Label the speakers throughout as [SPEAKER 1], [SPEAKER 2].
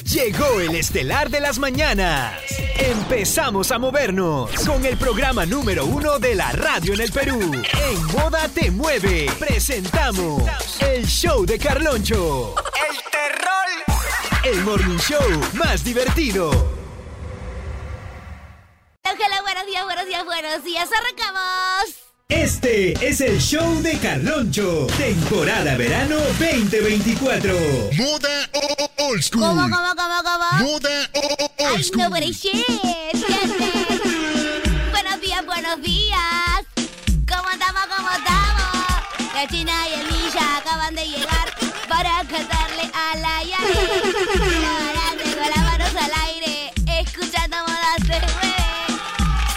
[SPEAKER 1] Llegó el estelar de las mañanas. Empezamos a movernos con el programa número uno de la radio en el Perú. En Moda Te Mueve, presentamos el show de Carloncho.
[SPEAKER 2] El terror.
[SPEAKER 1] El morning show más divertido.
[SPEAKER 3] Ángela, buenos días, buenos días, buenos días. Arrancamos.
[SPEAKER 1] Este es el show de Carloncho. Temporada verano 2024.
[SPEAKER 4] Moda o- o- old school.
[SPEAKER 3] ¿Cómo, cómo, cómo, cómo?
[SPEAKER 4] Moda o- o- old
[SPEAKER 3] Ay, no
[SPEAKER 4] school.
[SPEAKER 3] what a shit. Yes. buenos días, buenos días. ¿Cómo andamos, cómo estamos? Cachina y Elisa acaban de llegar para cantarle a la Yari. Ahora con las manos al aire, escuchando Moda se mueve.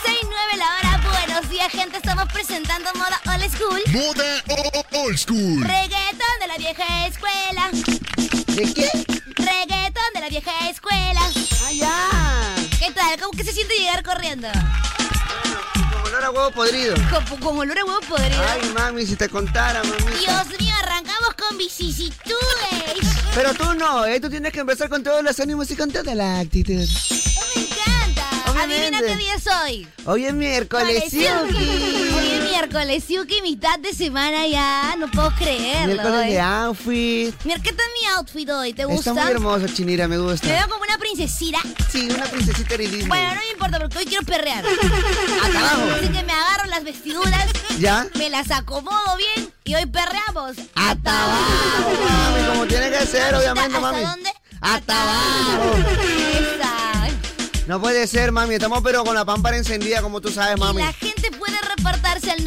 [SPEAKER 3] 6-9 la hora, buenos días, gente. Estamos presentando Moda Old School.
[SPEAKER 4] Moda o- o- old school.
[SPEAKER 3] Reggaetón de la vieja escuela.
[SPEAKER 5] ¿De qué?
[SPEAKER 3] Reggaetón de la vieja escuela.
[SPEAKER 5] Ah, Allá.
[SPEAKER 3] ¿Qué tal? ¿Cómo que se siente llegar corriendo?
[SPEAKER 5] Como olor a huevo podrido.
[SPEAKER 3] Como, como olor a huevo podrido.
[SPEAKER 5] Ay, mami, si te contara, mamita.
[SPEAKER 3] Dios mío, arrancamos con vicisitudes.
[SPEAKER 5] Pero tú no, ¿eh? Tú tienes que empezar con todos los ánimos y con toda la actitud.
[SPEAKER 3] Oh, me encanta.
[SPEAKER 5] Obviamente.
[SPEAKER 3] Adivina qué día es hoy.
[SPEAKER 5] Hoy es miércoles,
[SPEAKER 3] Hoy es
[SPEAKER 5] Yuki.
[SPEAKER 3] miércoles, Yuki, mitad de semana ya. No puedo creerlo.
[SPEAKER 5] Miércoles de
[SPEAKER 3] eh.
[SPEAKER 5] outfit.
[SPEAKER 3] Mira, ¿qué tal mi outfit hoy? ¿Te gusta?
[SPEAKER 5] Está muy hermoso, Chinira, me
[SPEAKER 3] Me
[SPEAKER 5] gusta.
[SPEAKER 3] veo como una princesita.
[SPEAKER 5] Sí, una princesita ridícula.
[SPEAKER 3] Bueno, no me importa porque hoy quiero perrear.
[SPEAKER 5] abajo.
[SPEAKER 3] Así que me agarro las vestiduras.
[SPEAKER 5] ¿Ya?
[SPEAKER 3] Me las acomodo bien y hoy perreamos.
[SPEAKER 5] Hasta abajo, mami, como tiene que ser, obviamente,
[SPEAKER 3] ¿Hasta
[SPEAKER 5] mami.
[SPEAKER 3] dónde?
[SPEAKER 5] Hasta abajo.
[SPEAKER 3] Exacto.
[SPEAKER 5] No puede ser, mami. Estamos pero con la pámpara encendida, como tú sabes,
[SPEAKER 3] Y
[SPEAKER 5] mami.
[SPEAKER 3] la gente puede reportarse al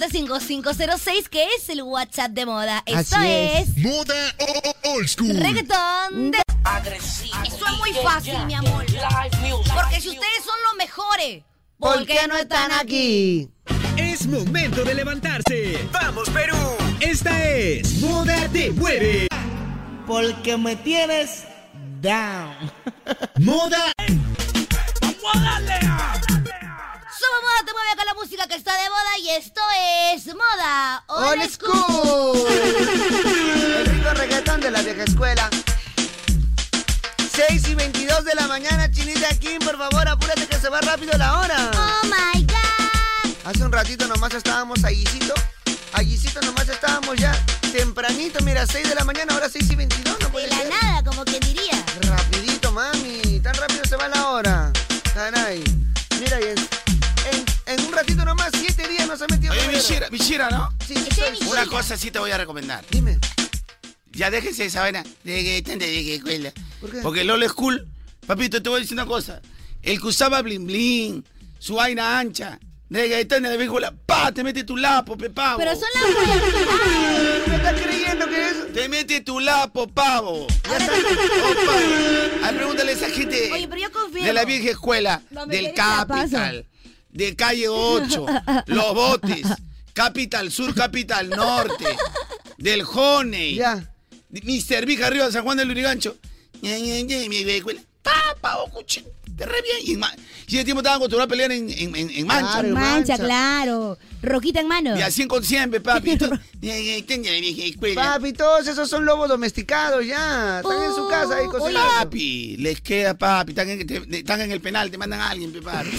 [SPEAKER 3] 993505506, que es el WhatsApp de moda. Esto
[SPEAKER 5] Así
[SPEAKER 3] es.
[SPEAKER 5] es.
[SPEAKER 4] Moda o- o- old school.
[SPEAKER 3] Reggaetón de...
[SPEAKER 6] agresivo.
[SPEAKER 3] Eso es muy fácil, mi amor.
[SPEAKER 6] Live music.
[SPEAKER 3] Porque si ustedes son los mejores,
[SPEAKER 5] ¿Por qué no están aquí?
[SPEAKER 1] Es momento de levantarse. ¡Vamos, Perú! Esta es Moda Te Mueve.
[SPEAKER 7] Porque me tienes down.
[SPEAKER 1] Moda
[SPEAKER 3] Somos Moda Te Mueve con la música que está de moda y esto es Moda
[SPEAKER 5] Old School. El rico reggaetón de la vieja escuela. 6 y 22 de la mañana, Chinita Kim, por favor, apúrate que se va rápido la hora.
[SPEAKER 3] Oh my God.
[SPEAKER 5] Hace un ratito nomás estábamos allícito. Allícito nomás estábamos ya. Tempranito, mira, 6 de la mañana, ahora 6 y 22, no
[SPEAKER 3] De
[SPEAKER 5] puede
[SPEAKER 3] la
[SPEAKER 5] ser.
[SPEAKER 3] nada, como quien diría.
[SPEAKER 5] Rapidito, mami. Tan rápido se va la hora. Caray. Mira, y en, en, en un ratito nomás, 7 días nos ha metido.
[SPEAKER 8] Oye,
[SPEAKER 5] primero.
[SPEAKER 8] Bichira, Bichira, ¿no?
[SPEAKER 5] Sí, sí,
[SPEAKER 3] Ese
[SPEAKER 5] soy-
[SPEAKER 3] Bichira.
[SPEAKER 8] Una cosa sí te voy a recomendar.
[SPEAKER 5] Dime.
[SPEAKER 8] Ya déjese esa vaina. Reggaetón de vieja escuela.
[SPEAKER 5] ¿Por qué?
[SPEAKER 8] Porque el old school, papito, te voy a decir una cosa. El que usaba blin blin, su vaina ancha, reggaetón de la vieja escuela, pa, te mete tu lapo, pe, pavo.
[SPEAKER 3] Pero son las buenas.
[SPEAKER 5] ¿Tú me estás creyendo que es?
[SPEAKER 8] Te mete tu lapo, pavo.
[SPEAKER 5] Ya está.
[SPEAKER 8] Opa. Ay, pregúntale a esa gente
[SPEAKER 3] Oye, pero yo confirmo.
[SPEAKER 8] de la vieja escuela,
[SPEAKER 3] No me
[SPEAKER 8] del
[SPEAKER 3] quieres la paso.
[SPEAKER 8] Capital, de Calle 8, Los Botes, Capital Sur, Capital Norte, del Honey,
[SPEAKER 5] Ya.
[SPEAKER 8] Mister Vija arriba de San Juan del Lurigancho. Ñe, Ñe, Ñe, mi vieja escuela. Papa, o cuchín, te re bien. Y, en ma- y ese tiempo estaban acostumbrados a pelear en, en, en- en mancha.
[SPEAKER 5] Claro.
[SPEAKER 3] Mancha,
[SPEAKER 5] Mancha.
[SPEAKER 3] claro. Roquita en mano.
[SPEAKER 8] De a 100 con 100, pe, papi. Entonces, ñe, ñe, ñe, la vieja escuela.
[SPEAKER 5] Papi, todos esos son lobos domesticados ya. Están en su casa ahí
[SPEAKER 3] Oh,
[SPEAKER 5] cocinando.
[SPEAKER 8] Papi, les queda papi, están en, te- están en el penal, te mandan a alguien, pe, papi.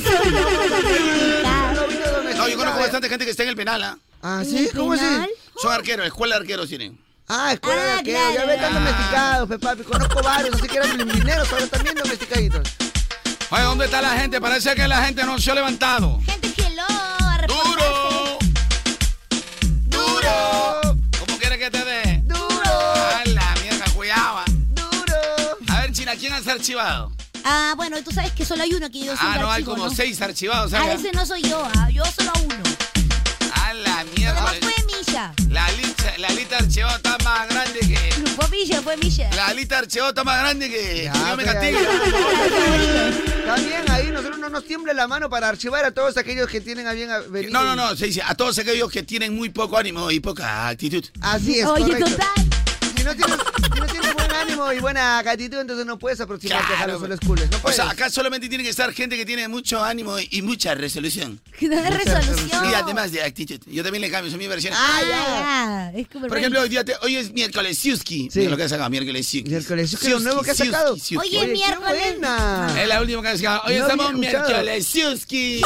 [SPEAKER 5] Lobitos domesticados.
[SPEAKER 8] No, yo conozco bastante gente que está en el penal, ¿ah?
[SPEAKER 5] ¿Ah,
[SPEAKER 3] ¿En
[SPEAKER 5] sí?
[SPEAKER 3] el
[SPEAKER 5] ¿Cómo así?
[SPEAKER 3] penal?
[SPEAKER 8] Son arqueros, escuela de arqueros tienen.
[SPEAKER 5] Ah, escuela de
[SPEAKER 3] Ah,
[SPEAKER 5] arqueo. Ya
[SPEAKER 3] claro.
[SPEAKER 5] ves, están domesticados, pe, papi. Conozco varios, así que eran mineros, ahora también domesticaditos.
[SPEAKER 8] Oye, ¿dónde está la gente? Parece que la gente no se ha levantado.
[SPEAKER 3] Gente que lo a reportarse.
[SPEAKER 8] ¡Duro! ¡Duro! ¿Cómo quieres que te dé?
[SPEAKER 5] Oh, ¡Duro!
[SPEAKER 8] ¡A la mierda, cuidaba!
[SPEAKER 5] ¡Duro!
[SPEAKER 8] A ver, China, ¿quién has archivado?
[SPEAKER 3] Ah, bueno, tú sabes que solo hay uno que yo soy
[SPEAKER 8] Ah, no, hay
[SPEAKER 3] archivo,
[SPEAKER 8] como
[SPEAKER 3] ¿no?
[SPEAKER 8] seis archivados.
[SPEAKER 3] Ah,
[SPEAKER 8] ¿sabes?
[SPEAKER 3] ese no soy yo, ah, yo solo a uno.
[SPEAKER 8] ¡A la
[SPEAKER 3] Lo
[SPEAKER 8] mierda!
[SPEAKER 3] demás fue Milla.
[SPEAKER 8] La lista, la lista archivada está más grande que...
[SPEAKER 3] Fue Milla, fue Milla.
[SPEAKER 8] La lista archivada está más grande que...
[SPEAKER 5] Ya,
[SPEAKER 8] Yo me
[SPEAKER 5] pero-
[SPEAKER 8] castigo.
[SPEAKER 5] También ahí nosotros no nos tiemble la mano para archivar a todos aquellos que tienen a bien a- venir.
[SPEAKER 8] No, no, no, se dice a todos aquellos que tienen muy poco ánimo y poca actitud.
[SPEAKER 5] Así es,
[SPEAKER 3] Oye,
[SPEAKER 5] correcto.
[SPEAKER 3] total.
[SPEAKER 5] Si no tienes, Si no tienes buen ánimo y buena actitud, entonces no puedes aproximarte a
[SPEAKER 8] Claro.
[SPEAKER 5] los old schools. No
[SPEAKER 8] O
[SPEAKER 5] puedes.
[SPEAKER 8] sea, acá solamente tiene que estar gente que tiene mucho ánimo y mucha resolución.
[SPEAKER 3] Que no es resolución.
[SPEAKER 8] Y además de actitud. Yo también le cambio, son mis versiones.
[SPEAKER 5] Ah,
[SPEAKER 3] Ah, ya. Es como el
[SPEAKER 8] Por ejemplo, hoy, día te- hoy es miércoles Siuski.
[SPEAKER 5] Sí.
[SPEAKER 8] Mira lo que ha sacado, miércoles Siuski.
[SPEAKER 5] Miércoles Siuski, lo nuevo que ha
[SPEAKER 8] Siuski,
[SPEAKER 5] sacado.
[SPEAKER 8] Siuski.
[SPEAKER 3] Oye,
[SPEAKER 5] qué
[SPEAKER 3] miércoles.
[SPEAKER 5] buena.
[SPEAKER 8] Es la última que ha sacado. Hoy
[SPEAKER 5] No
[SPEAKER 8] estamos
[SPEAKER 5] había escuchado. Ah.
[SPEAKER 8] miércoles Siuski.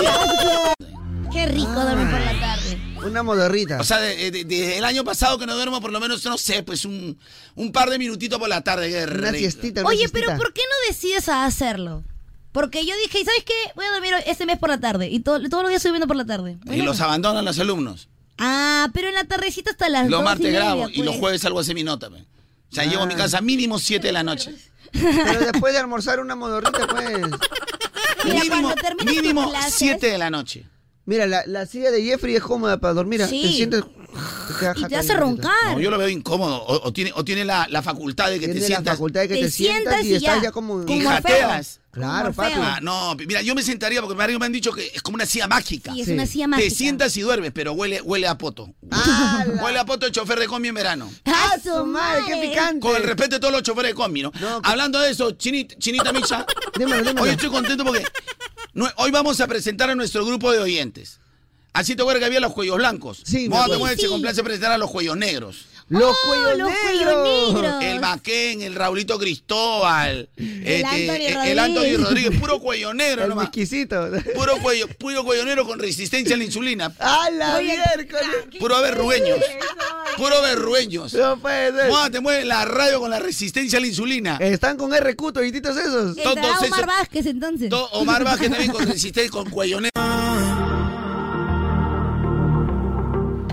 [SPEAKER 3] Qué rico dormir por la tarde.
[SPEAKER 5] Una modorrita.
[SPEAKER 8] O sea, de- de- de- desde el año pasado que no duermo, por lo menos, no sé, pues un, un par de minutitos por la tarde. qué
[SPEAKER 5] una
[SPEAKER 8] rico.
[SPEAKER 5] siestita. una
[SPEAKER 3] Oye,
[SPEAKER 5] siestita.
[SPEAKER 3] pero ¿por qué no decides a hacerlo? Porque yo dije, ¿y sabes qué? Voy a dormir hoy- este mes por la tarde. Y todo, todos los días estoy viendo por la tarde.
[SPEAKER 8] Y
[SPEAKER 3] Bueno.
[SPEAKER 8] los abandonan los alumnos.
[SPEAKER 3] Ah, pero en la tardecita hasta las
[SPEAKER 8] Los
[SPEAKER 3] dos
[SPEAKER 8] martes
[SPEAKER 3] y media,
[SPEAKER 8] grabo y
[SPEAKER 3] pues. Ah.
[SPEAKER 8] los jueves salgo a hacer mi nota. pe. O sea, llego a mi casa mínimo 7 de la noche.
[SPEAKER 5] Pero después de almorzar una modorrita, pues.
[SPEAKER 3] Mira,
[SPEAKER 8] mínimo
[SPEAKER 3] cuando termines tus
[SPEAKER 8] mínimo
[SPEAKER 3] clases-
[SPEAKER 8] 7 de la noche.
[SPEAKER 5] Mira, la, la silla de Jeffrey es cómoda para dormir. ¿ah?
[SPEAKER 3] Sí.
[SPEAKER 5] Te sientes. quedas
[SPEAKER 3] Y te
[SPEAKER 5] jacadito.
[SPEAKER 3] hace roncar.
[SPEAKER 8] No, yo lo veo incómodo. O, o tiene, o tiene la, la facultad de que
[SPEAKER 5] Tiene
[SPEAKER 8] te
[SPEAKER 5] la
[SPEAKER 8] sientas.
[SPEAKER 5] facultad de que te,
[SPEAKER 3] Te
[SPEAKER 5] sientas
[SPEAKER 3] sientas
[SPEAKER 5] y
[SPEAKER 3] y
[SPEAKER 5] estás
[SPEAKER 3] ya.
[SPEAKER 5] ya como.
[SPEAKER 8] Y
[SPEAKER 3] Como
[SPEAKER 8] jateas.
[SPEAKER 5] Claro,
[SPEAKER 3] Como
[SPEAKER 5] papi.
[SPEAKER 3] Orfeo.
[SPEAKER 8] Ah, no, pe- mira, yo me sentaría porque varios me han dicho que es como una silla mágica.
[SPEAKER 3] Sí, es
[SPEAKER 5] Sí.
[SPEAKER 3] una silla mágica.
[SPEAKER 8] Te sientas y duermes, pero huele, huele a poto.
[SPEAKER 5] ¡Hala!
[SPEAKER 8] Huele a poto el chofer de combi en verano.
[SPEAKER 3] ¡Ah,
[SPEAKER 5] ¡Ah, su madre! ¡Qué picante!
[SPEAKER 8] Con el respeto de todos los choferes de combi, ¿no?
[SPEAKER 5] No, que-
[SPEAKER 8] Hablando de eso, Chinita, Chinita Micha.
[SPEAKER 5] Dímelo, dímelo.
[SPEAKER 8] Hoy estoy contento porque nue- hoy vamos a presentar a nuestro grupo de oyentes. Así te acuerdas que había los cuellos blancos.
[SPEAKER 5] Sí, me
[SPEAKER 8] Moda
[SPEAKER 5] acuerdo.
[SPEAKER 8] te mueve,
[SPEAKER 3] Sí,
[SPEAKER 8] se
[SPEAKER 3] sí.
[SPEAKER 8] complace presentar a los cuellos negros.
[SPEAKER 5] ¡Los
[SPEAKER 3] Oh,
[SPEAKER 5] cuellos
[SPEAKER 3] los
[SPEAKER 5] negros!
[SPEAKER 3] cuellos negros.
[SPEAKER 8] El Maquén, el Raulito Cristóbal, este,
[SPEAKER 3] Anthony
[SPEAKER 8] el,
[SPEAKER 3] Rodríguez.
[SPEAKER 8] Anthony Rodríguez, puro cuello negro
[SPEAKER 5] El
[SPEAKER 8] nomás.
[SPEAKER 5] exquisito.
[SPEAKER 8] Puro cuello, puro cuello negro con resistencia a la insulina.
[SPEAKER 5] ¡Hala,
[SPEAKER 3] Oye,
[SPEAKER 5] miércoles!
[SPEAKER 8] Puro verrugueños. Puro verrugueños.
[SPEAKER 5] No puede ser.
[SPEAKER 8] Moda te mueve la radio con la resistencia a la insulina.
[SPEAKER 5] Están con RQ, todititos esos.
[SPEAKER 8] todos
[SPEAKER 3] Estará Omar
[SPEAKER 8] esos-
[SPEAKER 3] Vázquez entonces.
[SPEAKER 8] To- Omar Vázquez también con resistencia con cuello negro.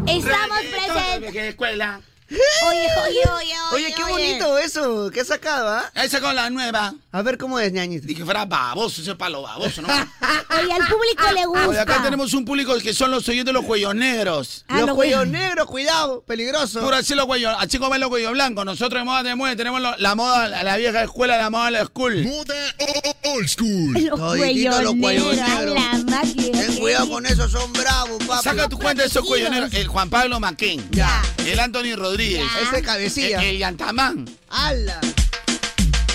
[SPEAKER 3] Estamos
[SPEAKER 8] Reggaetón,
[SPEAKER 3] presentes.
[SPEAKER 8] que escuela.
[SPEAKER 3] Oye, oye, oye, oye.
[SPEAKER 5] Oye, qué bonito eso que has sacado, ¿ah?
[SPEAKER 8] Ahí sacó la nueva.
[SPEAKER 5] A ver cómo es, ñañito.
[SPEAKER 8] Dije, fuera baboso, ese palo baboso, ¿no?
[SPEAKER 3] Oye, al público le gusta.
[SPEAKER 8] Oye, acá tenemos un público que son los oyentes de los cuellos negros.
[SPEAKER 3] Ah,
[SPEAKER 5] los
[SPEAKER 3] lo
[SPEAKER 5] cuellos
[SPEAKER 3] bueno.
[SPEAKER 5] negros, cuidado, peligroso.
[SPEAKER 8] Puro así los cuellos, así como ven los cuellos blancos. Nosotros de moda te mueve, tenemos lo- la moda, la, la vieja escuela, la moda, la school.
[SPEAKER 4] Moda o- o- old school.
[SPEAKER 3] Los
[SPEAKER 5] Todititos
[SPEAKER 3] cuellos
[SPEAKER 5] los cuellos
[SPEAKER 3] negros. a
[SPEAKER 5] negros.
[SPEAKER 3] la máquina.
[SPEAKER 5] eso, son bravos, papi.
[SPEAKER 8] Saca tu cuenta de esos cuellos negros. El Juan Pablo Maquén.
[SPEAKER 5] ah, Ya.
[SPEAKER 8] El Anthony Rodríguez.
[SPEAKER 5] Ese
[SPEAKER 8] El,
[SPEAKER 5] cabecilla.
[SPEAKER 8] el Yantamán.
[SPEAKER 5] ¡Hala!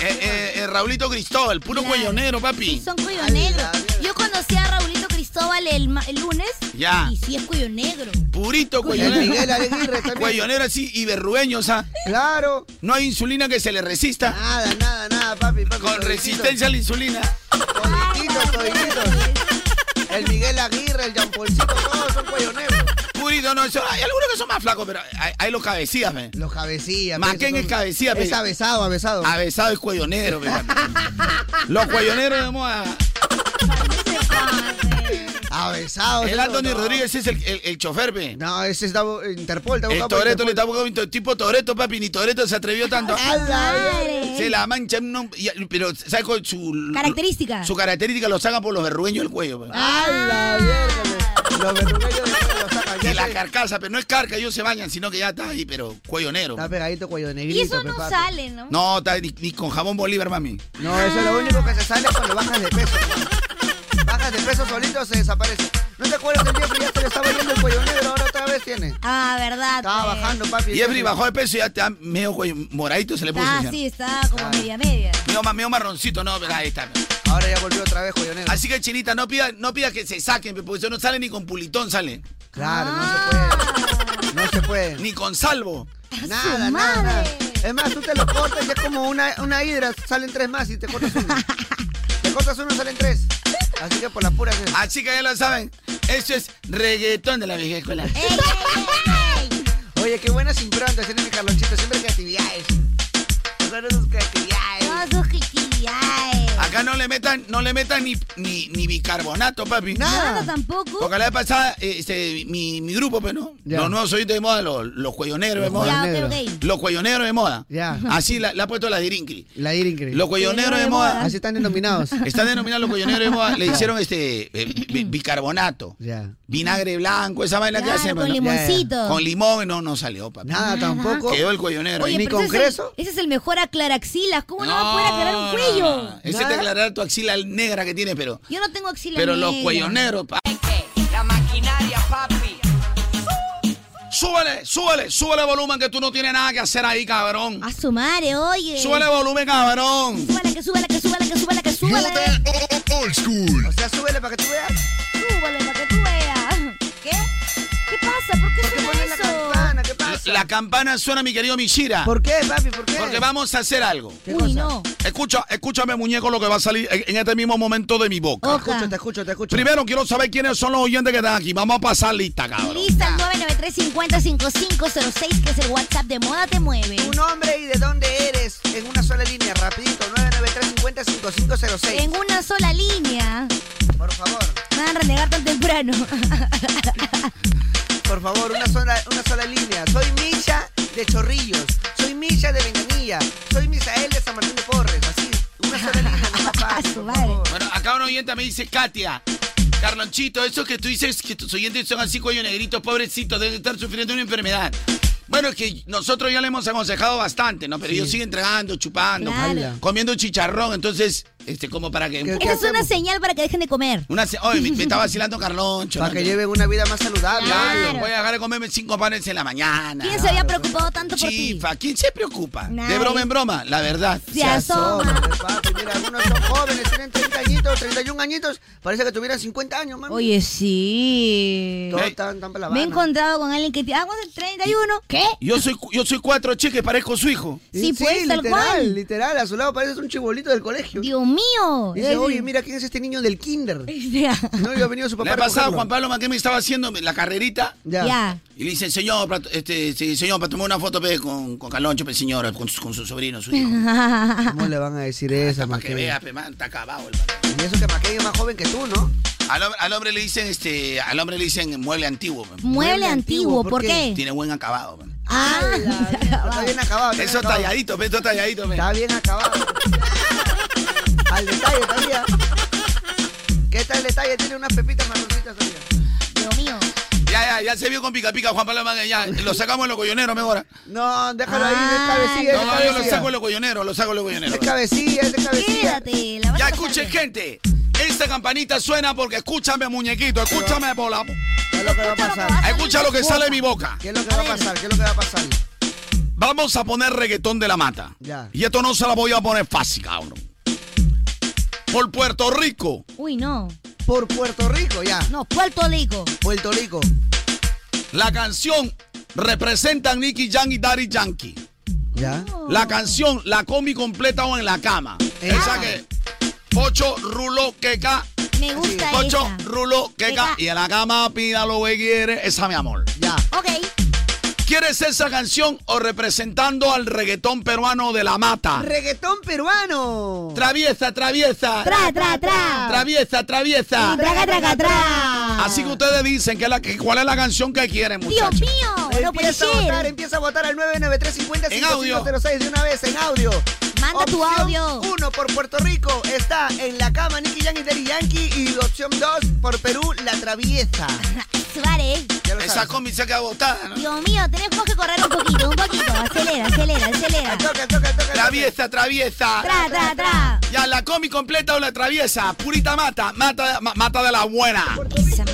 [SPEAKER 8] El, el- el Raulito Cristóbal. Puro
[SPEAKER 3] Claro.
[SPEAKER 8] cuello negro,
[SPEAKER 3] Sí,
[SPEAKER 8] papi.
[SPEAKER 3] son cuellos
[SPEAKER 5] Ay, la
[SPEAKER 3] negros.
[SPEAKER 5] mierda.
[SPEAKER 3] Yo conocí a Raulito Cristóbal el, ma- el lunes.
[SPEAKER 8] Ya.
[SPEAKER 3] Y sí es cuello negro.
[SPEAKER 8] Purito cuello
[SPEAKER 5] El
[SPEAKER 8] negro.
[SPEAKER 5] Miguel Aguirre también.
[SPEAKER 8] Cuello negro así y verrugueño, o sea,
[SPEAKER 5] Claro.
[SPEAKER 8] no hay insulina que se le resista.
[SPEAKER 5] Nada, nada, nada, papi. papi
[SPEAKER 8] Con
[SPEAKER 5] toditito.
[SPEAKER 8] resistencia a la insulina.
[SPEAKER 5] Todititos, todititos. El Miguel Aguirre, el Jean Paulcito, todos son cuellos negros.
[SPEAKER 8] Purito, no, eso- hay algunos que son más flacos, pero hay, hay los cabecillas, ve.
[SPEAKER 5] Los cabecillas.
[SPEAKER 8] Más
[SPEAKER 5] pe,
[SPEAKER 8] que en
[SPEAKER 5] esos
[SPEAKER 8] el
[SPEAKER 5] son-
[SPEAKER 8] cabecilla,
[SPEAKER 5] Es
[SPEAKER 8] pe. Ah.
[SPEAKER 5] avesado, avesado.
[SPEAKER 8] Avesado y cuello negro, ve. Los cuello negros de moda.
[SPEAKER 5] Avesado.
[SPEAKER 8] El
[SPEAKER 5] esos
[SPEAKER 8] Anthony
[SPEAKER 5] no.
[SPEAKER 8] Rodríguez es el, el, el chofer, ve.
[SPEAKER 5] No, ese está Interpol. está
[SPEAKER 8] El
[SPEAKER 5] buscado por
[SPEAKER 8] Toreto
[SPEAKER 5] Interpol.
[SPEAKER 8] le está buscando tipo Toreto, papi, ni Toreto se atrevió tanto.
[SPEAKER 3] Madre.
[SPEAKER 8] Se la mancha, no, y- pero ¿sabes cuál es su
[SPEAKER 3] Característica.
[SPEAKER 8] Su característica lo sacan por los verrueños del cuello. pe.
[SPEAKER 5] ¡A
[SPEAKER 3] Ah.
[SPEAKER 5] la mierda! Los verrugueños de los sacan.
[SPEAKER 8] Y
[SPEAKER 5] Ya
[SPEAKER 8] la
[SPEAKER 5] sé,
[SPEAKER 8] carcasa, pero no es carca, ellos se bañan, sino que ya está ahí, pero cuello negro.
[SPEAKER 5] Está pegadito cuello negrito.
[SPEAKER 3] Y eso
[SPEAKER 5] pe,
[SPEAKER 3] no
[SPEAKER 5] papi.
[SPEAKER 3] sale, ¿no?
[SPEAKER 8] No, está ni, ni con jamón Bolívar, mami.
[SPEAKER 5] No, eso es lo único que se sale cuando bajas de peso. hermano. Bajas de peso solito, se desaparece. ¿No te acuerdas el día que ya te le estaba yendo el cuello negro? Ahora otra vez tiene.
[SPEAKER 3] Ah, verdad.
[SPEAKER 5] Estaba
[SPEAKER 3] pues.
[SPEAKER 5] bajando, papi.
[SPEAKER 8] Y Jeffrey bajó de peso y ya está medio cuello moradito se le puso.
[SPEAKER 3] Ah,
[SPEAKER 8] ya.
[SPEAKER 3] sí, está como media media.
[SPEAKER 8] Medio, ma- medio marroncito, no, pero ahí está.
[SPEAKER 5] Ahora ya volvió otra vez cuello negro.
[SPEAKER 8] Así que, chinita, no pida, no pida que se saquen, porque eso no sale ni con pulitón, sale.
[SPEAKER 5] Claro, no se puede. No se
[SPEAKER 8] Ni con salvo.
[SPEAKER 5] puede. Nada,
[SPEAKER 3] Ah, su
[SPEAKER 5] nada, nada.
[SPEAKER 3] madre.
[SPEAKER 5] Es más, tú te lo cortas y es como una, una hidra. Salen tres más y te cortas uno. Te cortas uno, salen tres. Así que por la pura.
[SPEAKER 8] Así que ya lo saben, eso es reggaetón de la vieja escuela.
[SPEAKER 3] ¡Ey, ey, ey, ey!
[SPEAKER 5] Oye, qué buenas improntas tiene mi Carlonchito. Siempre creatividades. Son esas creatividades.
[SPEAKER 3] Todas sus actividades.
[SPEAKER 8] Acá no le metan, no le metan ni, ni, ni bicarbonato, papi.
[SPEAKER 3] Nada tampoco.
[SPEAKER 8] Porque la vez pasada, eh, este, mi, mi grupo, pues, ¿no?
[SPEAKER 5] Ya.
[SPEAKER 8] Los nuevos oídos de moda, los, los cuelloneros de
[SPEAKER 5] Los
[SPEAKER 8] moda.
[SPEAKER 3] Ya, ok,
[SPEAKER 5] negro.
[SPEAKER 3] ok.
[SPEAKER 8] Los cuelloneros de moda.
[SPEAKER 5] Ya.
[SPEAKER 8] Así la, la ha puesto la de Irincri.
[SPEAKER 5] La ira increíble.
[SPEAKER 8] Los cuelloneros de
[SPEAKER 3] de
[SPEAKER 8] moda.
[SPEAKER 3] moda.
[SPEAKER 5] Así están denominados.
[SPEAKER 8] Están denominados los cuelloneros de moda. Le hicieron este eh, bi- bicarbonato.
[SPEAKER 5] Ya.
[SPEAKER 8] Vinagre blanco, esa vaina que
[SPEAKER 3] Claro,
[SPEAKER 8] hacen.
[SPEAKER 3] con
[SPEAKER 8] ¿no?
[SPEAKER 3] limoncito.
[SPEAKER 8] Con limón, no, no salió, papi.
[SPEAKER 5] Nada tampoco.
[SPEAKER 8] Quedó el cuellonero.
[SPEAKER 5] Oye,
[SPEAKER 8] ahí.
[SPEAKER 5] mi
[SPEAKER 3] pero ese es el-
[SPEAKER 5] congreso.
[SPEAKER 3] Ese es el mejor aclaraxilas. ¿Cómo no, va a poder aclarar un cuello?
[SPEAKER 8] no, no. Ese
[SPEAKER 5] Nada.
[SPEAKER 8] te aclarar tu axila negra que tienes, pero,
[SPEAKER 3] Yo no tengo axila
[SPEAKER 8] pero los
[SPEAKER 3] negra.
[SPEAKER 8] cuelloneros, papi.
[SPEAKER 9] La maquinaria, papi.
[SPEAKER 8] súbele, súbele, súbele el volumen que tú no tienes nada que hacer ahí, cabrón.
[SPEAKER 3] A su madre, oye.
[SPEAKER 8] Súbele el volumen, cabrón.
[SPEAKER 3] Súbale, que súbale, que súbale, que súbale, que súbale.
[SPEAKER 10] Old school.
[SPEAKER 5] O sea, súbele para que tú veas.
[SPEAKER 3] Súbale para que tú veas. ¿Qué? ¿Qué pasa? ¿Por
[SPEAKER 5] ¿Por
[SPEAKER 3] qué
[SPEAKER 5] qué
[SPEAKER 3] suena
[SPEAKER 5] pones la
[SPEAKER 3] eso?
[SPEAKER 5] campana? ¿Qué pasa?
[SPEAKER 8] La campana suena, mi querido Mishira.
[SPEAKER 5] ¿Por qué, papi? ¿Por qué?
[SPEAKER 8] Porque vamos a hacer algo.
[SPEAKER 5] ¿Qué cosa?
[SPEAKER 3] Uy, no.
[SPEAKER 8] Escucha, escúchame, muñeco, lo que va a salir en en este mismo momento de mi boca.
[SPEAKER 5] Te escucho, te escucho, te escucho.
[SPEAKER 8] Primero quiero saber quiénes son los oyentes que están aquí. Vamos a pasar lista, cabrón.
[SPEAKER 3] Lista al 993-50-5506, que es el WhatsApp de Moda Te Mueve.
[SPEAKER 5] Tu nombre y de dónde eres en una sola línea, rapidito, 993-50-5506.
[SPEAKER 3] En una sola línea.
[SPEAKER 5] Por favor,
[SPEAKER 3] Me van a renegar tan temprano.
[SPEAKER 5] por favor, una sola, una sola línea. Soy Misha de Chorrillos, soy Misha de Ventanilla, soy Misael de San Martín de Porres, así, una sola línea, no papá.
[SPEAKER 3] A su
[SPEAKER 5] por
[SPEAKER 3] madre.
[SPEAKER 5] favor.
[SPEAKER 8] Bueno, acá un oyente me dice, Katia, Carlonchito, eso que tú dices que tus oyentes son así cuello negritos, pobrecitos, deben estar sufriendo una enfermedad. Bueno, es que nosotros ya le hemos aconsejado bastante, ¿no? Pero ellos siguen tragando, chupando,
[SPEAKER 3] Claro.
[SPEAKER 8] comiendo chicharrón, entonces, este, como para que...
[SPEAKER 5] ¿Qué-
[SPEAKER 3] Esa es una señal para que dejen de comer.
[SPEAKER 8] Una se- Oye, me, me está vacilando Carloncho.
[SPEAKER 5] Para
[SPEAKER 8] ¿no?
[SPEAKER 5] que lleven una vida más saludable.
[SPEAKER 3] Claro.
[SPEAKER 8] Voy a dejar de comerme cinco panes en la mañana.
[SPEAKER 3] ¿Quién se había preocupado tanto por ti?
[SPEAKER 8] Chifa, ¿quién se preocupa?
[SPEAKER 3] Nadie.
[SPEAKER 8] De broma en broma, la verdad.
[SPEAKER 3] Se asoma.
[SPEAKER 5] Sobre, papi, mira, algunos son jóvenes, tienen 30 añitos, 31 añitos, parece que tuvieran 50 años, mami.
[SPEAKER 3] Oye, sí.
[SPEAKER 5] Todos están tan para la
[SPEAKER 3] Me he
[SPEAKER 5] Habana.
[SPEAKER 3] encontrado con alguien que te. Ah, ¿cuándo es el 31? ¿Qué?
[SPEAKER 8] Yo soy, cu- yo soy cuatro cheques, parezco su hijo.
[SPEAKER 3] Sí, pues, tal
[SPEAKER 5] literal,
[SPEAKER 3] cual.
[SPEAKER 5] literal, a su lado pareces un chibolito del colegio.
[SPEAKER 3] Dios mío.
[SPEAKER 5] Dice, oye, mira quién es este niño del kinder. No, yo he venido su papá.
[SPEAKER 8] Le ha
[SPEAKER 5] a
[SPEAKER 8] pasado
[SPEAKER 5] recogerlo.
[SPEAKER 8] Juan Pablo Maquén me estaba haciendo la carrerita
[SPEAKER 5] Ya.
[SPEAKER 3] Ya.
[SPEAKER 8] y le dice, señor, para, este, sí, señor, para tomar una foto pe, con, con Caloncho, pe, señora, con su, con su sobrino, su hijo.
[SPEAKER 5] ¿Cómo le van a decir esa,
[SPEAKER 8] para Ah, que
[SPEAKER 5] Maquén?
[SPEAKER 8] vea, pe, man, está acabado el man.
[SPEAKER 5] Y eso que Maquén es más joven que tú, ¿no?
[SPEAKER 8] al, hom- al hombre le dicen, este, al hombre le dicen mueble antiguo, pe.
[SPEAKER 3] Mueble antiguo, ¿por qué?
[SPEAKER 8] tiene buen acabado. pe.
[SPEAKER 3] Ah,
[SPEAKER 5] Está bien acabado. está bien
[SPEAKER 8] Eso
[SPEAKER 5] acabado.
[SPEAKER 8] talladito, pe, eso talladito. pe.
[SPEAKER 5] Está bien acabado. Al detalle todavía. ¿Qué tal el detalle? Tiene unas pepitas marroncitas todavía.
[SPEAKER 3] Dios mío.
[SPEAKER 8] Ya, ya, ya se vio con pica pica Juan Pablo Maquén, ya, lo sacamos en los coyoneros mejor.
[SPEAKER 5] No, déjalo
[SPEAKER 3] Ah,
[SPEAKER 5] ahí, es cabecilla, es
[SPEAKER 8] No, yo lo saco
[SPEAKER 5] cabecilla.
[SPEAKER 8] en los coyoneros, lo saco en los coyoneros.
[SPEAKER 5] Es cabecilla, es cabecilla.
[SPEAKER 3] Quédate. La vas
[SPEAKER 8] Ya
[SPEAKER 3] a pasar
[SPEAKER 8] escuchen,
[SPEAKER 3] bien.
[SPEAKER 8] gente. Esta campanita suena porque escúchame, muñequito. Escúchame, bola.
[SPEAKER 5] ¿Qué es lo que va a pasar?
[SPEAKER 8] Escucha lo que sale de mi boca.
[SPEAKER 5] ¿Qué es lo que va a pasar? ¿Qué es lo que va a pasar?
[SPEAKER 8] Vamos a poner reggaetón de la mata.
[SPEAKER 5] Ya.
[SPEAKER 8] Y esto no se la voy a poner fácil, cabrón. Por Puerto Rico,
[SPEAKER 3] Uy, no.
[SPEAKER 5] Por Puerto Rico, ya.
[SPEAKER 3] No, Puerto Rico.
[SPEAKER 5] Puerto Rico.
[SPEAKER 8] la canción representa a Nicky Jam y Daddy Yankee.
[SPEAKER 5] Ya.
[SPEAKER 3] Oh.
[SPEAKER 8] La canción la comí completa o en la cama. Esa que. Pocho, rulo, queca.
[SPEAKER 3] Oh, Me gusta
[SPEAKER 8] Pocho,
[SPEAKER 3] esa.
[SPEAKER 8] rulo, queca.
[SPEAKER 3] Queca.
[SPEAKER 8] Y en la cama pida lo que quiere. Esa, mi amor.
[SPEAKER 5] Ya.
[SPEAKER 3] Ok.
[SPEAKER 8] ¿Quieres esa canción o representando al reggaetón peruano de la mata?
[SPEAKER 5] Reggaetón peruano.
[SPEAKER 8] traviesa, traviesa.
[SPEAKER 3] Tra, tra, tra.
[SPEAKER 8] traviesa, traviesa.
[SPEAKER 3] Y Traga, traga, tra.
[SPEAKER 8] Así que ustedes dicen que la, que- cuál es la canción que quieren,
[SPEAKER 3] Dios
[SPEAKER 8] muchachos.
[SPEAKER 3] mío. No puede
[SPEAKER 5] Empieza a votar,
[SPEAKER 3] ser.
[SPEAKER 5] empieza a votar al 993
[SPEAKER 8] En audio.
[SPEAKER 5] 06 de una vez en audio.
[SPEAKER 3] Manda tu
[SPEAKER 5] Opción
[SPEAKER 3] audio.
[SPEAKER 5] Uno por Puerto Rico está en la cama Nicky Yang y Daddy Yankee y opción dos por Perú la traviesa.
[SPEAKER 3] Suárez.
[SPEAKER 5] Ya lo
[SPEAKER 8] Esa
[SPEAKER 5] sabes.
[SPEAKER 8] combi se queda botada, ¿no?
[SPEAKER 3] Dios mío, tenemos que correr un poquito, un poquito. Acelera, acelera, acelera.
[SPEAKER 5] Al toque, al toque, al toque, al toque.
[SPEAKER 8] Traviesa, traviesa.
[SPEAKER 3] Tra, tra, tra.
[SPEAKER 8] ya, la combi completa o la traviesa. Purita mata, mata, ma- mata de la buena.
[SPEAKER 3] Esa me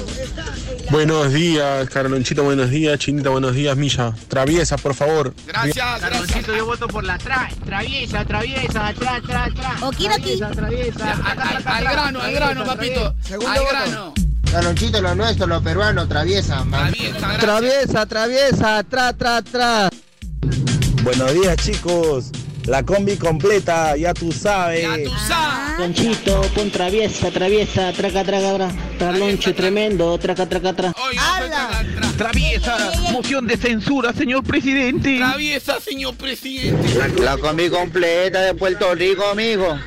[SPEAKER 4] Buenos días, Carlonchito, buenos días, Chinita, buenos días, Milla. Traviesa, por favor.
[SPEAKER 8] Gracias, gracias.
[SPEAKER 11] Carlonchito, yo voto por la tra, traviesa, traviesa, tra, tra, tra.
[SPEAKER 3] Okidoki.
[SPEAKER 11] Traviesa, traviesa.
[SPEAKER 8] Al, al- al grano, al grano, papito.
[SPEAKER 5] Segundo
[SPEAKER 8] al
[SPEAKER 5] voto.
[SPEAKER 8] grano.
[SPEAKER 11] Carlonchito, lo nuestro, lo peruano, traviesa, man.
[SPEAKER 8] Traviesa, gracias.
[SPEAKER 5] Traviesa, traviesa, tra, tra, tra.
[SPEAKER 12] Buenos días chicos, la combi completa, ya tú sabes.
[SPEAKER 8] Ya tú sabes.
[SPEAKER 13] Carlonchito, pon traviesa, traviesa, traca, traca, tra. Carloncho, tremendo, traca, traca, tra.
[SPEAKER 8] Oye, no soy
[SPEAKER 5] ¡Hala!
[SPEAKER 8] tan atrás.
[SPEAKER 11] Traviesa, moción de censura, señor presidente.
[SPEAKER 8] Traviesa, señor presidente.
[SPEAKER 13] La combi completa de Puerto Rico, amigo.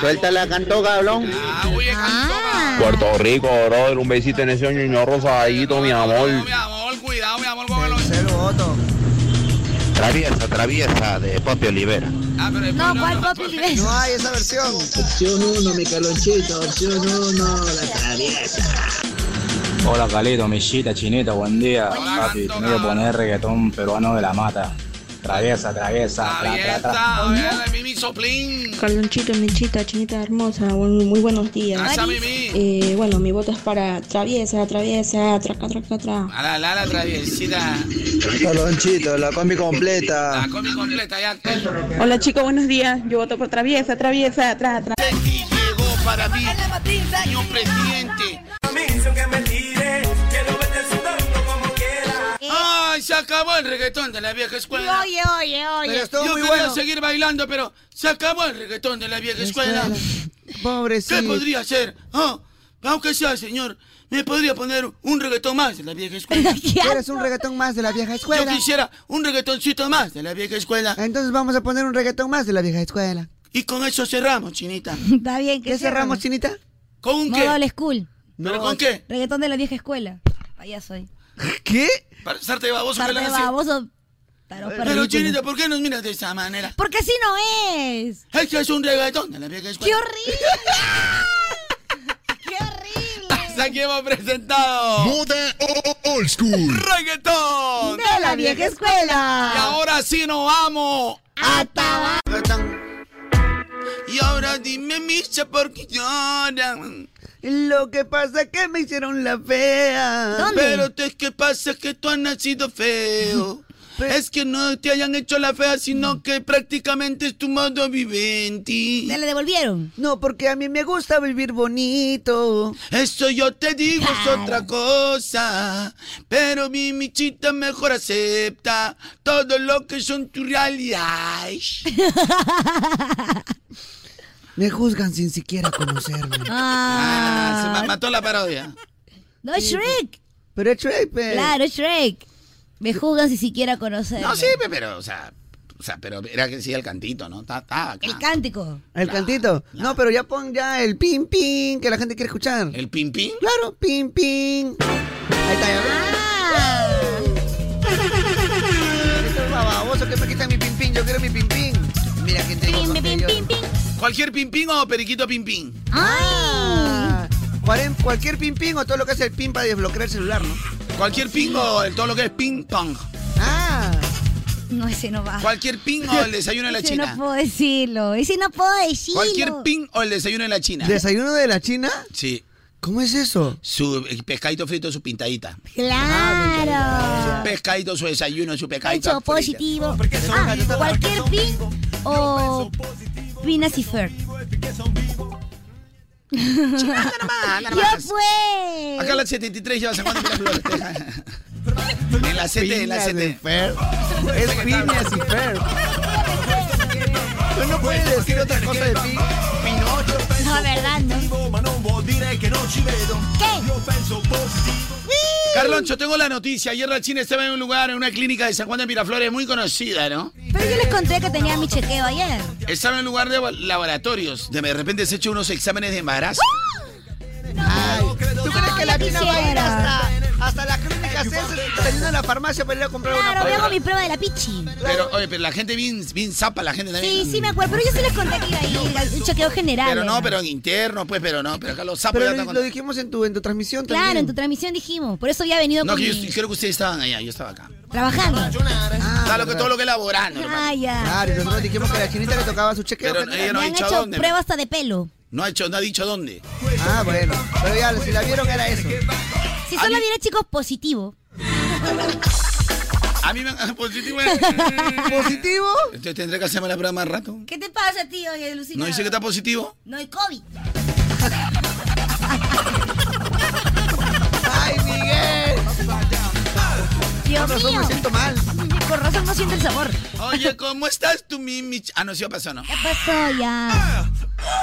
[SPEAKER 13] Suelta la cantó, cabrón.
[SPEAKER 8] Ah, oye,
[SPEAKER 3] Ah.
[SPEAKER 12] Puerto Rico, brother, un besito en ese ñoño rosadito, mi
[SPEAKER 8] No,
[SPEAKER 12] amor.
[SPEAKER 8] mi amor, cuidado, mi amor, con el
[SPEAKER 5] Tercer voto.
[SPEAKER 12] Traviesa, traviesa, de Papi Olivera.
[SPEAKER 8] Ah, pero después
[SPEAKER 3] No, ¿cuál papi ves?
[SPEAKER 5] No hay esa versión.
[SPEAKER 13] Opción 1, mi Carlonchito, opción 1, la traviesa.
[SPEAKER 12] Hola, Calito, Millita, Chinita, buen día.
[SPEAKER 8] Hola, Papi, Gando, tenía que Gando. poner
[SPEAKER 12] reggaetón peruano de la mata.
[SPEAKER 14] Traviesa, traviesa. tra, tra, tra.
[SPEAKER 8] Traviesa, vea, Mimi Soplín.
[SPEAKER 15] Carlonchito, Michita, Chinita hermosa, muy, muy buenos días.
[SPEAKER 8] Casa, Mimi.
[SPEAKER 15] Eh, bueno, mi voto es para traviesa, traviesa, traca, traca, tra.
[SPEAKER 8] A la, la, la traviesita.
[SPEAKER 14] Carlonchito, la combi completa.
[SPEAKER 8] La combi completa ya.
[SPEAKER 15] Hola chicos, buenos días. Yo voto por traviesa, traviesa, tra, tra.
[SPEAKER 8] Y llegó para mí, señor presidente. Ay, se acabó el reggaetón de la vieja escuela.
[SPEAKER 16] Oye, oye, oye.
[SPEAKER 5] Pero estuvo
[SPEAKER 8] Yo
[SPEAKER 5] muy
[SPEAKER 8] quería
[SPEAKER 5] bueno.
[SPEAKER 8] seguir bailando, pero se acabó el reggaetón de la vieja escuela.
[SPEAKER 5] Pobrecito.
[SPEAKER 8] ¿Qué podría hacer? Ah, aunque sea, señor, me podría poner un reggaetón más de la vieja escuela.
[SPEAKER 5] Eres un reggaetón más de la vieja
[SPEAKER 8] Yo
[SPEAKER 5] escuela.
[SPEAKER 8] quisiera un reggaetoncito más de la vieja escuela.
[SPEAKER 5] Entonces vamos a poner un reggaetón más de la vieja escuela.
[SPEAKER 8] Y con eso cerramos, chinita.
[SPEAKER 3] Está bien, que
[SPEAKER 5] ¿Qué cerramos, Chinita?
[SPEAKER 8] ¿Con un qué?
[SPEAKER 3] Modo old school.
[SPEAKER 8] ¿Pero con qué?
[SPEAKER 3] Reggaetón de la vieja escuela. Allá soy.
[SPEAKER 5] ¿Qué?
[SPEAKER 8] Para estarte de baboso que
[SPEAKER 3] Parte
[SPEAKER 8] la
[SPEAKER 3] de
[SPEAKER 8] hace.
[SPEAKER 3] baboso. taró
[SPEAKER 8] Pero,
[SPEAKER 3] perrículo.
[SPEAKER 8] chinita, ¿por qué nos miras de esa manera?
[SPEAKER 3] Porque así no es.
[SPEAKER 8] Es que es un reggaetón de la vieja
[SPEAKER 3] ¡Qué
[SPEAKER 8] escuela.
[SPEAKER 3] horrible!
[SPEAKER 8] Hasta aquí hemos presentado.
[SPEAKER 17] Moda old school.
[SPEAKER 8] ¡Reggaetón!
[SPEAKER 3] De la vieja escuela.
[SPEAKER 8] Y ahora sí nos vamos.
[SPEAKER 3] Hasta
[SPEAKER 8] Y ahora dime, Misha, ¿por qué lloran?
[SPEAKER 5] Lo que pasa es que me hicieron la fea.
[SPEAKER 8] Pero te, que pasa que tú has nacido feo. Es que no te hayan hecho la fea, sino que prácticamente es tu modo vivente.
[SPEAKER 3] Te la devolvieron.
[SPEAKER 5] No, porque a mí me gusta vivir bonito.
[SPEAKER 8] Eso yo te digo es otra cosa. Pero mi michita mejor acepta todo lo que son tu realidad.
[SPEAKER 5] Me juzgan sin siquiera conocerme.
[SPEAKER 3] Ah,
[SPEAKER 8] Ah, se me mató la parodia.
[SPEAKER 3] No es Shrek.
[SPEAKER 5] Pero eh, pues, es Shrek, pe.
[SPEAKER 3] Claro, es Shrek. Me juzgan si siquiera conocer.
[SPEAKER 8] No, sí, pe- pero, o sea, o sea, pero era que sí el cantito, ¿no? Ta, ta, acá.
[SPEAKER 3] El cántico.
[SPEAKER 5] El cantito. No, pero ya pon ya el pin pin que la gente quiere escuchar.
[SPEAKER 8] ¿El pim pim?
[SPEAKER 5] Claro, pin pin. Ahí está, ya ves. Ah. Esto es baboso que me quita mi pin pin. Yo quiero mi pin pin. Mira que tengo con ellos.
[SPEAKER 8] ¿Cualquier pim pim o periquito pim pim?
[SPEAKER 5] Ah, cuaren- Cualquier pin pin o todo lo que es el pin para desbloquear el celular, ¿no?
[SPEAKER 8] ¿Cualquier ping o el, todo lo que es ping pong?
[SPEAKER 5] Ah.
[SPEAKER 3] No, ese no va.
[SPEAKER 8] ¿Cualquier ping o el desayuno de la
[SPEAKER 3] ese
[SPEAKER 8] China?
[SPEAKER 3] no puedo decirlo. Ese no puedo decirlo.
[SPEAKER 8] ¿Cualquier ping o el desayuno de la China?
[SPEAKER 5] ¿Desayuno de la China?
[SPEAKER 8] Sí,
[SPEAKER 5] ¿Cómo es eso?
[SPEAKER 8] su eh, pescadito frito, su pintadita.
[SPEAKER 3] Claro.
[SPEAKER 8] Su pescadito, su desayuno, su pescadito.
[SPEAKER 3] Hecho
[SPEAKER 8] frito.
[SPEAKER 3] positivo. Ah, cualquier pin o pinas y fer.
[SPEAKER 8] nomás, nada
[SPEAKER 3] Yo
[SPEAKER 8] más.
[SPEAKER 3] pues.
[SPEAKER 8] Acá en la 73 llevas a cuánto te flores. En la CT, en la
[SPEAKER 5] Piñas de
[SPEAKER 8] CT.
[SPEAKER 5] Fer. Es piñas y Fer. Tú no puedes decir otra cosa de ti.
[SPEAKER 3] No, verdad, no. ¿Qué?
[SPEAKER 8] Carloncho, tengo la noticia. Ayer la China estaba en un lugar, en una clínica de San Juan de Miraflores muy conocida, ¿no?
[SPEAKER 3] Pero yo les conté que tenía mi chequeo ayer.
[SPEAKER 8] Estaba en un lugar de laboratorios. De repente se echó unos exámenes de embarazo.
[SPEAKER 5] ¿Tú crees que la
[SPEAKER 3] ya
[SPEAKER 5] China va a ir
[SPEAKER 3] quisiera.
[SPEAKER 5] hasta, hasta la clínica Celso saliendo de la farmacia para ir a comprar
[SPEAKER 3] Claro,
[SPEAKER 5] una
[SPEAKER 3] yo hago
[SPEAKER 5] prueba?
[SPEAKER 3] mi prueba de la pichi.
[SPEAKER 8] Pero, oye, pero la gente bien, bien zapa, la gente también.
[SPEAKER 3] Sí, sí, me acuerdo. Pero yo sí les conté que iba a ir al un chequeo general.
[SPEAKER 8] Pero no,
[SPEAKER 3] era.
[SPEAKER 8] pero en interno, pues, pero no, pero acá los sapos ya
[SPEAKER 5] Pero
[SPEAKER 8] están
[SPEAKER 5] lo,
[SPEAKER 8] con-
[SPEAKER 5] lo dijimos en tu, en tu transmisión
[SPEAKER 3] Claro, en
[SPEAKER 5] también.
[SPEAKER 3] tu transmisión dijimos. Por eso había venido
[SPEAKER 8] No,
[SPEAKER 3] con
[SPEAKER 8] que yo Ah,
[SPEAKER 3] mi-
[SPEAKER 8] creo que ustedes estaban allá, yo estaba acá.
[SPEAKER 3] trabajando.
[SPEAKER 5] Ah,
[SPEAKER 8] Está lo que todo lo que elaborando. hermano.
[SPEAKER 3] Ah, ya.
[SPEAKER 5] Claro, y nosotros dijimos que a la chinita le tocaba su chequeo.
[SPEAKER 8] Pero ella
[SPEAKER 5] general.
[SPEAKER 8] no ha
[SPEAKER 3] Me han
[SPEAKER 8] dicho
[SPEAKER 3] hecho
[SPEAKER 8] dónde.
[SPEAKER 3] prueba hasta de pelo.
[SPEAKER 8] No ha hecho, no ha dicho dónde.
[SPEAKER 5] Ah, bueno. Pero ya, si la vieron era eso.
[SPEAKER 3] Si solo viene chicos positivo.
[SPEAKER 8] A mí me positivo.
[SPEAKER 5] ¿Positivo?
[SPEAKER 8] Entonces tendré que hacerme la prueba más rato.
[SPEAKER 3] ¿Qué te pasa, tío? Oye,
[SPEAKER 8] ¿No
[SPEAKER 3] alucinado.
[SPEAKER 8] dice que está positivo?
[SPEAKER 3] No hay COVID.
[SPEAKER 5] ¡Ay, Miguel!
[SPEAKER 3] Dios
[SPEAKER 5] Por razón
[SPEAKER 3] mío.
[SPEAKER 5] me siento mal.
[SPEAKER 3] Con razón no siente el sabor.
[SPEAKER 8] Oye, ¿cómo estás tú, mi mich- Ah, no, sí, pasó, ¿no?
[SPEAKER 3] ¿Qué pasó
[SPEAKER 8] Ah,
[SPEAKER 3] ya?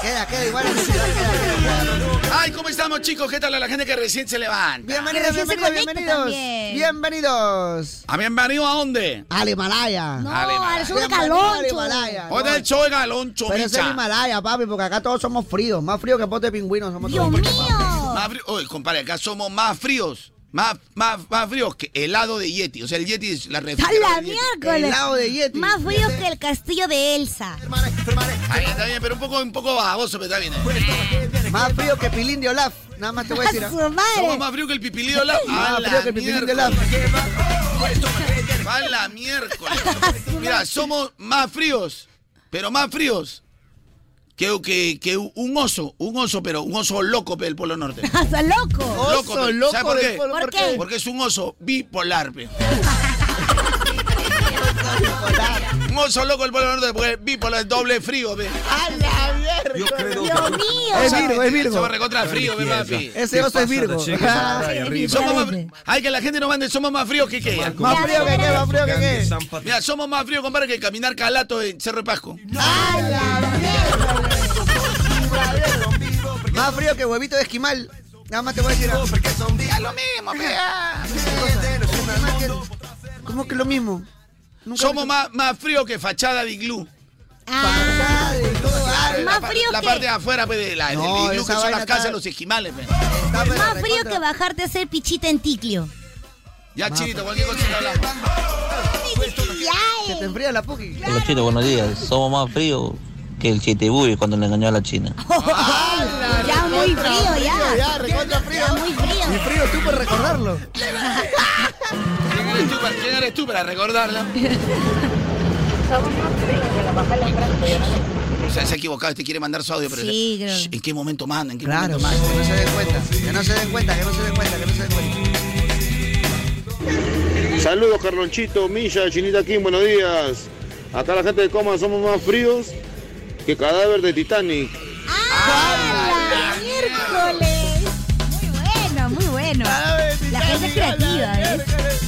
[SPEAKER 5] Queda, queda igual. queda, queda, queda.
[SPEAKER 8] Ay, ¿cómo estamos, chicos? ¿Qué tal a la gente que recién se levanta?
[SPEAKER 5] Bienvenidos,
[SPEAKER 3] Que recién se
[SPEAKER 5] bienvenidos,
[SPEAKER 3] conecta
[SPEAKER 5] bienvenidos.
[SPEAKER 3] también.
[SPEAKER 5] Bienvenidos.
[SPEAKER 8] ¿A bienvenido a dónde?
[SPEAKER 5] Al Himalaya.
[SPEAKER 3] No,
[SPEAKER 8] Dale,
[SPEAKER 3] ahora es un
[SPEAKER 5] Bienvenido
[SPEAKER 3] calor.
[SPEAKER 5] al Himalaya.
[SPEAKER 8] Hoy del show de Galoncho,
[SPEAKER 5] Pero es el
[SPEAKER 8] micha.
[SPEAKER 5] Himalaya, papi, porque acá todos somos fríos. Más frío que pote de pingüino somos
[SPEAKER 3] Dios
[SPEAKER 5] todos.
[SPEAKER 3] mío.
[SPEAKER 8] Más frío- Oye, compadre, acá somos más fríos. Más, más, más fríos que helado de Yeti. O sea, el Yeti es la
[SPEAKER 3] ¡A
[SPEAKER 8] refrigeración.
[SPEAKER 3] la
[SPEAKER 8] del Yeti.
[SPEAKER 3] miércoles!
[SPEAKER 5] Helado de Yeti.
[SPEAKER 3] Más frío que el castillo de Elsa.
[SPEAKER 8] Está bien, está bien, pero un poco, un poco baboso, pero está bien. ¿eh?
[SPEAKER 5] Más frío que Pilín de Olaf. Nada más te voy a
[SPEAKER 3] ¡A
[SPEAKER 5] decir. ¿ah?
[SPEAKER 3] su
[SPEAKER 8] Somos
[SPEAKER 3] madre!
[SPEAKER 8] más Ah, frío que el pipilío. La...
[SPEAKER 5] Más
[SPEAKER 8] a la
[SPEAKER 5] frío que el Pilín de
[SPEAKER 8] miércoles.
[SPEAKER 5] Olaf.
[SPEAKER 8] A la miércoles. Mira, somos más fríos, pero más fríos que, que, que un oso. Un oso, pero un oso loco pe, del Polo Norte.
[SPEAKER 18] ¡Hasta loco!
[SPEAKER 8] Loco, pe. ¿Sabes por
[SPEAKER 18] del
[SPEAKER 8] qué?
[SPEAKER 18] Polo- ¿Por qué?
[SPEAKER 8] Porque es un oso bipolar. pe. un oso loco del Polo Norte porque es bipolar, es doble frío. pe.
[SPEAKER 18] ¡A la mierda! ¡Dios mío!
[SPEAKER 8] O sea,
[SPEAKER 5] Virgo, es Virgo.
[SPEAKER 8] Se va a recontra frío, ve,
[SPEAKER 5] Piensa.
[SPEAKER 8] papi.
[SPEAKER 5] Ese oso es Virgo.
[SPEAKER 8] Somos más fri- Ay, que la gente nos mande, somos más fríos que qué.
[SPEAKER 5] Más frío que qué, más frío que qué.
[SPEAKER 8] Mira, somos más fríos, compadre, que caminar calato en Cerro de Pasco.
[SPEAKER 5] Más frío que huevito de esquimal. Nada más te voy a decir. porque son días lo mismo, ¿Cómo que lo mismo?
[SPEAKER 8] somos más, más fríos que fachada de iglú.
[SPEAKER 3] Ah.
[SPEAKER 8] La
[SPEAKER 18] más
[SPEAKER 8] pa-
[SPEAKER 18] frío
[SPEAKER 8] La
[SPEAKER 18] que-
[SPEAKER 8] parte de afuera pues, de la, del
[SPEAKER 5] No,
[SPEAKER 8] iglú,
[SPEAKER 5] esa
[SPEAKER 8] que son
[SPEAKER 5] vaina
[SPEAKER 8] las casas
[SPEAKER 5] está-
[SPEAKER 8] de los esquimales. pues.
[SPEAKER 3] Más frío que bajarte a hacer pichita en Ticlio.
[SPEAKER 8] Ya, chinito, cualquier cosita hablamos.
[SPEAKER 5] Se
[SPEAKER 3] eh.
[SPEAKER 5] te enfría la puki.
[SPEAKER 19] Carlonchito, buenos días. Somos más fríos que el Chitibuy cuando le engañó a la China.
[SPEAKER 18] Ya muy frío, ya.
[SPEAKER 5] Ya, recontra frío.
[SPEAKER 18] Ya muy frío.
[SPEAKER 5] Y frío tú por recordarlo.
[SPEAKER 8] ¿Quién eres tú para- quién eres tú para recordarla? O sea, se ha equivocado, este quiere mandar su audio, pero
[SPEAKER 5] Sí, creo.
[SPEAKER 8] Shh, ¿en qué momento manda? ¿En qué
[SPEAKER 5] Claro,
[SPEAKER 8] momento
[SPEAKER 5] que
[SPEAKER 8] manda?
[SPEAKER 5] no se den cuenta. Que no se den cuenta, que no se den cuenta, que no se den cuenta.
[SPEAKER 4] Saludos, Carlonchito, Milla, Chinita Kim, buenos días. Acá la gente de Coma somos más fríos que cadáver de Titanic.
[SPEAKER 18] Miércoles. Muy bueno, muy bueno. La gente es creativa, ¿eh? ¿ves?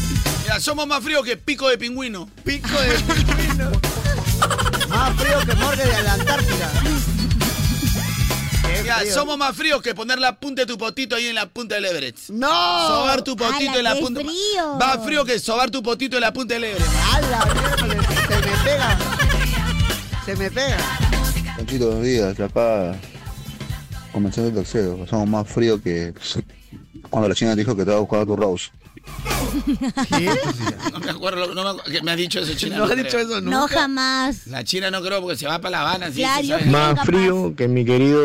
[SPEAKER 8] Mira, somos más fríos que pico de pingüino.
[SPEAKER 5] Pico de pingüino. Más Ah, frío que morgue de la Antártida.
[SPEAKER 8] Mira,
[SPEAKER 5] frío.
[SPEAKER 8] somos más fríos que poner la punta de tu potito ahí en la punta del Everest.
[SPEAKER 5] ¡No!
[SPEAKER 8] Sobar tu potito en la punta.
[SPEAKER 18] frío!
[SPEAKER 8] Más frío que sobar tu potito en la punta del Everest.
[SPEAKER 3] Ah.
[SPEAKER 5] ¡Hala, miércoles! Se me pega. Se me pega.
[SPEAKER 12] Panchito, buenos días. Acá comenzando el tercero. Somos más frío que cuando la china te dijo que te va a buscar a tu Rose.
[SPEAKER 8] No me acuerdo, lo- no me, acu- que me ha dicho eso China.
[SPEAKER 5] No ha
[SPEAKER 8] creo.
[SPEAKER 5] dicho eso
[SPEAKER 3] No, jamás.
[SPEAKER 8] La China no creo porque se va para La Habana. sí,
[SPEAKER 3] Claro,
[SPEAKER 8] se
[SPEAKER 3] yo
[SPEAKER 8] sabe.
[SPEAKER 20] Más frío que mi querido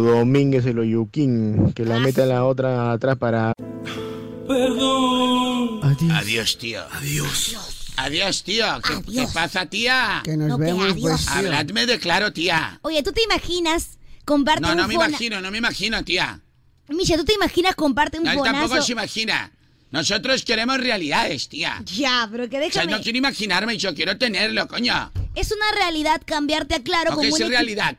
[SPEAKER 20] Domínguez el Oyuquín, que la meta la otra atrás para...
[SPEAKER 8] Perdón. Adiós. tío. Adiós. Adiós, tío. ¿Qué, qué pasa, tía?
[SPEAKER 5] Que nos
[SPEAKER 3] No, que vemos, adiós. pues, tío.
[SPEAKER 8] Habladme de claro, tía.
[SPEAKER 3] Oye, ¿tú te imaginas comparte
[SPEAKER 8] No,
[SPEAKER 3] un
[SPEAKER 8] no me
[SPEAKER 3] fona-
[SPEAKER 8] imagino, no me imagino, tía.
[SPEAKER 3] Misha, ¿tú te imaginas comparte un
[SPEAKER 8] Él tampoco
[SPEAKER 3] fonazo?
[SPEAKER 8] se imagina. Nosotros queremos realidades, tía.
[SPEAKER 3] Ya, pero que
[SPEAKER 8] O sea,
[SPEAKER 3] déjame.
[SPEAKER 8] no quiero imaginarme, yo quiero tenerlo, coño.
[SPEAKER 3] Es una realidad cambiarte a claro
[SPEAKER 8] No,
[SPEAKER 3] como
[SPEAKER 8] que
[SPEAKER 3] un
[SPEAKER 8] es
[SPEAKER 3] equi-
[SPEAKER 8] realidad.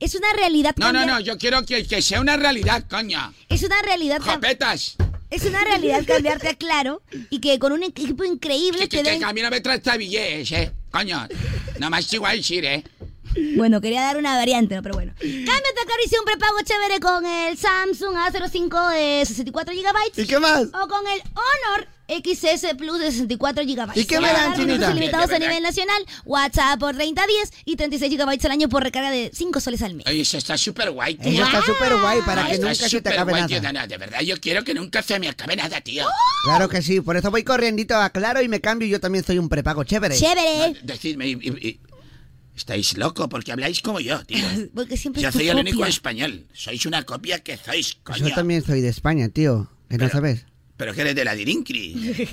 [SPEAKER 3] Es una realidad
[SPEAKER 8] No, no,
[SPEAKER 3] cambiar-
[SPEAKER 8] no, yo quiero que, que sea una realidad, coño.
[SPEAKER 3] Es una realidad cam-
[SPEAKER 8] Jopetas.
[SPEAKER 3] Es una realidad cambiarte a claro y que con un equipo increíble
[SPEAKER 8] Que,
[SPEAKER 3] te
[SPEAKER 8] que,
[SPEAKER 3] den.
[SPEAKER 8] que a mí no me traes tabilles, eh. Coño. Nomás sigo a decir, eh.
[SPEAKER 3] Bueno, quería dar una variante, ¿no? pero bueno. Cámbiate a Claro y sea un prepago chévere con el Samsung A05 de 64 GB.
[SPEAKER 5] ¿Y qué más?
[SPEAKER 3] O con el Honor XS Plus de 64 GB.
[SPEAKER 5] ¿Y qué me dan, Chinita?
[SPEAKER 3] ilimitados
[SPEAKER 5] ¿Qué
[SPEAKER 3] a
[SPEAKER 5] me dan?
[SPEAKER 3] nivel nacional, WhatsApp por 30 días y 36 GB al año por recarga de 5 soles al mes.
[SPEAKER 8] Oye, eso está súper guay, tío.
[SPEAKER 5] Eso está súper guay para
[SPEAKER 8] No,
[SPEAKER 5] que
[SPEAKER 8] está
[SPEAKER 5] nunca se te
[SPEAKER 8] súper
[SPEAKER 5] acabe
[SPEAKER 8] guay,
[SPEAKER 5] nada. ¡Oh!
[SPEAKER 8] tío. No, no, de verdad, yo quiero que nunca se me acabe nada, tío.
[SPEAKER 5] Claro que sí, por eso voy corriendito a Claro y me cambio y yo también soy un prepago chévere.
[SPEAKER 8] No, decidme, y- y- y- estáis loco porque habláis como yo, tío.
[SPEAKER 3] Porque siempre
[SPEAKER 8] Yo
[SPEAKER 3] es tu
[SPEAKER 8] soy el único
[SPEAKER 3] copia.
[SPEAKER 8] español. Sois una copia que sois,
[SPEAKER 5] Pues Yo
[SPEAKER 8] coño.
[SPEAKER 5] también soy de España, tío. ¿Que no sabes?
[SPEAKER 8] Pero que eres de la Dirincri.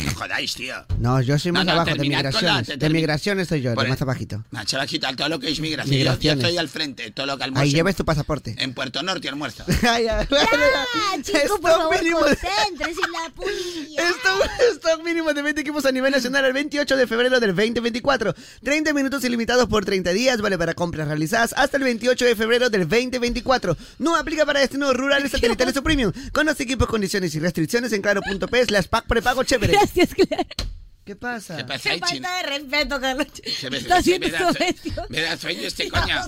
[SPEAKER 8] No jodáis, tío.
[SPEAKER 5] No, yo soy más
[SPEAKER 8] No, no,
[SPEAKER 5] abajo, de
[SPEAKER 8] terminad con la-
[SPEAKER 5] migraciones.
[SPEAKER 8] te-
[SPEAKER 5] de
[SPEAKER 8] termi-
[SPEAKER 5] migraciones soy yo,
[SPEAKER 8] Por
[SPEAKER 5] de
[SPEAKER 8] el-
[SPEAKER 5] más abajito.
[SPEAKER 8] Más abajito, a todo lo que es migración. Yo- Yo,
[SPEAKER 5] Migraciones.
[SPEAKER 8] estoy al frente, todo lo que almuerzo.
[SPEAKER 5] Ahí lleves tu pasaporte.
[SPEAKER 8] En Puerto Norte almuerzo.
[SPEAKER 5] Ay, ay,
[SPEAKER 3] Ah, chicos, por favor,
[SPEAKER 5] mínimo de-
[SPEAKER 3] concéntrense en la pulilla.
[SPEAKER 5] Stock, stock mínimo de 20 equipos a nivel nacional el 28 de febrero del 2024. 30 minutos ilimitados por 30 días, vale para compras realizadas hasta el 28 de febrero del 2024. No aplica para destinos rurales, satelitales o premium. Conoce equipos, condiciones y restricciones en claro.p slash pack prepago chévere.
[SPEAKER 3] Gracias, Claro.
[SPEAKER 5] ¿Qué pasa?
[SPEAKER 8] ¿Qué pasa, ahí, China?
[SPEAKER 3] de respeto, Carlos.
[SPEAKER 8] Se me-
[SPEAKER 3] Está
[SPEAKER 8] se me
[SPEAKER 3] siendo
[SPEAKER 8] da sue-
[SPEAKER 3] soberbio.
[SPEAKER 8] Me da sueño este coño.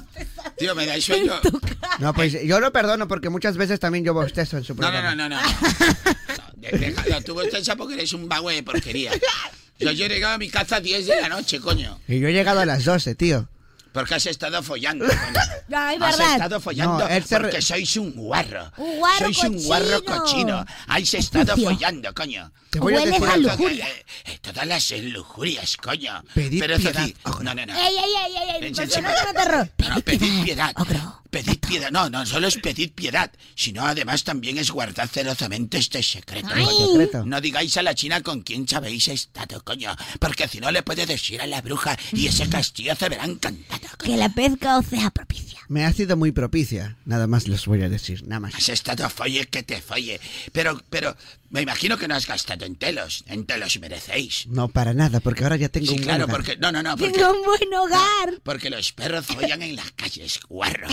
[SPEAKER 8] Tío, me da sueño.
[SPEAKER 5] No, pues yo lo perdono porque muchas veces también yo bostezo en su
[SPEAKER 8] No,
[SPEAKER 5] programa.
[SPEAKER 8] no, no, no, no. no de- déjalo, tú estás porque eres un vago de porquería. Yo, yo he llegado a mi casa a 10 de la noche, coño.
[SPEAKER 5] Y yo he llegado a las 12, tío.
[SPEAKER 8] Porque has estado follando, coño.
[SPEAKER 3] Ay,
[SPEAKER 8] Has
[SPEAKER 3] verdad.
[SPEAKER 8] estado follando
[SPEAKER 5] No, él se re-
[SPEAKER 8] porque sois un guarro.
[SPEAKER 3] Un guarro
[SPEAKER 8] sois un
[SPEAKER 3] cochino.
[SPEAKER 8] guarro cochino. Has estado
[SPEAKER 3] Sucio.
[SPEAKER 8] follando, coño.
[SPEAKER 5] Te voy a Hueles decir- a
[SPEAKER 8] Todas-
[SPEAKER 5] lujuria.
[SPEAKER 8] eh, eh, Todas las eh, lujurias, coño.
[SPEAKER 5] Pedid
[SPEAKER 8] Pero todas-
[SPEAKER 5] piedad,
[SPEAKER 8] No, no, no.
[SPEAKER 3] Ey, ey, ey, ey, ey.
[SPEAKER 8] Ven,
[SPEAKER 3] pues,
[SPEAKER 8] ven,
[SPEAKER 3] no
[SPEAKER 8] ven.
[SPEAKER 3] te metas, Ro.
[SPEAKER 8] No, no, pedid piedad. pedid piedad. No, no solo es pedid piedad, sino además también es guardar celosamente este secreto.
[SPEAKER 5] Ay. Secreto.
[SPEAKER 8] No digáis a la China con quién sabéis estado, coño, porque si no le puede decir a la bruja y ese castillo se verá encantado.
[SPEAKER 3] Que la pesca os sea propicia.
[SPEAKER 5] Me ha sido muy propicia, nada más les voy a decir, nada más.
[SPEAKER 8] Has estado folle que te folle, pero, pero me imagino que no has gastado en telos, en telos merecéis.
[SPEAKER 5] No, para nada, porque ahora ya tengo
[SPEAKER 8] Sí,
[SPEAKER 5] un
[SPEAKER 8] claro,
[SPEAKER 5] gran hogar.
[SPEAKER 8] porque... No, no, no, porque,
[SPEAKER 3] Tengo un buen hogar.
[SPEAKER 8] porque los perros follan en las calles, guarro.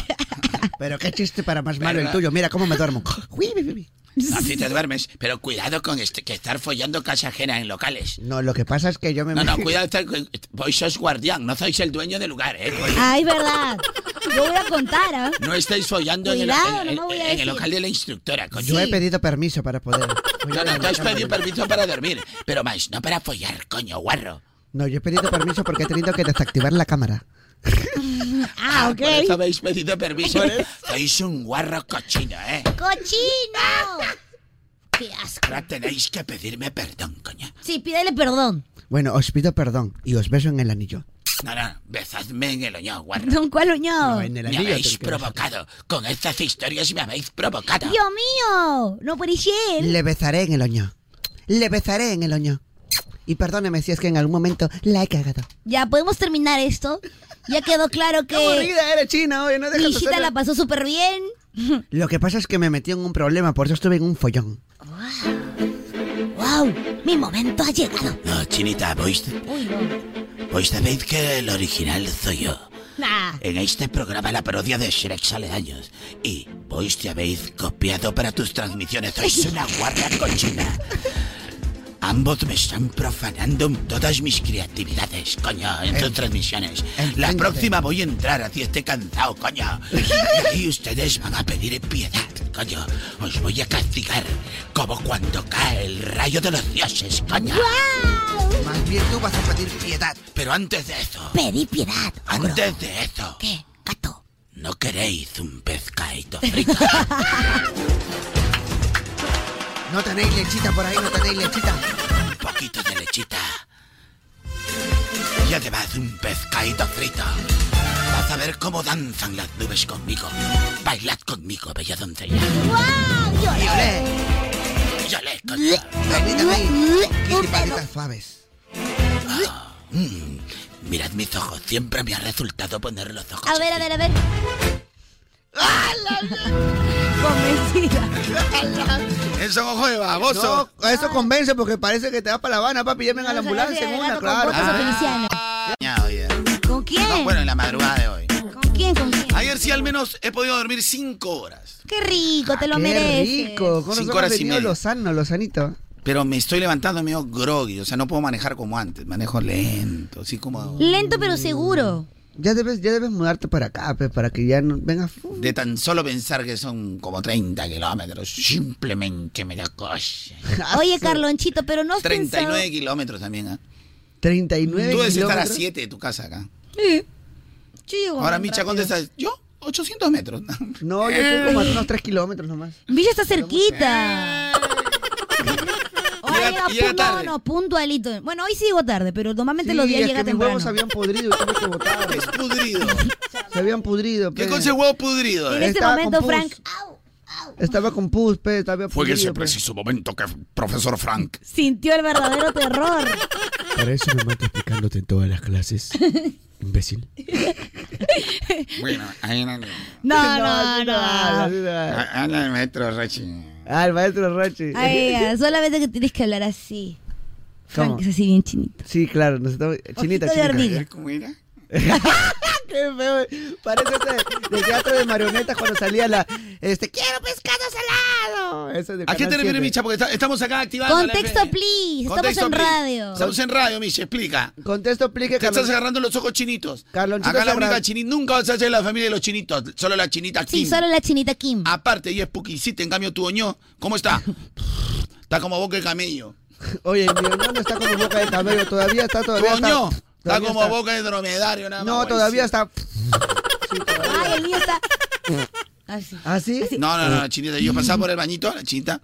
[SPEAKER 5] Pero qué chiste para más malo el
[SPEAKER 8] ¿Verdad?
[SPEAKER 5] tuyo, mira cómo me duermo. Uy, uy, uy.
[SPEAKER 8] Así te duermes, pero cuidado con este, que estar follando casa ajena en locales.
[SPEAKER 5] No, lo que pasa es que yo me...
[SPEAKER 8] No, no, cuidado, estar- vos sois guardián, no sois el dueño del lugar, ¿eh?
[SPEAKER 3] Ay, verdad. Yo voy a contar, ¿ah?
[SPEAKER 8] No estáis follando en el-
[SPEAKER 3] Cuidado,
[SPEAKER 8] en el,
[SPEAKER 3] no me voy a
[SPEAKER 8] en el
[SPEAKER 3] decir.
[SPEAKER 8] local de la instructora, coño.
[SPEAKER 5] Yo he pedido permiso para poder...
[SPEAKER 8] No, no, tú has pedido permiso para dormir, pero más, no para follar, coño, guarro.
[SPEAKER 5] No, yo he pedido permiso porque he tenido que desactivar la cámara.
[SPEAKER 8] Ah, ok. Por eso habéis pedido permiso. ¿eh? Sois un guarro cochino, ¿eh?
[SPEAKER 3] ¡Cochino! ¡Qué asco!
[SPEAKER 8] Ahora tenéis que pedirme perdón, coño.
[SPEAKER 3] Sí, pídele perdón.
[SPEAKER 5] Bueno, os pido perdón y os beso en el anillo.
[SPEAKER 8] No, no, besadme en el oñón, guarro.
[SPEAKER 3] Don cuál oñado?
[SPEAKER 8] Me habéis provocado. Con estas historias me habéis provocado.
[SPEAKER 3] ¡Dios mío! No puede ser.
[SPEAKER 5] Le besaré en el oño. Le besaré en el oño. Y perdóneme si es que en algún momento la he cagado.
[SPEAKER 3] Ya podemos terminar esto. Ya quedó claro
[SPEAKER 5] Qué
[SPEAKER 3] que.
[SPEAKER 5] aburrida eres, China, oye, no dejas
[SPEAKER 3] Mi hijita
[SPEAKER 5] hacerlo.
[SPEAKER 3] la pasó súper bien.
[SPEAKER 5] Lo que pasa es que me metí en un problema, por eso estuve en un follón.
[SPEAKER 3] ¡Wow! Mi momento ha llegado.
[SPEAKER 8] No, chinita, vos,
[SPEAKER 3] Uy, no.
[SPEAKER 8] vos sabéis que el original soy yo.
[SPEAKER 3] Nah.
[SPEAKER 8] En este programa la parodia de Shrek sale años. Y vos te habéis copiado para tus transmisiones. Sois una guarra cochina. Ambos me están profanando todas mis creatividades, coño, en tus transmisiones. La próxima voy a entrar así este cansado, coño. Y ahí ustedes van a pedir piedad, coño. Os voy a castigar como cuando cae el rayo de los dioses, coño.
[SPEAKER 5] Más bien tú vas a pedir piedad.
[SPEAKER 8] Pero antes de eso...
[SPEAKER 3] Pedí piedad.
[SPEAKER 8] Antes de eso...
[SPEAKER 3] ¿Qué, gato?
[SPEAKER 8] ¿No queréis un pescadito frito?
[SPEAKER 5] No tenéis lechita por ahí, no tenéis lechita.
[SPEAKER 8] un poquito de lechita. Y además un pescadito frito. Vas a ver cómo danzan las nubes conmigo. Bailad conmigo, bella doncella.
[SPEAKER 3] ¡Wow! ¡Lloré!
[SPEAKER 8] Y olé conmigo.
[SPEAKER 5] Permítame ir. Y palitas suaves.
[SPEAKER 8] Mirad mis ojos, siempre me ha resultado poner los ojos.
[SPEAKER 3] A ver, a ver, a ver. Convencida.
[SPEAKER 8] Eso ojo de
[SPEAKER 5] No, eso convence porque parece que te vas para La Habana, papi. Llamen a la
[SPEAKER 3] No,
[SPEAKER 5] ambulancia
[SPEAKER 3] gracias,
[SPEAKER 5] en una,
[SPEAKER 3] gato,
[SPEAKER 5] claro. Ah.
[SPEAKER 3] con Pozo Feliciano. ¿Con quién?
[SPEAKER 8] bueno, en la madrugada de hoy.
[SPEAKER 3] ¿Con quién? ¿Con quién?
[SPEAKER 8] Ayer sí al menos he podido dormir cinco horas.
[SPEAKER 3] Qué rico, te lo
[SPEAKER 5] Qué
[SPEAKER 3] mereces.
[SPEAKER 5] rico. Con
[SPEAKER 8] Cinco
[SPEAKER 5] Cinco
[SPEAKER 8] horas y
[SPEAKER 5] horas
[SPEAKER 8] media.
[SPEAKER 5] Lozano, Lozanito.
[SPEAKER 8] Pero me estoy levantando medio groggy, o sea, no puedo manejar como antes. Manejo lento, así como
[SPEAKER 3] Lento pero seguro.
[SPEAKER 5] Ya debes, ya debes mudarte para acá, pues, para que ya no vengas.
[SPEAKER 8] de tan solo pensar que son como 30 kilómetros. Simplemente me da cosa.
[SPEAKER 3] Oye, Carlonchito, pero no has
[SPEAKER 8] 39 kilómetros también, ¿ah?
[SPEAKER 5] 39
[SPEAKER 8] Tú debes estar a
[SPEAKER 5] kilómetros.
[SPEAKER 8] 7 de tu casa acá.
[SPEAKER 3] pensado. Eh. Sí.
[SPEAKER 8] Ahora Micha contesta, yo, 800 metros.
[SPEAKER 5] No, yo fui
[SPEAKER 3] Eh.
[SPEAKER 5] como a unos 3 kilómetros nomás.
[SPEAKER 3] Villa está cerquita. Oye,
[SPEAKER 8] Llega- llega
[SPEAKER 3] pu- no,
[SPEAKER 8] tarde.
[SPEAKER 3] no, puntualito. Bueno, hoy sí llego tarde, pero normalmente
[SPEAKER 5] Sí,
[SPEAKER 3] los días
[SPEAKER 5] es
[SPEAKER 3] llega
[SPEAKER 5] que mis huevos se
[SPEAKER 3] temprano.
[SPEAKER 5] habían podrido y tuve que botar.
[SPEAKER 8] Es pudrido.
[SPEAKER 5] Se habían pudrido, pe.
[SPEAKER 8] ¿Qué con ese huevo pudrido?
[SPEAKER 3] En
[SPEAKER 8] eh?
[SPEAKER 3] este
[SPEAKER 5] Estaba con
[SPEAKER 3] momento,
[SPEAKER 5] pus.
[SPEAKER 3] Frank.
[SPEAKER 5] Estaba con pus, pe. Estaba
[SPEAKER 21] Fue en
[SPEAKER 5] pudrido,
[SPEAKER 21] ese
[SPEAKER 5] pe.
[SPEAKER 21] preciso momento que profesor Frank
[SPEAKER 3] Sintió el verdadero terror.
[SPEAKER 22] Para eso me mato explicándote en todas las clases. Imbécil.
[SPEAKER 8] Bueno, ahí en el,
[SPEAKER 3] No, no, no.
[SPEAKER 8] ahí en el metro, Rechi.
[SPEAKER 5] Ah, el maestro Rochi.
[SPEAKER 3] Ay, ah, solamente que tienes que hablar así. Frank es así bien chinito.
[SPEAKER 5] Sí, claro. Nos estamos... eh, Chinita,
[SPEAKER 3] Ojito de
[SPEAKER 5] chinita.
[SPEAKER 3] hormiga.
[SPEAKER 8] ¿Cómo era?
[SPEAKER 5] Qué feo. Parece ese de teatro de marionetas cuando salía la... Este, quiero pescado salado. Ese de
[SPEAKER 8] ¿A qué te
[SPEAKER 5] Canal 7.
[SPEAKER 8] refieres, Micha? Porque está- estamos acá activando. la
[SPEAKER 3] Contexto,
[SPEAKER 8] FM.
[SPEAKER 3] please. Estamos
[SPEAKER 8] Contexto,
[SPEAKER 3] en
[SPEAKER 8] please.
[SPEAKER 3] radio.
[SPEAKER 8] Estamos en radio, Micha, explica.
[SPEAKER 5] Contesto, explique,
[SPEAKER 8] Te estás
[SPEAKER 5] Carlos.
[SPEAKER 8] agarrando los ojos chinitos.
[SPEAKER 5] Carlonchito
[SPEAKER 8] Acá la
[SPEAKER 5] se
[SPEAKER 8] única
[SPEAKER 5] abra-
[SPEAKER 8] chinita. Nunca vas a ser la familia de los chinitos. Solo la chinita Kim.
[SPEAKER 3] Sí,
[SPEAKER 8] Ah.
[SPEAKER 3] solo la chinita Kim.
[SPEAKER 8] Aparte, y es puquisita. En cambio, tu oñó, ¿cómo está? está como boca de camello.
[SPEAKER 5] Oye, mi oñón no está como boca de camello. Todavía está,
[SPEAKER 8] Tu
[SPEAKER 5] todavía está...
[SPEAKER 8] oñó está
[SPEAKER 5] todavía
[SPEAKER 8] como boca de dromedario, nada más.
[SPEAKER 5] No,
[SPEAKER 8] güey.
[SPEAKER 5] todavía está...
[SPEAKER 3] Ay, el niño está. Así.
[SPEAKER 5] ¿Así?
[SPEAKER 8] No, no, no, la chinita. Yo pasaba por el bañito, la chinita.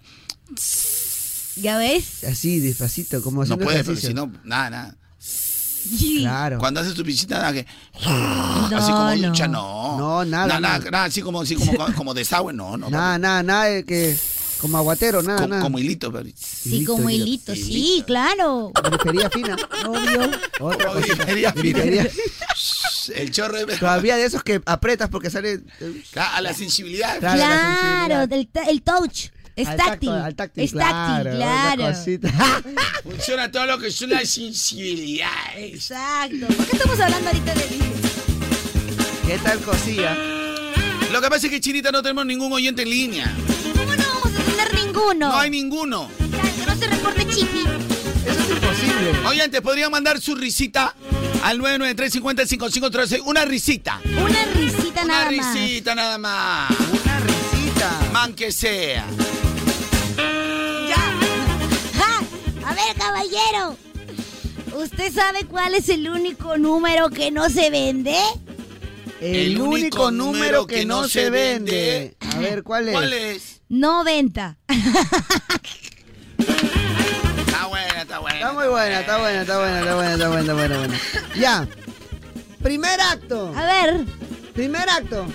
[SPEAKER 3] ¿Ya ves?
[SPEAKER 5] Así, despacito, como
[SPEAKER 8] No
[SPEAKER 5] haciendo
[SPEAKER 8] puede, porque
[SPEAKER 5] ejercicio.
[SPEAKER 8] si no, nada, nada.
[SPEAKER 5] Claro.
[SPEAKER 8] Cuando haces tu visita, nada que-
[SPEAKER 5] No,
[SPEAKER 8] así como
[SPEAKER 5] no.
[SPEAKER 8] ducha, no.
[SPEAKER 5] No, nada,
[SPEAKER 8] Nada,
[SPEAKER 5] nada.
[SPEAKER 8] nada, así como, así como, como desagüe, no, no.
[SPEAKER 5] Nada, nada, nada de que. Como aguatero, nada,
[SPEAKER 8] como,
[SPEAKER 5] nada.
[SPEAKER 8] como hilito, papi.
[SPEAKER 3] Sí, como hilito, sí, claro.
[SPEAKER 5] Grifería fina. Obvio. Otra
[SPEAKER 8] Como
[SPEAKER 5] cosita.
[SPEAKER 8] grifería fina.
[SPEAKER 5] Grifería.
[SPEAKER 8] El chorro de...
[SPEAKER 5] Todavía de esos que apretas porque sale. eh,
[SPEAKER 8] A la sensibilidad.
[SPEAKER 5] Claro, la
[SPEAKER 3] Claro,
[SPEAKER 5] sensibilidad.
[SPEAKER 3] del ta- el touch. Es
[SPEAKER 5] Al tacto,
[SPEAKER 3] táctil.
[SPEAKER 5] al táctil,
[SPEAKER 3] Es táctil,
[SPEAKER 5] claro,
[SPEAKER 3] claro.
[SPEAKER 5] una cosita.
[SPEAKER 8] Funciona todo lo que es una sensibilidad. ¿eh?
[SPEAKER 3] Exacto. ¿Por qué estamos hablando ahorita de
[SPEAKER 5] ¿Qué tal cosilla?
[SPEAKER 8] Lo que pasa es que Chinita no tenemos ningún oyente en línea.
[SPEAKER 3] ¿Cómo no vamos a tener ninguno?
[SPEAKER 8] No hay ninguno.
[SPEAKER 3] Que no se reporte Chipi.
[SPEAKER 5] Eso es imposible.
[SPEAKER 8] Oigan, te podría mandar su risita al 993-50-5536. Una risita.
[SPEAKER 3] Una risita
[SPEAKER 8] Una
[SPEAKER 3] nada más.
[SPEAKER 8] risita nada más. Una
[SPEAKER 5] risita.
[SPEAKER 8] Man que sea.
[SPEAKER 3] ¡Ja! A ver, caballero. ¿Usted sabe cuál es el único número que no se vende?
[SPEAKER 5] El, único número que, no se vende. A ver, ¿cuál es?
[SPEAKER 8] ¿Cuál es?
[SPEAKER 3] 90.
[SPEAKER 8] Está buena, está buena.
[SPEAKER 5] Está muy buena, está buena, está buena, está buena, está buena, está buena, buena. Ya. Primer acto.
[SPEAKER 3] A ver.
[SPEAKER 5] Primer acto.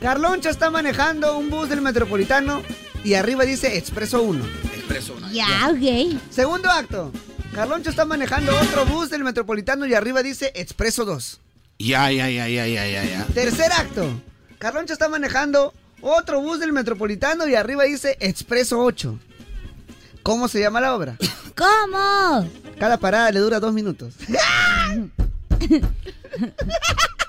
[SPEAKER 5] Carloncho está manejando un bus del metropolitano y arriba dice Expreso 1.
[SPEAKER 8] Expreso una.
[SPEAKER 3] Ya, ok.
[SPEAKER 5] Segundo acto. Carloncho está manejando otro bus del metropolitano y arriba dice Expreso 2.
[SPEAKER 8] Ya, ya, ya, ya, ya, ya, ya.
[SPEAKER 5] Tercer acto. Carloncho está manejando otro bus del metropolitano y arriba dice Expreso 8. ¿Cómo se llama la obra?
[SPEAKER 3] ¿Cómo?
[SPEAKER 5] Cada parada le dura dos minutos.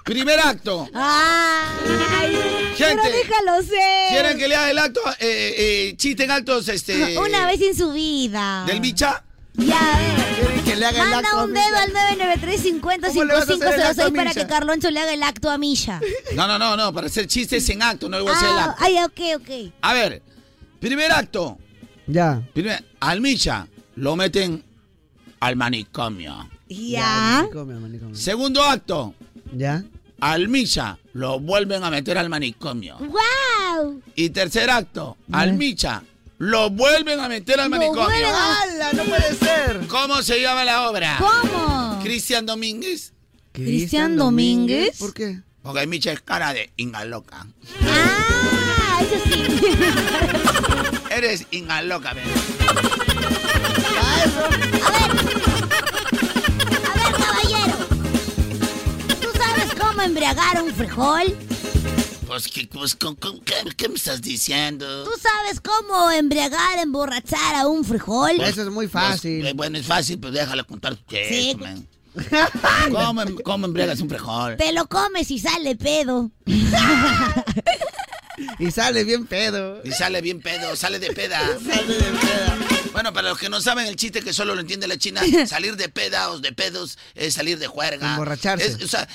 [SPEAKER 8] Primer acto.
[SPEAKER 3] ¡Ay! Pero
[SPEAKER 8] Gente.
[SPEAKER 3] déjalo ser.
[SPEAKER 8] ¿Quieren que lea el acto? Eh, eh, chiste en actos, este.
[SPEAKER 3] Una vez en su vida.
[SPEAKER 8] ¿Del bicha?
[SPEAKER 3] Ya, a ver.
[SPEAKER 5] ¿Quieren que le haga el
[SPEAKER 3] Manda
[SPEAKER 5] acto a
[SPEAKER 3] un
[SPEAKER 5] Misha?
[SPEAKER 3] dedo al 993
[SPEAKER 5] ¿Cómo le vas a hacer el acto a
[SPEAKER 3] 5506 para
[SPEAKER 5] Misha?
[SPEAKER 3] que Carloncho le haga el acto a Misha.
[SPEAKER 8] No, no, no, no. Para hacer chistes en acto, no le voy a hacer el
[SPEAKER 3] Ah,
[SPEAKER 8] acto.
[SPEAKER 3] ay, ok, ok.
[SPEAKER 8] A ver, primer acto.
[SPEAKER 5] Ya.
[SPEAKER 8] Primer, al Micha lo meten al manicomio.
[SPEAKER 3] Ya.
[SPEAKER 8] Segundo acto,
[SPEAKER 5] ¿Ya?
[SPEAKER 8] al Micha lo vuelven a meter al manicomio.
[SPEAKER 3] ¡Wow!
[SPEAKER 8] Y tercer acto, al Micha lo vuelven a meter al
[SPEAKER 5] Mm. Lo
[SPEAKER 8] manicomio.
[SPEAKER 5] vuelven a- ¡Hala, no puede ser!
[SPEAKER 8] ¿Cómo se llama la obra?
[SPEAKER 3] ¿Cómo?
[SPEAKER 8] Cristian Domínguez.
[SPEAKER 3] ¿Cristian Domínguez?
[SPEAKER 5] ¿Por qué?
[SPEAKER 8] Porque Micha es cara de inga loca.
[SPEAKER 3] Ah, eso sí.
[SPEAKER 8] Eres inga loca, bebé.
[SPEAKER 3] Caballero, ¿tú sabes cómo embriagar un frijol?
[SPEAKER 8] Pues, ¿qué, pues, con- con- qué- qué me estás diciendo?
[SPEAKER 3] ¿Tú sabes cómo embriagar, emborrachar a un frijol?
[SPEAKER 5] Eso es muy fácil.
[SPEAKER 8] Pues, Eh, bueno, es fácil, pues déjalo contar tu
[SPEAKER 3] Sí.
[SPEAKER 8] chiste, man. ¿Cómo, em- ¿Cómo embriagas un frijol?
[SPEAKER 3] Te lo comes y sale pedo.
[SPEAKER 5] Y sale bien pedo.
[SPEAKER 8] Y sale bien pedo, sale de peda. Bueno, para los que no saben el chiste que solo lo entiende la China, salir de peda o de pedos es salir de juerga.
[SPEAKER 5] Emborracharse.
[SPEAKER 8] Es, o sea,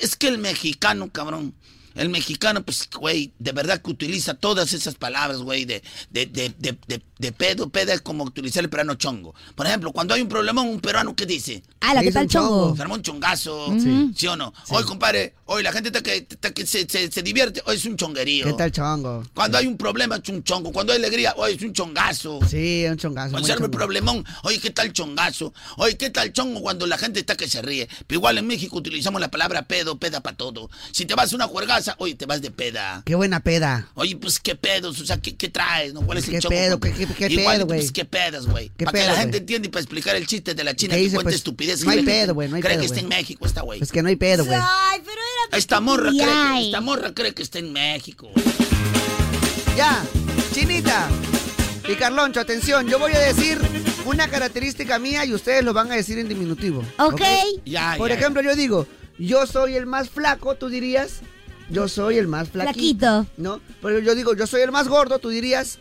[SPEAKER 8] es que el mexicano, cabrón. El mexicano, pues, güey, de verdad que utiliza todas esas palabras, güey, de, de, de, de, de- de pedo, peda es como utilizar el peruano chongo. Por ejemplo, cuando hay un problemón, un peruano, ¿qué dice?
[SPEAKER 3] Ah, la que tal chongo.
[SPEAKER 8] Pues Se armó un chongazo,
[SPEAKER 5] Mm.
[SPEAKER 3] Sí.
[SPEAKER 8] ¿sí, o no? Hoy, compadre, hoy la gente está que, está que se, se- se divierte, hoy es un chonguerío.
[SPEAKER 5] ¿Qué tal chongo?
[SPEAKER 8] Cuando hay un problema es un chongo. Cuando hay alegría, hoy es un chongazo.
[SPEAKER 5] Sí, es un chongazo.
[SPEAKER 8] Cuando
[SPEAKER 5] muy
[SPEAKER 8] se arma el
[SPEAKER 5] chongo.
[SPEAKER 8] problemón, oye, ¿qué tal chongazo? Oye, ¿qué tal chongo cuando la gente está que se ríe? Pero igual en México utilizamos la palabra pedo, peda para todo. Si te vas a una juergaza, oye, te vas de peda.
[SPEAKER 5] Qué buena peda.
[SPEAKER 8] Oye, pues qué pedos, o sea, ¿qué, qué traes? ¿No? ¿Cuál es
[SPEAKER 5] ¿Qué
[SPEAKER 8] el chongo?
[SPEAKER 5] pedo? ¿Qué- qué- qué
[SPEAKER 8] Igual,
[SPEAKER 5] pedo, güey?
[SPEAKER 8] Pues qué pedas, güey.
[SPEAKER 5] ¿Qué
[SPEAKER 8] Para que
[SPEAKER 5] pedo,
[SPEAKER 8] la
[SPEAKER 5] güey?
[SPEAKER 8] gente entienda y para explicar el chiste de la China
[SPEAKER 5] ¿Qué
[SPEAKER 8] que
[SPEAKER 5] dice,
[SPEAKER 8] cuenta
[SPEAKER 5] pues,
[SPEAKER 8] estupidez.
[SPEAKER 5] no hay
[SPEAKER 8] que la gente
[SPEAKER 5] pedo, güey, no hay
[SPEAKER 8] Cree
[SPEAKER 5] pedo,
[SPEAKER 8] que está en
[SPEAKER 5] güey. Pues
[SPEAKER 8] México esta güey.
[SPEAKER 5] Es que no hay pedo, güey.
[SPEAKER 3] Ay, pero era
[SPEAKER 8] Esta morra, cree que,
[SPEAKER 3] Ay.
[SPEAKER 8] esta morra cree que está en México.
[SPEAKER 5] Ya, Chinita y Carloncho, atención, yo voy a decir una característica mía y ustedes lo van a decir en diminutivo.
[SPEAKER 3] Ok.
[SPEAKER 8] Ya,
[SPEAKER 5] Por
[SPEAKER 8] ya, ya.
[SPEAKER 5] ejemplo, yo digo, yo soy el más flaco, tú dirías, yo soy el más flaquito.
[SPEAKER 3] Flaquito.
[SPEAKER 5] ¿No? Pero yo digo, yo soy el más gordo, tú dirías,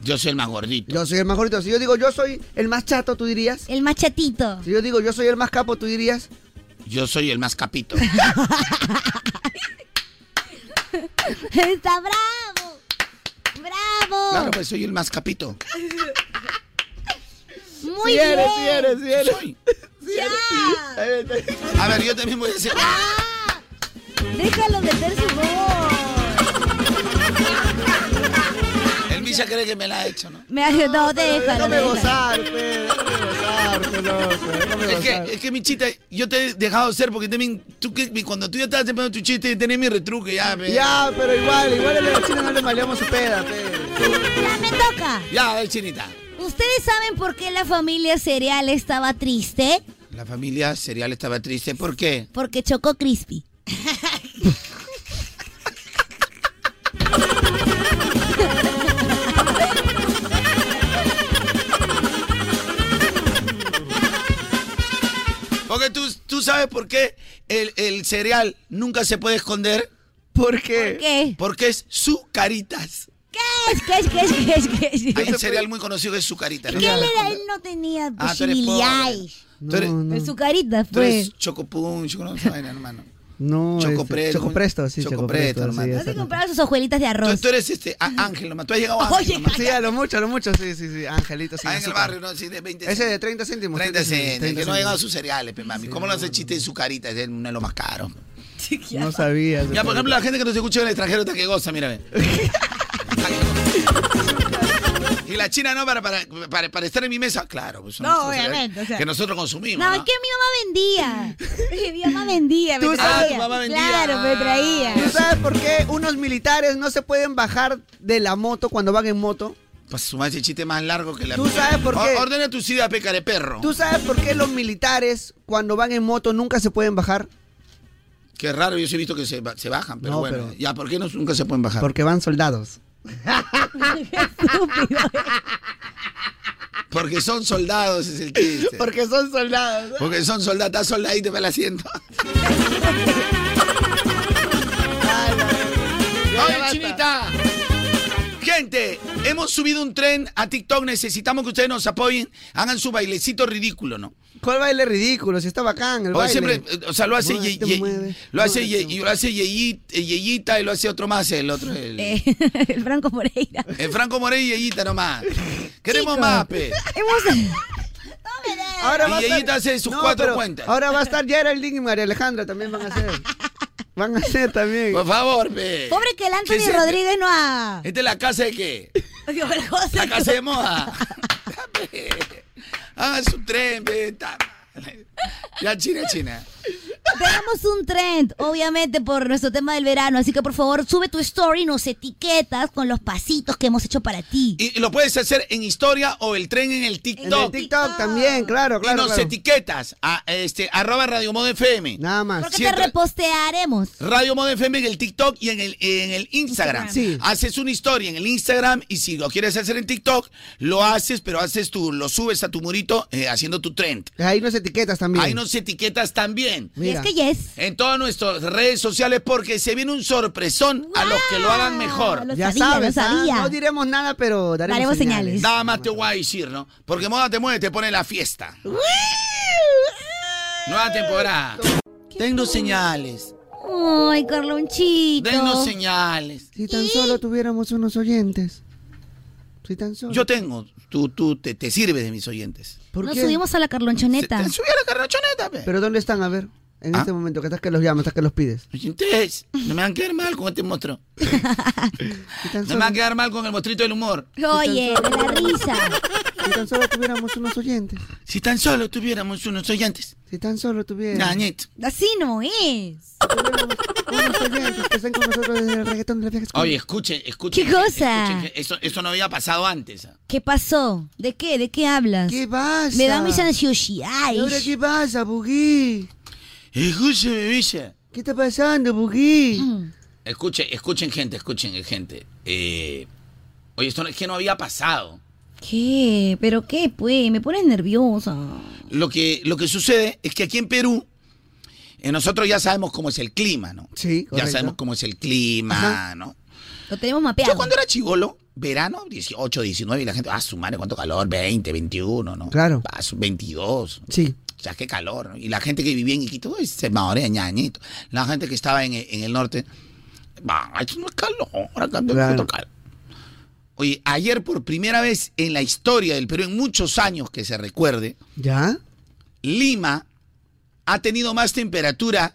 [SPEAKER 8] Yo soy el más gordito.
[SPEAKER 5] yo soy el más gordito. Si yo digo, yo soy el más chato, tú dirías.
[SPEAKER 3] El machatito.
[SPEAKER 5] Si yo digo, yo soy el más capo, tú dirías.
[SPEAKER 8] Yo soy el más capito.
[SPEAKER 3] Está bravo. Bravo.
[SPEAKER 8] Claro, pues soy el más capito.
[SPEAKER 3] Muy
[SPEAKER 5] Sí
[SPEAKER 3] bien.
[SPEAKER 5] eres, sí eres, sí eres. eh.
[SPEAKER 8] Soy.
[SPEAKER 3] Ya.
[SPEAKER 8] A ver, yo también voy a decir.
[SPEAKER 3] Déjalo meter su voz.
[SPEAKER 8] El Misha cree que me la ha hecho, ¿no?
[SPEAKER 3] Me ha- no, déjalo.
[SPEAKER 5] Déjame
[SPEAKER 3] déjalo.
[SPEAKER 5] pues, gozar, pues, pe, déjame gozar.
[SPEAKER 8] pasar, es, que, es que, mi chita, yo te he dejado ser porque también, tú, que, cuando tú ya estabas empezando tu chiste, tenés mi retruque, ya, pe.
[SPEAKER 5] Ya, pero igual, igual a la china no le maleamos su peda, pues. pe.
[SPEAKER 3] Ya me toca.
[SPEAKER 8] Ya, a ver, chinita.
[SPEAKER 3] ¿Ustedes saben por qué la familia cereal estaba triste?
[SPEAKER 8] La familia cereal estaba triste, ¿por qué?
[SPEAKER 3] Porque chocó Crispy.
[SPEAKER 8] Porque tú, tú sabes por qué el, el cereal nunca se puede esconder.
[SPEAKER 5] ¿Por qué?
[SPEAKER 3] ¿Por qué?
[SPEAKER 8] Porque es su caritas.
[SPEAKER 3] ¿Qué es? ¿Qué es? ¿Qué es? ¿Qué es? ¿Qué es?
[SPEAKER 8] Hay un cereal muy conocido que es su carita.
[SPEAKER 3] ¿Qué le da? Él no tenía
[SPEAKER 8] Ah, tú eres pobre.
[SPEAKER 3] posibilidades.
[SPEAKER 8] Tú eres-
[SPEAKER 3] En su carita
[SPEAKER 8] Tú
[SPEAKER 3] fue.
[SPEAKER 8] eres chocopun, choco- no, vaina, hermano.
[SPEAKER 5] No, este,
[SPEAKER 8] Chocopresto.
[SPEAKER 5] Chocopresto, sí,
[SPEAKER 8] Chocopresto,
[SPEAKER 5] Chocopresto,
[SPEAKER 8] hermano.
[SPEAKER 5] sí,
[SPEAKER 3] Así
[SPEAKER 5] exacto.
[SPEAKER 3] compraba sus hojuelitas de
[SPEAKER 8] Tú,
[SPEAKER 3] arroz.
[SPEAKER 8] tú eres este, a- Ángel, nomás. Tú has llegado a Ángel,
[SPEAKER 3] Oye,
[SPEAKER 8] nomás.
[SPEAKER 5] Sí, a lo mucho, a lo mucho, sí, sí, sí. Angelito, sí.
[SPEAKER 8] Ah, en el barrio, ¿no? Sí, de 20
[SPEAKER 5] Ese de 30 céntimos.
[SPEAKER 8] 30 centes, que no ha llegado
[SPEAKER 5] llegado
[SPEAKER 8] sus cereales, pe, mami. ¿Cómo no hace chiste de su carita? Es uno de los más caros.
[SPEAKER 5] No sabía.
[SPEAKER 8] Ya, por ejemplo, la gente que nos escucha en el extranjero está que goza, mira, ve. Y la China no para, para, para, para estar en mi mesa, claro. pues, son
[SPEAKER 3] No,
[SPEAKER 8] los cereales
[SPEAKER 3] obviamente, o sea.
[SPEAKER 8] que nosotros consumimos.
[SPEAKER 3] No,
[SPEAKER 8] ¿no?
[SPEAKER 3] es que mi mamá vendía. mi mamá vendía, me
[SPEAKER 5] Tú
[SPEAKER 3] traía.
[SPEAKER 5] sabes,
[SPEAKER 8] mamá vendía.
[SPEAKER 3] Claro, me traía.
[SPEAKER 5] ¿Tú sabes por qué unos militares no se pueden bajar de la moto cuando van en moto?
[SPEAKER 8] Pues su madre, ese chiste más largo que la
[SPEAKER 5] ¿Tú sabes por
[SPEAKER 8] O-
[SPEAKER 5] qué?
[SPEAKER 8] ordena tu sida, pecare perro.
[SPEAKER 5] ¿Tú sabes por qué los militares cuando van en moto nunca se pueden bajar?
[SPEAKER 8] Qué raro, yo sí he visto que se, ba- se bajan, pero
[SPEAKER 5] No,
[SPEAKER 8] bueno.
[SPEAKER 5] pero-
[SPEAKER 8] Ya, ¿por qué no, nunca se pueden bajar?
[SPEAKER 5] Porque van soldados.
[SPEAKER 8] Porque son soldados, es el chiste.
[SPEAKER 5] Porque son soldados.
[SPEAKER 8] Porque son soldados, estás soldadito para el asiento. ¡Oye, chinita! Gente, hemos subido un tren a TikTok. Necesitamos que ustedes nos apoyen. Hagan su bailecito ridículo, ¿no?
[SPEAKER 5] ¿Cuál baile ridículo? Si está bacán el
[SPEAKER 8] Porque
[SPEAKER 5] baile.
[SPEAKER 8] siempre, eh, o sea, lo hace, Ye-
[SPEAKER 5] Muévete,
[SPEAKER 8] Ye-
[SPEAKER 5] mueve,
[SPEAKER 8] lo hace,
[SPEAKER 5] muévete,
[SPEAKER 8] Ye- y lo hace Yeyi- eh, Yeyita y lo hace otro más, el otro, el,
[SPEAKER 3] Eh, el Franco Moreira.
[SPEAKER 8] el Eh, Franco Morey y Yeyita nomás. Queremos
[SPEAKER 3] Chicos,
[SPEAKER 8] más, pe.
[SPEAKER 3] Hemos...
[SPEAKER 5] Ahora
[SPEAKER 8] Y
[SPEAKER 5] va a estar-
[SPEAKER 8] Yeyita hace sus cuatro
[SPEAKER 5] pero
[SPEAKER 8] cuentas.
[SPEAKER 5] Ahora va a estar Geraldine y María Alejandra también van a hacer. Van a hacer también.
[SPEAKER 8] Por favor, pe.
[SPEAKER 3] Pobre que el
[SPEAKER 8] ¿Qué es
[SPEAKER 3] Anthony
[SPEAKER 8] este?
[SPEAKER 3] Rodríguez no ha...
[SPEAKER 8] ¿Esta es la casa de qué? La casa de moda. Hagan su tren, pe. ta- Ya, China, China.
[SPEAKER 3] Tenemos un trend, obviamente, por nuestro tema del verano. Así que, por favor, sube tu story y nos etiquetas con los pasitos que hemos hecho para ti.
[SPEAKER 8] Y lo puedes hacer en historia o el tren en el
[SPEAKER 5] En el
[SPEAKER 8] TikTok.
[SPEAKER 5] TikTok también, claro,
[SPEAKER 8] y
[SPEAKER 5] claro.
[SPEAKER 8] nos
[SPEAKER 5] claro.
[SPEAKER 8] etiquetas a este arroba Radio Moda FM.
[SPEAKER 5] Nada más.
[SPEAKER 3] Porque
[SPEAKER 8] siempre-
[SPEAKER 3] te repostearemos.
[SPEAKER 8] Radio Moda FM en el TikTok y en el, en el Instagram.
[SPEAKER 3] Instagram.
[SPEAKER 5] Sí.
[SPEAKER 8] Haces una historia en el Instagram y si lo quieres hacer en TikTok, lo haces, pero haces tú, lo subes a tu murito eh, haciendo tu trend.
[SPEAKER 5] Ahí nos etiquetas también.
[SPEAKER 8] Ahí nos etiquetas también.
[SPEAKER 3] Y
[SPEAKER 5] Mira.
[SPEAKER 3] es que yes.
[SPEAKER 8] En todas nuestras redes sociales porque se viene un sorpresón a los que lo hagan mejor.
[SPEAKER 3] Lo
[SPEAKER 5] ya
[SPEAKER 3] sabía,
[SPEAKER 5] sabes,
[SPEAKER 3] lo
[SPEAKER 5] ¿ah?
[SPEAKER 3] sabía.
[SPEAKER 5] no diremos nada, pero daremos,
[SPEAKER 3] Daremos señales.
[SPEAKER 8] Nada más te voy a decir, ¿no? Porque Moda te mueve, te pone la fiesta. Nueva temporada. Tengo señales.
[SPEAKER 3] Ay, Carlonchito.
[SPEAKER 8] Denos señales.
[SPEAKER 5] Si tan solo tuviéramos unos oyentes. Si tan solo.
[SPEAKER 8] Yo tengo. Tú, tú te, te sirves de mis oyentes.
[SPEAKER 5] ¿Por
[SPEAKER 3] Nos
[SPEAKER 5] qué?
[SPEAKER 3] subimos a la Carlonchoneta.
[SPEAKER 8] Te subí a la carrachoneta, pe.
[SPEAKER 5] Pero ¿dónde están? A ver, en
[SPEAKER 8] ¿Ah?
[SPEAKER 5] este momento, que estás que los llamas, estás que los pides.
[SPEAKER 8] Oyentes, no me van a quedar mal con este monstruo.
[SPEAKER 5] Si tan
[SPEAKER 8] No
[SPEAKER 5] solo,
[SPEAKER 8] me van a quedar mal con el monstruito del humor.
[SPEAKER 3] Oye, de la risa.
[SPEAKER 5] si tan solo tuviéramos unos oyentes.
[SPEAKER 8] Si tan solo tuviéramos unos oyentes.
[SPEAKER 5] Si tan solo tuviéramos
[SPEAKER 8] Ñañito.
[SPEAKER 3] Así no es.
[SPEAKER 5] unos oyentes que estén con nosotros desde el reggaetón de la vieja escuela.
[SPEAKER 8] Oye, escuchen, escuchen.
[SPEAKER 3] ¿Qué cosa?
[SPEAKER 8] escuchen, que eso, eso no había pasado antes. ah.
[SPEAKER 3] ¿Qué pasó? ¿De qué? ¿De qué hablas?
[SPEAKER 5] ¿Qué pasa?
[SPEAKER 3] Me da mis ansiosías.
[SPEAKER 5] ¿Y ahora qué pasa, Bugui?
[SPEAKER 8] Escúcheme, Villa.
[SPEAKER 5] ¿Qué está pasando,
[SPEAKER 3] Mm.
[SPEAKER 5] Bugui?
[SPEAKER 8] Escuchen, escuchen, gente, escuchen, eh, gente. Eh, oye, esto no- es que no había pasado.
[SPEAKER 3] ¿Qué? ¿Pero qué, pues? Me pones nerviosa.
[SPEAKER 8] Lo que, lo que sucede es que aquí en Perú, eh, nosotros ya sabemos cómo es el clima, ¿no?
[SPEAKER 5] Sí, correcto.
[SPEAKER 8] Ya sabemos cómo es el clima, ¿no?
[SPEAKER 3] Lo tenemos
[SPEAKER 8] Yo
[SPEAKER 3] mapeado.
[SPEAKER 8] cuando era chivolo, verano, 18, 19, y la gente, ah, su madre, cuánto calor, 20, 21, ¿no?
[SPEAKER 5] Claro.
[SPEAKER 8] Ah, su 22.
[SPEAKER 5] Sí.
[SPEAKER 8] O sea, qué calor, ¿no? Y la gente que vivía en Iquito, uy, se maorea, ñañito. La gente que estaba en, en el norte, va, esto no es calor, acá no es
[SPEAKER 5] Claro.
[SPEAKER 8] otro calor. Oye, ayer por primera vez en la historia del Perú, en muchos años que se recuerde,
[SPEAKER 5] ¿Ya?
[SPEAKER 8] Lima ha tenido más temperatura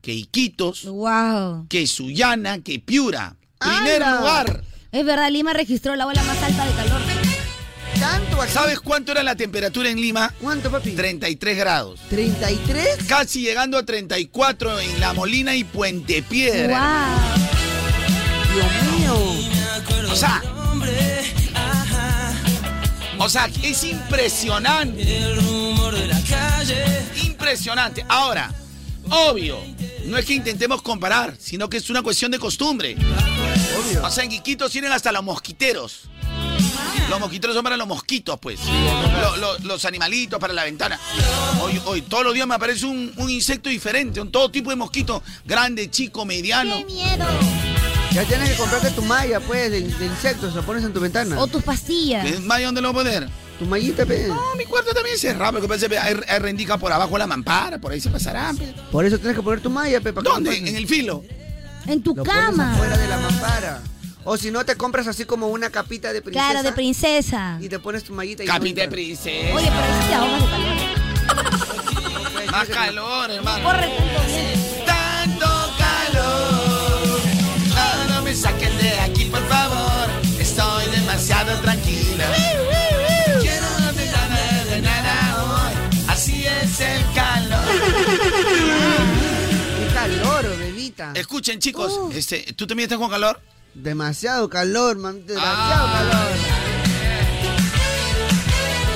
[SPEAKER 8] que Iquitos,
[SPEAKER 3] Wow.
[SPEAKER 8] que Sullana, que Piura. Primer
[SPEAKER 5] ¡Hala!
[SPEAKER 8] lugar.
[SPEAKER 3] Es verdad, Lima registró la ola más alta de calor.
[SPEAKER 5] tanto aquí?
[SPEAKER 8] ¿Sabes cuánto era la temperatura en Lima?
[SPEAKER 5] ¿Cuánto, papi?
[SPEAKER 8] 33 grados.
[SPEAKER 5] ¿33?
[SPEAKER 8] Casi llegando a 34 en La Molina y Puente Piedra.
[SPEAKER 5] ¡Wow! Dios mío.
[SPEAKER 8] O sea, o sea, es impresionante. Impresionante. Ahora, obvio, no es que intentemos comparar, sino que es una cuestión de costumbre. O sea, en Iquitos tienen hasta los mosquiteros. Los mosquiteros son para los mosquitos, pues. Lo- lo- los animalitos para la ventana. Hoy, hoy, todos los días me aparece un, un insecto diferente, un todo tipo de mosquito. Grande, chico, mediano.
[SPEAKER 5] Ya tienes que comprarte tu malla, pues, de, de insectos, lo pones en tu ventana.
[SPEAKER 3] O tus pastillas.
[SPEAKER 8] ¿Es más dónde lo voy a poner?
[SPEAKER 5] Tu mallita, pe.
[SPEAKER 8] No, mi cuarto también es cerrado, porque parece que hay, hay rendica por abajo de la mampara, por ahí se pasará. pe.
[SPEAKER 5] Por eso tienes que poner tu malla, pe. para que
[SPEAKER 8] ¿Dónde?
[SPEAKER 5] no pase.
[SPEAKER 8] En el filo.
[SPEAKER 3] En tu
[SPEAKER 5] Lo pones
[SPEAKER 3] cama.
[SPEAKER 5] afuera de la mampara. O si no, te compras así como una capita de princesa.
[SPEAKER 3] Claro, de princesa.
[SPEAKER 5] Y te pones tu mallita y
[SPEAKER 8] Capita de
[SPEAKER 5] no entra.
[SPEAKER 8] princesa.
[SPEAKER 3] Oye, pero ahí sí te ahogas de calor.
[SPEAKER 8] Más calor, hermano.
[SPEAKER 3] Corre tanto bien.
[SPEAKER 8] Tanto calor. Ah, no me saquen de aquí, por favor. Estoy demasiado tranquila. Quiero una ventana de nada hoy. Así es el calor.
[SPEAKER 5] Qué calor, bebita.
[SPEAKER 8] Escuchen, chicos. Este, ¿Tú también estás con calor?
[SPEAKER 5] Demasiado calor, man. Demasiado
[SPEAKER 8] Ah.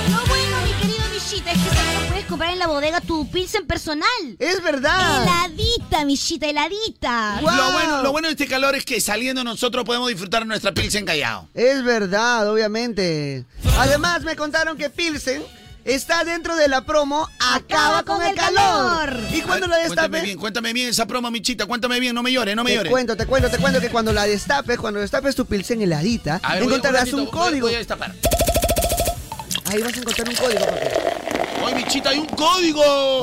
[SPEAKER 3] No, bueno, mi querido Michita, es que también puedes comprar en la bodega tu pilsen personal.
[SPEAKER 5] ¡Es
[SPEAKER 8] Ah.
[SPEAKER 5] verdad!
[SPEAKER 3] Heladita, Michita, heladita.
[SPEAKER 8] Lo, bueno, lo bueno de este calor es que saliendo nosotros podemos disfrutar nuestra pilsen callao.
[SPEAKER 5] Es verdad, obviamente. Además, me contaron que Pilsen está dentro de la promo Acaba, con, el calor. Y cuando la
[SPEAKER 8] Cuéntame
[SPEAKER 5] destapes,
[SPEAKER 8] bien, cuéntame bien esa promo, Michita. Cuéntame bien, no me llores, no me
[SPEAKER 5] te
[SPEAKER 8] llores.
[SPEAKER 5] cuento, te cuento, te cuento que cuando la destapes, cuando destapes tu Pilsen heladita,
[SPEAKER 8] A ver, voy-
[SPEAKER 5] encontrarás
[SPEAKER 8] ratito,
[SPEAKER 5] un
[SPEAKER 8] voy-
[SPEAKER 5] código.
[SPEAKER 8] voy a destapar.
[SPEAKER 5] Ahí vas a encontrar un código, papi.
[SPEAKER 8] ¡Ay, Michita, hay un código!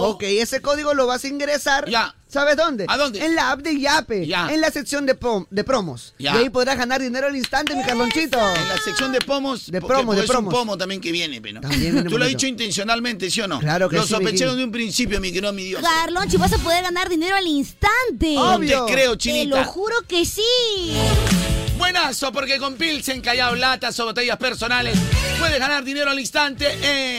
[SPEAKER 5] Ok, ese código lo vas a ingresar.
[SPEAKER 8] Oh. Ya.
[SPEAKER 5] ¿Sabes dónde?
[SPEAKER 8] ¿A dónde?
[SPEAKER 5] En la app de Yape.
[SPEAKER 8] Ya.
[SPEAKER 5] En la sección de, prom- de promos.
[SPEAKER 8] Ya. Ah,
[SPEAKER 5] Y ahí podrás ganar dinero al instante, mi Carlonchito.
[SPEAKER 8] En la sección de pomos.
[SPEAKER 5] De
[SPEAKER 8] porque-
[SPEAKER 5] promos,
[SPEAKER 8] porque
[SPEAKER 5] de
[SPEAKER 8] es un
[SPEAKER 5] promos.
[SPEAKER 8] pomo también que viene, pero.
[SPEAKER 5] También viene
[SPEAKER 8] Tú lo has
[SPEAKER 5] bonito.
[SPEAKER 8] dicho intencionalmente, ¿sí o no?
[SPEAKER 5] Claro que
[SPEAKER 8] Lo
[SPEAKER 5] sí,
[SPEAKER 8] sospeché
[SPEAKER 5] Miguel.
[SPEAKER 8] de un principio, mi querido, mi Dios.
[SPEAKER 3] Carlonchi, vas a poder ganar dinero al instante.
[SPEAKER 8] No te creo,
[SPEAKER 3] Te
[SPEAKER 8] chinita.
[SPEAKER 3] lo juro que sí.
[SPEAKER 8] Buenazo, porque con Pilsen, Callao, latas o botellas personales puedes ganar dinero al instante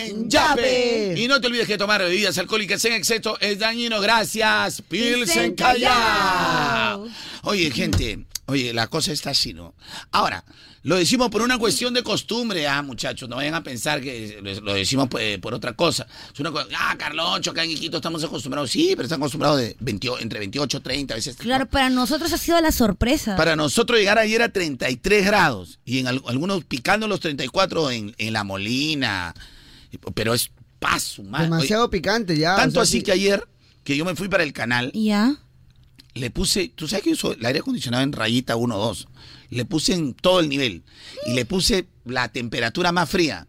[SPEAKER 8] en Yape.
[SPEAKER 5] Yape.
[SPEAKER 8] Y no te olvides que tomar bebidas alcohólicas en exceso es dañino. Gracias, Pilsen
[SPEAKER 3] Pilsen
[SPEAKER 8] Callao.
[SPEAKER 3] Callao.
[SPEAKER 8] Oye, gente, oye, la cosa está así, ¿no? Ahora, lo decimos por una cuestión de costumbre, ah, muchachos. No vayan a pensar que lo- lo decimos pues, por otra cosa. Es una cosa, ah, Carloncho, acá en Iquito estamos acostumbrados. Sí, pero están acostumbrados de 20 entre 28, 30, a veces
[SPEAKER 3] Claro, para nosotros ha sido la sorpresa.
[SPEAKER 8] para nosotros llegar ayer a 33 grados y en al- algunos picando los 34 en, en La Molina. Pero es paso, madre.
[SPEAKER 5] Demasiado picante ya. o
[SPEAKER 8] Tanto
[SPEAKER 5] sea,
[SPEAKER 8] así
[SPEAKER 5] sí.
[SPEAKER 8] que ayer que yo me fui para el canal,
[SPEAKER 3] ¿Ya?
[SPEAKER 8] le puse, tú sabes que yo uso el aire acondicionado en rayita 1 o 2. Le puse en todo el nivel y le puse la temperatura más fría.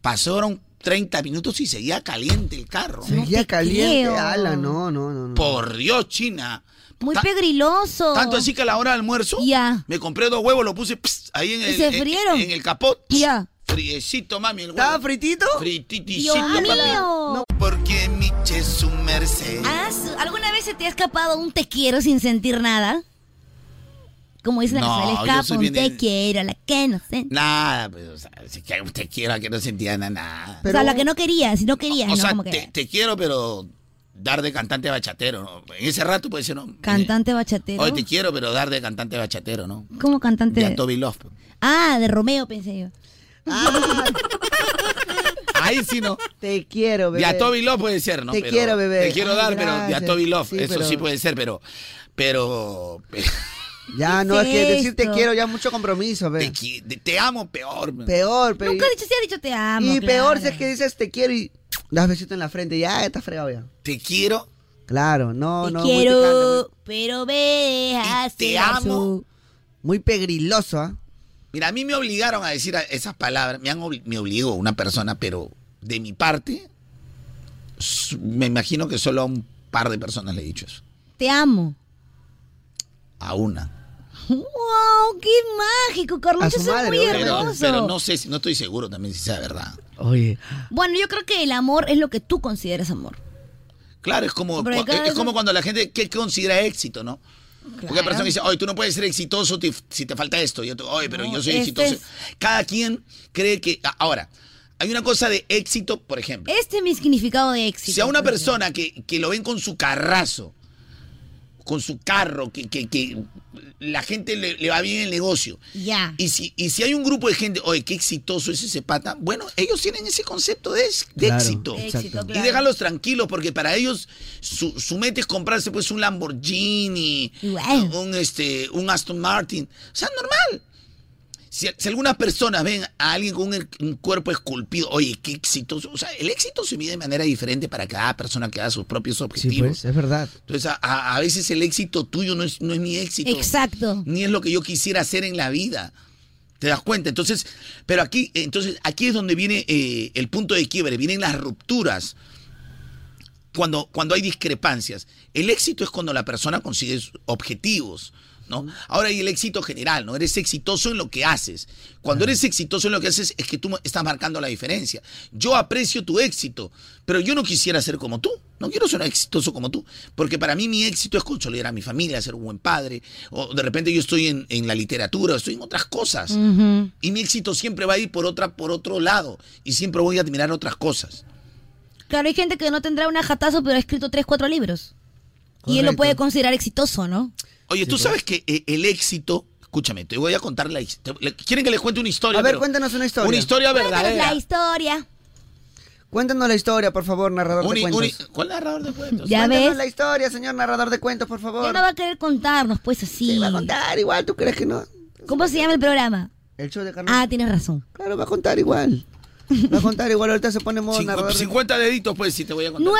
[SPEAKER 8] Pasaron 30 minutos y seguía caliente el carro.
[SPEAKER 5] Seguía caliente,
[SPEAKER 3] creo.
[SPEAKER 5] ala, no, no, no. no.
[SPEAKER 8] Por Dios, China.
[SPEAKER 3] Muy
[SPEAKER 8] Ta-
[SPEAKER 3] pegriloso.
[SPEAKER 8] Tanto así que a la hora de almuerzo
[SPEAKER 3] Ya.
[SPEAKER 8] me compré dos huevos, lo puse pss, ahí en
[SPEAKER 3] ¿Y
[SPEAKER 8] el,
[SPEAKER 3] se
[SPEAKER 8] en-
[SPEAKER 3] frieron?
[SPEAKER 8] en el capot.
[SPEAKER 3] Ya.
[SPEAKER 8] Friecito, mami, el
[SPEAKER 5] ¿Estaba
[SPEAKER 8] huevo.
[SPEAKER 5] fritito?
[SPEAKER 8] Frititicito,
[SPEAKER 3] Dios
[SPEAKER 8] papi.
[SPEAKER 3] mío.
[SPEAKER 8] Porque Miche es un merced.
[SPEAKER 3] ¿Has- ¿Alguna vez se te ha escapado un te quiero sin sentir nada? Como dicen
[SPEAKER 8] No,
[SPEAKER 3] la que se
[SPEAKER 8] yo
[SPEAKER 3] le
[SPEAKER 8] soy
[SPEAKER 3] escapa un
[SPEAKER 8] bien
[SPEAKER 3] te
[SPEAKER 8] el-
[SPEAKER 3] quiero, la que no sé.
[SPEAKER 8] Nada, pues, o sea, si que usted quiera que no sentía na- nada.
[SPEAKER 3] o sea, la que no querías, si no querías,
[SPEAKER 8] o
[SPEAKER 3] ¿no?
[SPEAKER 8] sea,
[SPEAKER 3] Como que-
[SPEAKER 8] te, te quiero, pero dar de cantante bachatero. ¿no? En ese rato puede ser, ¿no?
[SPEAKER 3] Cantante bachatero.
[SPEAKER 8] Hoy te quiero, pero dar de cantante bachatero, ¿no?
[SPEAKER 3] ¿Cómo cantante?
[SPEAKER 8] De a Toby Love.
[SPEAKER 3] Ah, de Romeo pensé yo.
[SPEAKER 5] Ah,
[SPEAKER 8] Ahí sí, ¿no?
[SPEAKER 5] te quiero, bebé.
[SPEAKER 8] De a Toby Love puede ser, ¿no?
[SPEAKER 5] Te quiero, bebé.
[SPEAKER 8] Te quiero
[SPEAKER 5] Ay,
[SPEAKER 8] dar, pero de a
[SPEAKER 5] gracias.
[SPEAKER 8] Toby Love.
[SPEAKER 5] Sí,
[SPEAKER 8] eso
[SPEAKER 5] pero-
[SPEAKER 8] sí puede ser, pero. Pero.
[SPEAKER 5] Ya, no, es que
[SPEAKER 3] Esto.
[SPEAKER 5] decir te quiero ya mucho compromiso,
[SPEAKER 8] Te,
[SPEAKER 3] Pues.
[SPEAKER 5] ve.
[SPEAKER 8] qui- te- te amo peor. man.
[SPEAKER 5] Peor, pe.
[SPEAKER 3] Nunca he dicho, sí ha dicho te amo.
[SPEAKER 5] Y
[SPEAKER 3] claro.
[SPEAKER 5] peor si es que dices te quiero y das besito en la frente. Ya, estás fregado ya.
[SPEAKER 8] Te quiero.
[SPEAKER 5] Claro, no,
[SPEAKER 3] Te
[SPEAKER 5] no. muy
[SPEAKER 3] quiero,
[SPEAKER 5] picante,
[SPEAKER 3] pero me dejas.
[SPEAKER 8] Te
[SPEAKER 3] ir
[SPEAKER 8] amo.
[SPEAKER 3] a su-
[SPEAKER 5] Muy, muy pegriloso, ¿ah?
[SPEAKER 8] Mira, a mí me obligaron a decir a- esas palabras. Me, han obli- me obligó una persona, pero de mi parte, s- me imagino que solo a un par de personas le he dicho eso.
[SPEAKER 3] Te amo.
[SPEAKER 8] A una.
[SPEAKER 3] ¡Wow! ¡Qué mágico!
[SPEAKER 5] A
[SPEAKER 3] Carlos
[SPEAKER 5] su
[SPEAKER 3] es
[SPEAKER 5] madre,
[SPEAKER 3] muy
[SPEAKER 5] obviamente.
[SPEAKER 8] Pero,
[SPEAKER 3] hermoso.
[SPEAKER 8] pero no sé, si, no estoy seguro también si sea verdad.
[SPEAKER 23] Oye,
[SPEAKER 3] Bueno, yo creo que el amor es lo que tú consideras amor.
[SPEAKER 8] Claro, es como,
[SPEAKER 3] Pero
[SPEAKER 8] cua-
[SPEAKER 3] cada
[SPEAKER 8] es
[SPEAKER 3] vez-
[SPEAKER 8] como cuando la gente que considera éxito, ¿no? Porque hay
[SPEAKER 3] Claro.
[SPEAKER 8] personas que dicen, oye, tú no puedes ser exitoso ti- si te falta esto. Yo, te- oye, pero
[SPEAKER 3] No,
[SPEAKER 8] yo soy
[SPEAKER 3] este
[SPEAKER 8] exitoso.
[SPEAKER 3] es-
[SPEAKER 8] Cada quien cree que. a- Ahora, hay una cosa de éxito, por ejemplo.
[SPEAKER 3] Este es mi significado de éxito.
[SPEAKER 8] Si a una
[SPEAKER 3] por
[SPEAKER 8] persona que, que lo ven con su carrazo, con su carro, que, que- que la gente le, le va bien el negocio,
[SPEAKER 3] ejemplo.
[SPEAKER 5] Ah.
[SPEAKER 3] Ya.
[SPEAKER 8] y si, y si hay un grupo de gente, oye, qué exitoso es ese pata, bueno, ellos tienen ese concepto de, ex- de
[SPEAKER 5] Claro,
[SPEAKER 8] éxito.
[SPEAKER 5] De éxito, exacto.
[SPEAKER 8] Y déjalos tranquilos, porque para ellos su, su meta es comprarse pues un Lamborghini, un, este, un Aston Martin. O sea, normal. Si, si algunas personas ven a alguien con un, er, un cuerpo esculpido, oye, qué exitoso. O sea, el éxito se mide de manera diferente para cada persona que da sus propios objetivos.
[SPEAKER 5] Sí, pues, es verdad.
[SPEAKER 8] Entonces, a- a, a veces el éxito tuyo no es, no es mi éxito.
[SPEAKER 3] Exacto.
[SPEAKER 8] Ni es lo que yo quisiera hacer en la vida. ¿Te das cuenta? Entonces, pero aquí, entonces, aquí es donde viene eh, el punto de quiebre, vienen las rupturas. Cuando, cuando hay discrepancias. El éxito es cuando la persona consigue sus objetivos. ¿no? Ahora hay el éxito general, ¿no? Eres exitoso en lo que haces. Cuando eres exitoso en lo que haces es que tú estás marcando la diferencia. Yo aprecio tu éxito, pero yo no quisiera ser como tú. No quiero ser exitoso como tú, porque para mí mi éxito es consolidar a mi familia, ser un buen padre, o de repente yo estoy en, en la literatura, o estoy en otras cosas,
[SPEAKER 3] Ujú.
[SPEAKER 8] y mi éxito siempre va a ir por, otra, por otro lado, y siempre voy a admirar otras cosas.
[SPEAKER 3] Claro, hay gente que no tendrá una jatazo, pero ha escrito tres, cuatro libros. Y él lo
[SPEAKER 8] Correcto.
[SPEAKER 3] puede considerar exitoso, ¿no?
[SPEAKER 8] Oye, tú sabes que eh, el éxito, escúchame, te voy a contar la his- te- le- ¿Quieren que les cuente una historia?
[SPEAKER 5] A ver,
[SPEAKER 8] Pero-
[SPEAKER 5] cuéntanos una historia.
[SPEAKER 8] Una historia verdadera.
[SPEAKER 3] La historia.
[SPEAKER 5] Cuéntanos la historia, por favor, narrador
[SPEAKER 8] Uni-
[SPEAKER 5] de cuentos.
[SPEAKER 8] uni- ¿Cuál narrador de cuentos?
[SPEAKER 3] Ya
[SPEAKER 5] Cuéntanos
[SPEAKER 3] ves.
[SPEAKER 5] la historia, señor narrador de cuentos, por favor.
[SPEAKER 3] Ya no va a querer contarnos, pues así. va a
[SPEAKER 5] contar igual, ¿tú crees que no?
[SPEAKER 3] ¿Cómo se llama el programa?
[SPEAKER 5] El show de Carlos.
[SPEAKER 3] Ah, tienes razón.
[SPEAKER 5] Claro, va a contar igual. Va a contar igual, ahorita se pone modo
[SPEAKER 8] Cincu-
[SPEAKER 5] narrador. de-
[SPEAKER 8] 50 deditos, pues, si te voy a contar.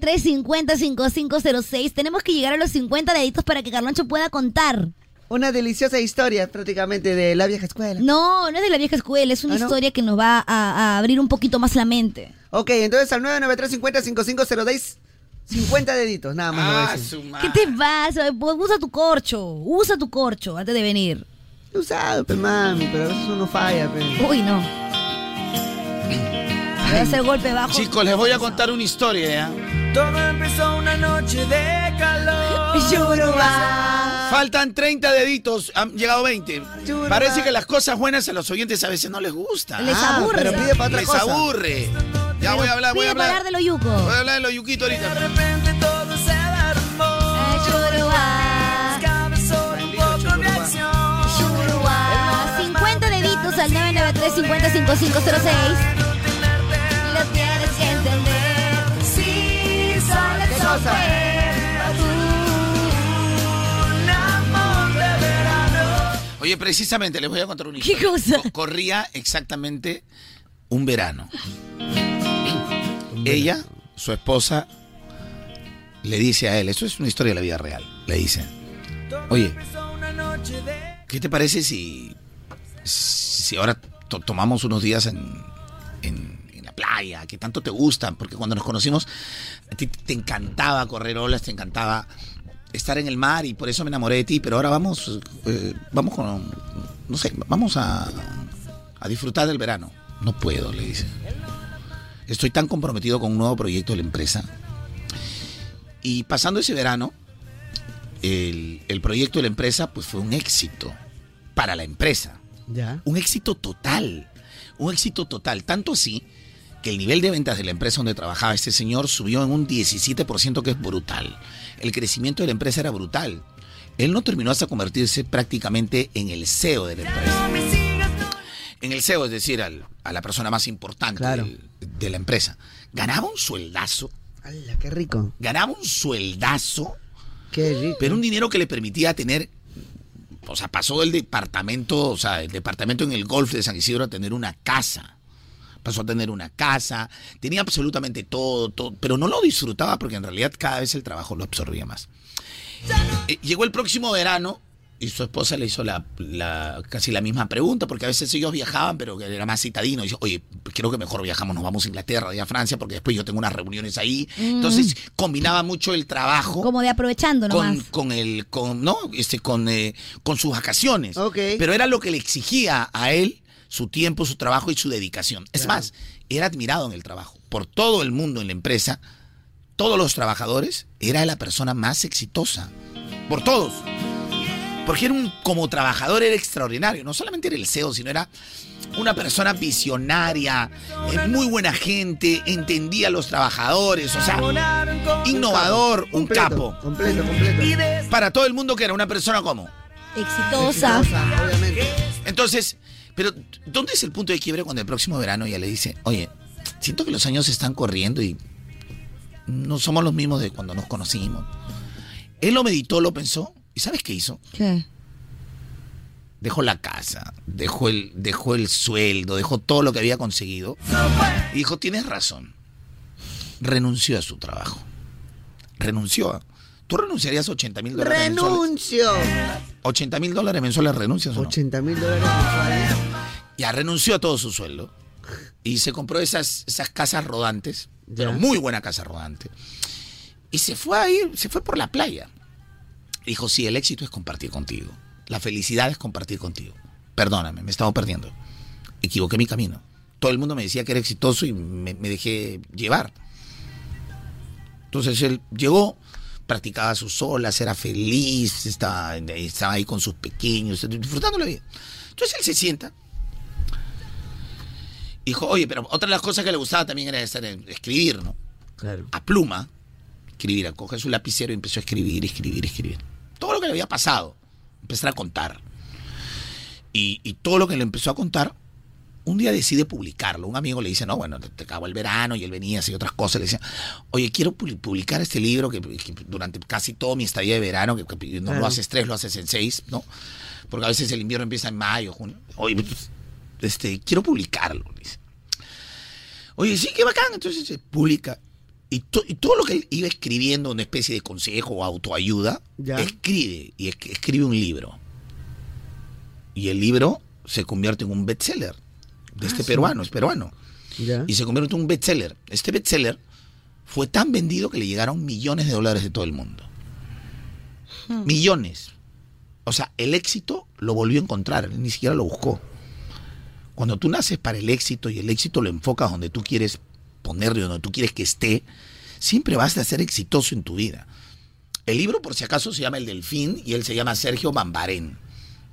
[SPEAKER 3] 993-50-5506. Tenemos que llegar a los 50 deditos para que Carloncho pueda contar.
[SPEAKER 5] Una deliciosa historia prácticamente de la vieja escuela.
[SPEAKER 3] No, no es de la vieja escuela, es una
[SPEAKER 5] ¿Ah, no?
[SPEAKER 3] historia que nos va a, a abrir un poquito más la mente.
[SPEAKER 5] Ok, entonces al 993-50-5506, 50 deditos, nada más. Ah, lo
[SPEAKER 8] Ah,
[SPEAKER 5] voy a decir.
[SPEAKER 3] ¿Qué te pasa? Pues Usa tu corcho, usa tu corcho antes de venir.
[SPEAKER 5] He usado, pe, mami, pero a veces uno falla, pues. pe.
[SPEAKER 3] Uy, no. Voy a hacer golpe bajo.
[SPEAKER 8] Chicos, les voy a contar una historia, ¿ya?
[SPEAKER 2] Todo empezó una noche de calor.
[SPEAKER 8] Faltan 30 deditos, han llegado 20.
[SPEAKER 2] Yoruba.
[SPEAKER 8] Parece que las cosas buenas a los oyentes a veces no les gusta.
[SPEAKER 2] Les Ah, aburre. pero pide para otra
[SPEAKER 8] Les
[SPEAKER 2] cosa.
[SPEAKER 8] aburre. Ya voy a hablar, voy a
[SPEAKER 2] pide para hablar
[SPEAKER 8] hablar.
[SPEAKER 2] de
[SPEAKER 3] lo yuco.
[SPEAKER 8] Voy a hablar de los yuquitos ahorita.
[SPEAKER 2] repente todo se armó. Cabezón, un poco de acción.
[SPEAKER 3] 50 deditos al 993-50-5506.
[SPEAKER 2] Lo tienes que entender. Si sale el sol, pero tú, un amor de verano.
[SPEAKER 8] Oye, precisamente les voy a contar una
[SPEAKER 2] ¿Qué
[SPEAKER 8] historia. Co- Corría exactamente un verano. Ella, su esposa, le dice a él, esto es una historia de la vida real, le dice, oye,
[SPEAKER 2] Una noche de
[SPEAKER 8] ¿Qué te parece si, si ahora to- tomamos unos días en, en- en la playa, que tanto te gustan? Porque cuando nos conocimos, a ti te encantaba correr olas, te encantaba estar en el mar y por eso me enamoré de ti, pero ahora vamos, eh, vamos con, no sé, vamos a, a disfrutar del verano. No puedo, le dice. Estoy tan comprometido con un nuevo proyecto de la empresa. Y pasando ese verano, el, el proyecto de la empresa pues fue un éxito para la empresa.
[SPEAKER 5] Ya.
[SPEAKER 8] Un éxito total. Un éxito total. Tanto así que el nivel de ventas de la empresa donde trabajaba este señor subió en un 17%, que es brutal. El crecimiento de la empresa era brutal. Él no terminó hasta convertirse prácticamente en el CEO de la empresa. En el CEO, es decir, al- a la persona más importante del- de la empresa. Ganaba un sueldazo.
[SPEAKER 5] Ala, qué rico.
[SPEAKER 8] Ganaba un sueldazo.
[SPEAKER 5] Qué rico.
[SPEAKER 8] Pero un dinero que le permitía tener, o sea, pasó del departamento, o sea, el departamento en el golf de San Isidro a tener una casa. Pasó a tener una casa, tenía absolutamente todo, todo, pero no lo disfrutaba porque en realidad cada vez el trabajo lo absorbía más. Eh, llegó el próximo verano y su esposa le hizo la, la- casi la misma pregunta, porque a veces ellos viajaban, pero que era más citadino. Y dice, oye, creo que mejor viajamos, nos vamos a Inglaterra, y a Francia, porque después yo tengo unas reuniones ahí.
[SPEAKER 3] Mm.
[SPEAKER 8] Entonces combinaba mucho el trabajo
[SPEAKER 3] Como de aprovechando nomás.
[SPEAKER 8] con, con el con no este con eh, con sus vacaciones
[SPEAKER 3] Ok.
[SPEAKER 8] pero era lo que le exigía a él su tiempo su trabajo y su dedicación es más era admirado en el trabajo por todo el mundo en la empresa todos los trabajadores era la persona más exitosa por todos Porque era un, como trabajador era extraordinario. No solamente era el CEO, sino era una persona visionaria, eh, muy buena gente, entendía a los trabajadores, o sea, innovador, un capo.
[SPEAKER 5] Completo, completo.
[SPEAKER 8] Para todo el mundo que era una persona como.
[SPEAKER 3] Exitosa.
[SPEAKER 8] Entonces, pero ¿dónde es el punto de quiebre cuando el próximo verano ya le dice, oye, siento que los años se están corriendo y no somos los mismos de cuando nos conocimos? Él lo meditó, lo pensó y ¿sabes qué hizo?
[SPEAKER 3] ¿Qué?
[SPEAKER 8] Dejó la casa, dejó el, dejó el sueldo, dejó todo lo que había conseguido y dijo, tienes razón. Renunció a su trabajo. Renunció. a- ¿Tú renunciarías a 80 mil dólares? mensuales?
[SPEAKER 5] Renuncio.
[SPEAKER 8] 80 mil dólares mensuales renuncias o no?
[SPEAKER 5] 80 mil dólares mensuales.
[SPEAKER 8] Ya renunció a todo su sueldo y se compró esas, esas casas rodantes, pero
[SPEAKER 5] Ya.
[SPEAKER 8] muy buena casa rodante. Y se fue a ir, se fue por la playa. Dijo, sí, el éxito es compartir contigo. La felicidad es compartir contigo. Perdóname, me estaba perdiendo. Equivoqué mi camino. Todo el mundo me decía que era exitoso y me, me dejé llevar. Entonces él llegó, practicaba sus olas, era feliz, estaba, estaba ahí con sus pequeños, disfrutando la vida. Entonces él se sienta Dijo, oye, pero otra de las cosas que le gustaba también era estar en- escribir, ¿no? A pluma, escribir, coge su lapicero y empezó a escribir, escribir, escribir. Todo lo que le había pasado, empezar a contar. Y, y todo lo que le empezó a contar, un día decide publicarlo. Un amigo le dice, no, bueno, te, te acabó el verano y él venía, hacía otras cosas. Le decía, oye, quiero pu- publicar este libro que, que durante casi todo mi estadía de verano, que, que no
[SPEAKER 5] Claro.
[SPEAKER 8] lo haces tres, lo haces en seis, ¿no? Porque a veces el invierno empieza en mayo, junio. Oye, pues, este, quiero publicarlo. le dice. Oye, sí, qué bacán. Entonces se publica. Y, to- y todo lo que él iba escribiendo, una especie de consejo o autoayuda, escribe. Y es- escribe un libro. Y el libro se convierte en un bestseller. De este
[SPEAKER 5] Ah, sí.
[SPEAKER 8] peruano, es peruano.
[SPEAKER 5] Ya.
[SPEAKER 8] Y se convierte en un bestseller. Este bestseller fue tan vendido que le llegaron millones de dólares de todo el mundo.
[SPEAKER 5] Hmm.
[SPEAKER 8] Millones. O sea, el éxito lo volvió a encontrar, él ni siquiera lo buscó. Cuando tú naces para el éxito y el éxito lo enfocas donde tú quieres ponerlo, donde tú quieres que esté, siempre vas a ser exitoso en tu vida. El libro, por si acaso, se llama El Delfín y él se llama Sergio Bambarén.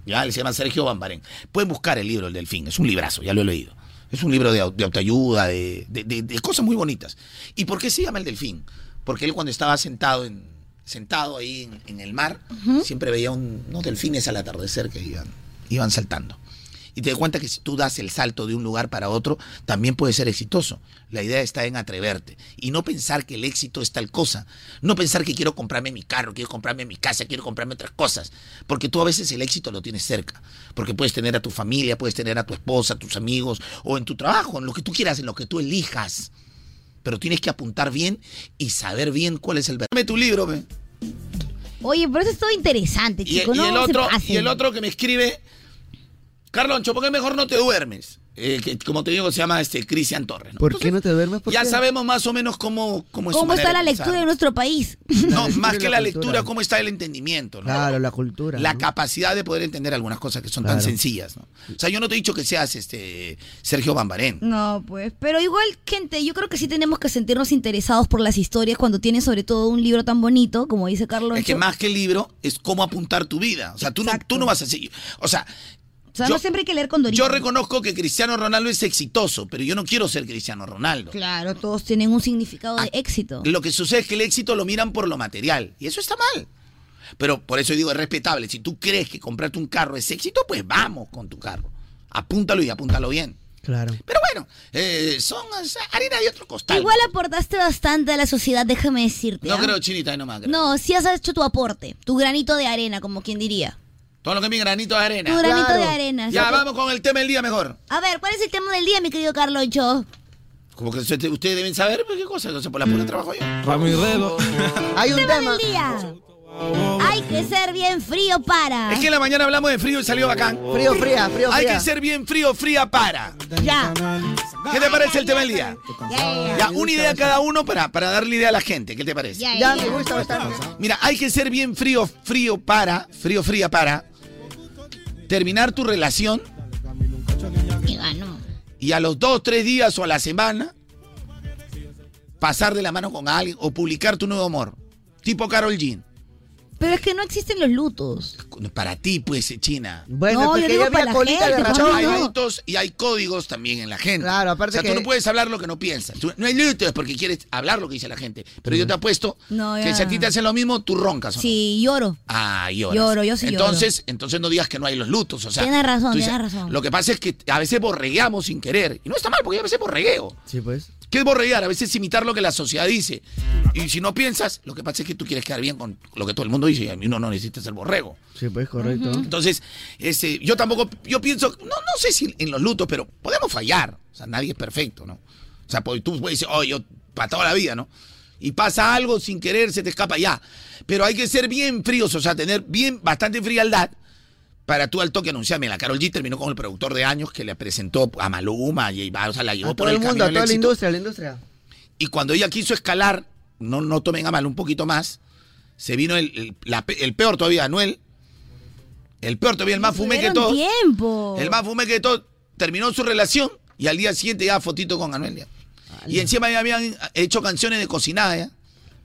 [SPEAKER 8] Ya, él se llama Sergio Bambarén. Pueden buscar el libro El Delfín, es un librazo, ya lo he leído. Es un libro de, au- de autoayuda, de, de- de- de cosas muy bonitas. ¿Y por qué se llama El Delfín? Porque él cuando estaba sentado en, sentado ahí en, en el mar, siempre veía un- unos delfines al atardecer que iban, iban saltando. Y te das cuenta que si tú das el salto de un lugar para otro, también puede ser exitoso. La idea está en atreverte y no pensar que el éxito es tal cosa. No pensar que quiero comprarme mi carro, quiero comprarme mi casa, quiero comprarme otras cosas. Porque tú a veces el éxito lo tienes cerca. Porque puedes tener a tu familia, puedes tener a tu esposa, a tus amigos o en tu trabajo, en lo que tú quieras, en lo que tú elijas. Pero tienes que apuntar bien y saber bien cuál es el verdadero. Dame tu libro, ve.
[SPEAKER 3] Oye, pero eso es todo interesante,
[SPEAKER 8] Y,
[SPEAKER 3] chicos.
[SPEAKER 8] y
[SPEAKER 3] no
[SPEAKER 8] el
[SPEAKER 3] se
[SPEAKER 8] otro,
[SPEAKER 3] pasen.
[SPEAKER 8] y el otro que me escribe, Carloncho, ¿por qué mejor no te duermes? Eh, que, como te digo, se llama este Cristian Torres. ¿no?
[SPEAKER 5] ¿Por qué no te duermes? ¿Por
[SPEAKER 8] Ya
[SPEAKER 5] qué?
[SPEAKER 8] sabemos más o menos cómo, cómo es pues, su
[SPEAKER 3] ¿Cómo está
[SPEAKER 8] manera
[SPEAKER 3] la
[SPEAKER 8] de pensar.
[SPEAKER 3] lectura de nuestro país?
[SPEAKER 8] No, más
[SPEAKER 5] y
[SPEAKER 8] que
[SPEAKER 5] la cultura.
[SPEAKER 8] la lectura, cómo está el entendimiento, ¿no?
[SPEAKER 5] Claro, la cultura.
[SPEAKER 8] La
[SPEAKER 5] ¿no?
[SPEAKER 8] capacidad de poder entender algunas cosas que son tan
[SPEAKER 5] Claro.
[SPEAKER 8] sencillas, ¿no? O sea, yo no te he dicho que seas este Sergio Bambarén.
[SPEAKER 3] No, pues, pero igual, gente, yo creo que sí tenemos que sentirnos interesados por las historias cuando tienes sobre todo un libro tan bonito, como dice Carlos.
[SPEAKER 8] Es que más que el libro es cómo apuntar tu vida. O sea, tú no, tú no vas a seguir. O sea,
[SPEAKER 3] O sea, no siempre hay que leer con Dorito.
[SPEAKER 8] yo reconozco que Cristiano Ronaldo es exitoso, pero yo no quiero ser Cristiano Ronaldo.
[SPEAKER 3] Claro, todos tienen un significado de éxito.
[SPEAKER 8] Ah, Lo que sucede es que el éxito lo miran por lo material. Y eso está mal. Pero por eso digo, es respetable. Si tú crees que comprarte un carro es éxito, pues vamos con tu carro. Apúntalo y apúntalo bien.
[SPEAKER 5] Claro.
[SPEAKER 8] Pero bueno, eh, son o sea, harina de otro costal.
[SPEAKER 3] Igual aportaste bastante a la sociedad, déjame decirte.
[SPEAKER 8] No
[SPEAKER 3] ¿ah?
[SPEAKER 8] creo, chinita, ahí nomás. creo.
[SPEAKER 3] No, sí has hecho tu aporte, tu granito de arena, como quien diría.
[SPEAKER 8] Todo lo que es mi granito de arena.
[SPEAKER 3] Tu granito de arena,
[SPEAKER 8] Ya,
[SPEAKER 3] sí.
[SPEAKER 8] vamos con el tema del día mejor.
[SPEAKER 3] A ver, ¿cuál es el tema del día, mi querido Carlos? Yo.
[SPEAKER 8] Como que ustedes ustedes deben saber, pues, ¿qué cosa? No sé, por la pura trabajo yo.
[SPEAKER 5] Hay un tema.
[SPEAKER 3] del día. Hay que ser bien frío para.
[SPEAKER 8] Es que en la mañana hablamos de frío y salió bacán.
[SPEAKER 5] Frío, fría, frío,
[SPEAKER 8] Hay
[SPEAKER 5] fría.
[SPEAKER 8] que ser bien frío, fría para.
[SPEAKER 3] Ya.
[SPEAKER 8] ¿Qué te parece el tema del día? Ya, una idea cada uno para, para darle idea a la gente. ¿Qué te parece?
[SPEAKER 5] Ya me gusta bastante.
[SPEAKER 8] Mira, hay que ser bien frío, frío para, frío, fría para terminar tu relación
[SPEAKER 3] Que ganó.
[SPEAKER 8] y a los dos, tres días o a la semana pasar de la mano con alguien o publicar tu nuevo amor. Tipo Carol Jean.
[SPEAKER 3] Pero es que no existen los lutos.
[SPEAKER 8] Para ti, pues, China.
[SPEAKER 5] Bueno,
[SPEAKER 3] No,
[SPEAKER 5] porque
[SPEAKER 3] yo digo
[SPEAKER 5] ya había
[SPEAKER 3] para la
[SPEAKER 5] colita de
[SPEAKER 3] gente,
[SPEAKER 5] rachón,
[SPEAKER 3] para mí
[SPEAKER 5] ¿no?
[SPEAKER 8] hay lutos y hay códigos también en la gente. Claro, aparte O sea, tú
[SPEAKER 5] que-
[SPEAKER 8] no puedes hablar lo que no piensas. Tú- no hay lutos porque quieres hablar lo que dice la gente. Pero yo te apuesto
[SPEAKER 3] No,
[SPEAKER 8] que
[SPEAKER 3] ya.
[SPEAKER 8] si a ti te hacen lo mismo, tú roncas. ¿o no?
[SPEAKER 3] Sí, lloro.
[SPEAKER 8] Ah, lloras.
[SPEAKER 3] Lloro, yo sí lloro.
[SPEAKER 8] entonces, Entonces no digas que no hay los lutos. O sea,
[SPEAKER 3] Tienes razón,
[SPEAKER 8] tú dices-
[SPEAKER 3] tienes razón.
[SPEAKER 8] Lo que pasa es que a veces borregueamos sin querer. Y no está mal, porque yo a veces borregueo.
[SPEAKER 5] Sí, pues.
[SPEAKER 8] ¿Qué es borreguear? A veces imitar lo que la sociedad dice. Y si no piensas, lo que pasa es que tú quieres quedar bien con lo que todo el mundo dice. Y a mí uno no necesita ser borrego.
[SPEAKER 5] Sí, pues, correcto.
[SPEAKER 8] Entonces, este, yo tampoco, yo pienso, no, no sé si en los lutos, pero podemos fallar. O sea, nadie es perfecto, ¿no? O sea, pues, tú puedes decir, oh, yo para toda la vida, ¿no? Y pasa algo sin querer, se te escapa ya. Pero hay que ser bien fríos, o sea, tener bien, bastante frialdad para tú al toque anunciarme. La Carol G terminó con el productor de años que le presentó a Maluma, a J Balvin, o sea, la llevó
[SPEAKER 5] A
[SPEAKER 8] por
[SPEAKER 5] Ah, todo el
[SPEAKER 8] camino
[SPEAKER 5] mundo, a
[SPEAKER 8] del
[SPEAKER 5] toda la
[SPEAKER 8] éxito.
[SPEAKER 5] industria, a la industria.
[SPEAKER 8] Y cuando ella quiso escalar, no, no tomen a mal un poquito más, se vino el, el- la pe- el peor todavía, Anuel. El peor todavía, el más fumé que
[SPEAKER 3] Tuvieron
[SPEAKER 8] todo.
[SPEAKER 3] tiempo. Ah,
[SPEAKER 8] El más fumé que todo terminó su relación y al día siguiente ya fotito con Anuel. ya. Y encima ya habían hecho canciones de cocinada. ¿ya?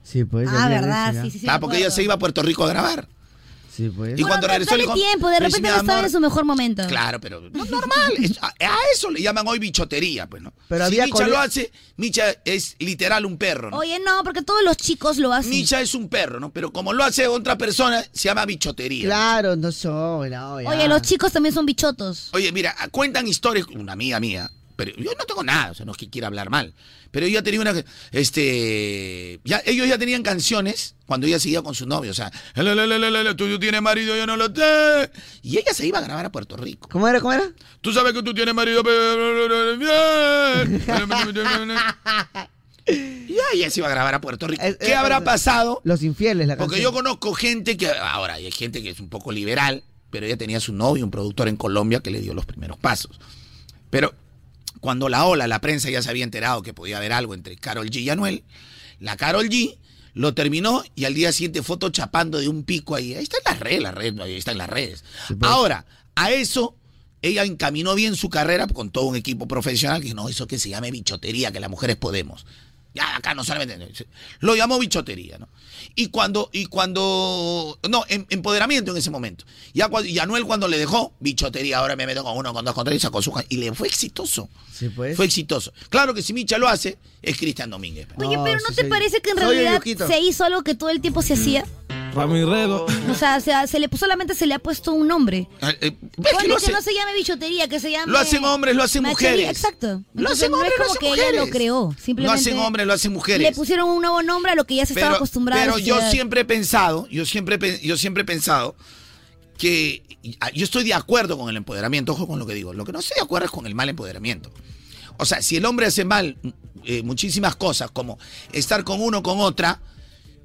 [SPEAKER 5] Sí, pues.
[SPEAKER 3] Ah, verdad, sí, sí, sí.
[SPEAKER 8] ah,
[SPEAKER 3] me
[SPEAKER 8] porque
[SPEAKER 3] acuerdo.
[SPEAKER 8] ella se iba a Puerto Rico a grabar.
[SPEAKER 5] Sí, pues.
[SPEAKER 8] Y cuando
[SPEAKER 3] Pero
[SPEAKER 8] regresó le
[SPEAKER 3] dale
[SPEAKER 8] dijo,
[SPEAKER 3] tiempo, de
[SPEAKER 8] "Pero si
[SPEAKER 3] repente
[SPEAKER 8] mi
[SPEAKER 3] no estaba
[SPEAKER 8] amor-
[SPEAKER 3] en su mejor momento.
[SPEAKER 8] Claro, pero no es normal. Es- a, a eso le llaman hoy bichotería, pues, ¿no?
[SPEAKER 3] Pero
[SPEAKER 8] si
[SPEAKER 3] había
[SPEAKER 8] Micha
[SPEAKER 3] cole-
[SPEAKER 8] lo hace, Micha es literal un perro, ¿no?
[SPEAKER 3] Oye, no, porque todos los chicos lo hacen.
[SPEAKER 8] Micha es un perro, ¿no? Pero como lo hace otra persona, se llama bichotería.
[SPEAKER 5] Claro, no Ah. soy, no, ya.
[SPEAKER 3] Oye, los chicos también son bichotos.
[SPEAKER 8] Oye, mira, cuentan historias, una amiga mía, pero yo no tengo nada, o sea, no es que quiera hablar mal, pero ella tenía una, este, ya, ellos ya tenían canciones cuando ella seguía con su novio, o sea, "La, la, la, la, la, la, tú tienes marido, yo no lo tengo, y ella se iba a grabar a Puerto Rico.
[SPEAKER 5] ¿Cómo era, cómo era?
[SPEAKER 8] Tú sabes que tú tienes marido, pero- y ella se iba a grabar a Puerto Rico. ¿Qué habrá pasado?
[SPEAKER 5] Los infieles, la
[SPEAKER 8] Porque yo
[SPEAKER 5] canción.
[SPEAKER 8] conozco gente que, ahora, hay gente que es un poco liberal, pero ella tenía su novio, un productor en Colombia que le dio los primeros pasos. Pero cuando la ola, la prensa ya se había enterado que podía haber algo entre Carol G y Anuel, la Carol G lo terminó y al día siguiente foto chapando de un pico ahí. Ahí está en las redes, las redes, ahí está en las redes.
[SPEAKER 5] pues.
[SPEAKER 8] Ahora, a eso ella encaminó bien su carrera con todo un equipo profesional que no, eso que se llame bichotería, que las mujeres podemos. Ya acá no solamente. Lo llamó bichotería, ¿no? Y cuando, y cuando. No, em- empoderamiento en ese momento. Ya cuando, y Anuel cuando le dejó, bichotería, ahora me meto con uno, con dos, con tres, y sacó su. ca- Y le fue exitoso.
[SPEAKER 5] Sí, pues.
[SPEAKER 8] Fue exitoso. Claro que si Micha lo hace, es Cristian Domínguez. pues.
[SPEAKER 3] Oye, pero ¿no te parece que en
[SPEAKER 8] Soy
[SPEAKER 3] realidad
[SPEAKER 8] Yuyuquito.
[SPEAKER 3] se hizo algo que todo el tiempo se hacía?
[SPEAKER 13] Ramiredo.
[SPEAKER 3] O sea, se, se le, solamente se le ha puesto un nombre.
[SPEAKER 8] Eh, eh, ¿Ves que
[SPEAKER 3] Ponle
[SPEAKER 8] lo
[SPEAKER 3] que
[SPEAKER 8] hace?
[SPEAKER 3] no se llame bichotería, que se llame...
[SPEAKER 8] Lo hacen hombres, lo hacen
[SPEAKER 3] machería.
[SPEAKER 8] mujeres.
[SPEAKER 3] Exacto.
[SPEAKER 8] Lo
[SPEAKER 3] Entonces,
[SPEAKER 8] hacen
[SPEAKER 3] no
[SPEAKER 8] hombres,
[SPEAKER 3] es
[SPEAKER 8] lo
[SPEAKER 3] como que
[SPEAKER 8] hacen
[SPEAKER 3] ella lo
[SPEAKER 8] mujeres.
[SPEAKER 3] creó.
[SPEAKER 8] Lo
[SPEAKER 3] Simplemente
[SPEAKER 8] hacen hombres, lo hacen mujeres.
[SPEAKER 3] Le pusieron un nuevo nombre a lo que ya se estaba acostumbrada.
[SPEAKER 8] pero
[SPEAKER 3] la
[SPEAKER 8] yo
[SPEAKER 3] sociedad.
[SPEAKER 8] siempre he pensado, yo siempre, he pe- yo siempre he pensado que y- ah, yo estoy de acuerdo con el empoderamiento, ojo con lo que digo. Lo que no estoy de acuerdo es con el mal empoderamiento. O sea, si el hombre hace mal mm, eh, muchísimas cosas, como estar con uno, con otra,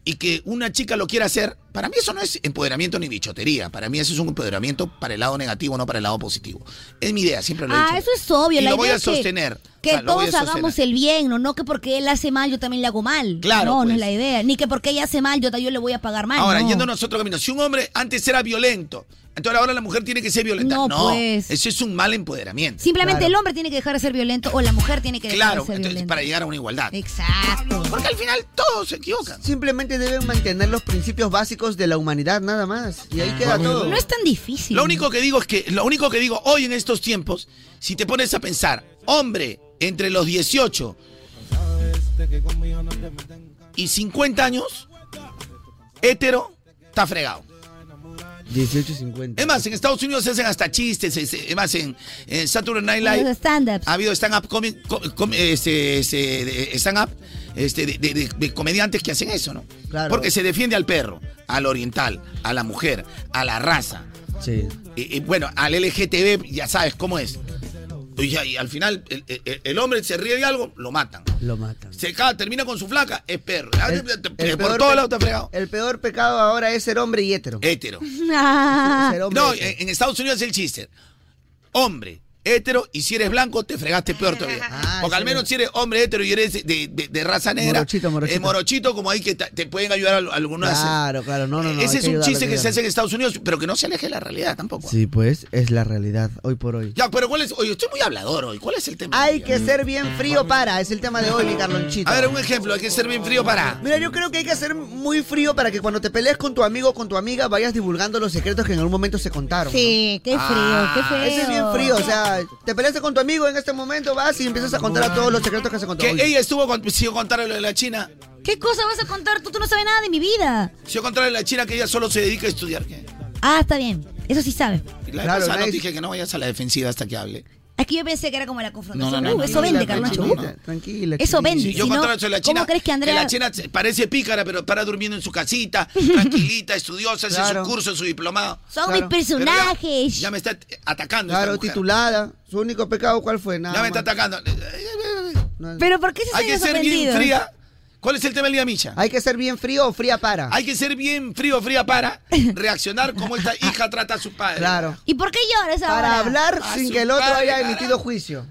[SPEAKER 8] y que una chica lo quiera hacer, para mí eso no es empoderamiento ni bichotería. Para mí eso es un empoderamiento para el lado negativo, no para el lado positivo. Es mi idea, siempre lo he
[SPEAKER 3] Ah,
[SPEAKER 8] dicho.
[SPEAKER 3] eso es obvio.
[SPEAKER 8] Y
[SPEAKER 3] la idea
[SPEAKER 8] lo voy a
[SPEAKER 3] es que-
[SPEAKER 8] sostener.
[SPEAKER 3] Que,
[SPEAKER 8] O sea, lo voy a
[SPEAKER 3] todos hagamos
[SPEAKER 8] sostener.
[SPEAKER 3] el bien, ¿no? No que porque él hace mal, yo también le hago mal.
[SPEAKER 8] Claro,
[SPEAKER 3] No, no
[SPEAKER 8] pues.
[SPEAKER 3] es la idea. Ni que porque ella hace mal, yo, ta- yo le voy a pagar mal.
[SPEAKER 8] Ahora,
[SPEAKER 3] no.
[SPEAKER 8] yendo a nosotros caminos, si un hombre antes era violento, entonces ahora la mujer tiene que ser violenta. No,
[SPEAKER 3] No, pues.
[SPEAKER 8] eso es un mal empoderamiento.
[SPEAKER 3] Simplemente el hombre tiene que dejar de ser violento o la mujer tiene que dejar
[SPEAKER 8] Claro,
[SPEAKER 3] de ser
[SPEAKER 8] entonces,
[SPEAKER 3] violenta.
[SPEAKER 8] para llegar a una igualdad.
[SPEAKER 3] Exacto.
[SPEAKER 8] Porque al final todos se equivocan.
[SPEAKER 5] Simplemente deben mantener los principios básicos de la humanidad, nada más. Y ahí queda todo.
[SPEAKER 3] No es tan difícil.
[SPEAKER 8] Lo único que digo es que, lo único que digo hoy en estos tiempos, si te pones a pensar, hombre entre los 18 y 50 años, hetero, está fregado.
[SPEAKER 5] 18.50.
[SPEAKER 8] Es más, en Estados Unidos se hacen hasta chistes. se- se- Es más, en, en Saturday Night
[SPEAKER 3] Los
[SPEAKER 8] Live
[SPEAKER 3] stand-ups.
[SPEAKER 8] ha habido stand-up comi- co- com- este, este, de- stand-up, este, de, de- de- de comediantes que hacen eso, ¿no?
[SPEAKER 5] Claro.
[SPEAKER 8] Porque se defiende al perro, al oriental, a la mujer, a la raza.
[SPEAKER 5] Sí.
[SPEAKER 8] Y, y, bueno, al LGTB ya sabes cómo es. Y, y al final el, el- el hombre se ríe de algo, lo matan.
[SPEAKER 5] Lo matan.
[SPEAKER 8] Se ca- termina con su flaca, es perro. Ah, Por
[SPEAKER 5] peor
[SPEAKER 8] todo
[SPEAKER 5] pe- Eh.
[SPEAKER 8] lado está fregado.
[SPEAKER 5] El peor pecado ahora es ser hombre y hétero.
[SPEAKER 8] Hétero.
[SPEAKER 5] Ah. Ser hombre
[SPEAKER 8] Eh, No, eh,
[SPEAKER 5] hétero.
[SPEAKER 8] en, en Estados Unidos es el chiste. Hombre, hétero y si eres blanco te fregaste peor todavía. Porque al menos si eres hombre hétero y eres de, de- de raza negra,
[SPEAKER 5] Morochito, morochito.
[SPEAKER 8] eh, morochito, como ahí que ta- te pueden ayudar al- algunas.
[SPEAKER 5] Claro, claro, no, no, no.
[SPEAKER 8] Ese
[SPEAKER 5] hay
[SPEAKER 8] es
[SPEAKER 5] que
[SPEAKER 8] un
[SPEAKER 5] ayudarlo,
[SPEAKER 8] chiste que se
[SPEAKER 5] ayudarlo.
[SPEAKER 8] hace en Estados Unidos, pero que no se aleje de la realidad tampoco.
[SPEAKER 5] Sí, pues es la realidad hoy por hoy.
[SPEAKER 8] Ya, pero ¿cuál es? Oye, estoy muy hablador hoy. ¿Cuál es el tema?
[SPEAKER 5] Hay que ser bien frío para, es el tema de hoy, mi Carlonchito.
[SPEAKER 8] A ver, un ejemplo, hay que ser bien frío para.
[SPEAKER 5] Mira, yo creo que hay que ser muy frío para que cuando te pelees con tu amigo o con tu amiga vayas divulgando los secretos que en algún momento se contaron.
[SPEAKER 3] Sí, qué frío, qué
[SPEAKER 8] Ah,
[SPEAKER 3] feo.
[SPEAKER 5] Ese es bien frío, o sea, te peleaste con tu amigo en este momento, vas y empiezas a contar a todos los secretos que se
[SPEAKER 8] Que
[SPEAKER 5] contaron.
[SPEAKER 8] ella estuvo con, si yo contara lo de la China,
[SPEAKER 3] ¿Qué cosa vas a contar? Tú, tú no sabes nada de mi vida.
[SPEAKER 8] si yo contara lo de la China que ella solo se dedica a estudiar. ¿qué?
[SPEAKER 3] Ah, está bien. Eso sí sabes.
[SPEAKER 8] Y La
[SPEAKER 5] Claro,
[SPEAKER 8] claro, pasada no
[SPEAKER 5] nadie-
[SPEAKER 8] dije que no vayas a la defensiva hasta que hable.
[SPEAKER 3] Es que yo pensé que era como la confrontación.
[SPEAKER 8] No, no, no,
[SPEAKER 3] Uh,
[SPEAKER 8] no,
[SPEAKER 3] eso
[SPEAKER 8] no,
[SPEAKER 3] vende,
[SPEAKER 8] no, no,
[SPEAKER 3] Carloncho.
[SPEAKER 8] no,
[SPEAKER 3] Uh.
[SPEAKER 8] no.
[SPEAKER 5] Tranquila.
[SPEAKER 3] Eso vende.
[SPEAKER 8] Si yo
[SPEAKER 3] si no,
[SPEAKER 8] contara eso de la China,
[SPEAKER 3] ¿Cómo crees que Andrea...
[SPEAKER 8] la China se- parece pícara, pero para durmiendo en su casita, tranquilita, estudiosa, hace
[SPEAKER 5] Claro.
[SPEAKER 8] su curso, su diplomado.
[SPEAKER 3] Son
[SPEAKER 5] Claro. mis
[SPEAKER 8] Pero ya-
[SPEAKER 3] personajes.
[SPEAKER 8] Ya, me está atacando. esta
[SPEAKER 5] Claro,
[SPEAKER 8] mujer.
[SPEAKER 5] titulada. Su único pecado, ¿cuál fue? Nada.
[SPEAKER 8] Ya me está
[SPEAKER 5] más.
[SPEAKER 8] atacando. Eh,
[SPEAKER 3] Pero ¿por qué se
[SPEAKER 8] Hay que
[SPEAKER 3] sigue
[SPEAKER 8] ser bien
[SPEAKER 3] ofendido?
[SPEAKER 8] fría. ¿Cuál es el tema del día, Micha?
[SPEAKER 5] Hay que ser bien frío o fría para.
[SPEAKER 8] Hay que ser bien frío, fría para reaccionar como esta hija trata a su padre.
[SPEAKER 5] Claro.
[SPEAKER 3] ¿Y por qué lloras ahora?
[SPEAKER 5] Para hablar
[SPEAKER 8] A
[SPEAKER 5] sin
[SPEAKER 8] su
[SPEAKER 5] que el otro
[SPEAKER 8] padre,
[SPEAKER 5] haya
[SPEAKER 8] carajo.
[SPEAKER 5] emitido juicio.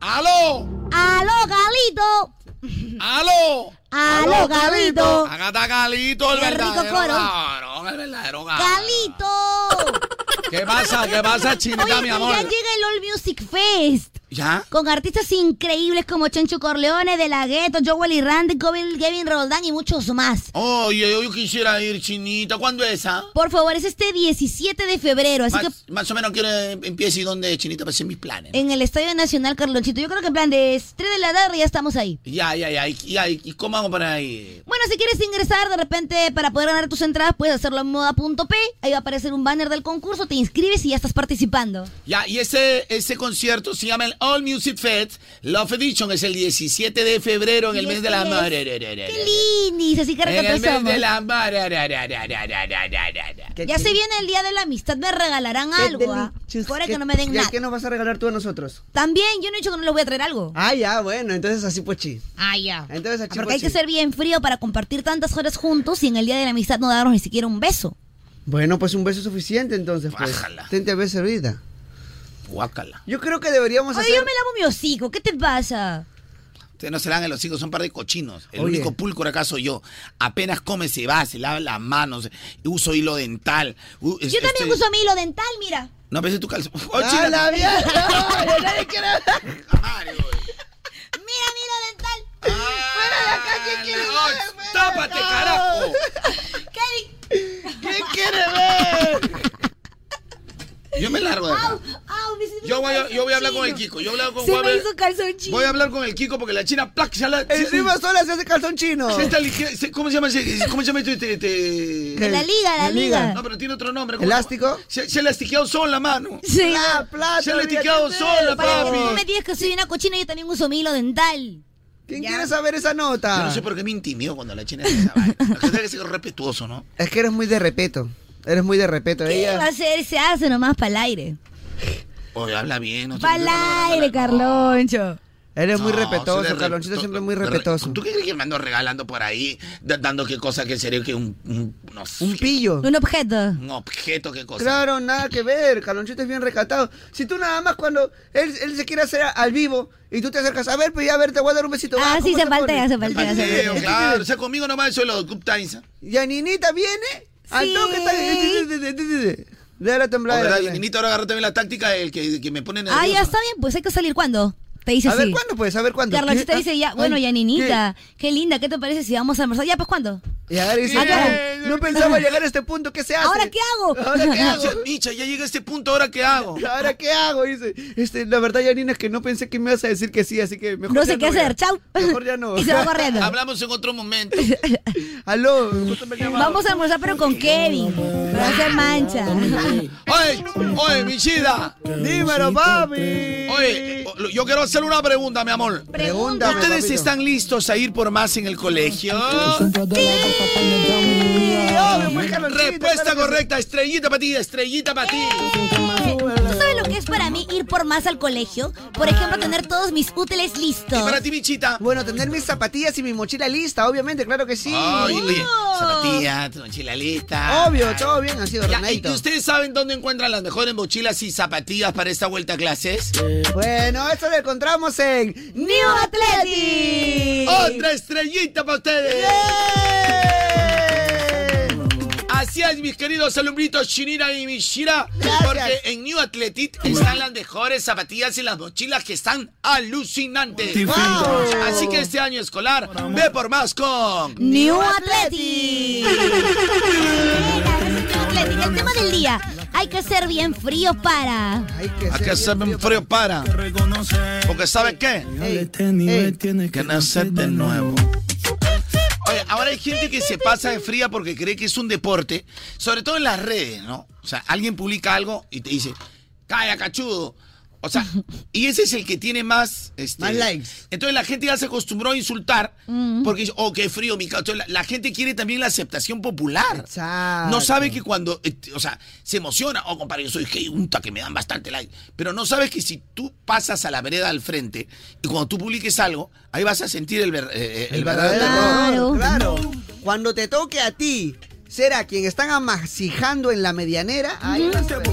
[SPEAKER 8] ¡Aló!
[SPEAKER 3] ¡Aló, Galito!
[SPEAKER 8] ¡Aló!
[SPEAKER 3] ¡Aló, Galito!
[SPEAKER 8] Acá está Galito, el
[SPEAKER 3] Oh. Qué rico
[SPEAKER 8] verdadero
[SPEAKER 3] coro.
[SPEAKER 8] cabrón, el verdadero cabrón.
[SPEAKER 3] ¡Galito!
[SPEAKER 8] ¿Qué pasa? ¿Qué pasa,
[SPEAKER 3] Oye,
[SPEAKER 8] chinita, mi
[SPEAKER 3] que
[SPEAKER 8] amor?
[SPEAKER 3] ya llega el All Music Fest.
[SPEAKER 8] ¿Ya?
[SPEAKER 3] Con artistas increíbles como Chencho Corleone, De La Ghetto, Joel y Randy, Gavin Gavin Roldán y muchos más.
[SPEAKER 8] Oye, yo quisiera ir, chinita. ¿Cuándo es, ah?
[SPEAKER 3] Por favor, es este 17 de febrero, así
[SPEAKER 8] Más, más o menos quiero empiece y dónde, chinita, para hacer mis planes.
[SPEAKER 3] que en el Estadio Nacional Carlonchito. Yo creo que en plan de 3 de la tarde ya estamos ahí.
[SPEAKER 8] Ya, ya, ya. ¿Y, ya, y- y cómo hago para ir?
[SPEAKER 3] Bueno, si quieres ingresar de repente para poder ganar tus entradas, puedes hacerlo en moda.p. Ahí va a aparecer un banner del concurso, te inscribes y ya estás participando.
[SPEAKER 8] Ya, y ese, ese concierto se llama el All Music Fest Love Edition. Es el 17 de febrero en el
[SPEAKER 3] Y
[SPEAKER 8] mes
[SPEAKER 3] este
[SPEAKER 8] de la
[SPEAKER 3] es-
[SPEAKER 8] amor.
[SPEAKER 3] ¡Qué lindis! Así que
[SPEAKER 8] En el mes
[SPEAKER 3] recatazamos.
[SPEAKER 8] de la amor.
[SPEAKER 3] Ya se viene el día de la amistad, me regalarán algo. ¿ah? Por ahí que no me den
[SPEAKER 5] ¿Y a
[SPEAKER 3] nada.
[SPEAKER 5] ¿Qué nos vas a regalar tú a nosotros?
[SPEAKER 3] También, yo no he dicho que no les voy a traer algo.
[SPEAKER 5] Ah, ya, bueno, entonces así pues chi.
[SPEAKER 3] Ah, ya.
[SPEAKER 5] Entonces así
[SPEAKER 3] Porque hay
[SPEAKER 5] pues
[SPEAKER 3] que
[SPEAKER 5] chi.
[SPEAKER 3] ser bien frío para compartir tantas horas juntos y en el día de la amistad no darnos ni siquiera un beso.
[SPEAKER 5] Bueno, pues un beso es suficiente entonces. Pues.
[SPEAKER 8] Bájala.
[SPEAKER 5] Tente a ver servida.
[SPEAKER 8] Guácala.
[SPEAKER 5] Yo creo que deberíamos
[SPEAKER 3] Oye,
[SPEAKER 5] hacer...
[SPEAKER 3] yo me lavo mi hocico, ¿qué te pasa?
[SPEAKER 8] Ustedes no se lavan los hijos, son un par de cochinos. El
[SPEAKER 5] Oye.
[SPEAKER 8] único pulcro acá soy yo. Apenas come, se va, se lava las manos, uso hilo dental. u- es- este,
[SPEAKER 3] Yo también
[SPEAKER 8] estoy-
[SPEAKER 3] uso mi hilo dental, mira.
[SPEAKER 8] No, pensé tu calzón. Oh,
[SPEAKER 5] ¡Ah,
[SPEAKER 8] china,
[SPEAKER 5] la mierda!
[SPEAKER 3] Mira mi hilo dental.
[SPEAKER 8] Ah. oh, ¡Tápate, carajo!
[SPEAKER 3] Kevin,
[SPEAKER 5] ¿Qué quiere ver?
[SPEAKER 8] Yo me largo de acá.
[SPEAKER 3] au, me siento
[SPEAKER 8] Yo voy, a,
[SPEAKER 3] calzón
[SPEAKER 8] yo voy a hablar con el
[SPEAKER 3] chino.
[SPEAKER 8] Kiko. Yo voy a hablar con
[SPEAKER 3] Se
[SPEAKER 8] voy a
[SPEAKER 3] me
[SPEAKER 8] hablar-
[SPEAKER 3] hizo calzón chino.
[SPEAKER 8] Voy a hablar con el Kiko porque la china, plac, se la. se-
[SPEAKER 5] Encima sola se hace calzón chino.
[SPEAKER 8] se está lige- se- ¿Cómo se llama? ese- ¿Cómo se llama este? este-
[SPEAKER 5] ¿Qué?
[SPEAKER 3] La liga, la
[SPEAKER 5] La liga.
[SPEAKER 3] liga.
[SPEAKER 8] No, pero tiene otro nombre. ¿cómo?
[SPEAKER 5] ¿Elástico?
[SPEAKER 8] Se, se ha lastiqueado sola, mano.
[SPEAKER 3] Sí.
[SPEAKER 5] La plata.
[SPEAKER 8] Se ha lastiqueado sola,
[SPEAKER 3] Para que tú me
[SPEAKER 8] papi.
[SPEAKER 3] digas que soy una cochina, yo también uso mi hilo dental.
[SPEAKER 5] ¿Quién
[SPEAKER 3] Ya.
[SPEAKER 5] quiere saber esa
[SPEAKER 8] Yo
[SPEAKER 5] nota?
[SPEAKER 8] no sé por qué me intimido cuando la china hace esa vaina. La cosa es que sea respetuoso, ¿no?
[SPEAKER 5] Es que eres muy de respeto. Eres muy de respeto.
[SPEAKER 3] ¿Qué
[SPEAKER 5] Ella...
[SPEAKER 3] va a hacer? Se hace nomás para el aire.
[SPEAKER 8] Oye, habla bien. No
[SPEAKER 3] Para el aire, Carloncho.
[SPEAKER 5] Eres muy
[SPEAKER 8] No, se
[SPEAKER 5] respetuoso,
[SPEAKER 8] le-
[SPEAKER 5] Carlonchito
[SPEAKER 8] to-
[SPEAKER 5] siempre muy
[SPEAKER 8] re-
[SPEAKER 5] respetuoso.
[SPEAKER 8] ¿Tú qué crees que me ando regalando por ahí? da- dando qué cosa que sería que un, un, no sé,
[SPEAKER 5] Un pillo.
[SPEAKER 3] Un objeto.
[SPEAKER 8] un objeto, qué cosa.
[SPEAKER 5] Claro, nada que ver, Carlonchito es bien recatado. Si tú nada más cuando él, él se quiere hacer a- al vivo y tú te acercas, a ver, pues ya, a ver, te voy a dar un besito. Va,
[SPEAKER 3] Ah, sí,
[SPEAKER 5] ¿cómo
[SPEAKER 3] se
[SPEAKER 5] te
[SPEAKER 3] paltea,
[SPEAKER 5] pones?
[SPEAKER 3] se paltea, se
[SPEAKER 8] Paseo,
[SPEAKER 3] paltea.
[SPEAKER 8] claro. O sea, conmigo nomás eso es lo de Good Times. ¿ah?
[SPEAKER 5] Yaninita viene, Ah, al
[SPEAKER 3] Sí.
[SPEAKER 5] toque está... De la
[SPEAKER 8] O
[SPEAKER 5] tembladera.
[SPEAKER 8] verdad,
[SPEAKER 5] dale.
[SPEAKER 8] y Ninito ahora agarró también la táctica del que, que me pone nervioso.
[SPEAKER 3] Ah, ya está bien, pues hay que salir cuando. Te dice
[SPEAKER 5] A
[SPEAKER 3] así.
[SPEAKER 5] ver, ¿cuándo pues? A ver, ¿cuándo?
[SPEAKER 3] Carlonchito
[SPEAKER 5] ¿Qué?
[SPEAKER 3] dice
[SPEAKER 5] Ah,
[SPEAKER 3] ya, bueno,
[SPEAKER 5] ay,
[SPEAKER 3] ya ninita, qué linda, ¿qué te parece si vamos a almorzar? Ya, pues cuándo?
[SPEAKER 5] ¿qué? Y ahora dice,
[SPEAKER 3] ¿A qué
[SPEAKER 5] "Ay, no pensaba llegar a este punto, ¿qué se hace?
[SPEAKER 3] ¿Ahora qué hago?
[SPEAKER 5] ¿Ahora qué hago?
[SPEAKER 8] Dice, Micha, ya llegué a este punto, ¿ahora qué hago?
[SPEAKER 5] ¿Ahora qué hago? Dice, este, la verdad, Yanina, es que no pensé que me ibas a decir que sí, así que mejor
[SPEAKER 3] No
[SPEAKER 5] ya
[SPEAKER 3] sé qué
[SPEAKER 5] ya.
[SPEAKER 3] hacer, chau.
[SPEAKER 5] Mejor ya no.
[SPEAKER 3] Y se va corriendo.
[SPEAKER 8] Hablamos en otro momento.
[SPEAKER 5] Aló, justo me llamaron.
[SPEAKER 3] Vamos a almorzar, pero con Kevin, para hacer mancha.
[SPEAKER 8] Oye, oye, Michida.
[SPEAKER 5] Dímelo, papi.
[SPEAKER 8] Oye, o- yo quiero hacer una pregunta, mi amor.
[SPEAKER 5] Pregunta.
[SPEAKER 8] ¿Ustedes están listos a ir por más en el colegio?
[SPEAKER 5] obvio, pues, Carlonchito,
[SPEAKER 8] Respuesta pues,
[SPEAKER 5] claro que sí.
[SPEAKER 8] correcta, estrellita para ti, estrellita para ti.
[SPEAKER 3] ¿Tú sabes lo que
[SPEAKER 16] es para mí ir por más al colegio. Por ejemplo, tener todos mis útiles listos.
[SPEAKER 8] ti, bichita?
[SPEAKER 5] Bueno, tener mis zapatillas y mi mochila lista, obviamente, claro que sí.
[SPEAKER 8] Ay, oye, zapatillas, tu mochila lista.
[SPEAKER 5] Obvio, todo bien, ha sido
[SPEAKER 8] Ya, ¿y
[SPEAKER 5] ordenadito.
[SPEAKER 8] ustedes saben dónde encuentran las mejores mochilas y zapatillas para esta vuelta a clases?
[SPEAKER 5] Bueno, esto lo encontramos en Oh,
[SPEAKER 16] New Athletic.
[SPEAKER 3] Oh.
[SPEAKER 8] ¡Otra estrellita para ustedes! Así es, mis queridos alumbritos Shinira y Mishira, porque en New Athletic están las mejores zapatillas y las mochilas que están alucinantes.
[SPEAKER 2] Wow.
[SPEAKER 8] Así que este año escolar, ve por más con
[SPEAKER 16] New Athletic. New Athletic, el tema del día. Hay que ser bien frío para.
[SPEAKER 8] A que se ven frío para. Porque ¿saben qué? que nacer de nuevo. Oye, ahora hay gente que se pasa de fría porque cree que es un deporte, sobre todo en las redes, ¿no? O sea, alguien publica algo y te dice, calla, cachudo. O sea, y ese es el que tiene más... Este,
[SPEAKER 5] Más likes.
[SPEAKER 8] Entonces la gente ya se acostumbró a insultar porque dice, oh, qué frío, mi cacho. La, la gente quiere también la aceptación popular.
[SPEAKER 5] Ah,
[SPEAKER 8] No sabe que cuando, eh, o sea, se emociona, oh, compadre, yo soy gay, unta, que me dan bastante like. Pero no sabes que si tú pasas a la vereda al frente y cuando tú publiques algo, ahí vas a sentir el, ver- eh, eh, el verdadero
[SPEAKER 5] Claro,
[SPEAKER 8] terror.
[SPEAKER 5] claro. Cuando te toque a ti ser a quien están amasijando en la medianera, ahí vas a ver.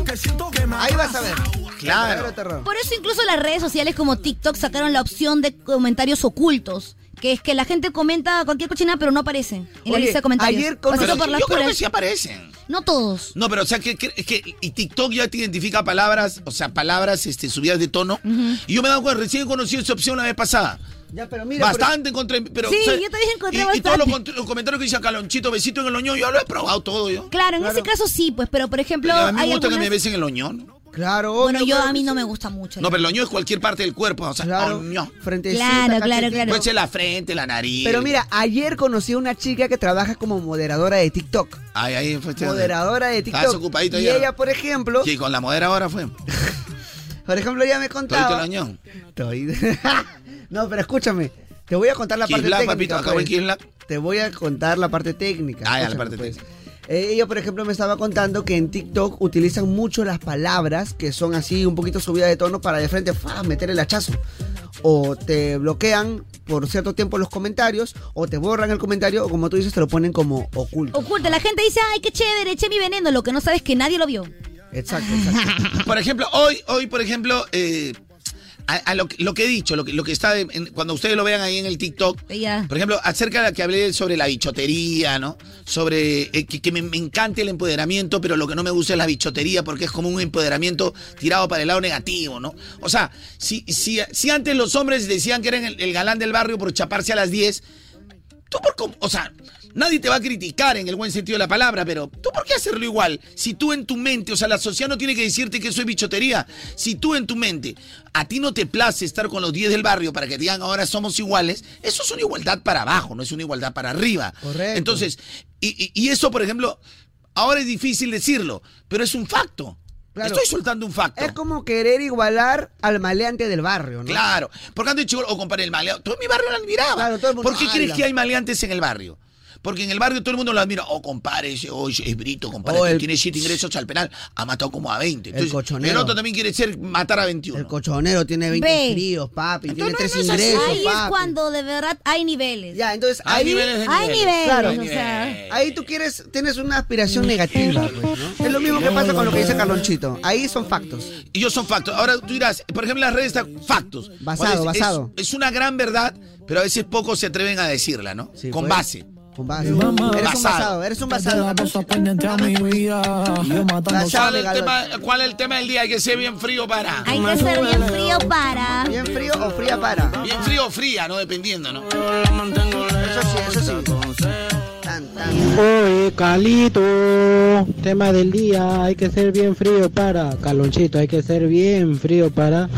[SPEAKER 5] Ahí vas a ver. Verdadero terror.
[SPEAKER 3] Por eso incluso las redes sociales como TikTok sacaron la opción de comentarios ocultos. Que es que la gente comenta cualquier cochina, pero no aparece en la
[SPEAKER 5] Oye,
[SPEAKER 3] lista de comentarios.
[SPEAKER 5] ayer con-
[SPEAKER 3] Pasito
[SPEAKER 8] Pero
[SPEAKER 3] por las
[SPEAKER 8] yo creo que
[SPEAKER 3] puras.
[SPEAKER 8] sí aparecen.
[SPEAKER 3] No todos.
[SPEAKER 8] No, pero o sea que, que- que- y TikTok ya te identifica palabras, o sea, palabras este, subidas de tono. Y yo me he dado cuenta, recién conocí esa opción la vez pasada.
[SPEAKER 5] Ya, pero mira,
[SPEAKER 8] bastante encontré, pero
[SPEAKER 3] Sí,
[SPEAKER 8] o sea,
[SPEAKER 3] yo también encontré
[SPEAKER 8] y- y,
[SPEAKER 3] bastante.
[SPEAKER 8] todos los, cont- los comentarios que dicen Calonchito, besito en el oñón, yo lo he probado todo yo.
[SPEAKER 3] Claro, en ese caso sí, pues, pero por ejemplo,
[SPEAKER 8] a mí me
[SPEAKER 3] hay
[SPEAKER 8] gusta
[SPEAKER 3] algunas...
[SPEAKER 8] que me besen el oñón.
[SPEAKER 5] Claro.
[SPEAKER 3] Bueno, yo
[SPEAKER 5] claro
[SPEAKER 3] a mí
[SPEAKER 5] que
[SPEAKER 3] no
[SPEAKER 5] sí.
[SPEAKER 3] me gusta mucho.
[SPEAKER 8] No, pero el oñón es cualquier parte del cuerpo, o sea, oñón.
[SPEAKER 5] Frentecita,
[SPEAKER 3] Claro, claro,
[SPEAKER 5] cachetita.
[SPEAKER 3] claro.
[SPEAKER 8] Puede ser la frente, la nariz.
[SPEAKER 5] Pero mira, ayer conocí a una chica que trabaja como moderadora de TikTok.
[SPEAKER 8] Ay, ahí fue este-
[SPEAKER 5] Moderadora de TikTok.
[SPEAKER 8] Estás ocupadito
[SPEAKER 5] y
[SPEAKER 8] ya.
[SPEAKER 5] ella, por ejemplo,
[SPEAKER 8] Sí, con la moderadora fue.
[SPEAKER 5] por ejemplo, ella me
[SPEAKER 8] Todito el
[SPEAKER 5] contaba.
[SPEAKER 8] oñón.
[SPEAKER 5] no, pero escúchame. Te voy a contar la parte
[SPEAKER 8] Quisla,
[SPEAKER 5] técnica.
[SPEAKER 8] papito, acabo en
[SPEAKER 5] pues.
[SPEAKER 8] Quisla.
[SPEAKER 5] Te voy a contar la parte técnica.
[SPEAKER 8] Ah, ya, la
[SPEAKER 5] escúchame,
[SPEAKER 8] parte
[SPEAKER 5] pues. Eh, Ella, por ejemplo, me estaba contando que en TikTok utilizan mucho las palabras que son así un poquito subidas de tono para de frente ¡fua! meter el hachazo. O te bloquean por cierto tiempo los comentarios, o te borran el comentario, o como tú dices, te lo ponen como oculto.
[SPEAKER 3] Oculta, la gente dice, ay, qué chévere, eché mi veneno, lo que no sabes es que nadie lo vio.
[SPEAKER 5] Exacto, exacto.
[SPEAKER 8] Por ejemplo, hoy, hoy, por ejemplo, eh, a, a lo, que- lo que he dicho, lo que, lo que está de- en- cuando ustedes lo vean ahí en el TikTok,
[SPEAKER 3] Ya.
[SPEAKER 8] por ejemplo, acerca de la que hablé sobre la bichotería, ¿no? Sobre eh, que, que me, me encanta el empoderamiento, pero lo que no me gusta es la bichotería porque es como un empoderamiento tirado para el lado negativo, ¿no? O sea, si, si, si antes los hombres decían que eran el, el galán del barrio por chaparse a las 10, tú por cómo- o sea, nadie te va a criticar en el buen sentido de la palabra, pero tú por qué hacerlo igual? Si tú en tu mente, o sea, la sociedad no tiene que decirte que eso es bichotería. Si tú en tu mente, a ti no te place estar con los 10 del barrio para que te digan ahora somos iguales, eso es una igualdad para abajo, no es una igualdad para arriba.
[SPEAKER 5] Correcto.
[SPEAKER 8] Entonces, y, y- y eso, por ejemplo, ahora es difícil decirlo, pero es un facto.
[SPEAKER 5] Claro.
[SPEAKER 8] Estoy soltando un facto.
[SPEAKER 5] Es como querer igualar al maleante del barrio, ¿no?
[SPEAKER 8] Claro. Porque antes chivolo, o compadre, el maleado. Todo en mi barrio lo admiraba.
[SPEAKER 5] el mundo
[SPEAKER 8] ¿Por qué
[SPEAKER 5] habla.
[SPEAKER 8] crees que hay maleantes en el barrio? Porque en el barrio todo el mundo lo admira. Oh, compadre, ese, oh, ese es brito, compadre.
[SPEAKER 5] Oh,
[SPEAKER 8] que
[SPEAKER 5] el-
[SPEAKER 8] Tiene siete ingresos al penal. Ha matado como a 20.
[SPEAKER 5] El cochonero.
[SPEAKER 8] el otro también quiere ser matar a 21.
[SPEAKER 5] El cochonero tiene 20
[SPEAKER 3] Ve.
[SPEAKER 5] críos, papi, tiene
[SPEAKER 3] No,
[SPEAKER 5] tres
[SPEAKER 3] no es así.
[SPEAKER 5] ingresos,
[SPEAKER 3] Ahí es
[SPEAKER 5] papi.
[SPEAKER 3] cuando de verdad hay niveles.
[SPEAKER 5] Ya, entonces
[SPEAKER 8] Hay
[SPEAKER 5] ahí,
[SPEAKER 8] niveles de
[SPEAKER 3] Hay niveles,
[SPEAKER 5] Claro.
[SPEAKER 3] o sea.
[SPEAKER 5] Ahí tú quieres, tienes una aspiración negativa, pues, ¿no? Es lo mismo que pasa con lo que dice Carlonchito. Ahí son factos.
[SPEAKER 8] Y yo son factos. Ahora tú dirás, por ejemplo, en las redes están factos.
[SPEAKER 5] Basado,
[SPEAKER 8] O sea, es-
[SPEAKER 5] basado.
[SPEAKER 8] Es, es una gran verdad, pero a veces pocos se atreven a decirla, ¿no? Con
[SPEAKER 5] pues.
[SPEAKER 8] base.
[SPEAKER 5] Con base. Eres un basado, eres un basado. Basado,
[SPEAKER 8] ¿Cuál es, el
[SPEAKER 5] regalo.
[SPEAKER 8] tema, ¿Cuál es el tema del día? Hay que ser bien frío para.
[SPEAKER 3] Hay que ser bien frío para.
[SPEAKER 5] Bien frío o fría para.
[SPEAKER 8] Bien frío o fría, ¿no? Dependiendo, ¿no?
[SPEAKER 5] Eso sí, eso sí. Tan, tan.
[SPEAKER 4] Oye, Calito, tema del día, hay que ser bien frío para, Calonchito, hay que ser bien frío para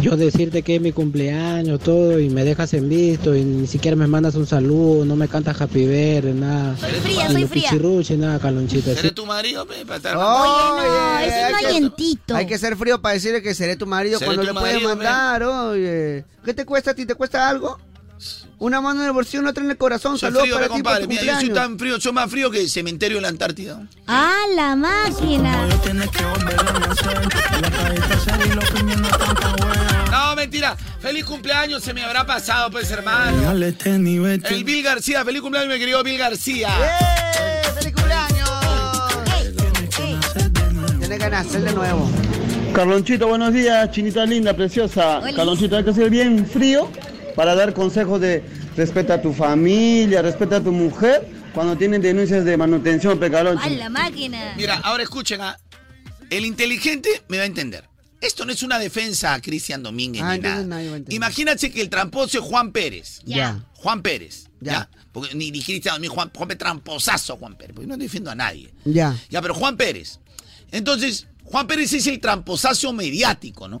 [SPEAKER 4] yo decirte que es mi cumpleaños, todo, y me dejas en visto, y ni siquiera me mandas un saludo, no me cantas happy verde, nada.
[SPEAKER 8] Soy
[SPEAKER 3] fría,
[SPEAKER 4] Ni
[SPEAKER 3] soy
[SPEAKER 4] los
[SPEAKER 3] fría.
[SPEAKER 4] pichirruches, nada, Calonchito. así
[SPEAKER 8] Seré tu marido, pe,
[SPEAKER 5] Oh,
[SPEAKER 8] para estar-
[SPEAKER 5] Oye,
[SPEAKER 3] ese no
[SPEAKER 5] hay que-
[SPEAKER 3] alientito.
[SPEAKER 5] Hay que ser frío para decirle que seré tu marido
[SPEAKER 8] Seré
[SPEAKER 5] cuando
[SPEAKER 8] tu
[SPEAKER 5] le puedes
[SPEAKER 8] marido,
[SPEAKER 5] mandar, oye. ¿Qué te cuesta a ti? ¿Te cuesta algo? Una mano en el bolsillo, una otra en el corazón.
[SPEAKER 8] Soy
[SPEAKER 5] Saludos
[SPEAKER 8] frío,
[SPEAKER 5] para ti por
[SPEAKER 8] compadre.
[SPEAKER 5] tu
[SPEAKER 8] Mira, yo soy
[SPEAKER 5] cumpleaños.
[SPEAKER 8] tan frío, soy más frío que el cementerio de la Antártida.
[SPEAKER 16] ¡Ah, la máquina!
[SPEAKER 8] No, mentira. Feliz cumpleaños, se me habrá pasado, pues, hermano. El Bill García, feliz cumpleaños, mi querido Bill García.
[SPEAKER 5] ¡Eh! ¡Feliz cumpleaños! Tienes que nacer de nuevo.
[SPEAKER 13] Carlonchito, buenos días, chinita linda, preciosa.
[SPEAKER 5] Hola.
[SPEAKER 13] Carlonchito, hay que ser bien frío para dar consejos de respeta a tu familia, respeta a tu mujer cuando tienen denuncias de manutención, pe, Carloncho.
[SPEAKER 3] la máquina!
[SPEAKER 8] Mira, ahora escuchen, ah. el inteligente me va a entender. Esto no es una defensa a Cristian Domínguez
[SPEAKER 5] Ah,
[SPEAKER 8] ni nada.
[SPEAKER 5] entonces nadie va a entender.
[SPEAKER 8] Imagínate que el tramposo es Juan Pérez.
[SPEAKER 5] Ya.
[SPEAKER 8] Juan Pérez. Ya.
[SPEAKER 5] Ya.
[SPEAKER 8] Porque ni, ni Cristian Domínguez, Juan, Juan Pérez, tramposazo Juan Pérez. Porque no defiendo a nadie.
[SPEAKER 5] Ya.
[SPEAKER 8] Ya, pero Juan Pérez. Entonces, Juan Pérez es el tramposazo mediático, ¿no?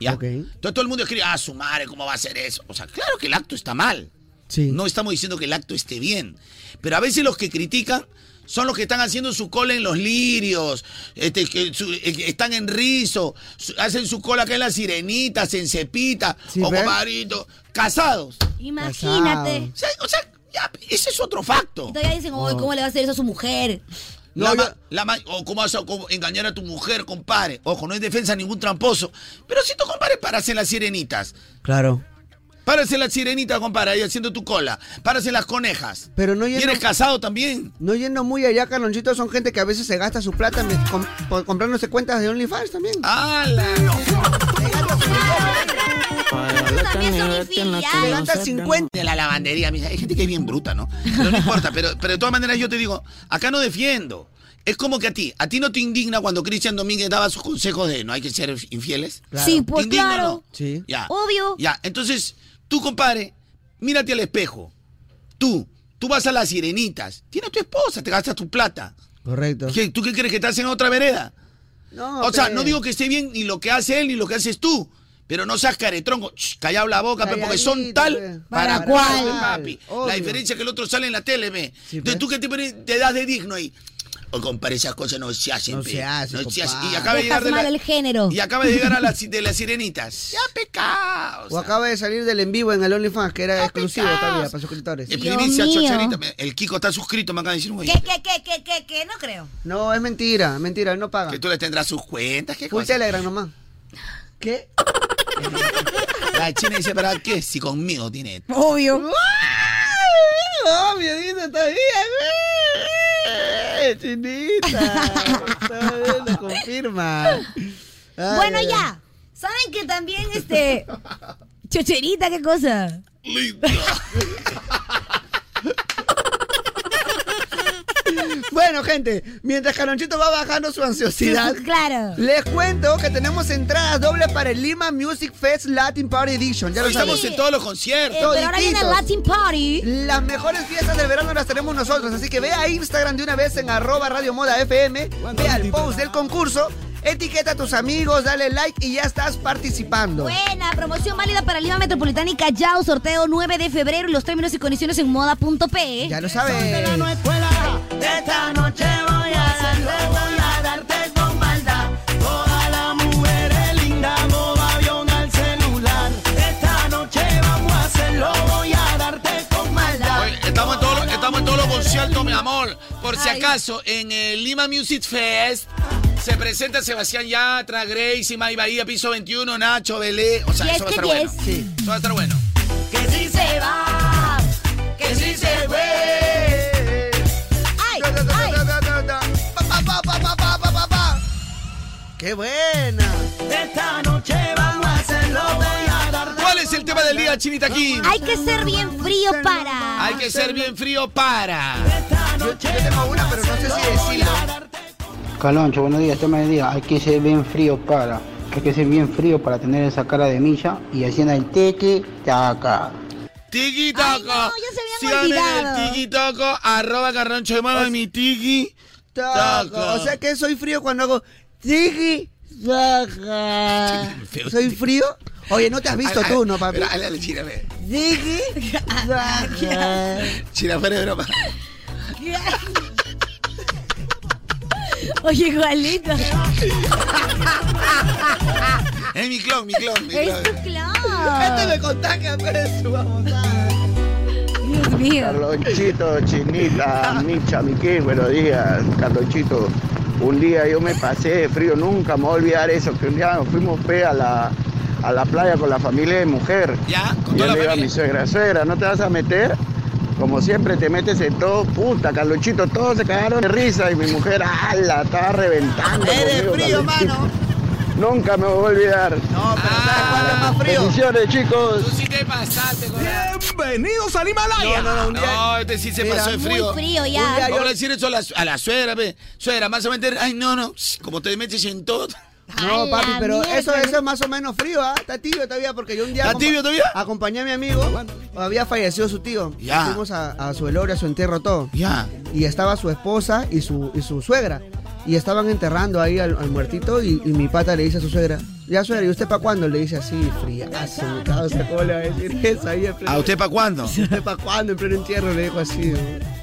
[SPEAKER 8] Ya. Entonces todo el mundo escribe, ah, su madre, ¿cómo va a hacer eso? O sea, claro que el acto está mal. No estamos diciendo que el acto esté bien. Pero a veces los que critican son los que están haciendo su cola en los lirios, este, que su- eh, que están en rizo, su- hacen su cola acá en las sirenitas, en cepita,
[SPEAKER 5] Sí,
[SPEAKER 8] o
[SPEAKER 5] ¿ves?
[SPEAKER 8] compadrito, casados.
[SPEAKER 3] Imagínate.
[SPEAKER 8] O sea, o sea, ya, ese es otro facto.
[SPEAKER 3] Y todavía dicen,
[SPEAKER 5] Oh.
[SPEAKER 3] "Uy, ¿cómo le va a hacer eso a su mujer?
[SPEAKER 8] La ma- la ma- o cómo vas a cómo engañar a tu mujer, compadre. Ojo, no es defensa de ningún tramposo. Pero si tu compadre parase en las sirenitas,
[SPEAKER 5] Claro.
[SPEAKER 8] Párase las sirenitas, compadre, ahí haciendo tu cola. Párase las conejas.
[SPEAKER 5] Pero no
[SPEAKER 8] ¿Y
[SPEAKER 5] yendo,
[SPEAKER 8] eres casado también?
[SPEAKER 5] no yendo muy allá, Carlonchito, son gente que a veces se gasta su plata me- com- por comprándose cuentas de OnlyFans también.
[SPEAKER 8] Ah, ¡Hala!
[SPEAKER 5] Se gasta 50.
[SPEAKER 8] De la lavandería, mija. Hay gente que es bien bruta, ¿no? Pero no importa, pero, pero de todas maneras yo te digo, acá no defiendo. Es como que a ti, a ti no te indigna cuando Cristian Domínguez daba sus consejos de no hay que ser infieles.
[SPEAKER 3] Sí, pues
[SPEAKER 8] ¿Te indigna o
[SPEAKER 3] claro.
[SPEAKER 8] no?
[SPEAKER 5] Sí.
[SPEAKER 8] Ya.
[SPEAKER 3] Obvio.
[SPEAKER 8] Ya, entonces, tú, compadre, mírate al espejo. Tú, tú vas a las sirenitas. Tienes tu esposa, te gastas tu plata.
[SPEAKER 5] Correcto.
[SPEAKER 8] ¿Qué- ¿Tú qué crees que te hacen en otra vereda?
[SPEAKER 5] No,
[SPEAKER 8] o sea,
[SPEAKER 5] pe.
[SPEAKER 8] no digo que esté bien ni lo que hace él ni lo que haces tú. Pero no seas caretronco, Shh, callado la boca, pe, porque son
[SPEAKER 5] Calladito,
[SPEAKER 8] tal
[SPEAKER 5] pe.
[SPEAKER 8] para,
[SPEAKER 5] Para
[SPEAKER 8] cual,
[SPEAKER 5] cual,
[SPEAKER 8] papi. La
[SPEAKER 5] obvio.
[SPEAKER 8] diferencia es que el otro sale en la tele, ve.
[SPEAKER 5] pe.
[SPEAKER 8] Entonces, ¿tú qué te, pones- te das de digno ahí? O compadre, esas cosas no se hacen,
[SPEAKER 5] No
[SPEAKER 8] pe.
[SPEAKER 5] se hacen,
[SPEAKER 8] No se hacen. Y
[SPEAKER 5] compadre.
[SPEAKER 8] acaba de llegar
[SPEAKER 3] Dejas mal
[SPEAKER 8] de la-
[SPEAKER 3] el género.
[SPEAKER 8] y acaba de llegar a las de las sirenitas. Ya pecado.
[SPEAKER 5] O acaba de salir del en vivo en el OnlyFans, que
[SPEAKER 8] Ah,
[SPEAKER 5] era exclusivo todavía para suscriptores.
[SPEAKER 8] En primicia, Chocharita, me- el Kiko está suscrito, me acaba de decir, güey,
[SPEAKER 16] ¿Qué, qué, qué, qué, qué, qué? No creo.
[SPEAKER 5] No, es mentira, mentira, él no paga.
[SPEAKER 8] que tú le tendrás sus cuentas, qué
[SPEAKER 5] Full
[SPEAKER 8] cosa.
[SPEAKER 5] Telegram nomás. ¿Qué?
[SPEAKER 8] La china dice, ¿para qué? Si conmigo tiene.
[SPEAKER 5] Obvio. Obvio, dice todavía, güey. eh, Chinita. Todavía lo confirma. Ay,
[SPEAKER 3] Bueno,
[SPEAKER 5] ay, ay.
[SPEAKER 3] Ah, ya. ¿Saben que también este. Chocherita, qué cosa?
[SPEAKER 5] Bueno, gente, mientras Caronchito va bajando su ansiosidad.
[SPEAKER 3] Claro.
[SPEAKER 5] Les cuento que tenemos entradas dobles para el Lima Music Fest Latin Party Edition. Ya lo
[SPEAKER 8] Hoy estamos
[SPEAKER 5] saben.
[SPEAKER 8] en todos los conciertos.
[SPEAKER 3] Eh, pero ahora viene el
[SPEAKER 5] Toditos.
[SPEAKER 3] Latin Party.
[SPEAKER 5] Las mejores fiestas del verano las tenemos nosotros, así que ve a Instagram de una vez en arroba Radio Moda FM, ve al post del concurso, etiqueta a tus amigos, dale like y ya estás participando.
[SPEAKER 3] Buena promoción válida para Lima Metropolitana y Callao. Sorteo 9 de febrero. y Los términos y condiciones en moda.pe.
[SPEAKER 5] Ya lo sabes.
[SPEAKER 2] Esta noche voy a darte, voy a darte con maldad. Toda la mujer es linda, boba avión al celular. Esta noche vamos a hacerlo, voy a darte con maldad.
[SPEAKER 8] Oye, estamos en todos los- estamos en todos los conciertos, mi amor. Por si acaso, en el Lima Music Fest se presenta Sebastián Yatra, Gracie, May Bahía, Piso 21, Nacho, Belé. O sea,
[SPEAKER 2] Diez
[SPEAKER 8] eso va a
[SPEAKER 2] de
[SPEAKER 8] estar bueno.
[SPEAKER 2] diez.
[SPEAKER 8] Sí. Eso va a estar bueno.
[SPEAKER 2] Que si se va, que si se fue.
[SPEAKER 3] Ay,
[SPEAKER 5] Ta, ta, ta, ta, ta, ta, ta. Pa, pa, pa, pa, pa, pa, pa, pa, pa. ¡Qué buena!
[SPEAKER 2] Esta noche vamos a hacerlo, voy a darte.
[SPEAKER 8] ¿Cuál es el tema del día, Chinita King?
[SPEAKER 3] Hay que ser bien frío para.
[SPEAKER 8] Hay que ser bien frío para.
[SPEAKER 5] Yo, yo tengo una, pero no sé si decirla.
[SPEAKER 24] Caloncho, buenos días, tema del día. Hay que ser bien frío para. Hay que ser bien frío para tener esa cara de milla y haciendo el teque taca.
[SPEAKER 8] Tiki Taco.
[SPEAKER 3] se habían
[SPEAKER 8] Síganme en
[SPEAKER 3] olvidado.
[SPEAKER 8] el Tiki Taco, arroba carrancho de mano de mi Tiki.
[SPEAKER 5] Taco. O sea que soy frío cuando hago tiki, taca. ¿Soy frío? Oye, no te has visto
[SPEAKER 8] Al- al-
[SPEAKER 5] tú, ¿no, papi?
[SPEAKER 8] pero, al- al- China, ve.
[SPEAKER 5] Tiki, taca.
[SPEAKER 8] China, fuera de broma.
[SPEAKER 3] Oye, igualito.
[SPEAKER 8] Es mi clon, mi clon, mi
[SPEAKER 3] es
[SPEAKER 8] clon.
[SPEAKER 3] tu clon.
[SPEAKER 5] Esto me contagia, pero es su
[SPEAKER 3] Dios mío.
[SPEAKER 7] Carlonchito, Chinita, Micha, Miquel, buenos días, Carlonchito. Un día yo me pasé de frío, nunca me voy a olvidar eso, que un día nos fuimos pe a la, a la playa con la familia de mujer.
[SPEAKER 8] Ya,
[SPEAKER 7] con yo le digo a mi suegra, suegra, ¿no te vas a meter? Como siempre te metes en todo, puta, Carlonchito, todos se cagaron de risa y mi mujer, ala, estaba reventando. Eres frío, mano. Nunca me voy a olvidar. No, pero más frío. Bendiciones, chicos.
[SPEAKER 8] Tú sí te pasaste, colega.
[SPEAKER 7] Bienvenidos al Himalaya.
[SPEAKER 8] No, no, no, un día. No, este sí se
[SPEAKER 3] Mira,
[SPEAKER 8] pasó de
[SPEAKER 3] muy
[SPEAKER 8] frío.
[SPEAKER 3] frío ya. Un día yo-
[SPEAKER 8] Ahora decir eso a la, a la suegra, ve. Suegra, más o menos. Ay, no, no. Como te metes en todo.
[SPEAKER 5] No, papi, pero eso, eso es más o menos frío, ¿ah? Está tibio todavía, porque yo un día.
[SPEAKER 8] ¿Está
[SPEAKER 5] acompa-
[SPEAKER 8] tibio todavía?
[SPEAKER 5] Acompañé a mi amigo, había fallecido su tío.
[SPEAKER 8] Ya.
[SPEAKER 5] Fuimos a, a su velorio, a su enterro, todo.
[SPEAKER 8] Ya.
[SPEAKER 5] Y estaba su esposa y su, y su suegra. Y estaban enterrando ahí al, al muertito, y, y mi pata le dice a su suegra. Ya suegra, ¿y usted para cuándo? Le dice así, friazo, mi causa, ¿cómo le va a decir eso ahí en pleno-
[SPEAKER 8] ¿A usted para cuándo?
[SPEAKER 5] ¿Usted para cuándo? En pleno entierro le dijo así.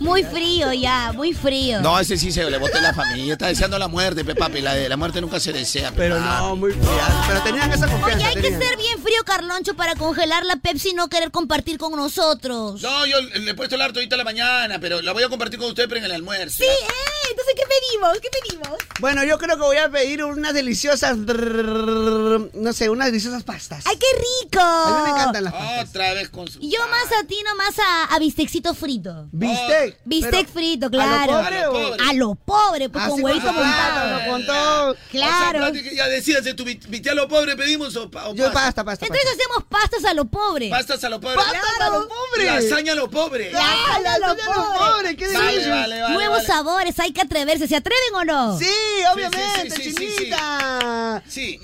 [SPEAKER 3] Muy frío ya, muy frío.
[SPEAKER 8] No, ese sí se le boté la familia. Está deseando la muerte, pe, papi. La, de- la muerte nunca se desea. Pero no,
[SPEAKER 5] muy fría. Pero tenían esa
[SPEAKER 3] Oye, hay que ser bien frío, Carloncho, para congelar la Pepsi y no querer compartir con nosotros.
[SPEAKER 8] No, yo le he puesto el harto ahorita a la mañana, pero la voy a compartir con usted, pero en el almuerzo.
[SPEAKER 3] Sí, ¿eh? Entonces, ¿qué pedimos? ¿Qué pedimos?
[SPEAKER 5] Bueno, yo creo que voy a pedir unas deliciosas. No sé, unas deliciosas pastas.
[SPEAKER 3] ¡Ay, qué rico!
[SPEAKER 5] A mí me encantan las
[SPEAKER 8] Otra vez con su.
[SPEAKER 3] Yo más a ti, nomás a, a bistecito frito.
[SPEAKER 5] Bistec.
[SPEAKER 3] Bistec
[SPEAKER 5] Pero,
[SPEAKER 3] frito,
[SPEAKER 5] ¿a
[SPEAKER 3] claro.
[SPEAKER 5] lo pobre o-
[SPEAKER 3] A lo pobre, pues
[SPEAKER 5] Así
[SPEAKER 3] con huevito
[SPEAKER 5] como-
[SPEAKER 3] montado.
[SPEAKER 5] Claro, con todo.
[SPEAKER 3] Claro.
[SPEAKER 8] O sea, práctica- ya decídase, ¿tu bit- vite a lo pobre pedimos o, pa- o
[SPEAKER 5] Yo pasta, pasta.
[SPEAKER 3] Entonces hacemos pastas a lo pobre.
[SPEAKER 8] Pastas a lo pobre.
[SPEAKER 3] Pastas a lo
[SPEAKER 5] pobre.
[SPEAKER 8] Lasaña a lo pobre.
[SPEAKER 3] Claro,
[SPEAKER 5] Ah,
[SPEAKER 3] lo
[SPEAKER 5] la tuya no, pobre, qué
[SPEAKER 8] Vale,
[SPEAKER 5] delicioso.
[SPEAKER 8] vale, vale,
[SPEAKER 3] Nuevos
[SPEAKER 8] vale.
[SPEAKER 3] sabores, hay que atreverse. ¿Se atreven o no?
[SPEAKER 5] Sí, obviamente,
[SPEAKER 8] sí, sí, sí,
[SPEAKER 5] chinita.
[SPEAKER 8] Sí.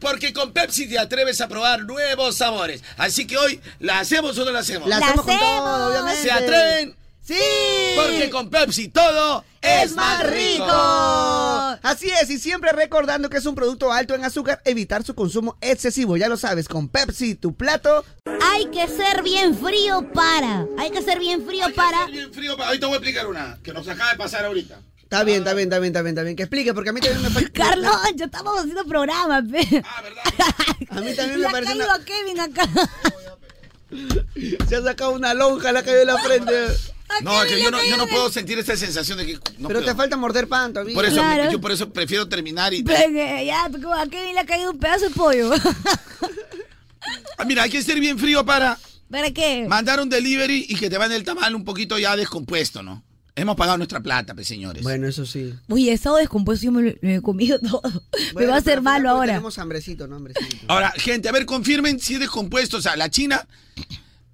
[SPEAKER 8] Porque con Pepsi te atreves a probar nuevos sabores. Así que hoy, ¿la hacemos o no la hacemos?
[SPEAKER 5] La hacemos con todo, obviamente.
[SPEAKER 8] ¿Se atreven?
[SPEAKER 5] Sí.
[SPEAKER 8] Porque con Pepsi todo es más rico.
[SPEAKER 5] Así es, y siempre recordando que es un producto alto en azúcar, evitar su consumo excesivo. Ya lo sabes, con Pepsi, tu plato.
[SPEAKER 3] Hay que ser bien frío para. Hay que ser bien frío para.
[SPEAKER 8] Bien frío, pa- ahorita voy a explicar una que nos acaba de pasar ahorita.
[SPEAKER 5] Está bien, está bien, está bien, está bien, está bien. Que explique, porque a mí también me parece.
[SPEAKER 3] Carlos, ya estamos haciendo programa, pe.
[SPEAKER 5] Ah, A mí también
[SPEAKER 3] Le
[SPEAKER 5] me
[SPEAKER 3] ha
[SPEAKER 5] parece.
[SPEAKER 3] caído
[SPEAKER 5] una-
[SPEAKER 3] a Kevin acá.
[SPEAKER 5] Se ha sacado una lonja, le ha caído en la frente.
[SPEAKER 8] No, es que yo no, yo no puedo sentir esa sensación de que. no
[SPEAKER 5] Pero
[SPEAKER 8] puedo.
[SPEAKER 5] te falta morder pan todavía.
[SPEAKER 8] Por eso,
[SPEAKER 3] Claro.
[SPEAKER 8] yo por eso prefiero terminar y.
[SPEAKER 3] Pe- Ya, como a Kevin le ha caído un pedazo de pollo.
[SPEAKER 8] Ah, mira, hay que ser bien frío para
[SPEAKER 3] ¿Para qué?
[SPEAKER 8] mandar un delivery y que te van el tamal un poquito ya descompuesto, ¿no? Hemos pagado nuestra plata, pues, señores.
[SPEAKER 5] Bueno, eso sí.
[SPEAKER 3] Uy, he estado descompuesto, yo me lo me he comido todo. me
[SPEAKER 5] Bueno,
[SPEAKER 3] va a
[SPEAKER 5] pero al
[SPEAKER 3] hacer
[SPEAKER 5] final pues
[SPEAKER 3] malo ahora.
[SPEAKER 5] Tenemos hambrecito, ¿no, hambrecito?
[SPEAKER 8] Ahora, gente, a ver, confirmen si es descompuesto. O sea, la China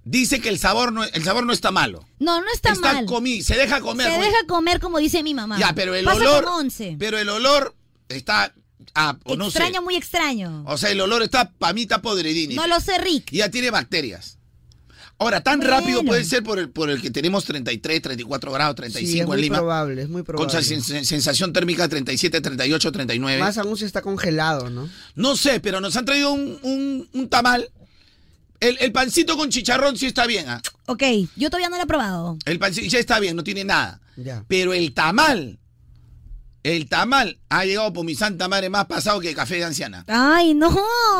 [SPEAKER 8] dice que el sabor no, el sabor no está malo.
[SPEAKER 3] No, no está,
[SPEAKER 8] Está
[SPEAKER 3] mal.
[SPEAKER 8] comi- se deja comer.
[SPEAKER 3] Se
[SPEAKER 8] güey.
[SPEAKER 3] deja comer, como dice mi mamá.
[SPEAKER 8] Ya, pero el
[SPEAKER 3] Pasa
[SPEAKER 8] olor.
[SPEAKER 3] como once.
[SPEAKER 8] Pero el olor está. ah, o no sé.
[SPEAKER 3] extraño, muy extraño.
[SPEAKER 8] O sea, el olor está para mí está podredini.
[SPEAKER 3] No lo sé, Rick.
[SPEAKER 8] Ya tiene bacterias. Ahora, tan rápido puede ser por el, por el que tenemos 33, 34 grados,
[SPEAKER 5] sí, es
[SPEAKER 8] 35
[SPEAKER 5] muy
[SPEAKER 8] en Lima.
[SPEAKER 5] probable, es muy probable.
[SPEAKER 8] Con esa sen- sen- sensación térmica 37, 38, 39.
[SPEAKER 5] Más aún si está congelado, ¿no?
[SPEAKER 8] No sé, pero nos han traído un, un- un tamal. El, el pancito con chicharrón sí está bien. ¿ah?
[SPEAKER 3] Ok, yo todavía no lo he probado.
[SPEAKER 8] El pancito ya está bien, no tiene nada.
[SPEAKER 5] Ya.
[SPEAKER 8] Pero el tamal, el tamal ha llegado por mi santa madre más pasado que el café de anciana.
[SPEAKER 3] Ay, no,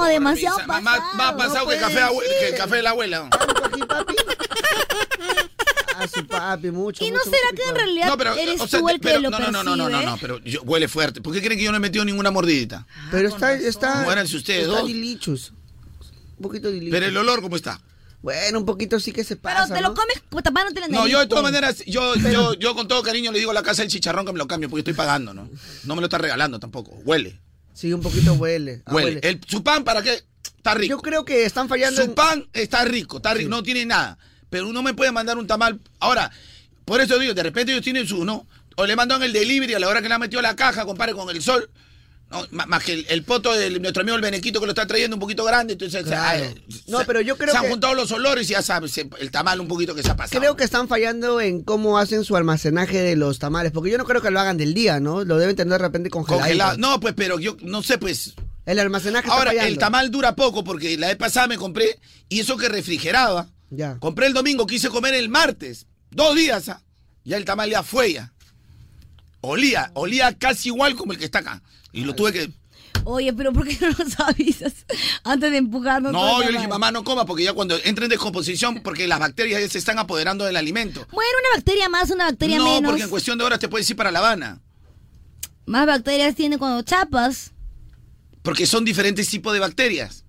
[SPEAKER 3] demasiado
[SPEAKER 8] Más, más pasado que, el café, de abue- que el café de la abuela.
[SPEAKER 5] A Ah, su papi, mucho.
[SPEAKER 3] ¿Y no
[SPEAKER 5] mucho,
[SPEAKER 3] será
[SPEAKER 5] mucho
[SPEAKER 3] que en
[SPEAKER 5] picor.
[SPEAKER 3] realidad eres tú
[SPEAKER 8] te-
[SPEAKER 3] el que
[SPEAKER 8] pero-
[SPEAKER 3] lo
[SPEAKER 8] no, no, no, no, no, no,
[SPEAKER 3] percibe?
[SPEAKER 8] no, pero yo- huele fuerte. ¿Por qué creen que yo no he metido ninguna mordidita?
[SPEAKER 5] Pero está. está
[SPEAKER 8] Muéranse ustedes
[SPEAKER 5] está
[SPEAKER 8] dos.
[SPEAKER 5] dilichus. Un poquito dilichus.
[SPEAKER 8] Pero el olor, ¿cómo está?
[SPEAKER 5] Bueno, un poquito sí que se pasa.
[SPEAKER 3] Pero te
[SPEAKER 5] ¿no?
[SPEAKER 3] lo comes como tapándote la nariz.
[SPEAKER 8] No, yo de todas
[SPEAKER 3] pues.
[SPEAKER 8] maneras, yo, yo, yo con todo cariño le digo a la casa del chicharrón que me lo cambie, porque estoy pagando, ¿no? No me lo está regalando tampoco. Huele,
[SPEAKER 5] Sí, un poquito huele. ah,
[SPEAKER 8] huele. El, su pan, ¿para qué? Está rico.
[SPEAKER 5] Yo creo que están fallando.
[SPEAKER 8] Su
[SPEAKER 5] en-
[SPEAKER 8] pan está rico, está rico, no tiene nada. Pero uno me puede mandar un tamal. Ahora, por eso digo, de repente ellos tienen su, ¿no? O le mandan el delivery a la hora que le han metido la caja, compadre, con el sol. No, ma- más que el, el poto de nuestro amigo el benequito que lo está trayendo un poquito grande, entonces o sea,
[SPEAKER 5] Claro.
[SPEAKER 8] ay,
[SPEAKER 5] No,
[SPEAKER 8] se-
[SPEAKER 5] pero yo creo
[SPEAKER 8] se han
[SPEAKER 5] que-
[SPEAKER 8] juntado los olores y ya sabes, se- el tamal un poquito que se ha pasado.
[SPEAKER 5] Creo que están fallando en cómo hacen su almacenaje de los tamales, porque yo no creo que lo hagan del día, ¿no? Lo deben tener de repente congelado.
[SPEAKER 8] Congelado. No, pues, pero yo no sé, pues.
[SPEAKER 5] El almacenaje está
[SPEAKER 8] Ahora,
[SPEAKER 5] fallando.
[SPEAKER 8] el tamal dura poco porque la vez pasada me compré y eso que refrigeraba.
[SPEAKER 5] Ya.
[SPEAKER 8] Compré el domingo, quise comer el martes. Dos días. ah. Ya el tamal ya fue ya. Olía, olía casi igual como el que está acá. Y lo tuve que.
[SPEAKER 3] Oye, pero ¿por qué no nos avisas antes de empujarnos?
[SPEAKER 8] No,
[SPEAKER 3] toda
[SPEAKER 8] yo
[SPEAKER 3] la
[SPEAKER 8] le dije,
[SPEAKER 3] madre?
[SPEAKER 8] mamá, no coma, porque ya cuando entra en descomposición, porque las bacterias ya se están apoderando del alimento.
[SPEAKER 3] Bueno, una bacteria más, una bacteria
[SPEAKER 8] no,
[SPEAKER 3] menos.
[SPEAKER 8] porque en cuestión de horas te puedes ir para La Habana.
[SPEAKER 3] Más bacterias tiene cuando chapas.
[SPEAKER 8] Porque son diferentes tipos de bacterias.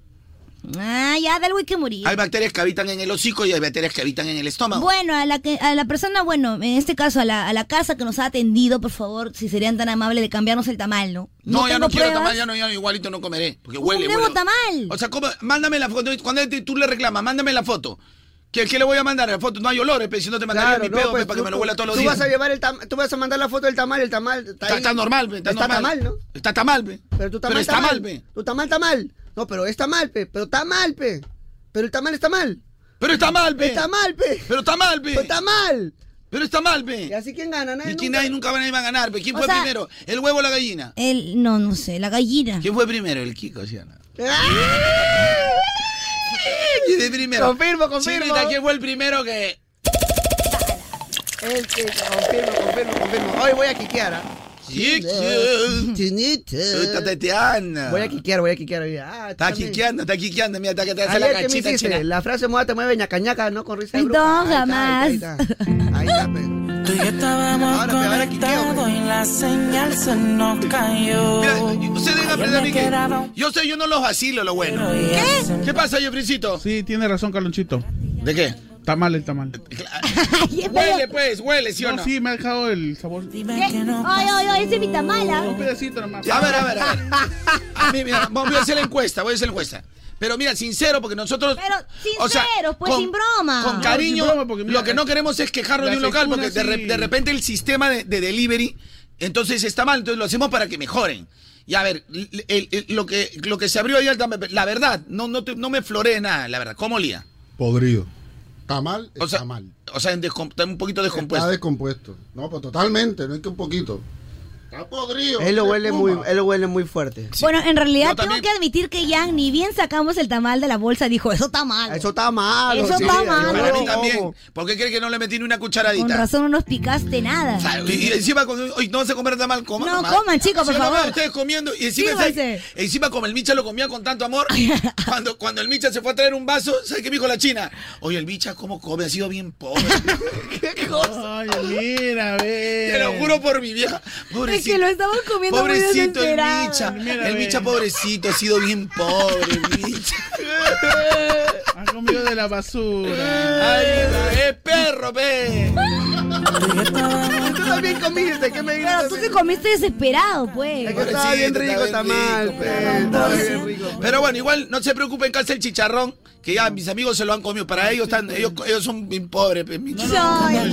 [SPEAKER 3] Ah, ya, de algo hay que morir.
[SPEAKER 8] Hay bacterias que habitan en el hocico y hay bacterias que habitan en el estómago.
[SPEAKER 3] Bueno, a la, que, a la persona, bueno, en este caso, a la, a la casa que nos ha atendido, por favor, si serían tan amables de cambiarnos el tamal, ¿no?
[SPEAKER 8] no, ya no
[SPEAKER 3] tengo
[SPEAKER 8] quiero
[SPEAKER 3] pruebas.
[SPEAKER 8] tamal, ya no, ya no, igualito no comeré. Porque huele,
[SPEAKER 3] Un nuevo
[SPEAKER 8] huele.
[SPEAKER 3] tamal.
[SPEAKER 8] O sea, ¿cómo? mándame la foto. Cuando te- tú le reclamas, mándame la foto. ¿Qué, qué le voy a mandar? La foto no hay olores, pero si no te mandaría
[SPEAKER 5] Claro,
[SPEAKER 8] mi
[SPEAKER 5] no,
[SPEAKER 8] pedo
[SPEAKER 5] pues,
[SPEAKER 8] pe, para
[SPEAKER 5] tú-
[SPEAKER 8] que me lo huela todos los
[SPEAKER 5] tú
[SPEAKER 8] días.
[SPEAKER 5] vas a llevar el tam- tú vas a mandar la foto del tamal, el tamal está,
[SPEAKER 8] Está-
[SPEAKER 5] ahí.
[SPEAKER 8] está normal, pe, está normal.
[SPEAKER 5] tamal, ¿no?
[SPEAKER 8] Está tamal, pe.
[SPEAKER 5] Pero tu tamal
[SPEAKER 8] Pero está mal,
[SPEAKER 5] pe. Tu tamal está mal. No, pero está mal, pe. Pero está mal, pe. Pero el tamal está mal.
[SPEAKER 8] Pero está mal, pe.
[SPEAKER 5] Está mal, pe.
[SPEAKER 8] Pero está mal, pe.
[SPEAKER 5] Pero está mal.
[SPEAKER 8] Pero está mal, pe.
[SPEAKER 5] ¿Y así quién gana? Nadie
[SPEAKER 8] ¿Y quién
[SPEAKER 5] nunca-
[SPEAKER 8] nadie nunca van a ir a ganar? pe? ¿Quién
[SPEAKER 5] O
[SPEAKER 8] fue
[SPEAKER 5] sea-
[SPEAKER 8] primero? ¿El huevo o la gallina?
[SPEAKER 3] El, no, no sé, la gallina.
[SPEAKER 8] ¿Quién fue primero? El Kiko, ¿sí o no?
[SPEAKER 5] ¡Ah!
[SPEAKER 8] ¿Quién fue primero?
[SPEAKER 5] Confirmo, confirmo.
[SPEAKER 8] Chinita, ¿quién fue el primero que...?
[SPEAKER 5] Este, confirmo, confirmo, confirmo. Hoy voy a quiquear, ¿ah?
[SPEAKER 8] Sí,
[SPEAKER 5] sí.
[SPEAKER 8] Está teteando.
[SPEAKER 5] Voy a quiquear, voy a quiquear hoy. Ah,
[SPEAKER 8] Está
[SPEAKER 5] también.
[SPEAKER 8] quiqueando, está quiqueando. Mira, está que te hace la
[SPEAKER 5] Ayer que me
[SPEAKER 8] cachita
[SPEAKER 5] hiciste,
[SPEAKER 8] china.
[SPEAKER 5] la frase moda te mueve ñaca ñaca, ¿no? Con risa de bruja.
[SPEAKER 3] Entonces,
[SPEAKER 5] Ahí está, ahí está, Ahí está, pues. pe.
[SPEAKER 1] Tú y yo estábamos
[SPEAKER 5] Ahora, pe, ahora
[SPEAKER 1] conectados y la señal se nos cayó.
[SPEAKER 8] Mira, ustedes dejan
[SPEAKER 1] Ayer
[SPEAKER 8] aprender a
[SPEAKER 1] me
[SPEAKER 8] mí que...
[SPEAKER 1] quedaba
[SPEAKER 8] Yo sé, yo no los vacilo, lo bueno. ¿Qué? ¿Qué pasa, Jeffreycito?
[SPEAKER 25] Sí, tiene razón, Carlonchito.
[SPEAKER 8] ¿De qué?
[SPEAKER 25] Está mal el tamal.
[SPEAKER 8] Huele, pues, huele, ¿sí o
[SPEAKER 25] No,
[SPEAKER 8] no?
[SPEAKER 25] sí, me ha dejado el sabor.
[SPEAKER 3] ¿Qué? Ay, ay, ay, ese es mi tamal, ¿ah?
[SPEAKER 25] Un pedacito nomás.
[SPEAKER 8] A ver, a ver, a ver. A mí, mira, voy a hacer la encuesta, voy a hacer la encuesta. Pero mira, sincero, porque nosotros.
[SPEAKER 3] Pero
[SPEAKER 8] o sea,
[SPEAKER 3] sinceros, pues, sin broma.
[SPEAKER 8] Con
[SPEAKER 3] No,
[SPEAKER 8] cariño,
[SPEAKER 25] sin broma, porque mira, eh,
[SPEAKER 8] lo que no queremos es quejarnos
[SPEAKER 25] la
[SPEAKER 8] de un local,
[SPEAKER 25] aceituna
[SPEAKER 8] porque de, re-
[SPEAKER 25] sí.
[SPEAKER 8] de repente el sistema de, de delivery, entonces está mal, entonces lo hacemos para que mejoren. Y a ver, el- el- el- lo, que, lo que se abrió ayer, dame- la verdad, no, no, te- no me floreé nada, la verdad. ¿Cómo olía?
[SPEAKER 26] Podrido. Está mal,
[SPEAKER 8] O sea,
[SPEAKER 26] está mal.
[SPEAKER 8] O sea, en descom- está un poquito
[SPEAKER 26] Está
[SPEAKER 25] pues-
[SPEAKER 8] descompuesto.
[SPEAKER 26] descompuesto. No, pues totalmente, no es que un poquito. Está podrido.
[SPEAKER 5] Él lo
[SPEAKER 26] de
[SPEAKER 5] huele
[SPEAKER 26] pluma.
[SPEAKER 5] muy, él lo huele muy fuerte.
[SPEAKER 3] Bueno, en
[SPEAKER 5] Yo
[SPEAKER 3] realidad tengo
[SPEAKER 5] también.
[SPEAKER 3] que admitir que Jan, ni bien sacamos el tamal de la bolsa, dijo, eso está mal.
[SPEAKER 5] Eso está malo.
[SPEAKER 3] Eso está malo.
[SPEAKER 8] Para mí también. ¿Por qué cree que no le metí ni una cucharadita?
[SPEAKER 3] Con razón no nos picaste nada.
[SPEAKER 8] Y, y encima, cuando, "Oye, no vas a comer tamal, coman.
[SPEAKER 3] No,
[SPEAKER 8] nomás".
[SPEAKER 3] coman, chicos, por
[SPEAKER 8] Sí, nomás,
[SPEAKER 3] favor.
[SPEAKER 8] Ustedes comiendo y encima,
[SPEAKER 3] Sírvanse.
[SPEAKER 8] ¿sabes? encima como el Micha lo comía con tanto amor, cuando, cuando el Micha se fue a traer un vaso, ¿sabes qué me dijo la china? Oye, el Micha, ¿cómo come? Ha sido bien pobre. ¿Qué cosa?
[SPEAKER 25] Oye, mira, a ver.
[SPEAKER 8] Te lo juro por mi vieja. Pobrecito.
[SPEAKER 3] Es que lo estaban comiendo muy
[SPEAKER 8] Pobrecito el
[SPEAKER 3] desesperado.
[SPEAKER 8] Micha.
[SPEAKER 25] Mira,
[SPEAKER 8] el
[SPEAKER 25] ve.
[SPEAKER 8] Micha, pobrecito, ha sido bien pobre, el Micha.
[SPEAKER 25] Ha comido de la basura.
[SPEAKER 8] Ay, es perro, ve.
[SPEAKER 5] Tú también comiste, ¿qué me dices?
[SPEAKER 3] Pero tú te comiste desesperado,
[SPEAKER 5] Es
[SPEAKER 3] pues.
[SPEAKER 5] que estaba bien
[SPEAKER 8] Pobrecito,
[SPEAKER 5] rico,
[SPEAKER 8] está
[SPEAKER 5] está
[SPEAKER 8] bien
[SPEAKER 5] mal,
[SPEAKER 8] rico,
[SPEAKER 5] pe. Estaba bien rico.
[SPEAKER 8] Pero bueno, igual no se preocupen, calza el chicharrón, que ya mis amigos se lo han comido. Para ellos están, ellos, ellos son bien pobres, pues, mi chicharrón.
[SPEAKER 3] Ay,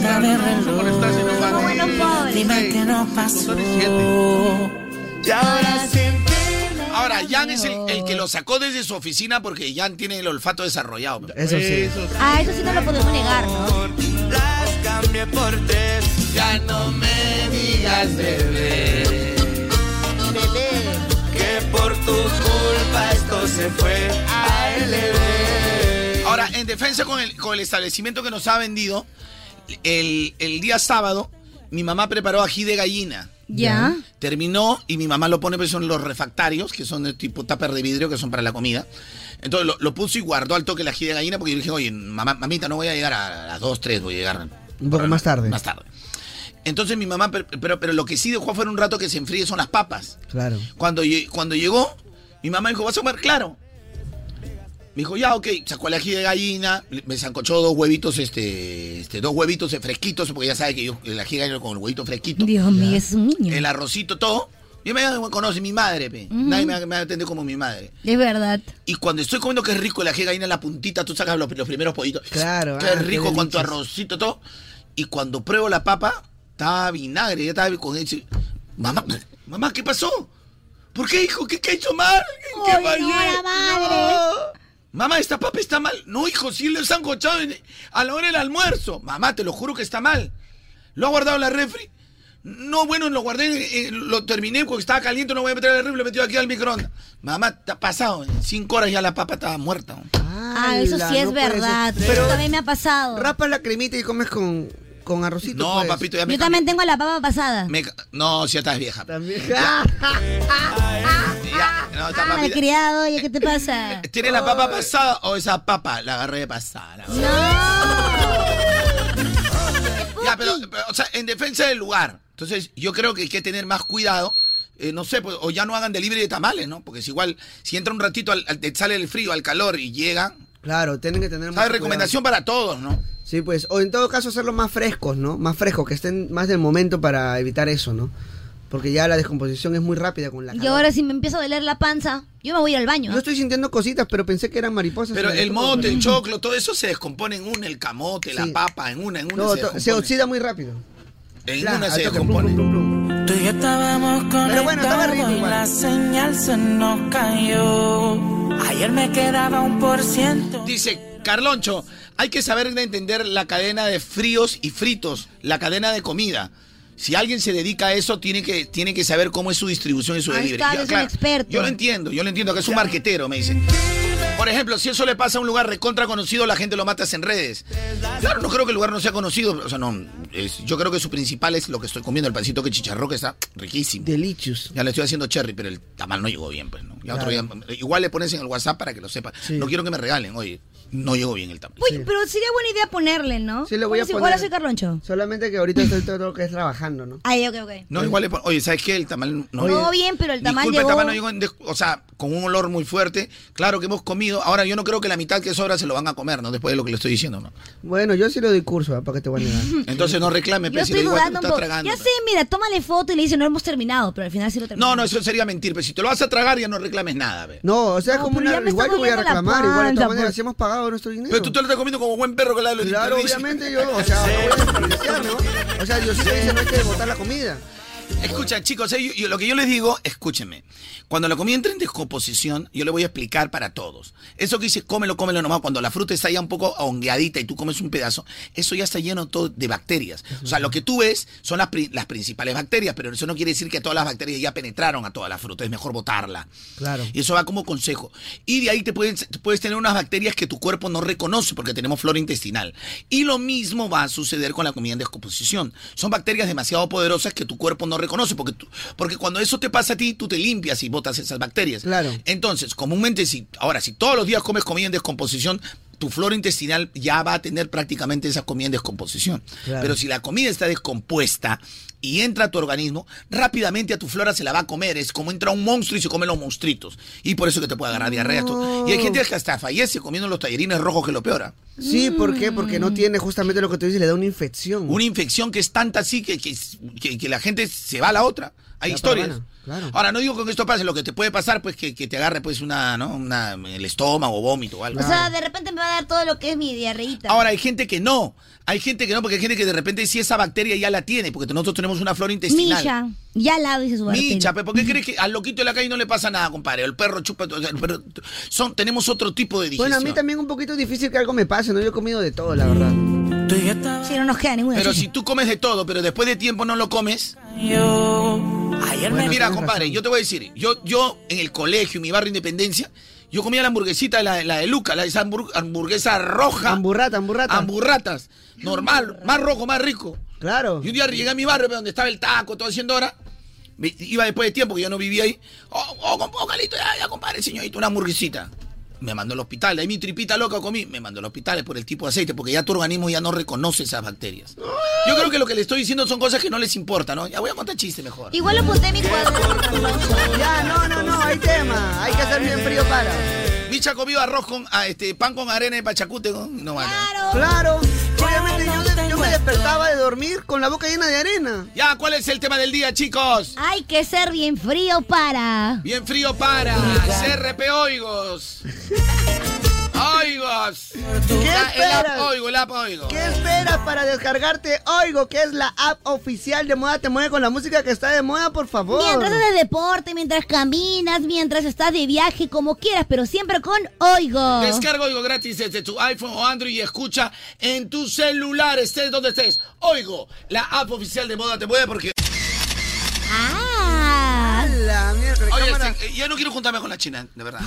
[SPEAKER 25] Somos
[SPEAKER 3] buenos pobres.
[SPEAKER 1] Dime que no pasó.
[SPEAKER 8] Y ahora Ahora, Jan es el, el que lo sacó desde su oficina porque Jan tiene el olfato desarrollado. pues. pe.
[SPEAKER 5] Eso sí.
[SPEAKER 3] Ah, eso sí no lo podemos negar, ¿no?
[SPEAKER 2] Las cambié por tres.
[SPEAKER 8] Ya no me digas, bebé.
[SPEAKER 2] Bebé. Que por tu culpa esto se fue a LB.
[SPEAKER 8] Ahora, en defensa con el, con el establecimiento que nos ha vendido, el, el día sábado, mi mamá preparó ají de gallina.
[SPEAKER 3] Ya.
[SPEAKER 8] Terminó y mi mamá lo pone, pues son los refractarios, que son de tipo tupper de vidrio, que son para la comida. Entonces lo, lo puso y guardó al toque el ají de gallina porque yo dije, oye, mamá, mamita, no voy a llegar a las 2, 3, voy a llegar
[SPEAKER 5] Un poco más tarde.
[SPEAKER 8] más tarde. Entonces mi mamá, pero, pero, pero lo que sí dejó fuera un rato que se enfríe son las papas.
[SPEAKER 5] Claro.
[SPEAKER 8] Cuando, lle- cuando llegó, mi mamá dijo, ¿vas a comer? Claro. Me dijo, ya, ok, sacó el ají de gallina, le- me sancochó dos huevitos, este, este, dos huevitos eh, fresquitos, porque ya sabe que yo el ají de gallina con el huevito fresquito.
[SPEAKER 3] Dios mío, es un niño.
[SPEAKER 8] El arrocito, todo. Yo me me conoce mi madre, pe.
[SPEAKER 3] Ujú.
[SPEAKER 8] Nadie me va- me va a atender como mi madre.
[SPEAKER 3] Es verdad.
[SPEAKER 8] Y cuando estoy comiendo que es rico el ají de gallina en la puntita, tú sacas los, los primeros pollitos.
[SPEAKER 5] Claro,
[SPEAKER 8] Qué
[SPEAKER 5] ah, qué
[SPEAKER 8] rico con tu
[SPEAKER 5] delicias.
[SPEAKER 8] arrocito todo. Y cuando pruebo la papa, estaba vinagre, ya estaba con ese. Mamá, mamá, ¿qué pasó? ¿Por qué, hijo? ¿Qué, qué he hecho mal? ¿En qué
[SPEAKER 2] Oye,
[SPEAKER 8] fallé?
[SPEAKER 2] ahora
[SPEAKER 8] No. Mamá, esta papa está mal. No, hijo, sí lo he sancochado en- a la hora del almuerzo. Mamá, te lo juro que está mal. ¿Lo ha guardado en la refri? No, bueno, lo guardé, eh, lo terminé porque estaba caliente, no voy a meter en el refri, lo metí aquí al microondas. Mamá, está pasado. En cinco horas ya la papa estaba muerta.
[SPEAKER 3] Ah, eso
[SPEAKER 5] Ala,
[SPEAKER 3] sí es
[SPEAKER 5] no puede
[SPEAKER 3] verdad.
[SPEAKER 5] ser.
[SPEAKER 3] Eso
[SPEAKER 5] Pero-
[SPEAKER 3] también me ha pasado.
[SPEAKER 5] Rapas la cremita y comes con con arrocito.
[SPEAKER 8] No,
[SPEAKER 5] pues.
[SPEAKER 8] papito, ya me
[SPEAKER 3] Yo también tengo la papa pasada.
[SPEAKER 8] Me ca- No, si ya estás vieja.
[SPEAKER 5] Ah.
[SPEAKER 8] No, esta
[SPEAKER 3] Ah,
[SPEAKER 8] papi-
[SPEAKER 3] malcriado, oye, ¿qué te pasa?
[SPEAKER 8] ¿Tiene la papa pasada o esa papa? La agarré de pasada. la agarré. Ya, pero, pero, o sea, en defensa del lugar. Entonces, yo creo que hay que tener más cuidado. Eh, no sé, pues, o ya no hagan delivery de tamales, ¿no? Porque si igual, si entra un ratito, al, al- te sale el frío, al calor y llega.
[SPEAKER 5] Claro, tienen que tener
[SPEAKER 8] ¿Sabes? Recomendación para todos, ¿no?
[SPEAKER 5] Sí, pues, o en todo caso hacerlos más frescos, ¿no? Más frescos, que estén más del momento para evitar eso, ¿no? Porque ya la descomposición es muy rápida con la
[SPEAKER 3] Y ahora si me empieza a doler la panza, yo me voy a ir al baño.
[SPEAKER 5] Yo estoy sintiendo cositas, pero pensé que eran mariposas.
[SPEAKER 8] Pero
[SPEAKER 5] en la
[SPEAKER 8] el
[SPEAKER 5] estómago.
[SPEAKER 8] mote, el choclo, todo eso se descompone en una, el camote, la papa, en una, en una.
[SPEAKER 5] No,
[SPEAKER 8] se
[SPEAKER 5] to- se,
[SPEAKER 8] descompone.
[SPEAKER 5] oxida muy rápido.
[SPEAKER 8] En
[SPEAKER 5] Claro,
[SPEAKER 8] una
[SPEAKER 5] al
[SPEAKER 8] se
[SPEAKER 5] toque,
[SPEAKER 8] descompone.
[SPEAKER 1] Tú y yo estábamos
[SPEAKER 5] Pero bueno, estaba
[SPEAKER 1] conectados
[SPEAKER 5] rico
[SPEAKER 1] y
[SPEAKER 5] igual.
[SPEAKER 1] la señal se nos cayó. Ayer me quedaba un por ciento.
[SPEAKER 8] Dice Carloncho, hay que saber de entender la cadena de fríos y fritos, la cadena de comida. Si alguien se dedica a eso, tiene que, tiene que saber cómo es su distribución y su
[SPEAKER 3] Ahí
[SPEAKER 8] delivery.
[SPEAKER 3] está, eres un experto.
[SPEAKER 8] Yo lo entiendo, yo lo entiendo, que es un marquetero, me dice. Por ejemplo, si eso le pasa a un lugar recontra conocido, la gente lo matas en redes. Claro, no creo que el lugar no sea conocido. O sea, no, es- yo creo que su principal es lo que estoy comiendo, el pancito que chicharro, que está riquísimo.
[SPEAKER 5] Delicious.
[SPEAKER 8] Ya le estoy haciendo cherry, pero el tamal no llegó bien, pues, ¿no? Ya otro
[SPEAKER 5] Claro.
[SPEAKER 8] día- igual le pones en el WhatsApp para que lo sepa. No quiero que me regalen, oye, no llegó bien el tamal.
[SPEAKER 3] Uy, pero sería buena idea ponerle, ¿no?
[SPEAKER 5] Sí, le voy a
[SPEAKER 3] Pues Igual
[SPEAKER 5] poner.
[SPEAKER 3] soy Carloncho.
[SPEAKER 5] Solamente que ahorita estoy todo lo que es trabajando, ¿no?
[SPEAKER 3] Ay, ok, ok.
[SPEAKER 8] No, igual le pon- Oye, ¿sabes qué? El tamal no
[SPEAKER 3] No, bien, pero el tamal
[SPEAKER 8] Disculpa, el
[SPEAKER 3] llegó.
[SPEAKER 8] tamal no llegó en des- o sea, con un olor muy fuerte. Claro que hemos comido. Ahora, yo no creo que la mitad que sobra se lo van a comer, ¿no? Después de lo que le estoy diciendo, ¿no?
[SPEAKER 5] Bueno, yo sí lo doy curso, ¿ah? ¿para qué te voy a negar?
[SPEAKER 8] Entonces no reclame,
[SPEAKER 3] Mm. Yo
[SPEAKER 8] pero si
[SPEAKER 3] estoy
[SPEAKER 8] le digo, "Ah, tú
[SPEAKER 3] dudando un
[SPEAKER 8] estás
[SPEAKER 3] poco.
[SPEAKER 8] tragando.
[SPEAKER 3] Ya sé, mira, tómale foto y le dice, no hemos terminado, pero al final sí lo terminó.
[SPEAKER 8] No, no, eso sería mentir. Pero si te lo vas a tragar, ya no reclames nada, ve.
[SPEAKER 5] No, o sea,
[SPEAKER 3] No,
[SPEAKER 5] como
[SPEAKER 3] pero ya
[SPEAKER 5] una,
[SPEAKER 3] me
[SPEAKER 5] igual
[SPEAKER 3] está
[SPEAKER 5] yo voy a
[SPEAKER 3] doliendo la
[SPEAKER 5] reclamar, igual de
[SPEAKER 3] panza,
[SPEAKER 5] todas maneras,
[SPEAKER 3] pues.
[SPEAKER 5] si hemos pagado nuestro dinero.
[SPEAKER 8] Pero tú te lo estás comiendo como buen perro que la de los
[SPEAKER 5] Claro,
[SPEAKER 8] desperdicios.
[SPEAKER 5] obviamente yo, o sea, voy a desperdiciar, ¿no? O sea, Diosito dice no hay que botar la comida.
[SPEAKER 8] Escucha, chicos, eh, yo- yo- lo que yo les digo, escúchenme. Cuando la comida entra en descomposición, yo le voy a explicar para todos. Eso que dice, cómelo, cómelo nomás, cuando la fruta está ya un poco ahongueadita y tú comes un pedazo, eso ya está lleno todo de bacterias. O sea, lo que tú ves son las, pri- las principales bacterias, pero eso no quiere decir que todas las bacterias ya penetraron a toda la fruta. Es mejor botarla.
[SPEAKER 5] Claro.
[SPEAKER 8] Y eso va como consejo. Y de ahí te pueden- te puedes tener unas bacterias que tu cuerpo no reconoce porque tenemos flora intestinal. Y lo mismo va a suceder con la comida en descomposición. Son bacterias demasiado poderosas que tu cuerpo no reconoce porque, tú- porque cuando eso te pasa a ti, tú te limpias y botas esas bacterias.
[SPEAKER 5] Claro.
[SPEAKER 8] Entonces, comúnmente, si, ahora, si todos los días comes comida en descomposición, tu flora intestinal ya va a tener prácticamente esa comida en descomposición.
[SPEAKER 5] Claro.
[SPEAKER 8] Pero si la comida está descompuesta y entra a tu organismo, rápidamente a tu flora se la va a comer. Es como entra un monstruo y se come los monstruitos. Y por eso que te puede agarrar diarrea. tú.
[SPEAKER 5] No.
[SPEAKER 8] Y hay gente que hasta fallece comiendo los tallerines rojos que es lo peora.
[SPEAKER 5] Sí, ¿por qué? Porque no tiene justamente lo que tú dices, le da una infección.
[SPEAKER 8] Una infección que es tanta así que, que, que- que la gente se va a la otra. Hay
[SPEAKER 5] La
[SPEAKER 8] historias.
[SPEAKER 5] peruana, claro.
[SPEAKER 8] Ahora, no digo que con esto pase, lo que te puede pasar, pues que, que te agarre pues una, ¿no? Una, el estómago, vómito o algo.
[SPEAKER 3] O sea, de repente me va a dar todo lo que es mi diarreíta.
[SPEAKER 8] Ahora, hay gente que no. Hay gente que no, porque hay gente que de repente si esa bacteria ya la tiene, porque nosotros tenemos una flora intestinal.
[SPEAKER 3] Misha, ya al lado dice su barbero.
[SPEAKER 8] Micha, pe, ¿por qué crees que al loquito de la calle no le pasa nada, compadre? El perro chupa. o sea, el perro- son, tenemos otro tipo de digestión.
[SPEAKER 5] Bueno, a mí también un poquito difícil que algo me pase, ¿no? Yo he comido de todo, la verdad.
[SPEAKER 3] Sí, no nos queda ninguna.
[SPEAKER 8] Pero
[SPEAKER 3] chucha.
[SPEAKER 8] si tú comes de todo, pero después de tiempo no lo comes.
[SPEAKER 1] me-
[SPEAKER 8] Mira,
[SPEAKER 1] tienes
[SPEAKER 8] compadre, yo te voy a decir, yo, yo en el colegio, en mi barrio Independencia, yo comía la hamburguesita, la, la de Luca, la, esa hambur- hamburguesa roja.
[SPEAKER 5] Hamburrata, hamburrata.
[SPEAKER 8] Hamburratas. Normal, más rojo, más rico.
[SPEAKER 5] Claro.
[SPEAKER 8] Y un día llegué a mi barrio, pe, donde estaba el taco, todo haciendo hora. Me- Iba después de tiempo, que yo no vivía ahí. Oh, oh, comp- oh, Calito, ya, ya, compadre, señorito, una hamburguesita. Me mandó al hospital. Ahí mi tripita loca comí. Me mandó al hospital por el tipo de aceite, porque ya tu organismo ya no reconoce esas bacterias. Yo creo que lo que le estoy diciendo son cosas que no les importa, ¿no? Ya voy a contar chistes mejor.
[SPEAKER 3] Igual lo apunté en mi cuaderno.
[SPEAKER 5] Ya, no, no, no, hay tema. Hay que hacer bien frío para.
[SPEAKER 8] Micha ha comido arroz con ah, este, pan con arena de pachacute. con- No, claro.
[SPEAKER 5] Claro. Obviamente yo, de- yo me despertaba de dormir con la boca llena de arena.
[SPEAKER 8] Ya, ¿cuál es el tema del día, chicos?
[SPEAKER 3] Hay que ser bien frío para.
[SPEAKER 8] Bien frío para CRP Oigos. Oigos. La- el app
[SPEAKER 5] esperas?
[SPEAKER 8] Oigo, el app Oigo.
[SPEAKER 5] ¿Qué esperas para descargarte Oigo, que es la app oficial de Moda Te Mueve con la música que está de moda, por favor?
[SPEAKER 3] Mientras haces deporte, mientras caminas, mientras estás de viaje, como quieras, pero siempre con Oigo.
[SPEAKER 8] Descarga Oigo gratis desde tu iPhone o Android y escucha en tu celular, estés donde estés. Oigo, la app oficial de Moda Te Mueve porque...
[SPEAKER 3] Ah,
[SPEAKER 5] la mierda. nuestra
[SPEAKER 8] Oye,
[SPEAKER 5] cámara.
[SPEAKER 8] este, eh, yo no quiero juntarme con la china, de verdad.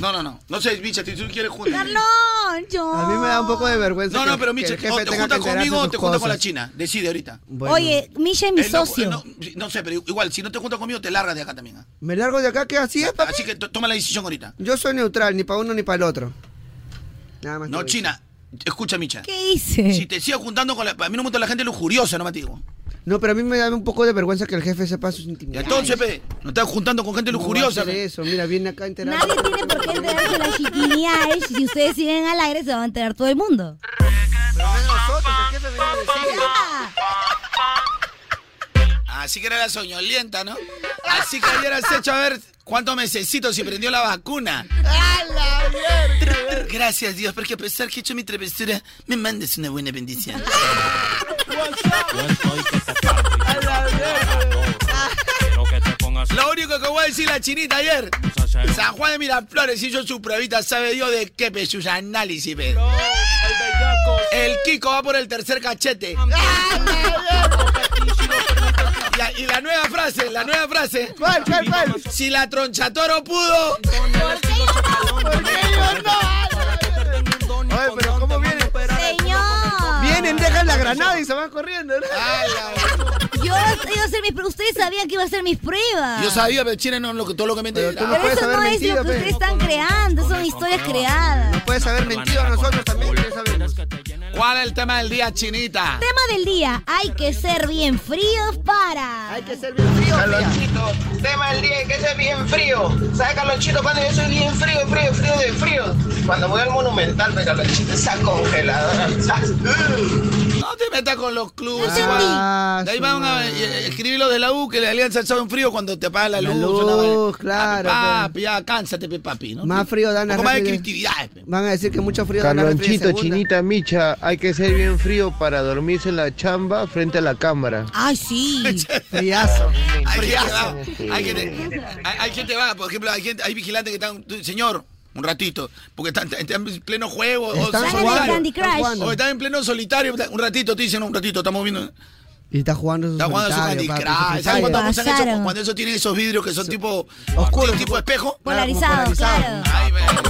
[SPEAKER 8] No, no, no. No sé, Micha, si tú quieres juntar.
[SPEAKER 3] Carlón, yo.
[SPEAKER 5] A mí me da un poco de vergüenza.
[SPEAKER 8] No,
[SPEAKER 5] que-
[SPEAKER 8] no, pero
[SPEAKER 5] que
[SPEAKER 8] Micha,
[SPEAKER 5] el jefe
[SPEAKER 8] o te
[SPEAKER 5] tenga
[SPEAKER 8] juntas
[SPEAKER 5] que enterarse
[SPEAKER 8] conmigo o
[SPEAKER 5] de
[SPEAKER 8] te
[SPEAKER 5] sus
[SPEAKER 8] juntas con
[SPEAKER 5] cosas.
[SPEAKER 8] la china. Decide ahorita.
[SPEAKER 3] Oye, Misha es mi
[SPEAKER 8] Él Eh, no-
[SPEAKER 3] socio.
[SPEAKER 8] No, no sé, pero igual, si no te juntas conmigo, te largas de acá también. ¿ah?
[SPEAKER 5] Me largo de acá, que así es, papi.
[SPEAKER 8] Así que to- toma la decisión ahorita.
[SPEAKER 5] Yo soy neutral, ni para uno ni para el otro. Nada más.
[SPEAKER 8] No,
[SPEAKER 5] te voy a decir.
[SPEAKER 8] China, escucha, Micha.
[SPEAKER 3] ¿Qué hice?
[SPEAKER 8] Si te sigo juntando con la. A mí no me gusta la gente lujuriosa, no me digo.
[SPEAKER 5] No, pero a mí me da un poco de vergüenza que el jefe sepa sus intimidades.
[SPEAKER 8] Entonces, pe, no estás juntando con gente
[SPEAKER 5] ¿Cómo va a
[SPEAKER 8] lujuriosa. ¿eh?
[SPEAKER 5] hacer
[SPEAKER 8] pe.
[SPEAKER 5] eso, mira, viene acá a enterar.
[SPEAKER 3] Nadie tiene por qué enterarse de las chiquinidades. Si ustedes siguen al aire, se va a enterar todo el mundo.
[SPEAKER 8] Así que era la soñolienta, ¿no? Así que hubieras hecho a ver cuántos mesecitos si prendió la vacuna. Gracias, Dios, porque a pesar que he hecho mi travesura, me mandes una buena bendición. Lo único que voy a decir la chinita ayer, San Juan de Miraflores hizo su pruebita, sabe Dios de qué, pe, sus análisis, pe. El Kiko va por el tercer cachete. Y la- Y la nueva frase, la nueva frase.
[SPEAKER 5] ¿Cuál, cuál, cuál?
[SPEAKER 8] Si la tronchatoro pudo.
[SPEAKER 5] ¿Por qué yo no? Oye, pero ¿cómo vienen?
[SPEAKER 3] Señor.
[SPEAKER 5] Vienen, dejan la granada y se van corriendo. ¿no?
[SPEAKER 3] Yo iba a hacer mis pruebas. Ustedes sabían que iba a hacer mis pruebas.
[SPEAKER 8] Yo sabía, pero China no lo que todo lo que me
[SPEAKER 5] Pero tú no
[SPEAKER 3] Pero
[SPEAKER 5] puedes
[SPEAKER 3] eso
[SPEAKER 5] haber
[SPEAKER 3] no es
[SPEAKER 5] mentido,
[SPEAKER 3] lo que
[SPEAKER 5] pe.
[SPEAKER 3] ustedes están creando. Son historias creadas.
[SPEAKER 5] No puedes haber mentido a nosotros también, ya sabemos.
[SPEAKER 8] ¿Cuál es el tema del día, Chinita?
[SPEAKER 3] Tema del día. Hay que ser bien fríos para...
[SPEAKER 5] Hay que ser bien fríos.
[SPEAKER 6] tema del día es que es bien frío. ¿Sabes, Carlonchito? Cuando yo soy bien frío, frío, frío de frío. Cuando voy al Monumental, me Carlonchito, esa congeladora.
[SPEAKER 8] No te metas con los clubes.
[SPEAKER 6] No entendí.
[SPEAKER 8] igual. de ahí van a eh, escribir los de la U que la alianza son frío cuando te apaga la
[SPEAKER 5] La
[SPEAKER 8] luz.
[SPEAKER 5] luz,
[SPEAKER 8] una vaina.
[SPEAKER 5] claro,
[SPEAKER 8] Ah, Papi, ya, cánsate, pe, papi. ¿no?
[SPEAKER 5] Más frío dan
[SPEAKER 8] Un
[SPEAKER 5] a
[SPEAKER 8] poco más de
[SPEAKER 5] refri de-
[SPEAKER 8] creatividad. pe.
[SPEAKER 5] Van a decir que mucho frío dan a refri de
[SPEAKER 19] Carlonchito,
[SPEAKER 5] segunda.
[SPEAKER 19] chinita, micha, hay que ser bien frío para dormirse en la chamba frente a la cámara.
[SPEAKER 3] Ay, sí.
[SPEAKER 5] Friazo.
[SPEAKER 8] Hay gente que va, hay gente- hay- hay gente que va, por ejemplo, hay, gente, hay vigilantes que están, tú, señor, un ratito, porque están, están en pleno juego, o
[SPEAKER 5] Están
[SPEAKER 8] solitario,
[SPEAKER 5] jugando, están
[SPEAKER 8] o
[SPEAKER 5] jugando.
[SPEAKER 8] están en pleno solitario, un ratito, te dicen un ratito, estamos viendo,
[SPEAKER 5] Y está jugando su
[SPEAKER 8] Está jugando su Candy
[SPEAKER 5] solitario, papi, su
[SPEAKER 8] Crush. ¿Sabes
[SPEAKER 5] solitario.
[SPEAKER 8] cuando usan eso? Cuando eso tiene esos vidrios que son tipo oscuros, tipo espejo.
[SPEAKER 5] Polarizado,
[SPEAKER 3] claro.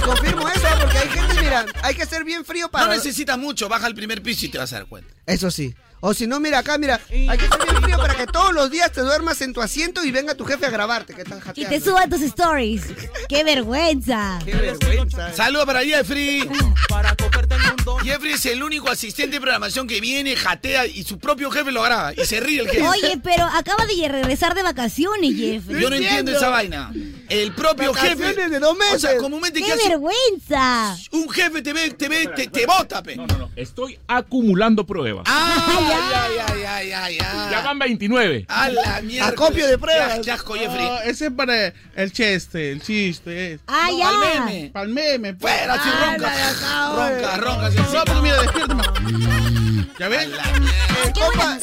[SPEAKER 5] Confirmo eso porque hay gente, mira, hay que ser bien frío para...
[SPEAKER 8] No necesitas mucho, baja al primer piso y te vas a dar cuenta.
[SPEAKER 5] Eso sí. O si no, mira acá, mira, hay que ser bien frío para que todos los días te duermas en tu asiento y venga tu jefe a grabarte, que estás
[SPEAKER 3] Y
[SPEAKER 5] jateando.
[SPEAKER 3] te suban tus stories. ¡Qué vergüenza!
[SPEAKER 8] Saludos para Jeffrey. Jeffrey es el único asistente de programación que viene, jatea y su propio jefe lo graba y se ríe el jefe.
[SPEAKER 3] Oye, pero acaba de regresar de vacaciones, Jeff.
[SPEAKER 8] Yo no entiendo esa vaina. El propio
[SPEAKER 3] Vacaciones
[SPEAKER 8] jefe.
[SPEAKER 3] de dos meses.
[SPEAKER 8] O sea, comúnmente
[SPEAKER 3] ¡Qué
[SPEAKER 8] que hace
[SPEAKER 3] vergüenza!
[SPEAKER 8] un jefe te ve, te ve, te, te bota, pe. Ah,
[SPEAKER 27] Estoy acumulando pruebas.
[SPEAKER 8] Ay, ay, ay, ay, ay, ay.
[SPEAKER 27] Ya van 29.
[SPEAKER 8] A la mierda.
[SPEAKER 27] Acopio de pruebas.
[SPEAKER 8] Qué as- Qué asco, Jeffrey.
[SPEAKER 25] No, ese es para el chiste, el chiste. es.
[SPEAKER 3] Ah, ya.
[SPEAKER 25] Para meme. Para el meme. pues.
[SPEAKER 8] Fuera, si ronca. Ronca, ronca. pues si
[SPEAKER 25] No, pero mira, despiértame.
[SPEAKER 8] ¿Ya ves?
[SPEAKER 5] El compa,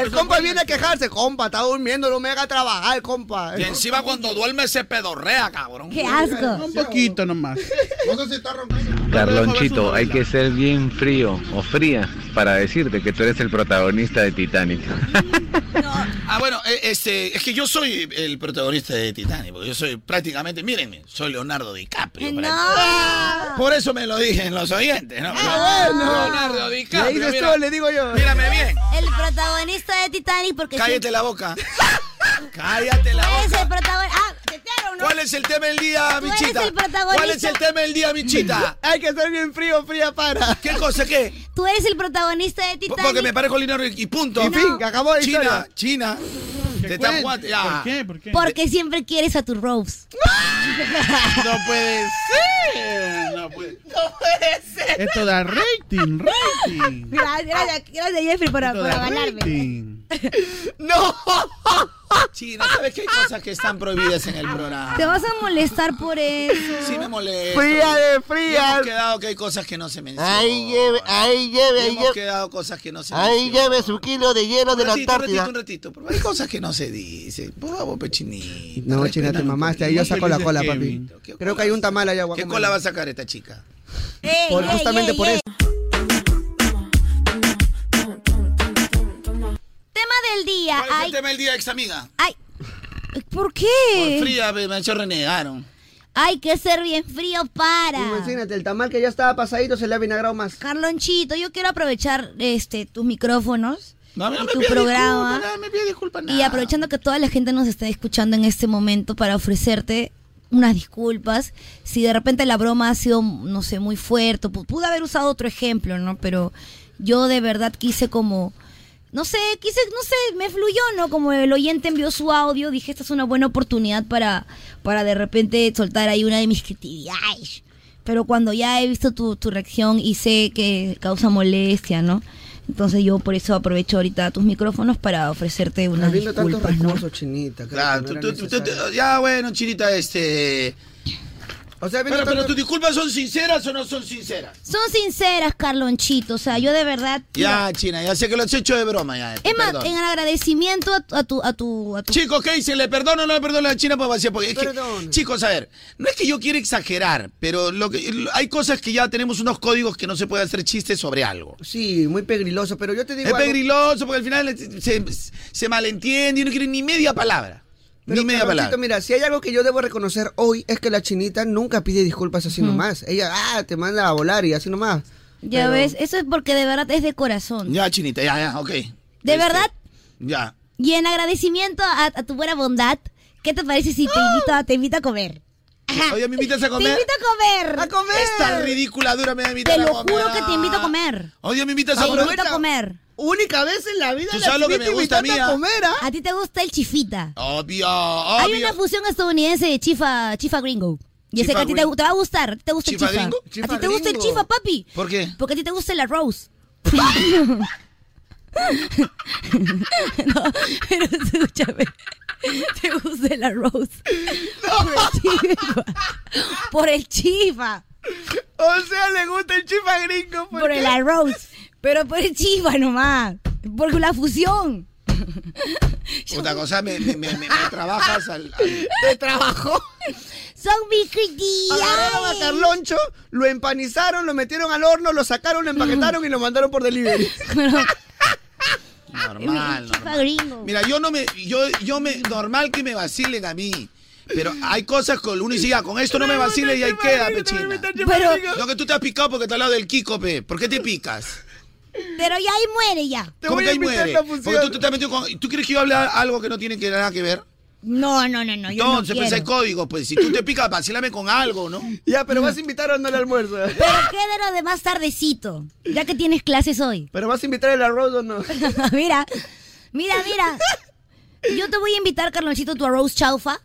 [SPEAKER 5] el compa viene a quejarse, compa, está durmiendo, no me haga trabajar, compa.
[SPEAKER 8] Y encima cuando duerme se pedorrea, cabrón.
[SPEAKER 25] Un poquito nomás.
[SPEAKER 26] No sé si está roncando.
[SPEAKER 28] Carlonchito, hay que ser bien frío o fría para decirte que tú eres el protagonista de Titanic.
[SPEAKER 8] Ah, bueno, eh, este, es que yo soy el protagonista de Titanic, porque yo soy prácticamente, mírenme, soy Leonardo DiCaprio. prácticamente. Por eso me lo dije en los oyentes, ¿no?
[SPEAKER 3] Ah,
[SPEAKER 8] Leonardo DiCaprio. mira,
[SPEAKER 5] digo yo.
[SPEAKER 8] Mírame bien.
[SPEAKER 3] El protagonista de Titanic porque...
[SPEAKER 8] Cállate la boca. Cállate la boca.
[SPEAKER 3] Es el protagonista... Ah, te tiraron, ¿no?
[SPEAKER 8] ¿Cuál es el tema del día,
[SPEAKER 3] Tú eres
[SPEAKER 8] Michita?
[SPEAKER 3] el protagonista.
[SPEAKER 8] ¿Cuál es el tema del día, Michita?
[SPEAKER 5] Hay que estar bien frío, fría para.
[SPEAKER 8] ¿Qué cosa qué?
[SPEAKER 3] Tú eres el protagonista de Titanic.
[SPEAKER 8] Porque me parezco Lino y punto.
[SPEAKER 3] Y fin, que
[SPEAKER 5] acabó la
[SPEAKER 8] China,
[SPEAKER 5] historia.
[SPEAKER 8] China. Te Ah. están jugando. ya.
[SPEAKER 3] Porque siempre quieres a tu Rose.
[SPEAKER 25] No puede ser. No puede, ser. Esto da rating, rating.
[SPEAKER 3] Gracias, gracias, gracias Jeffrey por,
[SPEAKER 25] Esto
[SPEAKER 3] por
[SPEAKER 25] da
[SPEAKER 3] avalarme.
[SPEAKER 25] rating.
[SPEAKER 5] ¡No!
[SPEAKER 8] China, ¿sabes que hay cosas que están prohibidas en el programa?
[SPEAKER 3] Te vas a molestar por eso.
[SPEAKER 8] Sí me molesta.
[SPEAKER 3] Fría de fría.
[SPEAKER 8] Y Hemos quedado que hay cosas que no se mencionan.
[SPEAKER 29] Ahí lleve, ahí lleve,
[SPEAKER 8] Y
[SPEAKER 29] ahí
[SPEAKER 8] Hemos
[SPEAKER 29] lleve.
[SPEAKER 8] quedado cosas que no se
[SPEAKER 29] Ahí
[SPEAKER 8] mencionan.
[SPEAKER 29] lleve su kilo de hielo de la
[SPEAKER 8] ratito, un ratito,
[SPEAKER 29] Antártida.
[SPEAKER 8] un ratito. Pero hay cosas que no se dicen. Por favor, pechinita.
[SPEAKER 5] No, china, te mamaste, ahí yo saco la cola, papi. Creo que hay un tamal allá,
[SPEAKER 8] ¿Qué
[SPEAKER 5] guacamole.
[SPEAKER 8] cola va a sacar esta chica?
[SPEAKER 5] Por-
[SPEAKER 8] ey,
[SPEAKER 5] justamente
[SPEAKER 8] ey,
[SPEAKER 5] por
[SPEAKER 8] ey.
[SPEAKER 5] eso.
[SPEAKER 3] Tema del día.
[SPEAKER 8] ¿Cuál es el
[SPEAKER 3] Hay, Ah,
[SPEAKER 8] tema del día, ex amiga?
[SPEAKER 3] hay, ¿Por qué?
[SPEAKER 8] Fría, me me ha hecho renegaron.
[SPEAKER 3] Hay que ser bien frío para.
[SPEAKER 5] Imagínate, el tamal que ya estaba pasadito se le ha vinagrado más.
[SPEAKER 3] Carlonchito, yo quiero aprovechar este tus micrófonos.
[SPEAKER 8] No, no
[SPEAKER 3] y
[SPEAKER 8] me
[SPEAKER 3] tu
[SPEAKER 8] pida
[SPEAKER 3] programa.
[SPEAKER 8] disculpa, no me pida disculpa,
[SPEAKER 3] Y
[SPEAKER 8] nada.
[SPEAKER 3] aprovechando que toda la gente nos está escuchando en este momento para ofrecerte unas disculpas. Si de repente la broma ha sido, no sé, muy fuerte. pu- Pude haber usado otro ejemplo, ¿no? Pero yo de verdad quise como. No sé, quise, no sé, me fluyó, ¿no? Como el oyente envió su audio, dije, esta es una buena oportunidad para, para de repente soltar ahí una de mis creatividades. Pero cuando ya he visto tu, tu reacción y sé que causa molestia, ¿no? Entonces yo por eso aprovecho ahorita tus micrófonos para ofrecerte unas
[SPEAKER 5] Habiendo tantos
[SPEAKER 3] disculpas, ¿no?
[SPEAKER 5] recursos, chinita.
[SPEAKER 8] Claro, tú- tú- tú- tú- ya bueno, chinita, este.
[SPEAKER 5] O sea,
[SPEAKER 8] pero,
[SPEAKER 3] viendo
[SPEAKER 8] pero
[SPEAKER 3] tanto-
[SPEAKER 8] tus disculpas son sinceras o no son sinceras.
[SPEAKER 3] Son sinceras, Carlonchito. O sea, yo de verdad...
[SPEAKER 8] Ya, China, ya sé que lo has hecho de broma ya.
[SPEAKER 3] Es más,
[SPEAKER 8] perdón.
[SPEAKER 3] en agradecimiento a, tu- a tu... A tu, a tu
[SPEAKER 8] Chicos, ¿qué dicen? ¿Le perdono o no le perdono a la China por vacía? Porque es que- chicos, a ver, no es que yo quiera exagerar, pero lo que, lo- hay cosas que ya tenemos unos códigos que no se puede hacer chistes sobre algo.
[SPEAKER 5] Sí, muy pegriloso, pero yo te digo
[SPEAKER 8] es
[SPEAKER 5] algo.
[SPEAKER 8] pegriloso porque al final se, se malentiende y no quiere ni media palabra.
[SPEAKER 5] Pero,
[SPEAKER 8] ni media
[SPEAKER 5] Carlonchito,
[SPEAKER 8] palabra.
[SPEAKER 5] Mira, si hay algo que yo debo reconocer hoy es que la chinita nunca pide disculpas así
[SPEAKER 3] Mm.
[SPEAKER 5] nomás. Ella, ah, te manda a volar y así nomás.
[SPEAKER 3] Ya
[SPEAKER 5] Pero-
[SPEAKER 3] ves, eso es porque de verdad es de corazón.
[SPEAKER 8] Ya, Chinita, ya, ya, ok. Este,
[SPEAKER 3] De verdad,
[SPEAKER 8] Ya.
[SPEAKER 3] y en agradecimiento a, a tu buena bondad, ¿qué te parece si te invito, a- te invito a comer?
[SPEAKER 8] Oye, ¿me invitas a comer?
[SPEAKER 3] Te invito a comer. A comer.
[SPEAKER 8] Esta ridícula dura me va a invitar
[SPEAKER 3] Te
[SPEAKER 8] a
[SPEAKER 3] lo
[SPEAKER 8] comer. Ah.
[SPEAKER 3] juro que te invito a comer.
[SPEAKER 8] Oye, ¿me invitas a
[SPEAKER 3] Te
[SPEAKER 8] comer?
[SPEAKER 3] invito a comer.
[SPEAKER 5] Única vez en la vida
[SPEAKER 8] Tú la sabes lo que me chinita gusta a mí, invitando a ¿ah? comer,
[SPEAKER 3] A ti te gusta el chifita.
[SPEAKER 8] Obvio,
[SPEAKER 3] Hay
[SPEAKER 8] obvio.
[SPEAKER 3] una fusión estadounidense de chifa, chifa gringo. Y ese
[SPEAKER 8] Chifa
[SPEAKER 3] que a ti te,
[SPEAKER 8] gringo.
[SPEAKER 3] te va a gustar. a ti ¿Te gusta
[SPEAKER 8] ¿Chifa
[SPEAKER 3] el chifa?
[SPEAKER 8] gringo?
[SPEAKER 3] ¿A ti
[SPEAKER 8] Chifa
[SPEAKER 3] te gusta el
[SPEAKER 8] gringo.
[SPEAKER 3] chifa, papi?
[SPEAKER 8] ¿Por qué?
[SPEAKER 3] Porque a ti te gusta el arroz. no, pero escúchame. Te gusta el arroz. Por el chifa. Por el chifa.
[SPEAKER 5] O sea, le gusta el chifa gringo.
[SPEAKER 3] Por, el arroz. Pero por el chifa nomás. Por la fusión.
[SPEAKER 8] Otra cosa, me, me, me, me- me trabajas al. al-
[SPEAKER 5] Te trabajó.
[SPEAKER 3] Son mis críticas.
[SPEAKER 5] Agarraron a Carloncho, lo empanizaron, lo metieron al horno, lo sacaron, lo empaquetaron y lo mandaron por delivery.
[SPEAKER 8] normal,
[SPEAKER 3] chifa
[SPEAKER 8] normal.
[SPEAKER 3] gringo.
[SPEAKER 8] Mira, yo no me. Yo, yo me. Normal que me vacilen a mí. Pero hay cosas con uno y dice, ya, con esto no me vaciles y ahí queda, pechina.
[SPEAKER 3] Pero-
[SPEAKER 8] No, que tú te has picado porque te al lado del Kiko, pe. ¿Por qué te picas?
[SPEAKER 3] Pero ya ahí muere ya.
[SPEAKER 8] ¿Cómo que ahí muere? Porque tú, tú te has metido con- ¿Tú crees que yo hable a- algo que no tiene que, nada que ver?
[SPEAKER 3] No, no, no, no. Yo
[SPEAKER 8] Entonces,
[SPEAKER 3] no
[SPEAKER 8] pues hay
[SPEAKER 3] quiero.
[SPEAKER 8] código, pues si tú te picas, vacílame con algo, ¿no?
[SPEAKER 5] Ya, pero vas a invitar o no al almuerzo.
[SPEAKER 3] Pero qué de lo de más tardecito, ya que tienes clases hoy.
[SPEAKER 5] Pero vas a invitar el arroz o no.
[SPEAKER 3] mira, mira, mira. Yo te voy a invitar, Carloncito, tu arroz chaufa.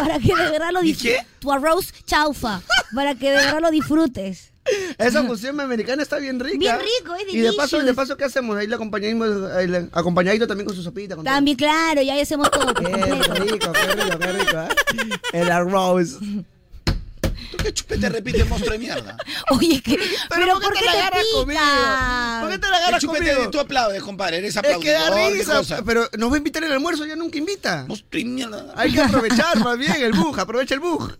[SPEAKER 3] Para que de verdad lo disfrutes. Tu arroz chaufa. Para que de verdad lo disfrutes.
[SPEAKER 5] Esa fusión americana está bien rica.
[SPEAKER 3] Bien rico, es
[SPEAKER 5] Y de paso,
[SPEAKER 3] delicious.
[SPEAKER 5] de paso, ¿qué hacemos? Ahí lo acompañamos, ahí le- acompañadito también con su sopita. Con
[SPEAKER 3] También, claro, ya hacemos todo. por
[SPEAKER 5] todo.
[SPEAKER 3] completo.
[SPEAKER 5] Qué rico, qué rico, qué rico, ¿eh? El arroz.
[SPEAKER 8] Te repite monstruo de mierda.
[SPEAKER 3] Oye, ¿qué?
[SPEAKER 5] Pero, ¿por qué te la agarras conmigo? ¿Por qué te la agarras
[SPEAKER 8] El chupete
[SPEAKER 5] conmigo?
[SPEAKER 8] Tú aplaudes, compadre, eres
[SPEAKER 5] Es que da
[SPEAKER 8] aplaudidor. qué
[SPEAKER 5] risa,
[SPEAKER 8] cosa.
[SPEAKER 5] pero nos va a invitar el almuerzo, ya nunca invita.
[SPEAKER 8] Monstruo de mierda.
[SPEAKER 5] Hay que aprovechar más bien el bug, aprovecha el bug.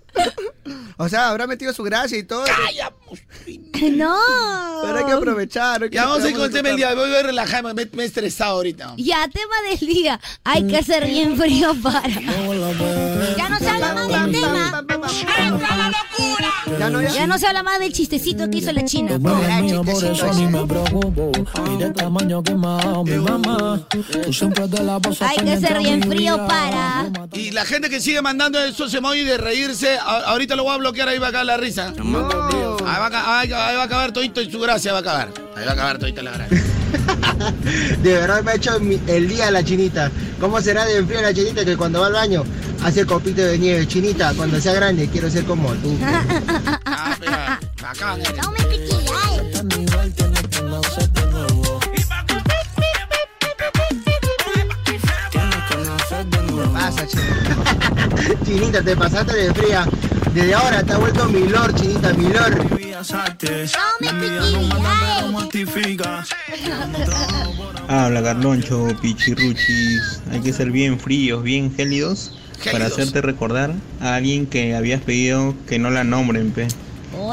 [SPEAKER 5] O sea, habrá metido su gracia y todo.
[SPEAKER 3] No.
[SPEAKER 5] Pero hay que aprovechar. hay que-
[SPEAKER 8] Ya vamos a ir
[SPEAKER 5] vamos
[SPEAKER 8] con el tema del día.
[SPEAKER 5] disfrutar.
[SPEAKER 8] Voy a relajarme, me, me he estresado ahorita.
[SPEAKER 3] Ya, tema del día. Hay que hacer bien frío para. Ya no se habla más del tema.
[SPEAKER 5] Ya no, ya.
[SPEAKER 3] Ya no se habla más del chistecito que hizo la China.
[SPEAKER 4] por eso a mí me preocupo. Y de tamaño que me ha dado mi mamá. Tú siempre te la pasas
[SPEAKER 3] Hay que
[SPEAKER 4] pendiente
[SPEAKER 3] ser
[SPEAKER 4] a
[SPEAKER 3] bien
[SPEAKER 4] mi
[SPEAKER 3] frío
[SPEAKER 4] vida.
[SPEAKER 3] para.
[SPEAKER 8] Y la gente que sigue mandando esos emojis de reírse, a- ahorita lo voy a bloquear, ahí va a acabar la risa. Ahí, va a, aca- ahí va a acabar todito y su gracia va a acabar. Ahí va a acabar todita la gracia.
[SPEAKER 30] De verdad me ha hecho mi- el día la chinita. ¿Cómo será de frío la chinita que cuando va al baño hace copito de nieve? Chinita, cuando sea grande quiero ser como tú.
[SPEAKER 8] Ah, Acá,
[SPEAKER 30] Pasa, chinita. chinita, te pasaste de fría. Desde ahora te ha vuelto milor, chinita, milor.
[SPEAKER 19] Habla Carloncho, Pichirruchis. Hay que ser bien fríos, bien gélidos, para hacerte recordar a alguien que habías pedido que no la nombren, pe.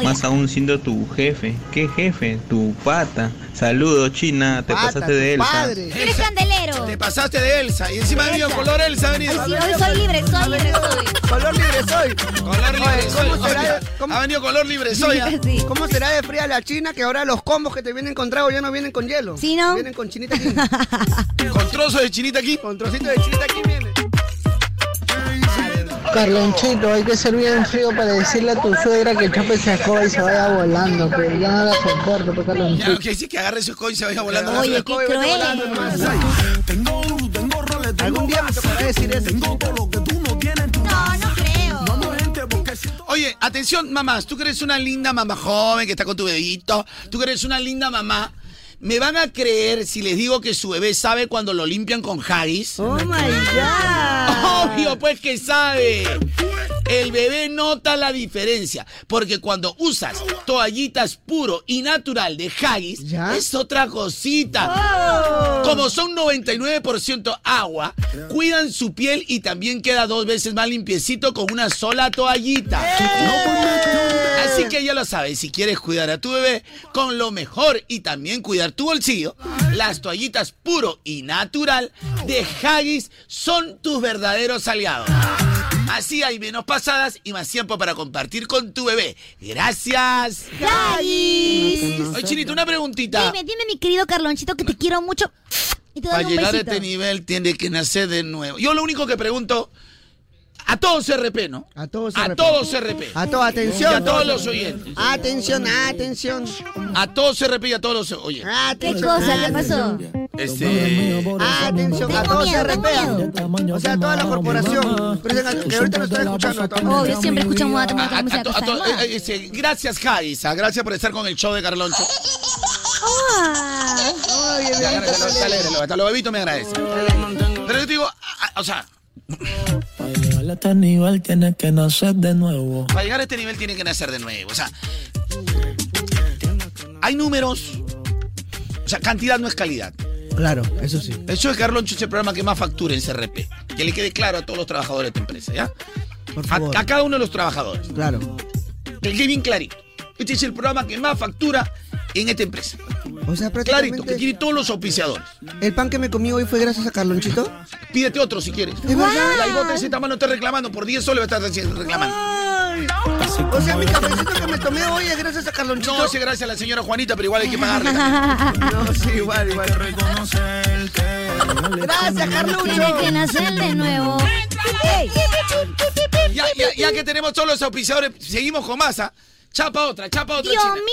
[SPEAKER 15] Más aún siendo tu jefe. ¿Qué jefe? Tu pata. Saludos, China. Ah, Te
[SPEAKER 8] Pata,
[SPEAKER 15] pasaste
[SPEAKER 8] tu
[SPEAKER 15] de Elsa.
[SPEAKER 8] padre.
[SPEAKER 16] Eres candelero.
[SPEAKER 8] Te pasaste de Elsa y encima vino color Elsa ha venido.
[SPEAKER 16] Ay, sí, hoy soy libre, soy libre, soy.
[SPEAKER 5] Color libre soy.
[SPEAKER 8] Color libre
[SPEAKER 5] Oye,
[SPEAKER 8] soy.
[SPEAKER 5] ¿cómo será
[SPEAKER 8] Oye,
[SPEAKER 5] de- cómo-
[SPEAKER 8] Ha venido color libre soy. ah.
[SPEAKER 5] ¿Cómo será de fría la China que ahora los combos que te vienen con trago ya no vienen con hielo? Sí, ¿no? Vienen con chinita aquí.
[SPEAKER 8] Con trozo de chinita aquí.
[SPEAKER 5] Con trocito de chinita aquí viene.
[SPEAKER 31] Carlonchito, hay que ser bien frío para decirle a tu suegra que chape esa escoba y se vaya volando, que ya no la soporto, pues,
[SPEAKER 8] Ya,
[SPEAKER 31] Carlonchito.
[SPEAKER 8] ok, sí, que agarre su coin y se vaya volando.
[SPEAKER 31] Oye,
[SPEAKER 8] Agarre su
[SPEAKER 31] qué
[SPEAKER 8] coin y vete
[SPEAKER 31] cruel.
[SPEAKER 8] volando, hermano.
[SPEAKER 2] Tengo un, tengo Algún día me tocará decir eso. Tengo todo lo que tú no tienes. No, no creo. Vamos, gente, porque si
[SPEAKER 8] Oye, atención, mamás. Tú que eres una linda mamá joven que está con tu bebito. Tú que eres una linda mamá. ¿Me van a creer si les digo que su bebé sabe cuando lo limpian con Haggis? ¡Oh, my God! Obvio, pues que sabe. El bebé nota la diferencia, porque cuando usas toallitas puro y natural de Haggis, es otra cosita. Como son 99% agua, cuidan su piel y también queda dos veces más limpiecito con una sola toallita. Así que ya lo sabes, si quieres cuidar a tu bebé con lo mejor y también cuidar tu bolsillo, las toallitas puro y natural de Haggis son tus verdaderos aliados. Así hay menos pasadas y más tiempo para compartir con tu bebé. Gracias.
[SPEAKER 16] Haggis.
[SPEAKER 8] Oye, Chinito, una preguntita.
[SPEAKER 16] Dime, dime, mi querido Carlonchito, que te quiero mucho. Y te doy
[SPEAKER 8] Para
[SPEAKER 16] un
[SPEAKER 8] llegar a
[SPEAKER 16] besito.
[SPEAKER 8] este nivel tiene que nacer de nuevo. Yo lo único que pregunto, a todos RP, ¿no? A todos A
[SPEAKER 5] RP.
[SPEAKER 8] todos RP.
[SPEAKER 5] A toda atención.
[SPEAKER 8] Y a todos los oyentes.
[SPEAKER 5] Atención, atención.
[SPEAKER 8] A todos RP y a todos los
[SPEAKER 16] Ah,
[SPEAKER 8] oyentes.
[SPEAKER 5] Atención,
[SPEAKER 8] Ah,
[SPEAKER 5] atención.
[SPEAKER 8] Este...
[SPEAKER 5] Atención, a todos se arrepean. O sea, a toda la corporación. Pero es que ahorita nos están escuchando. a todos.
[SPEAKER 16] Obvio, siempre escuchamos Ah, a tomar
[SPEAKER 8] A- a-
[SPEAKER 16] música
[SPEAKER 8] a to- a to-
[SPEAKER 16] costa,
[SPEAKER 8] eh, eh, este, gracias, Jaisa. Gracias por estar con el show de Carloncho.
[SPEAKER 5] Ah.
[SPEAKER 16] Ay,
[SPEAKER 8] Ya, gracias, lo- está alegre, lo- Hasta los bebitos me agradece. Pero yo te digo, a- a- o sea,
[SPEAKER 17] Llegar a este nivel tienes que nacer de nuevo.
[SPEAKER 8] para llegar a este nivel tiene que nacer de nuevo. O sea, hay números. O sea, cantidad no es calidad.
[SPEAKER 5] Claro, eso sí.
[SPEAKER 8] El show de Carloncho es el programa que más factura en CRP. Que le quede claro a todos los trabajadores de tu empresa, ¿ya? A, a cada uno de los trabajadores.
[SPEAKER 5] Claro.
[SPEAKER 8] Que quede bien clarito. Este es el programa que más factura en esta empresa.
[SPEAKER 5] O sea,
[SPEAKER 8] Clarito,
[SPEAKER 5] prácticamente
[SPEAKER 8] que tiene todos los auspiciadores.
[SPEAKER 5] el pan que me comí hoy fue gracias a Carlonchito.
[SPEAKER 8] Pídete otro si quieres.
[SPEAKER 5] ¿Es verdad?
[SPEAKER 8] La Ibote ese tamaño está reclamando. Por 10 soles va a estar reclamando.
[SPEAKER 5] O sea, mi cafecito que me tomé hoy es gracias a Carlonchito.
[SPEAKER 8] No, sí, gracias a la señora Juanita, pero igual hay que pagarle.
[SPEAKER 5] No, sí, igual, igual. Gracias,
[SPEAKER 16] Tiene que
[SPEAKER 5] Carlucho.
[SPEAKER 16] nacer de nuevo. Ey.
[SPEAKER 8] Ya, ya- ya que tenemos todos los auspiciadores, seguimos con masa. Chapa otra, chapa otra.
[SPEAKER 5] ¡Dios
[SPEAKER 8] China.
[SPEAKER 5] mío!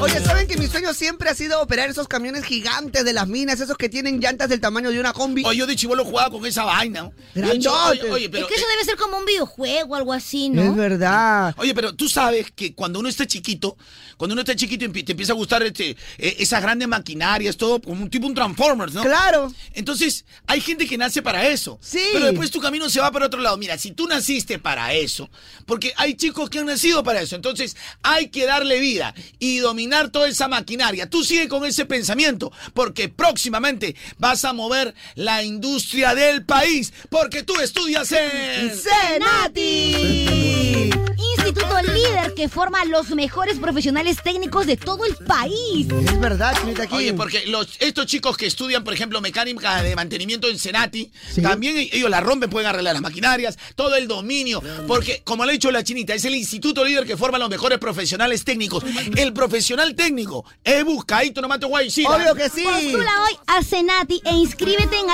[SPEAKER 5] Oye, ¿saben que mi sueño siempre ha sido operar esos camiones gigantes de las minas, esos que tienen llantas del tamaño de una combi?
[SPEAKER 8] Oye, yo de chivolo jugaba con esa vaina. ¿no? Yo- yo-
[SPEAKER 5] Grandote.
[SPEAKER 8] Oye, oye, pero, eh,
[SPEAKER 16] Es que eso debe ser como un videojuego o algo así, ¿no?
[SPEAKER 5] Es verdad.
[SPEAKER 8] Oye, pero tú sabes que cuando uno está chiquito, cuando uno está chiquito empi- te empieza a gustar este, eh, esas grandes maquinarias, todo como un tipo un Transformers, ¿no?
[SPEAKER 5] Claro.
[SPEAKER 8] Entonces, hay gente que nace para eso.
[SPEAKER 5] Sí.
[SPEAKER 8] Pero después tu camino se va para otro lado. Mira, si tú naciste para eso, porque hay chicos que han nacido para eso, entonces hay que darle vida y dominar toda esa maquinaria. Tú sigue con ese pensamiento, porque próximamente vas a mover la industria del país, porque tú estudias en...
[SPEAKER 16] Senati. Instituto líder que forma a los mejores profesionales técnicos de todo el país.
[SPEAKER 5] Es verdad, Chinita aquí.
[SPEAKER 8] Oye, porque los, estos chicos que estudian, por ejemplo, mecánica de mantenimiento en Senati, también e- ellos la rompen, pueden arreglar las maquinarias, todo el dominio. Porque, como le ha dicho la chinita, es el instituto líder que forma a los mejores profesionales técnicos. El profesional técnico es buscadito, no mate guay, sí.
[SPEAKER 5] Obvio que sí.
[SPEAKER 16] Postula hoy a Senati e inscríbete en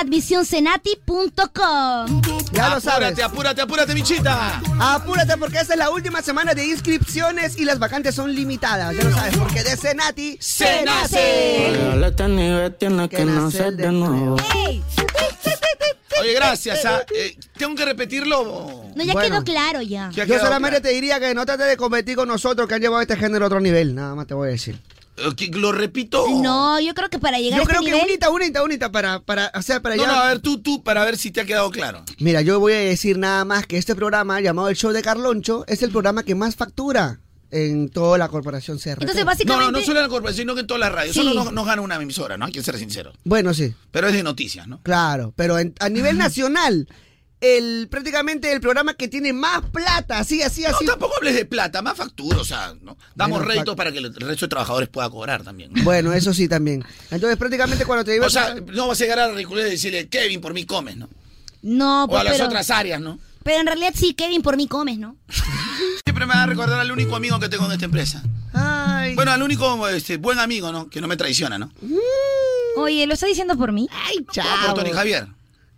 [SPEAKER 16] admisioncenati.com.
[SPEAKER 5] Ya lo sabes.
[SPEAKER 8] Apúrate, apúrate, apúrate, michita.
[SPEAKER 5] Apúrate porque esa es la última semana de inscripciones y las vacantes son limitadas. Ya lo sabes, porque de Senati
[SPEAKER 8] se
[SPEAKER 17] Para
[SPEAKER 5] nace.
[SPEAKER 17] llegar a este nivel tienes que nacer de nuevo.
[SPEAKER 8] Oye, gracias. ah, eh, tengo que repetirlo.
[SPEAKER 16] No, ya
[SPEAKER 5] Bueno.
[SPEAKER 16] quedó claro ya.
[SPEAKER 8] Ya
[SPEAKER 5] Yo
[SPEAKER 8] quedó
[SPEAKER 5] solamente te diría que no trates de competir con nosotros que han llevado este género a otro nivel. Nada más te voy a decir.
[SPEAKER 8] Eh, que- Lo repito.
[SPEAKER 16] No, yo creo que para llegar a
[SPEAKER 5] Yo
[SPEAKER 16] este
[SPEAKER 5] creo que
[SPEAKER 16] nivel...
[SPEAKER 5] unita, unita, unita para, para, o sea, para
[SPEAKER 8] No,
[SPEAKER 5] ya-
[SPEAKER 8] no, a ver tú, tú, para ver si te ha quedado claro.
[SPEAKER 5] Mira, yo voy a decir nada más que este programa llamado El Show de Carloncho es el programa que más factura en toda la corporación CR.
[SPEAKER 8] No, no, no solo en la corporación, sino que en todas las radios.
[SPEAKER 5] Sí.
[SPEAKER 8] Solo nos, nos gana una emisora, ¿no? Hay que ser sinceros.
[SPEAKER 5] Bueno, sí,
[SPEAKER 8] Pero es de noticias, ¿no?
[SPEAKER 5] claro. Pero en- a nivel nacional, el, prácticamente el programa que tiene más plata, así, así,
[SPEAKER 3] Ah,
[SPEAKER 5] así.
[SPEAKER 8] No, tampoco hables de plata, más factura, o sea, ¿no? Damos
[SPEAKER 5] Menos
[SPEAKER 8] réditos para que el resto de trabajadores pueda cobrar también.
[SPEAKER 5] Bueno, eso sí también. Entonces, prácticamente cuando te
[SPEAKER 8] O
[SPEAKER 5] ibas
[SPEAKER 8] sea, no vas a llegar a la ridiculez de decirle, Kevin, por mí comes, ¿no?
[SPEAKER 3] No,
[SPEAKER 8] o
[SPEAKER 3] pues,
[SPEAKER 8] a las
[SPEAKER 3] pero-
[SPEAKER 8] otras áreas, ¿no?
[SPEAKER 3] Pero en realidad sí, Kevin, por mí comes, ¿no?
[SPEAKER 8] Siempre me va a recordar al único amigo que tengo en esta empresa.
[SPEAKER 5] Ay.
[SPEAKER 8] Bueno, al único este, buen amigo, ¿no? Que no me traiciona, ¿no?
[SPEAKER 3] Oye, ¿lo está diciendo por mí? Ay,
[SPEAKER 8] Por Tony Javier.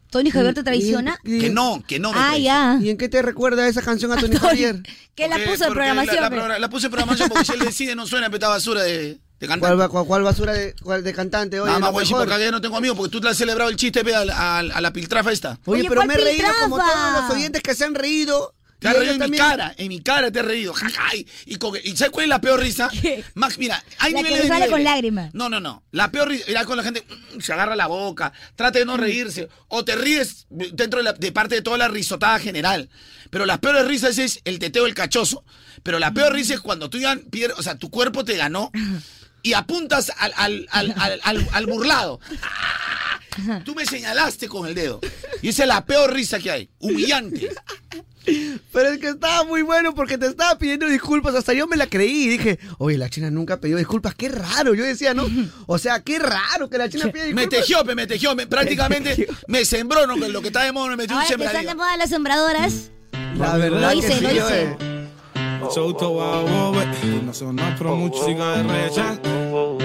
[SPEAKER 3] ¿Tony Javier te traiciona?
[SPEAKER 8] Que no, que no me
[SPEAKER 3] Ah, ya.
[SPEAKER 5] ¿Y en qué te recuerda esa canción a Tony Javier?
[SPEAKER 3] Que la
[SPEAKER 8] Porque-
[SPEAKER 3] puso en
[SPEAKER 8] porque la-
[SPEAKER 3] programación. pues.
[SPEAKER 8] La,
[SPEAKER 3] pe.
[SPEAKER 8] progra- la puse en programación porque si él decide no suena peta basura de, de cantar.
[SPEAKER 5] ¿Cuál, ba- cuál- cuál basura de, cuál de cantante? Oye,
[SPEAKER 8] Nada más
[SPEAKER 5] lo
[SPEAKER 8] voy a decir
[SPEAKER 5] mejor.
[SPEAKER 8] porque acá yo no tengo amigos porque tú te has celebrado el chiste pe, al- al- a, la piltrafa esta.
[SPEAKER 5] Oye, pero me he reído como todos los oyentes que se han reído. Y
[SPEAKER 8] Te has
[SPEAKER 5] ellos
[SPEAKER 8] reído en mi
[SPEAKER 5] también.
[SPEAKER 8] cara, en mi cara te has reído. ja, ja, y, y con- y ¿sabes cuál es la peor risa? Max, mira, hay
[SPEAKER 3] La que
[SPEAKER 8] niveles
[SPEAKER 3] le
[SPEAKER 8] de
[SPEAKER 3] sale con
[SPEAKER 8] niveles.
[SPEAKER 3] lágrimas.
[SPEAKER 8] No, no, no. La peor risa, mira con la gente mm, se agarra la boca, trata
[SPEAKER 3] Mm.
[SPEAKER 8] de no reírse. O te ríes dentro de, la- de parte de toda la risotada general. Pero las peores risas es el teteo del cachoso. Pero la peor risa es cuando tú ya pier- o sea, tu cuerpo te ganó y apuntas al, al, al, al, al- al burlado. Ah, Tú me señalaste con el dedo. Y esa es la peor risa que hay. Humillante.
[SPEAKER 5] Pero es que estaba muy bueno porque te estaba pidiendo disculpas. Hasta yo me la creí y dije, oye, la China nunca pidió disculpas. Qué raro. Yo decía, ¿no? O sea, qué raro que la China pida
[SPEAKER 8] Me
[SPEAKER 5] disculpas.
[SPEAKER 8] tejió, pe, me tejió, me- prácticamente me sembró, ¿no? Lo que está de moda me metió un
[SPEAKER 3] Ahora que están de
[SPEAKER 8] sembradío.
[SPEAKER 3] moda las sembradoras.
[SPEAKER 5] La
[SPEAKER 3] verdad Lo que hice, sí, lo hice. oye.
[SPEAKER 4] Soto va over, no son más pro música de recha.
[SPEAKER 8] Mm.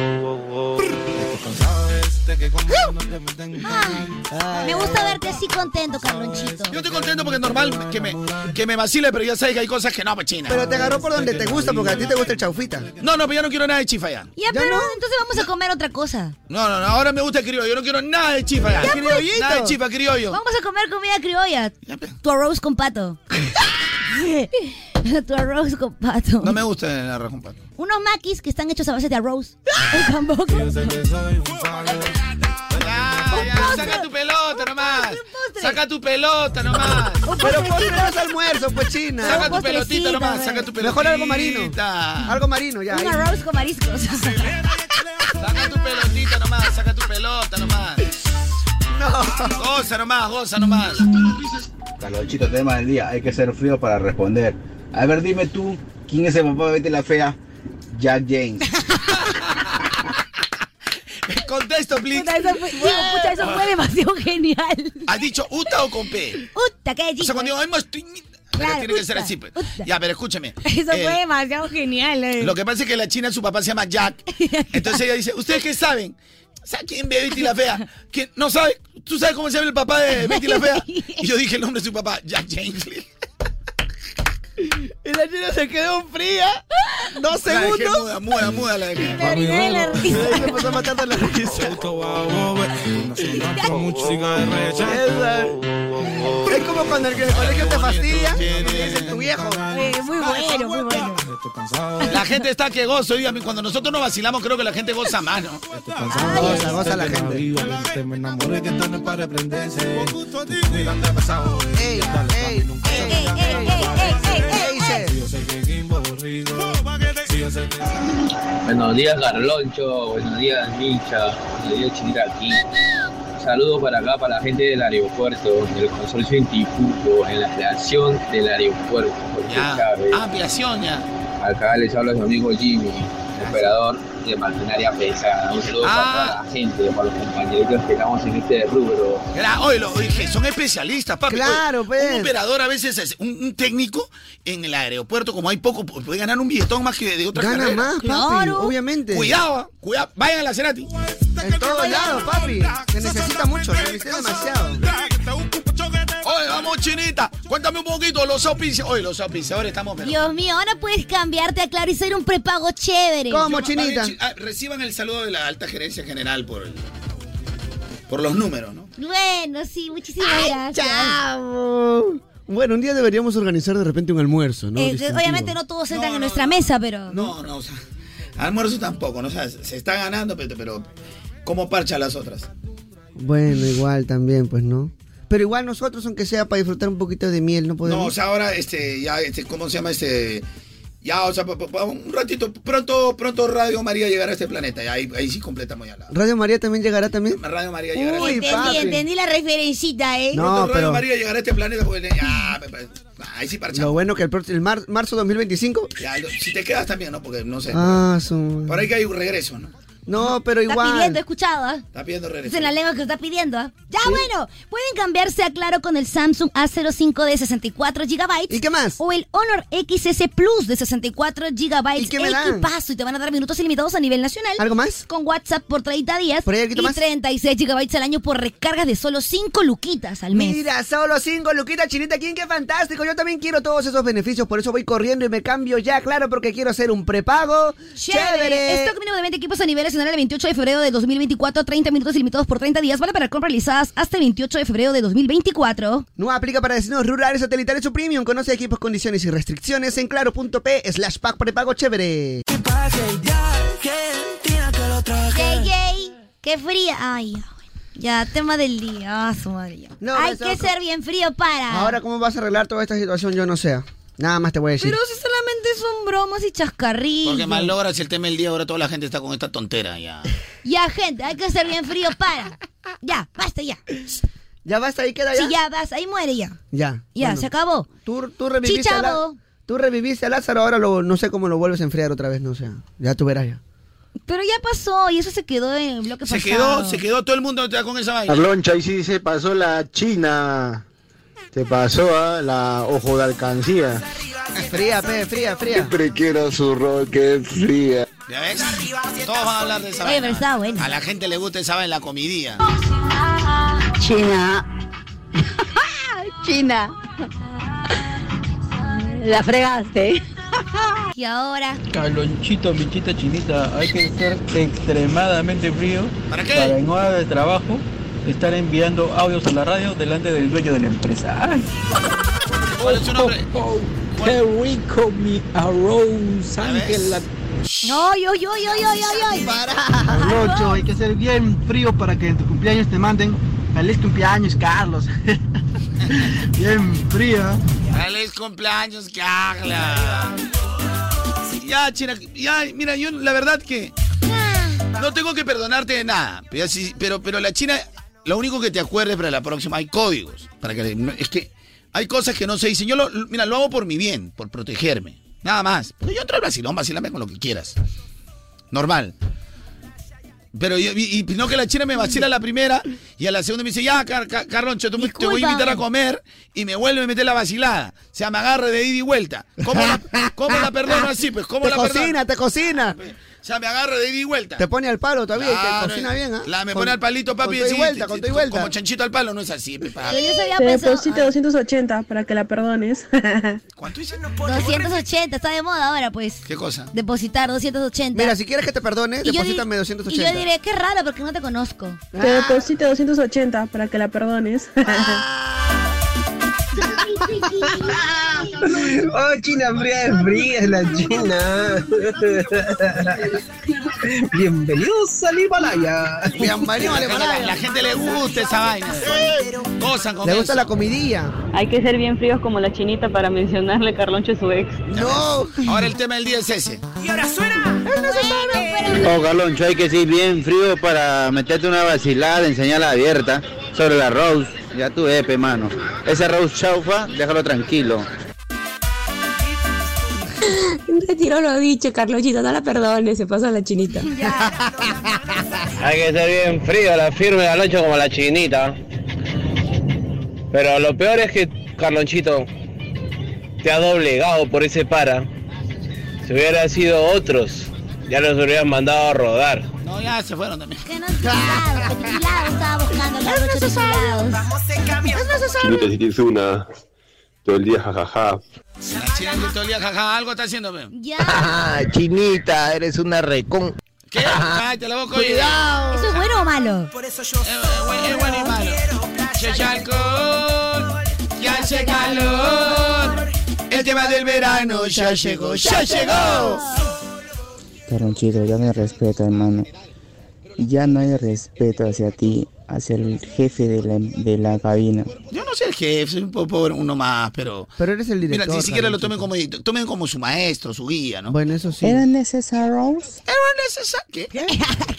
[SPEAKER 3] Me gusta verte así contento, Carlonchito.
[SPEAKER 8] Yo estoy contento porque es normal que me, que me vacile, pero ya sabes que hay cosas que no, pues China.
[SPEAKER 5] Pero te agarró por donde te gusta porque a ti te gusta el chaufita.
[SPEAKER 8] No, no, pero yo no quiero nada de chifa ya.
[SPEAKER 3] Ya, pero entonces vamos a comer otra cosa.
[SPEAKER 8] No, no, no, ahora me gusta el criollo, yo no quiero nada de chifa ya.
[SPEAKER 3] Ya, pues.
[SPEAKER 8] Nada de chifa, criollo.
[SPEAKER 3] Vamos a comer comida criolla. Tu arroz con pato. tu arroz con pato.
[SPEAKER 8] No me gusta el arroz con pato.
[SPEAKER 3] Unos maquis que están hechos a base de arroz. El tampoco.
[SPEAKER 8] Saca tu pelota nomás. Saca tu pelota nomás.
[SPEAKER 5] Pero postre no es almuerzo, pues China.
[SPEAKER 8] Saca tu pelotita nomás, saca tu pelotita.
[SPEAKER 5] Mejor algo marino. Algo marino, ya.
[SPEAKER 3] Un
[SPEAKER 5] ahí.
[SPEAKER 3] arroz con mariscos.
[SPEAKER 8] Saca tu pelotita nomás, saca tu pelota nomás. No. Goza nomás, goza nomás.
[SPEAKER 24] Carlonchito, tema del día, hay que ser frío para responder. A ver, dime tú, ¿quién es el papá de Betty la Fea? Jack James.
[SPEAKER 8] Contesto, please.
[SPEAKER 3] Puta, eso fue, digo, pucha, eso fue demasiado genial.
[SPEAKER 8] ¿Has dicho uta o con P?
[SPEAKER 3] Uta, qué chico.
[SPEAKER 8] O sea, cuando digo, "Ay, más tu- Pero
[SPEAKER 3] Claro,
[SPEAKER 8] tiene que ser
[SPEAKER 3] uta,
[SPEAKER 8] así. pues. Ya, pero escúchame.
[SPEAKER 3] Eso
[SPEAKER 8] Eh,
[SPEAKER 3] fue demasiado genial. eh.
[SPEAKER 8] Lo que pasa es que la china, su papá se llama Jack. Entonces ella dice, ¿ustedes qué saben? ¿Saben quién ve Betty la Fea? ¿Quién no sabe? ¿Tú sabes cómo se llama el papá de Betty la Fea? Y yo dije el nombre de su papá, Jack James.
[SPEAKER 5] Y la China se quedó fría. Dos
[SPEAKER 8] La dejé
[SPEAKER 5] segundos.
[SPEAKER 8] muda, muda, muda la dejé.
[SPEAKER 5] Ahí me pasó matando la risa.
[SPEAKER 4] Soto va over, no son más pro música de recha.
[SPEAKER 5] Es como cuando el que en el colegio te fastidia. y dices, tu viejo.
[SPEAKER 3] muy bueno, muy bueno.
[SPEAKER 8] La gente está que gozo, dígame, cuando nosotros nos vacilamos creo que la gente goza más, ¿no?
[SPEAKER 4] Goza, goza la gente. Me enamoré que esto no es para prenderse. Cuidando pasado. eh. Ey, ey,
[SPEAKER 12] Buenos días, Garloncho. Buenos días, Micha. Buenos días, Chinita aquí. Saludos para acá, para la gente del aeropuerto, del consorcio Intipuco, en la creación del aeropuerto. Jorge Chávez.
[SPEAKER 8] Ampliación ya.
[SPEAKER 12] Acá les habla su amigo Jimmy, operador de maquinaria pesada. Un saludo para toda la gente, para los compañeros que estamos en este rubro.
[SPEAKER 8] Era, oye, lo- oye, son especialistas, papi.
[SPEAKER 5] Claro,
[SPEAKER 8] Oye,
[SPEAKER 5] pues.
[SPEAKER 8] Un operador a veces, es un, un técnico en el aeropuerto, como hay poco, pu- puede ganar un billetón más que de otra
[SPEAKER 5] Gana
[SPEAKER 8] carrera.
[SPEAKER 5] más, pues. papi, Claro. obviamente.
[SPEAKER 8] Cuidado, ah, cuidado. Vayan a la Cerati.
[SPEAKER 5] En todos lados, papi. Se necesita mucho, se necesita demasiado.
[SPEAKER 8] Oye, vamos, chinita. Cuéntame un poquito, los auspiciadores. Oye, los auspiciadores estamos... pero-
[SPEAKER 3] Dios mío, ahora puedes cambiarte a Claro y ser un prepago chévere.
[SPEAKER 8] Más bien, chi- ah, Reciban el saludo de la alta gerencia general por, el- por los números, ¿no?
[SPEAKER 3] Bueno, sí, muchísimas gracias.
[SPEAKER 5] Bueno, un día deberíamos organizar de repente un almuerzo, ¿no?
[SPEAKER 3] Eh,
[SPEAKER 5] Distintivo.
[SPEAKER 3] obviamente no todos entran en nuestra mesa, pero.
[SPEAKER 8] No, no, o sea, almuerzo tampoco, ¿no? O sea, se está ganando, pero, pero como parcha las otras.
[SPEAKER 5] Bueno, igual también, pues, ¿no? Pero igual nosotros, aunque sea para disfrutar un poquito de miel, no podemos.
[SPEAKER 8] No, o sea, ahora, este, ya, este, ¿cómo se llama este? Ya, o sea, pa- pa- pa- un ratito, pronto, pronto Radio María llegará a este planeta. Y ahí, ahí sí completamos ya la.
[SPEAKER 5] Radio María también llegará también.
[SPEAKER 8] Radio María llegará a este
[SPEAKER 32] entendí, entendí la referencita, ¿eh?
[SPEAKER 5] No,
[SPEAKER 8] Pronto Radio
[SPEAKER 5] pero-
[SPEAKER 8] María llegará a este planeta porque ya, pe- pe- ahí sí
[SPEAKER 5] Lo
[SPEAKER 8] parchamos.
[SPEAKER 5] bueno que el, pro- el mar- marzo 2025.
[SPEAKER 8] Ya, lo- si te quedas también, ¿no? Porque no sé.
[SPEAKER 5] Ah, su.
[SPEAKER 8] Por ahí que hay un regreso, ¿no?
[SPEAKER 5] No, pero
[SPEAKER 3] Está pidiendo, he
[SPEAKER 5] igual.
[SPEAKER 3] escuchado, ¿ah?
[SPEAKER 8] Está pidiendo
[SPEAKER 3] Es
[SPEAKER 8] regreso.
[SPEAKER 3] en la lengua que está pidiendo, ¿ah? Ya, bueno, pueden cambiarse a Claro con el Samsung A05 de 64 GB. ¿Y
[SPEAKER 5] qué más?
[SPEAKER 3] O el Honor XS Plus de 64 GB.
[SPEAKER 5] ¿Y qué me dan?
[SPEAKER 3] Equipazo, y te van a dar minutos ilimitados a nivel nacional.
[SPEAKER 5] ¿Algo más?
[SPEAKER 3] Con WhatsApp por 30 días.
[SPEAKER 5] ¿Por ahí algo
[SPEAKER 3] y
[SPEAKER 5] más?
[SPEAKER 3] 36 GB al año por recargas de solo 5 luquitas al mes.
[SPEAKER 5] Mira, solo cinco, Luquita Chinita, ¿quién qué fantástico? Yo también quiero todos esos beneficios, por eso voy corriendo y me cambio ya, claro, porque quiero hacer un prepago. ¡Chévere!
[SPEAKER 3] Stock mínimo de 20 equipos a nivel nacional el 28 de febrero de 2024. 30 minutos ilimitados por 30 días. Vale para compras realizadas hasta el 28 de febrero de 2024.
[SPEAKER 5] No aplica para destinos rurales, satelitales o premium. Conoce equipos, condiciones y restricciones en claro.p slash pack prepago chévere.
[SPEAKER 3] Yay, yay. Qué fría. Ay, ya, bueno. ya, tema del día. Ah, su madre, ya. Hay
[SPEAKER 5] eso-
[SPEAKER 3] que ser bien frío para.
[SPEAKER 5] pues, Ahora, ¿cómo vas a arreglar toda esta situación? Yo no sé. Nada más te voy a decir.
[SPEAKER 3] Pero si solamente son bromas y chascarrillos.
[SPEAKER 8] Porque malogras el tema del día, ahora toda la gente está con esta tontera ya.
[SPEAKER 3] Ya, gente, hay que ser bien frío para. Ya, basta ya.
[SPEAKER 5] Ya basta, ahí queda
[SPEAKER 3] Sí, ya basta, ahí muere ya.
[SPEAKER 5] Ya.
[SPEAKER 3] Ya,
[SPEAKER 5] bueno.
[SPEAKER 3] se acabó.
[SPEAKER 5] Tú, tú reviviste a la-
[SPEAKER 3] Chichavo.
[SPEAKER 5] Tú reviviste a Lázaro, ahora lo, no sé cómo lo vuelves a enfriar otra vez, no sé. Ya tú verás ya.
[SPEAKER 3] Pero ya pasó y eso se quedó en el bloque
[SPEAKER 8] Se
[SPEAKER 3] pasado.
[SPEAKER 8] quedó, se quedó todo el mundo está con esa vaina.
[SPEAKER 4] Carloncha, ahí sí se pasó la China. Se pasó a la ojo de alcancía.
[SPEAKER 5] Fría, pe, fría, fría.
[SPEAKER 4] Siempre quiero su roque fría.
[SPEAKER 8] ¿Ya ves? Todos van a hablar de esa
[SPEAKER 3] Oye,
[SPEAKER 8] vaina.
[SPEAKER 3] Eh, pero está bueno.
[SPEAKER 8] A la gente le gusta esa vaina, la comidilla.
[SPEAKER 33] China. China. La fregaste.
[SPEAKER 3] Y ahora.
[SPEAKER 34] Calonchito, michita, chinita, hay que ser extremadamente frío
[SPEAKER 8] ¿Para qué?
[SPEAKER 34] en hora de trabajo estar enviando audios a la radio delante del dueño de la empresa. ¡Ay!
[SPEAKER 8] ¿Cuál es su nombre? oh.
[SPEAKER 34] ¡Qué rico mi arroz, Ángela!
[SPEAKER 3] ¡Ay, ay, ay, ay, ay, ay! ay.
[SPEAKER 1] Carlocho, hay que ser bien frío para que en tu cumpleaños te manden feliz cumpleaños, Carlos. bien frío.
[SPEAKER 8] Feliz cumpleaños, Carla. Ya, China, ya, mira, yo la verdad que no tengo que perdonarte de nada. Pero, sí- pero, pero la China, lo único que te acuerdes para la próxima, hay códigos. Para que, no, es que hay cosas que no se dicen. Yo, lo, lo- mira, lo hago por mi bien, por protegerme. Nada más. Pero yo entro al vacilón, vacilame con lo que quieras. Normal. Pero yo, y, y no que la china me vacila la primera y a la segunda me dice, ya, Car- Car- Carloncho, tú me- te voy a invitar a comer y me vuelve a meter la vacilada. O sea, me agarra de ida y vuelta. ¿Cómo la, cómo la perdono así? Pues, ¿cómo
[SPEAKER 5] te
[SPEAKER 8] la
[SPEAKER 5] cocina,
[SPEAKER 8] perdono?
[SPEAKER 5] te cocina.
[SPEAKER 8] O sea, me agarra de ida y vuelta.
[SPEAKER 5] Te pone al palo todavía y
[SPEAKER 8] Claro, eh,
[SPEAKER 5] te cocina bien, ¿ah?
[SPEAKER 8] la- me
[SPEAKER 5] Con-
[SPEAKER 8] pone al palito, papi.
[SPEAKER 5] Con tu
[SPEAKER 8] sí,
[SPEAKER 5] vuelta,
[SPEAKER 8] sí,
[SPEAKER 5] con
[SPEAKER 8] sí,
[SPEAKER 5] tu vuelta.
[SPEAKER 8] Como chanchito al palo, no es así, pe, papi.
[SPEAKER 3] había
[SPEAKER 13] Te
[SPEAKER 3] pensado- ah,
[SPEAKER 13] deposito 280 para que la perdones.
[SPEAKER 3] 280, está de moda ahora, pues.
[SPEAKER 8] ¿Qué cosa?
[SPEAKER 3] Depositar 280.
[SPEAKER 5] Mira, si quieres que te perdone,
[SPEAKER 3] Y yo di-
[SPEAKER 5] deposítame 280.
[SPEAKER 3] Y yo diré, qué raro, porque no te conozco.
[SPEAKER 13] Te
[SPEAKER 15] Ah.
[SPEAKER 13] deposito 280 para que la perdones.
[SPEAKER 1] Oh, China fría es fría, es la China. Bienvenidos al Himalaya.
[SPEAKER 8] La gente- la, la gente le gusta esa vaina. Gozan con eso.
[SPEAKER 5] comidilla.
[SPEAKER 13] Hay que ser bien fríos como la chinita para mencionarle Carloncho su ex.
[SPEAKER 8] No. Ahora el tema del día es ese. Y ahora suena.
[SPEAKER 3] pues,
[SPEAKER 19] Oh, Carloncho, hay que ser bien frío para meterte una vacilada, enseñarla abierta sobre la Rose. Ya tu epe, mano. Ese Rose chaufa, déjalo tranquilo.
[SPEAKER 13] Retiro lo dicho, Carlonchito, no la perdones, se pasa la chinita.
[SPEAKER 19] Hay que ser bien frío, la firme la noche como la chinita. Pero lo peor es que, Carlonchito, te ha doblegado por ese para. Si hubiera sido otros, ya los hubieran mandado a rodar.
[SPEAKER 8] No, ya se fueron también.
[SPEAKER 3] Que no titulado, que titulado estaba buscando la noche titulados. Vamos en cambio. Es necesario.
[SPEAKER 35] Chinita hiciste una. Todo el día jajaja.
[SPEAKER 8] La china que todo el día, jaja, algo está haciendo, pe.
[SPEAKER 4] Ah, Chinita, eres una recón.
[SPEAKER 8] ¿Qué? Cállate la boca, oye.
[SPEAKER 3] ¿Eso es bueno o malo?
[SPEAKER 8] Por eso yo es bueno y malo. Yo ya alcohol, ya hace calor. El tema del verano ya llegó, ya llegó.
[SPEAKER 36] Carlonchito, ya no hay respeto, hermano. Ya no hay respeto hacia ti.
[SPEAKER 13] hacia el jefe de la, de la cabina.
[SPEAKER 8] Yo no soy el jefe, soy un poco uno más, pero.
[SPEAKER 5] Pero eres el
[SPEAKER 8] Mira,
[SPEAKER 5] director.
[SPEAKER 8] ni siquiera lo tomen como director, tomen como su maestro, su guía, ¿no?
[SPEAKER 5] Bueno, eso sí.
[SPEAKER 13] necesario?
[SPEAKER 8] ¿Era necesario? ¿Qué?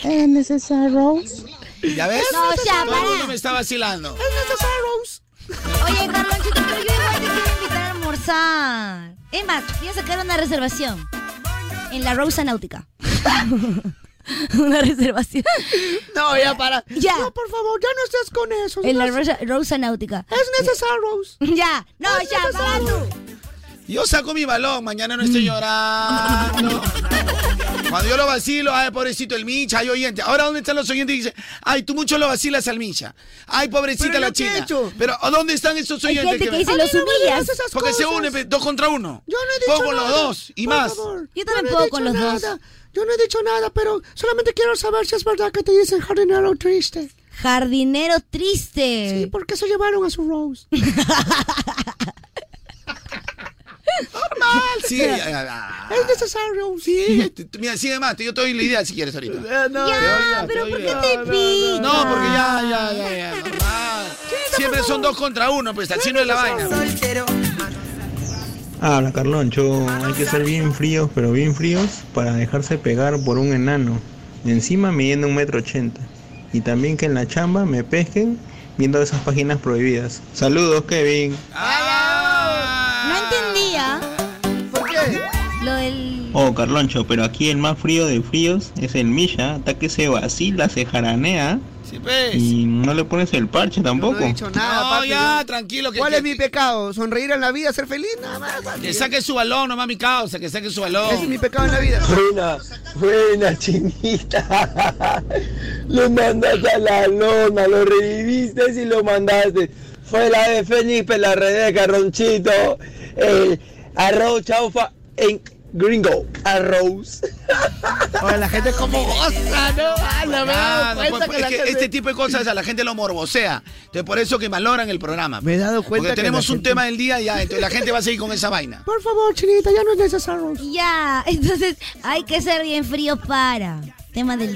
[SPEAKER 13] ¿Era necesario?
[SPEAKER 8] ¿Ya ves?
[SPEAKER 3] No, o sea,
[SPEAKER 8] Todo el mundo
[SPEAKER 3] para.
[SPEAKER 8] me está vacilando.
[SPEAKER 3] Oye, Carlonchito, pero yo igual te quiero invitar a almorzar. Es más, voy a sacar una reservación. En la Rosa Náutica. una reservación.
[SPEAKER 5] No, ya para.
[SPEAKER 3] Ya.
[SPEAKER 5] No, por favor, ya no estés con eso.
[SPEAKER 3] En la
[SPEAKER 5] No
[SPEAKER 3] Rosa, Rosa Náutica.
[SPEAKER 5] Es necesario.
[SPEAKER 3] Ya, no,
[SPEAKER 5] Es
[SPEAKER 3] ya, para tú.
[SPEAKER 8] Yo saco mi balón, mañana no
[SPEAKER 5] Mm.
[SPEAKER 8] estoy llorando. Cuando yo lo vacilo, ay, pobrecito el Micha, hay oyente. Ahora, ¿dónde están los oyentes? Dicen, ay, tú mucho lo vacilas al Micha. Ay, pobrecita
[SPEAKER 5] Pero yo
[SPEAKER 8] la
[SPEAKER 5] qué he
[SPEAKER 8] china.
[SPEAKER 5] hecho.
[SPEAKER 8] Pero, ¿a ¿dónde están esos
[SPEAKER 5] Hay
[SPEAKER 8] oyentes?
[SPEAKER 5] gente que
[SPEAKER 8] me-
[SPEAKER 5] dice,
[SPEAKER 8] A mí
[SPEAKER 5] los
[SPEAKER 8] no me
[SPEAKER 5] humillas.
[SPEAKER 8] digas esas Porque se
[SPEAKER 5] cosas.
[SPEAKER 8] unen, pe, dos contra uno.
[SPEAKER 5] Yo no he dicho
[SPEAKER 8] Pongo los
[SPEAKER 5] nada,
[SPEAKER 8] dos y
[SPEAKER 5] por
[SPEAKER 8] más.
[SPEAKER 5] favor.
[SPEAKER 3] Yo
[SPEAKER 5] no
[SPEAKER 3] también
[SPEAKER 5] he
[SPEAKER 3] puedo
[SPEAKER 5] dicho
[SPEAKER 3] con los dos.
[SPEAKER 5] nada. Yo no he dicho nada, pero solamente quiero saber si es verdad que te dicen jardinero triste.
[SPEAKER 3] Jardinero triste.
[SPEAKER 5] Sí, ¿por qué se llevaron a su Rose?
[SPEAKER 8] Normal. Sí, es
[SPEAKER 5] necesario.
[SPEAKER 8] Sí, t- t- Este, mira, sigue más. Yo te doy la idea si quieres ahorita.
[SPEAKER 5] Eh, no,
[SPEAKER 3] ya,
[SPEAKER 8] pero ¿por
[SPEAKER 3] qué te pica?
[SPEAKER 8] No, porque ya, ya, ya, ya. normal. Siempre son dos contra uno, pues así no es la vaina.
[SPEAKER 4] Habla Ah, Carloncho, hay que ser bien fríos, pero bien fríos para dejarse pegar por un enano. Encima midiendo un metro ochenta. Y también que en la chamba me pesquen viendo esas páginas prohibidas. Saludos, Kevin.
[SPEAKER 3] No entendía. ¿Por qué? Lo del.
[SPEAKER 4] Oh, Carloncho, pero aquí el más frío de fríos es el Misha. Hasta que se vacila, se jaranea. Y no le pones el parche tampoco.
[SPEAKER 5] nada,
[SPEAKER 8] No,
[SPEAKER 5] papi,
[SPEAKER 8] ya,
[SPEAKER 5] yo-
[SPEAKER 8] tranquilo. Que,
[SPEAKER 5] ¿Cuál
[SPEAKER 8] que-
[SPEAKER 5] es mi pecado? ¿Sonreír en la vida, ser feliz? Nada más, papi.
[SPEAKER 8] Que saque su balón, nomás mi causa, que saque su balón.
[SPEAKER 5] Ese es mi pecado en la vida.
[SPEAKER 19] Buena, buena chinita. Lo mandaste a la lona, lo reviviste y lo mandaste. Fue la de Felipe, la red de Carronchito, el arroz chaufa en gringo, arroz.
[SPEAKER 5] Oye, la gente es como goza, ¿no? Ah, la me he
[SPEAKER 8] Ah,
[SPEAKER 5] dado
[SPEAKER 8] no,
[SPEAKER 5] cuenta
[SPEAKER 8] pues,
[SPEAKER 5] que
[SPEAKER 8] es
[SPEAKER 5] la
[SPEAKER 8] que
[SPEAKER 5] gente-
[SPEAKER 8] este tipo de cosas a la gente lo morbosea. Entonces, por eso que valoran el programa. pues.
[SPEAKER 5] Me he dado cuenta
[SPEAKER 8] Porque
[SPEAKER 5] que
[SPEAKER 8] tenemos
[SPEAKER 5] la
[SPEAKER 8] un
[SPEAKER 5] gente-
[SPEAKER 8] tema del día ya, entonces la gente va a seguir con esa vaina.
[SPEAKER 5] Por favor, chinita, ya no es necesario.
[SPEAKER 3] Ya, entonces hay que ser bien frío para. Tema del.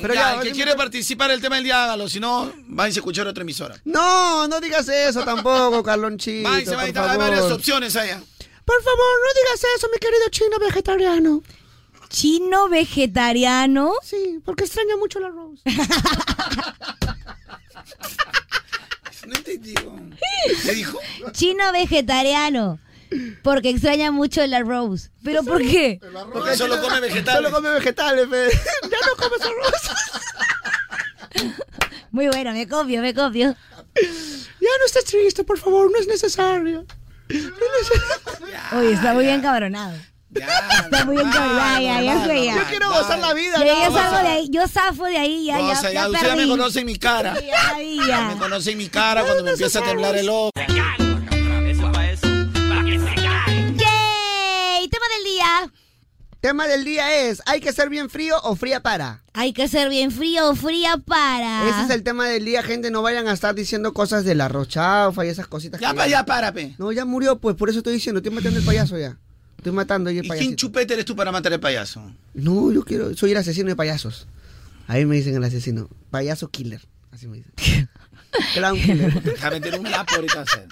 [SPEAKER 8] Pero ya, el que quiere participar del tema del día, hágalo. Si no, váyanse a escuchar otra emisora.
[SPEAKER 5] No, no digas eso tampoco, Carlonchito.
[SPEAKER 8] Váyanse,
[SPEAKER 5] por
[SPEAKER 8] váyanse, hay varias
[SPEAKER 5] favor.
[SPEAKER 8] opciones allá.
[SPEAKER 5] Por favor, no digas eso, mi querido chino vegetariano.
[SPEAKER 3] ¿Chino vegetariano?
[SPEAKER 5] Sí, porque extraña mucho la Rose.
[SPEAKER 8] ¿Qué dijo?
[SPEAKER 3] Chino vegetariano. Porque extraña mucho el arroz. ¿Pero por qué?
[SPEAKER 8] Porque solo come vegetales.
[SPEAKER 5] Solo come vegetales, fe. Ya no comes arroz.
[SPEAKER 3] Muy bueno, me copio, me copio.
[SPEAKER 5] Ya no estés triste, por favor, no es necesario.
[SPEAKER 3] Oye, está muy bien cabronado. está muy
[SPEAKER 8] Ah,
[SPEAKER 3] bien cabronado. Ya, ya, ya, fue, ya.
[SPEAKER 5] Yo quiero gozar la vida.
[SPEAKER 3] Ya,
[SPEAKER 5] nada
[SPEAKER 3] yo
[SPEAKER 5] más.
[SPEAKER 3] salgo de ahí, yo zafo de ahí, ya,
[SPEAKER 8] No, o
[SPEAKER 3] ya,
[SPEAKER 8] sea,
[SPEAKER 3] ya,
[SPEAKER 8] ya, usted ya me
[SPEAKER 3] perdí.
[SPEAKER 8] conoce mi cara.
[SPEAKER 3] Ya, ya.
[SPEAKER 8] Me conoce mi cara cuando me empieza a temblar el ojo.
[SPEAKER 3] ¡Yay! Tema del día.
[SPEAKER 5] Tema del día es, ¿hay que ser bien frío o fría para?
[SPEAKER 3] Hay que ser bien frío o fría para.
[SPEAKER 5] Ese es el tema del día, gente. No vayan a estar diciendo cosas de la rochafa y esas cositas.
[SPEAKER 8] Ya,
[SPEAKER 5] que
[SPEAKER 8] pa, ya, para, pe.
[SPEAKER 5] No, ya murió, pues, por eso estoy diciendo. Estoy matando el payaso ya. Estoy matando yo el
[SPEAKER 8] ¿Y quién
[SPEAKER 5] payaso.
[SPEAKER 8] chupete eres tú para matar al payaso?
[SPEAKER 5] No, yo quiero, soy el asesino de payasos. Ahí me dicen el asesino. Payaso killer. Así me dicen. Clown killer.
[SPEAKER 8] Déjame tener un lapo ahorita. o sea.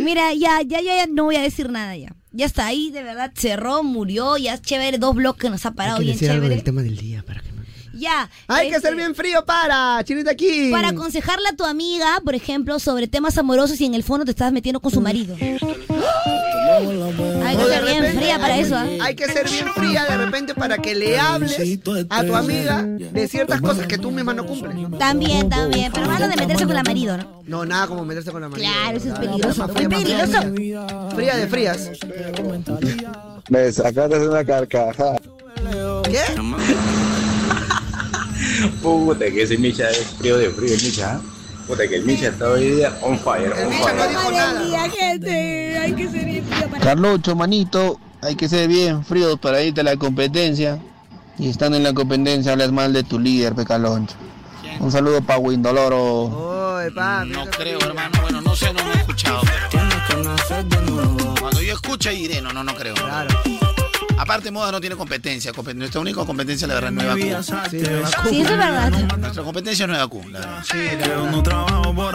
[SPEAKER 3] Mira, ya, ya, ya, ya, no voy a decir nada ya. Ya está ahí, de verdad, cerró, murió, ya es chévere, dos bloques nos ha parado
[SPEAKER 5] Hay que
[SPEAKER 3] bien
[SPEAKER 5] decir algo
[SPEAKER 3] chévere.
[SPEAKER 5] del tema del día. para-
[SPEAKER 3] Ya.
[SPEAKER 5] Hay que
[SPEAKER 3] este,
[SPEAKER 5] ser bien frío para, chinita aquí.
[SPEAKER 3] Para aconsejarle a tu amiga, por ejemplo, sobre temas amorosos y en el fondo te estás metiendo con su marido. Hay que
[SPEAKER 5] O Mm. de
[SPEAKER 3] ser bien
[SPEAKER 5] repente-
[SPEAKER 3] fría para eso, ¿ah?
[SPEAKER 5] Hay que ser bien fría de repente para que le hables a tu amiga de ciertas cosas que tú misma no cumples.
[SPEAKER 3] También, también, pero nada de meterse con la marido, ¿no?
[SPEAKER 5] No, nada como meterse con la mano.
[SPEAKER 3] Claro, eso es peligroso.
[SPEAKER 5] Fría,
[SPEAKER 3] Muy
[SPEAKER 5] más fría,
[SPEAKER 3] peligroso.
[SPEAKER 5] Fría de frías.
[SPEAKER 19] Me sacaste una carcajada.
[SPEAKER 5] ¿Qué?
[SPEAKER 19] Puta, que ese Micha es frío de frío, el Micha. ¿ah? Puta, que el Micha está hoy día on fire, on fire.
[SPEAKER 3] hay que ser bien fría para.
[SPEAKER 13] Carlucho, manito, hay que ser bien fríos para irte a la competencia. Y estando en la competencia hablas mal de tu líder, Pecaloncho. Un saludo para Windoloro.
[SPEAKER 5] Oye, papi.
[SPEAKER 8] No creo, hermano. Bueno, no sé, no lo he escuchado. pero- Cuando yo escuche, diré, no, no, no creo. Claro. Aparte, Moda no tiene competencia. compet- Nuestra única competencia, la verdad, es Nueva Q.
[SPEAKER 5] Sí, Nueva Q. Sí, eso es verdad.
[SPEAKER 8] Nuestra competencia es Nueva Q, la verdad.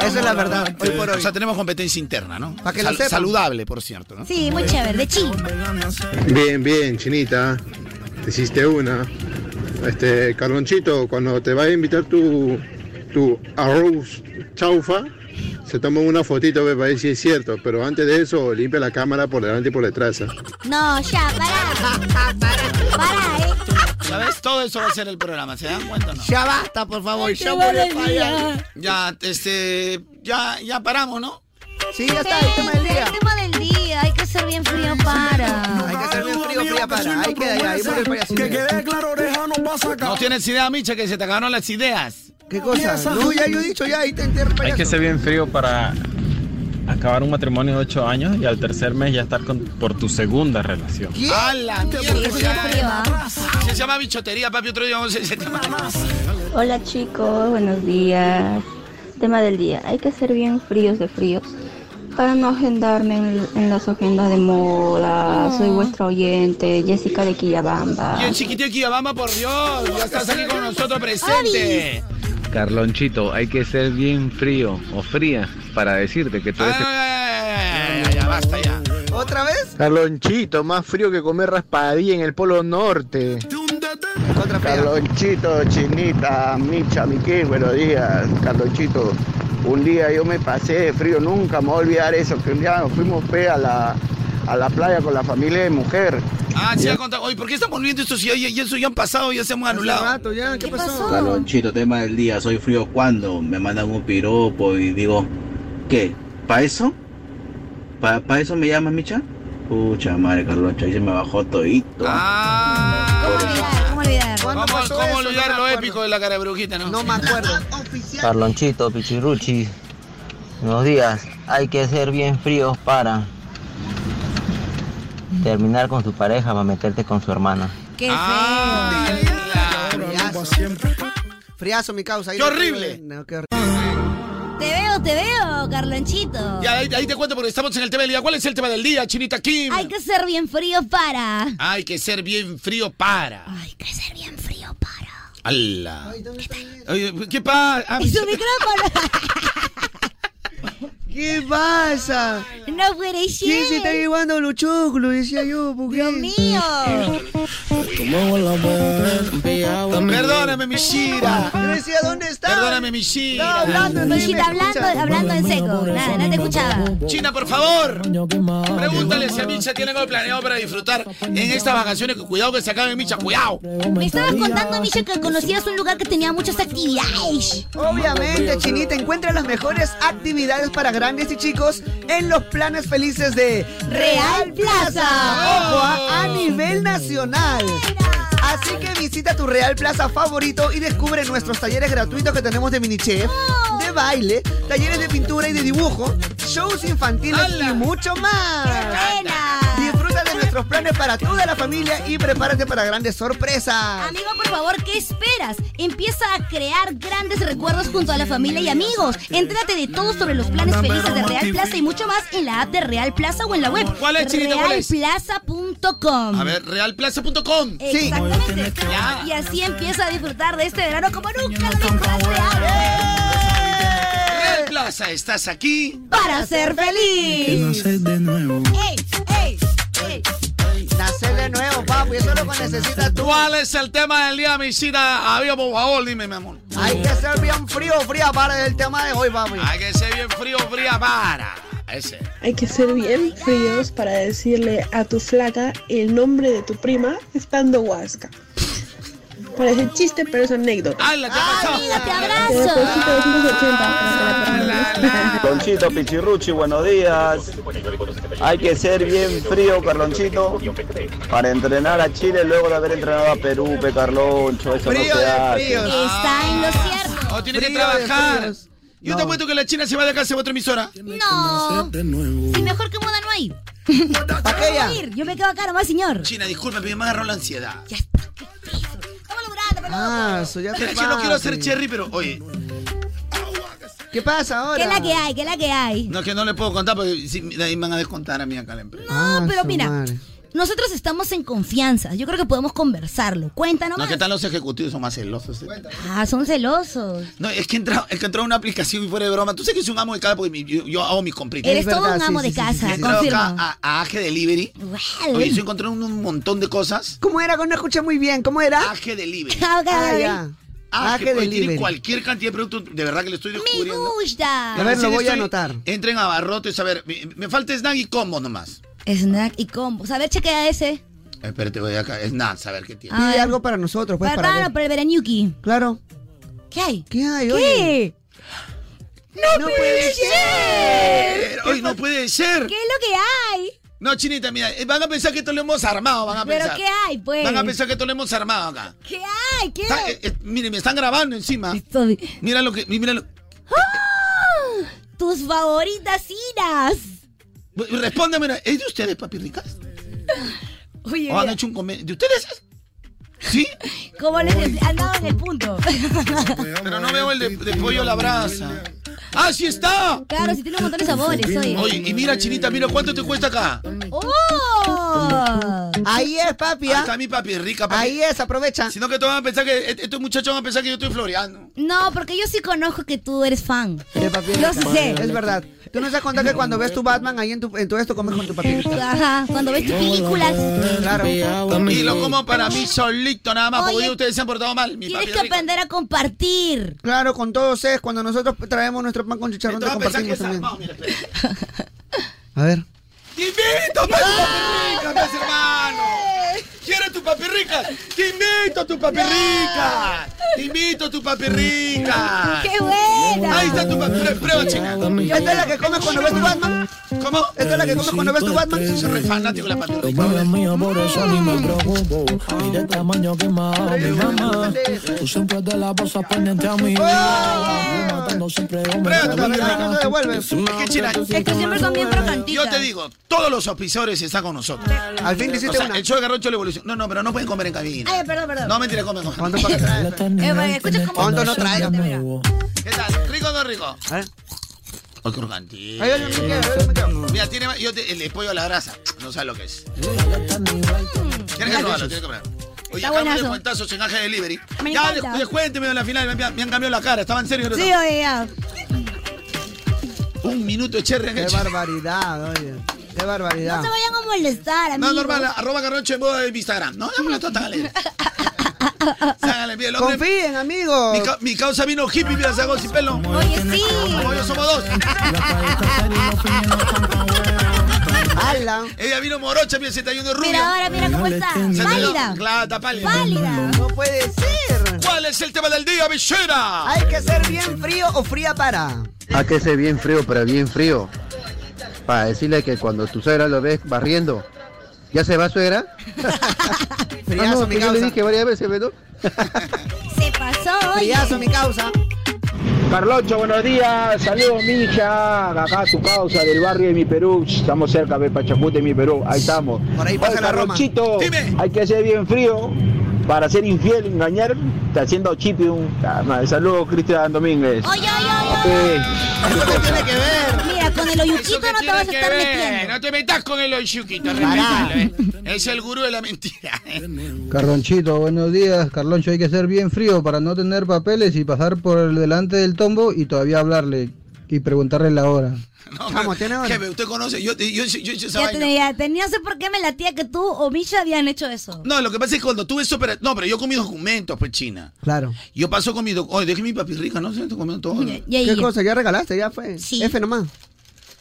[SPEAKER 5] Eso es la verdad, hoy por hoy.
[SPEAKER 8] O sea, tenemos competencia interna, ¿no?
[SPEAKER 5] Pa' que lo sepan.
[SPEAKER 8] Saludable, por cierto, ¿no?
[SPEAKER 3] Sí, muy chévere, de chi.
[SPEAKER 19] Bien, bien, Chinita. Te hiciste una. Este, Carlonchito, cuando te va a invitar tu, tu arroz chaufa, se toma una fotito ve, para ver si es cierto. Pero antes de eso, limpia la cámara por delante y por detrás. ¿ah?
[SPEAKER 16] No, ya, para. Para, para, eh.
[SPEAKER 8] ¿Sabes? Todo eso va a ser el programa, ¿se dan cuenta o no?
[SPEAKER 5] Ya basta, por favor, ya
[SPEAKER 8] Qué
[SPEAKER 5] voy a
[SPEAKER 8] maravilla.
[SPEAKER 5] fallar.
[SPEAKER 8] Ya, este. Ya, ya paramos, ¿no?
[SPEAKER 5] Sí, ya está, el tema del día.
[SPEAKER 3] El tema del día, hay que ser bien frío para.
[SPEAKER 5] Hay que hacer bien frío, fría para. Ahí queda, ya, ahí muere el payasito.
[SPEAKER 8] Que quede claro, oreja no pasa No tienes idea, Micha, que se te acabaron las ideas.
[SPEAKER 5] ¿Qué cosa? No, ya yo he dicho, ya, ahí te enterro el
[SPEAKER 26] Hay que
[SPEAKER 5] payaso.
[SPEAKER 26] ser bien frío para acabar un matrimonio de 8 años y al tercer mes ya estar con- por tu segunda relación.
[SPEAKER 8] ¡A la mierda! Se llama bichotería, papi. Otro día vamos a hacer ese tema.
[SPEAKER 13] Hola chicos, buenos días. Tema del día, hay que ser bien fríos de fríos para no agendarme en, en las agendas de moda. Soy vuestra oyente, Jessica de Quillabamba.
[SPEAKER 8] Y el chiquito de Quillabamba, por Dios, ya estás aquí con nosotros presente.
[SPEAKER 25] Carlonchito, hay que ser bien frío o fría para decirte que tú eres...
[SPEAKER 8] Ah. Ya, ya, ya, basta ya.
[SPEAKER 5] ¿Otra vez?
[SPEAKER 19] Carlonchito, más frío que comer raspadilla en el Polo Norte.
[SPEAKER 27] Carlonchito, Chinita, Micha, Miquín, buenos días, Carlonchito. Un día yo me pasé de frío, nunca me voy a olvidar eso, que un día nos fuimos pe a la, a la playa con la familia de mujer.
[SPEAKER 8] Ah, sí, ya contado. Oye, ¿por qué están poniendo esto si ya, ya- ya eso ya han pasado, ya se hemos anulado?
[SPEAKER 5] ya, ¿qué, pasó?
[SPEAKER 27] Calonchito, tema del día, soy frío cuando me mandan un piropo y digo, ¿qué? ¿Para eso? ¿Para eso me llamas, Micha? Pucha madre, Carloncho, ahí se me bajó todito.
[SPEAKER 3] ¿Cómo olvidar?
[SPEAKER 8] ¿Cómo,
[SPEAKER 5] pasó
[SPEAKER 8] Ah. cómo
[SPEAKER 5] eso?
[SPEAKER 8] olvidar lo épico de la cara de brujita, no?
[SPEAKER 5] No me acuerdo.
[SPEAKER 28] Carlonchito, Pichiruchi, buenos días. Hay que ser bien fríos para terminar con tu pareja para meterte con su hermana.
[SPEAKER 3] Qué
[SPEAKER 8] Ah,
[SPEAKER 5] Friazo. Friazo, mi causa. ahí
[SPEAKER 8] ¡Qué
[SPEAKER 5] no-
[SPEAKER 8] horrible!
[SPEAKER 5] No, qué horrible.
[SPEAKER 3] Te veo, te veo, Carlonchito.
[SPEAKER 8] Ya, ahí, ahí te cuento porque estamos en el tema del día. ¿Cuál es el tema del día, Chinita Kim?
[SPEAKER 3] Hay que ser bien frío para.
[SPEAKER 8] Hay que ser bien frío para. Hay que ser bien frío para. ¡Hala! Oye, ¿qué pasa? Ah,
[SPEAKER 3] Y su micrófono.
[SPEAKER 5] ¿Qué pasa?
[SPEAKER 3] No puede ser.
[SPEAKER 5] ¿Quién se está llevando los choclos? Decía yo, ¿por qué? ¡Dios
[SPEAKER 3] mío!
[SPEAKER 8] Perdóname, Mishira.
[SPEAKER 5] Yo decía, ¿dónde está?
[SPEAKER 8] Perdóname, Mishira.
[SPEAKER 3] No, hablando,
[SPEAKER 5] nadie
[SPEAKER 3] Mishita,
[SPEAKER 5] me
[SPEAKER 3] hablando,
[SPEAKER 5] escucha.
[SPEAKER 3] hablando en seco. Nada, no te escuchaba.
[SPEAKER 8] China, por favor. Pregúntale si a Micha tiene algo planeado para disfrutar en estas vacaciones. que Cuidado que se acabe Micha, cuidado.
[SPEAKER 3] Me estabas contando, Misha, que conocías un lugar que tenía muchas actividades.
[SPEAKER 5] Obviamente, Chinita, encuentra las mejores actividades para grandes y chicos en los planes felices de
[SPEAKER 3] Real Plaza.
[SPEAKER 5] Ojo, a, a nivel nacional. Así que visita tu Real Plaza favorito y descubre nuestros talleres gratuitos que tenemos de minichef, de baile, talleres de pintura y de dibujo, shows infantiles y mucho más. Disfruta de nuestros planes para toda la familia y prepárate para grandes sorpresas.
[SPEAKER 3] Amigo, por favor, ¿qué esperas? Empieza a crear grandes recuerdos junto a la familia y amigos. Entrate de todo sobre los planes felices de Real Plaza y mucho más en la app de Real Plaza o en la web.
[SPEAKER 8] ¿Cuál es, Chinita, cuál es?
[SPEAKER 3] Realplaza.com.
[SPEAKER 8] A ver, realplaza.com.
[SPEAKER 3] Exactamente. Y así empieza a disfrutar de este verano como nunca lo disfrutaste.
[SPEAKER 8] Real Plaza, estás aquí.
[SPEAKER 3] Para ser feliz.
[SPEAKER 5] de nuevo. Nacer de nuevo, papi, eso es lo que necesitas tú.
[SPEAKER 8] ¿Cuál es el tema del día, Michita? Había, por favor, dime, mi amor.
[SPEAKER 5] Hay que ser bien frío, fría para el tema de hoy, papi.
[SPEAKER 8] Hay que ser bien frío, fría, para. Ese.
[SPEAKER 37] Hay que ser bien fríos para decirle a tu flaca el nombre de tu prima estando huasca. Parece chiste, pero es anécdota.
[SPEAKER 8] ¡Hala, te ha pasado!
[SPEAKER 3] ¡Amiga, te
[SPEAKER 37] Desde
[SPEAKER 3] abrazo!
[SPEAKER 8] Ah.
[SPEAKER 37] el 1980,
[SPEAKER 27] Carlonchito Pichirruchi, buenos días. Hay que ser bien frío, Carlonchito, para entrenar a Chile luego de haber entrenado a Perú, pe Carloncho, eso no se hace.
[SPEAKER 3] Está en lo cierto.
[SPEAKER 8] No tiene que
[SPEAKER 3] Frío de
[SPEAKER 8] trabajar. Yo te apuesto que la China se va de acá, se va a otra emisora.
[SPEAKER 3] No. Si mejor que moda no hay. ¿Para
[SPEAKER 8] qué ya?
[SPEAKER 3] Yo me quedo acá nomás, señor.
[SPEAKER 8] China, disculpe, pero me agarró la ansiedad.
[SPEAKER 5] Ah, eso ya te
[SPEAKER 8] Es que no quiero
[SPEAKER 5] pasa.
[SPEAKER 8] hacer cherry, pero oye,
[SPEAKER 5] ¿Qué pasa ahora?
[SPEAKER 3] ¿Qué es la que hay? ¿Qué es la que hay? Ah,
[SPEAKER 8] no es que no le puedo contar porque si, de ahí me van a descontar a mí acá la empresa.
[SPEAKER 3] No, pero mira, Nosotros estamos en confianza. Yo creo que podemos conversarlo. Cuéntanos.
[SPEAKER 8] No,
[SPEAKER 3] más.
[SPEAKER 8] ¿qué tal los ejecutivos son más celosos?
[SPEAKER 3] Ah, son celosos.
[SPEAKER 8] No, es que entra, es que entra una aplicación y fuera de broma. Tú sabes que soy un amo de casa porque mi- yo, yo hago mis compritas.
[SPEAKER 3] Eres Es todo verdad, un sí, amo sí, de sí, casa, sí, sí.
[SPEAKER 8] Entrado acá
[SPEAKER 3] confirmo.
[SPEAKER 8] a, a Aje Delivery.
[SPEAKER 3] Wow.
[SPEAKER 8] ah. Oye, yo encontré un, un montón de cosas.
[SPEAKER 5] ¿Cómo era? No escuché muy bien. ¿Cómo
[SPEAKER 3] ¿Ah?
[SPEAKER 5] era?
[SPEAKER 8] Aje Delivery.
[SPEAKER 5] Ah, ya.
[SPEAKER 8] Aje,
[SPEAKER 5] Aje
[SPEAKER 8] oye,
[SPEAKER 5] Delivery.
[SPEAKER 8] Tiene cualquier cantidad de productos. De verdad que le estoy
[SPEAKER 3] Me
[SPEAKER 8] descubriendo.
[SPEAKER 3] gusta.
[SPEAKER 5] A ver, lo
[SPEAKER 8] Recién
[SPEAKER 5] voy a
[SPEAKER 8] estoy-
[SPEAKER 5] anotar.
[SPEAKER 8] Entren a barrotes. A ver, me, me falta snack y combo nomás.
[SPEAKER 3] Snack y combos. A ver, chequea ese.
[SPEAKER 8] Espérate, voy acá. Snacks, a ver qué
[SPEAKER 3] Ah,
[SPEAKER 8] tiene.
[SPEAKER 5] Pide algo para nosotros, pues, para
[SPEAKER 3] Bárbaro,
[SPEAKER 5] ver.
[SPEAKER 3] para el veraniuki.
[SPEAKER 5] Claro.
[SPEAKER 3] ¿Qué hay?
[SPEAKER 5] ¿Qué hay?
[SPEAKER 3] ¿Qué? ¡No, puede ser!
[SPEAKER 8] Hoy no puede ser.
[SPEAKER 3] ¿Qué es lo que hay?
[SPEAKER 8] No, Chinita, mira, eh, van a pensar que esto lo hemos armado, van a
[SPEAKER 3] ¿Pero
[SPEAKER 8] pensar.
[SPEAKER 3] qué hay, pues?
[SPEAKER 8] Van a pensar que esto lo hemos armado acá.
[SPEAKER 3] ¿Qué hay? ¿Qué
[SPEAKER 8] Está- eh, eh, miren, me están grabando encima. Mira lo que, mira lo-
[SPEAKER 3] ¡Ah! ¡Tus favoritas iras!
[SPEAKER 8] Respóndame, una- ¿es de ustedes, papi Ricas?
[SPEAKER 3] Oye,
[SPEAKER 8] ¿O han
[SPEAKER 3] mira,
[SPEAKER 8] hecho un comentario? ¿De ustedes es? ¿Sí?
[SPEAKER 3] ¿cómo les expli- han dado en el punto?
[SPEAKER 8] Pero no veo el de, de pollo a la brasa. ¡Ah, sí está!
[SPEAKER 3] claro, si tiene un montón de sabores, oye.
[SPEAKER 8] Oye, y mira, Chinita, mira cuánto te cuesta acá.
[SPEAKER 3] ¡Oh!
[SPEAKER 5] Ahí es, papi.
[SPEAKER 8] Ahí
[SPEAKER 5] ¿ah?
[SPEAKER 8] está mi papi rica, papi.
[SPEAKER 5] Ahí es,
[SPEAKER 3] Ah.
[SPEAKER 5] aprovecha.
[SPEAKER 8] Sino que todos van a pensar que, est- estos muchachos van a pensar que yo estoy floreando.
[SPEAKER 3] No, porque yo sí conozco que tú eres fan. Yo sí sé.
[SPEAKER 5] Es verdad. Tú nos has contado que cuando ves tu Batman ahí en tu, en tu esto comes con tu papirita.
[SPEAKER 3] Ajá, cuando ves tus películas.
[SPEAKER 5] Claro.
[SPEAKER 8] Y lo como para mí solito, nada más, porque
[SPEAKER 3] Ah, Oye,
[SPEAKER 8] ustedes se han portado mal. Mi papi
[SPEAKER 3] Tienes que
[SPEAKER 8] rica.
[SPEAKER 3] aprender a compartir.
[SPEAKER 5] Claro, con todos es. Cuando nosotros traemos nuestro pan con chicharrón, te
[SPEAKER 8] Entonces van a pensar que
[SPEAKER 5] compartimos
[SPEAKER 8] es
[SPEAKER 5] también.
[SPEAKER 8] armado, mira, espera.
[SPEAKER 5] A ver.
[SPEAKER 8] ¡Te invito, papi, papi rica, pues, hermano! ¿Quieres tu papi rica? ¡Te invito a tu papi rica! ¡Te invito a tu papi rica!
[SPEAKER 3] ¡Qué buena!
[SPEAKER 8] Ahí está tu papi rica. Prueba, chica.
[SPEAKER 5] ¿Esta es la que comes cuando ves tu Batman?
[SPEAKER 8] ¿Cómo?
[SPEAKER 5] ¿Esta es la que comes cuando ves tu Batman?
[SPEAKER 8] Soy re fanático de la papi rica.
[SPEAKER 2] Mala mía, por eso ni me preocupo. Y de tamaño que me haga mi mamá. Tú siempre te la pasas pendiente a mí. Matando siempre yo me
[SPEAKER 8] ¡Oh! Prueba tu papi
[SPEAKER 2] devuelvo.
[SPEAKER 8] rica.
[SPEAKER 2] Si me
[SPEAKER 8] Es que, chira,
[SPEAKER 2] aprietas,
[SPEAKER 3] Es que siempre son bien crocantitas.
[SPEAKER 8] Yo te digo, todos los auspiciadores están con nosotros.
[SPEAKER 5] Al fin le hiciste
[SPEAKER 8] O sea,
[SPEAKER 5] una.
[SPEAKER 8] El show de Garrocho la evolución. No, no, pero no pueden comer en cabina.
[SPEAKER 3] Ay, perdón, perdón.
[SPEAKER 8] No, mentira, comen. comen.
[SPEAKER 3] Eh, bueno, escucha cómo...
[SPEAKER 5] ¿Cuánto no traes?
[SPEAKER 8] ¿Qué tal? ¿Rico o no rico?
[SPEAKER 5] ¿Eh?
[SPEAKER 8] Ay, crocantito.
[SPEAKER 5] Ay, ay, me quedo, ay, me quedo.
[SPEAKER 8] Mira, tiene más- yo te- el de pollo a la grasa. No sabes lo que es. Tienes que
[SPEAKER 2] Mira,
[SPEAKER 8] probarlo,
[SPEAKER 2] esos.
[SPEAKER 8] tienes que probarlo. Oye,
[SPEAKER 3] Está
[SPEAKER 8] acá unos
[SPEAKER 3] buenazo.
[SPEAKER 8] descuentazos en Aje Delivery.
[SPEAKER 3] Me
[SPEAKER 8] ya,
[SPEAKER 3] encanta.
[SPEAKER 8] des- descuénteme en la final. Me, me han cambiado la cara. Estaba en serio.
[SPEAKER 3] Sí,
[SPEAKER 8] ¿no?
[SPEAKER 3] oye, ya.
[SPEAKER 8] Un minuto de cherry. han
[SPEAKER 5] Qué
[SPEAKER 8] hecho.
[SPEAKER 5] barbaridad, oye. Qué
[SPEAKER 3] No
[SPEAKER 5] barbaridad.
[SPEAKER 3] se vayan a molestar,
[SPEAKER 8] No,
[SPEAKER 3] amigos.
[SPEAKER 8] normal. ah. Arroba Garrocho en boda de Instagram. No, ya me la total. Ságanle, bien, el hombre.
[SPEAKER 5] Confíen, amigos.
[SPEAKER 8] Mi, ca- mi causa vino hippie, mira, se hago sin pelo.
[SPEAKER 3] Oye, sí.
[SPEAKER 8] Como yo somos dos.
[SPEAKER 5] Ala.
[SPEAKER 8] Ella vino morocha, mira, se está yendo rubia.
[SPEAKER 3] Mira ahora, mira cómo está.
[SPEAKER 8] Se está yendo-
[SPEAKER 3] Válida.
[SPEAKER 8] Claro, está pálida.
[SPEAKER 3] Válida.
[SPEAKER 5] No puede ser.
[SPEAKER 8] ¿Cuál es el tema del día, bichera?
[SPEAKER 5] Hay que ser bien frío o fría para.
[SPEAKER 29] Hay que ser bien frío, pero bien frío. Para decirle que cuando tu suegra lo ves barriendo, ¿ya se va suegra? Ah,
[SPEAKER 5] Friazo,
[SPEAKER 29] no,
[SPEAKER 5] mi
[SPEAKER 29] que yo le
[SPEAKER 5] causa.
[SPEAKER 29] dije varias veces, ¿no?
[SPEAKER 3] Se pasó, oye.
[SPEAKER 5] Friazo, mi causa.
[SPEAKER 6] Carlocho, buenos días. Saludos, mija. Acá tu causa del barrio de mi Perú. Estamos cerca de Pachacute, mi Perú. Ahí estamos.
[SPEAKER 5] Por ahí pasa
[SPEAKER 6] Oye,
[SPEAKER 5] la Roma.
[SPEAKER 6] Carlonchito,
[SPEAKER 8] Dime.
[SPEAKER 6] hay que ser bien frío para ser infiel, engañar. Está haciendo chipium. Saludos, Cristian Domínguez.
[SPEAKER 3] Oye, oye, oye,
[SPEAKER 19] Eh,
[SPEAKER 6] Papi.
[SPEAKER 8] ¿Eso qué tiene que ver?
[SPEAKER 3] oye. Mira, con el
[SPEAKER 8] Eso
[SPEAKER 3] hoyuquito
[SPEAKER 8] que
[SPEAKER 3] no te
[SPEAKER 8] tiene
[SPEAKER 3] vas a
[SPEAKER 8] que
[SPEAKER 3] estar
[SPEAKER 8] ver.
[SPEAKER 3] metiendo.
[SPEAKER 8] No te metas con el Oyuquito, respétalo, ¿eh? Es el gurú de la mentira. ¿eh?
[SPEAKER 17] Carlonchito, buenos días. Carloncho, hay que ser bien frío para no tener papeles y pasar por delante del tombo y todavía hablarle y preguntarle la hora.
[SPEAKER 8] No,
[SPEAKER 5] Vamos, tiene hora.
[SPEAKER 8] jefe, usted conoce, yo, yo, yo, yo hice esa
[SPEAKER 3] Ya
[SPEAKER 8] vaina.
[SPEAKER 3] tenía, tenía, no sé por qué me latía que tú o Misha habían hecho eso.
[SPEAKER 8] No, lo que pasa es que cuando tuve eso, pero, no, pero yo con mis documentos, pues China.
[SPEAKER 5] Claro.
[SPEAKER 8] Yo paso con mis documentos. Oye, deje mi papi rica, no sé, te comiendo todo. ¿no?
[SPEAKER 3] Y ahí-
[SPEAKER 5] ¿Qué cosa? ¿Ya regalaste? ¿Ya fue?
[SPEAKER 3] Sí.
[SPEAKER 5] F nomás.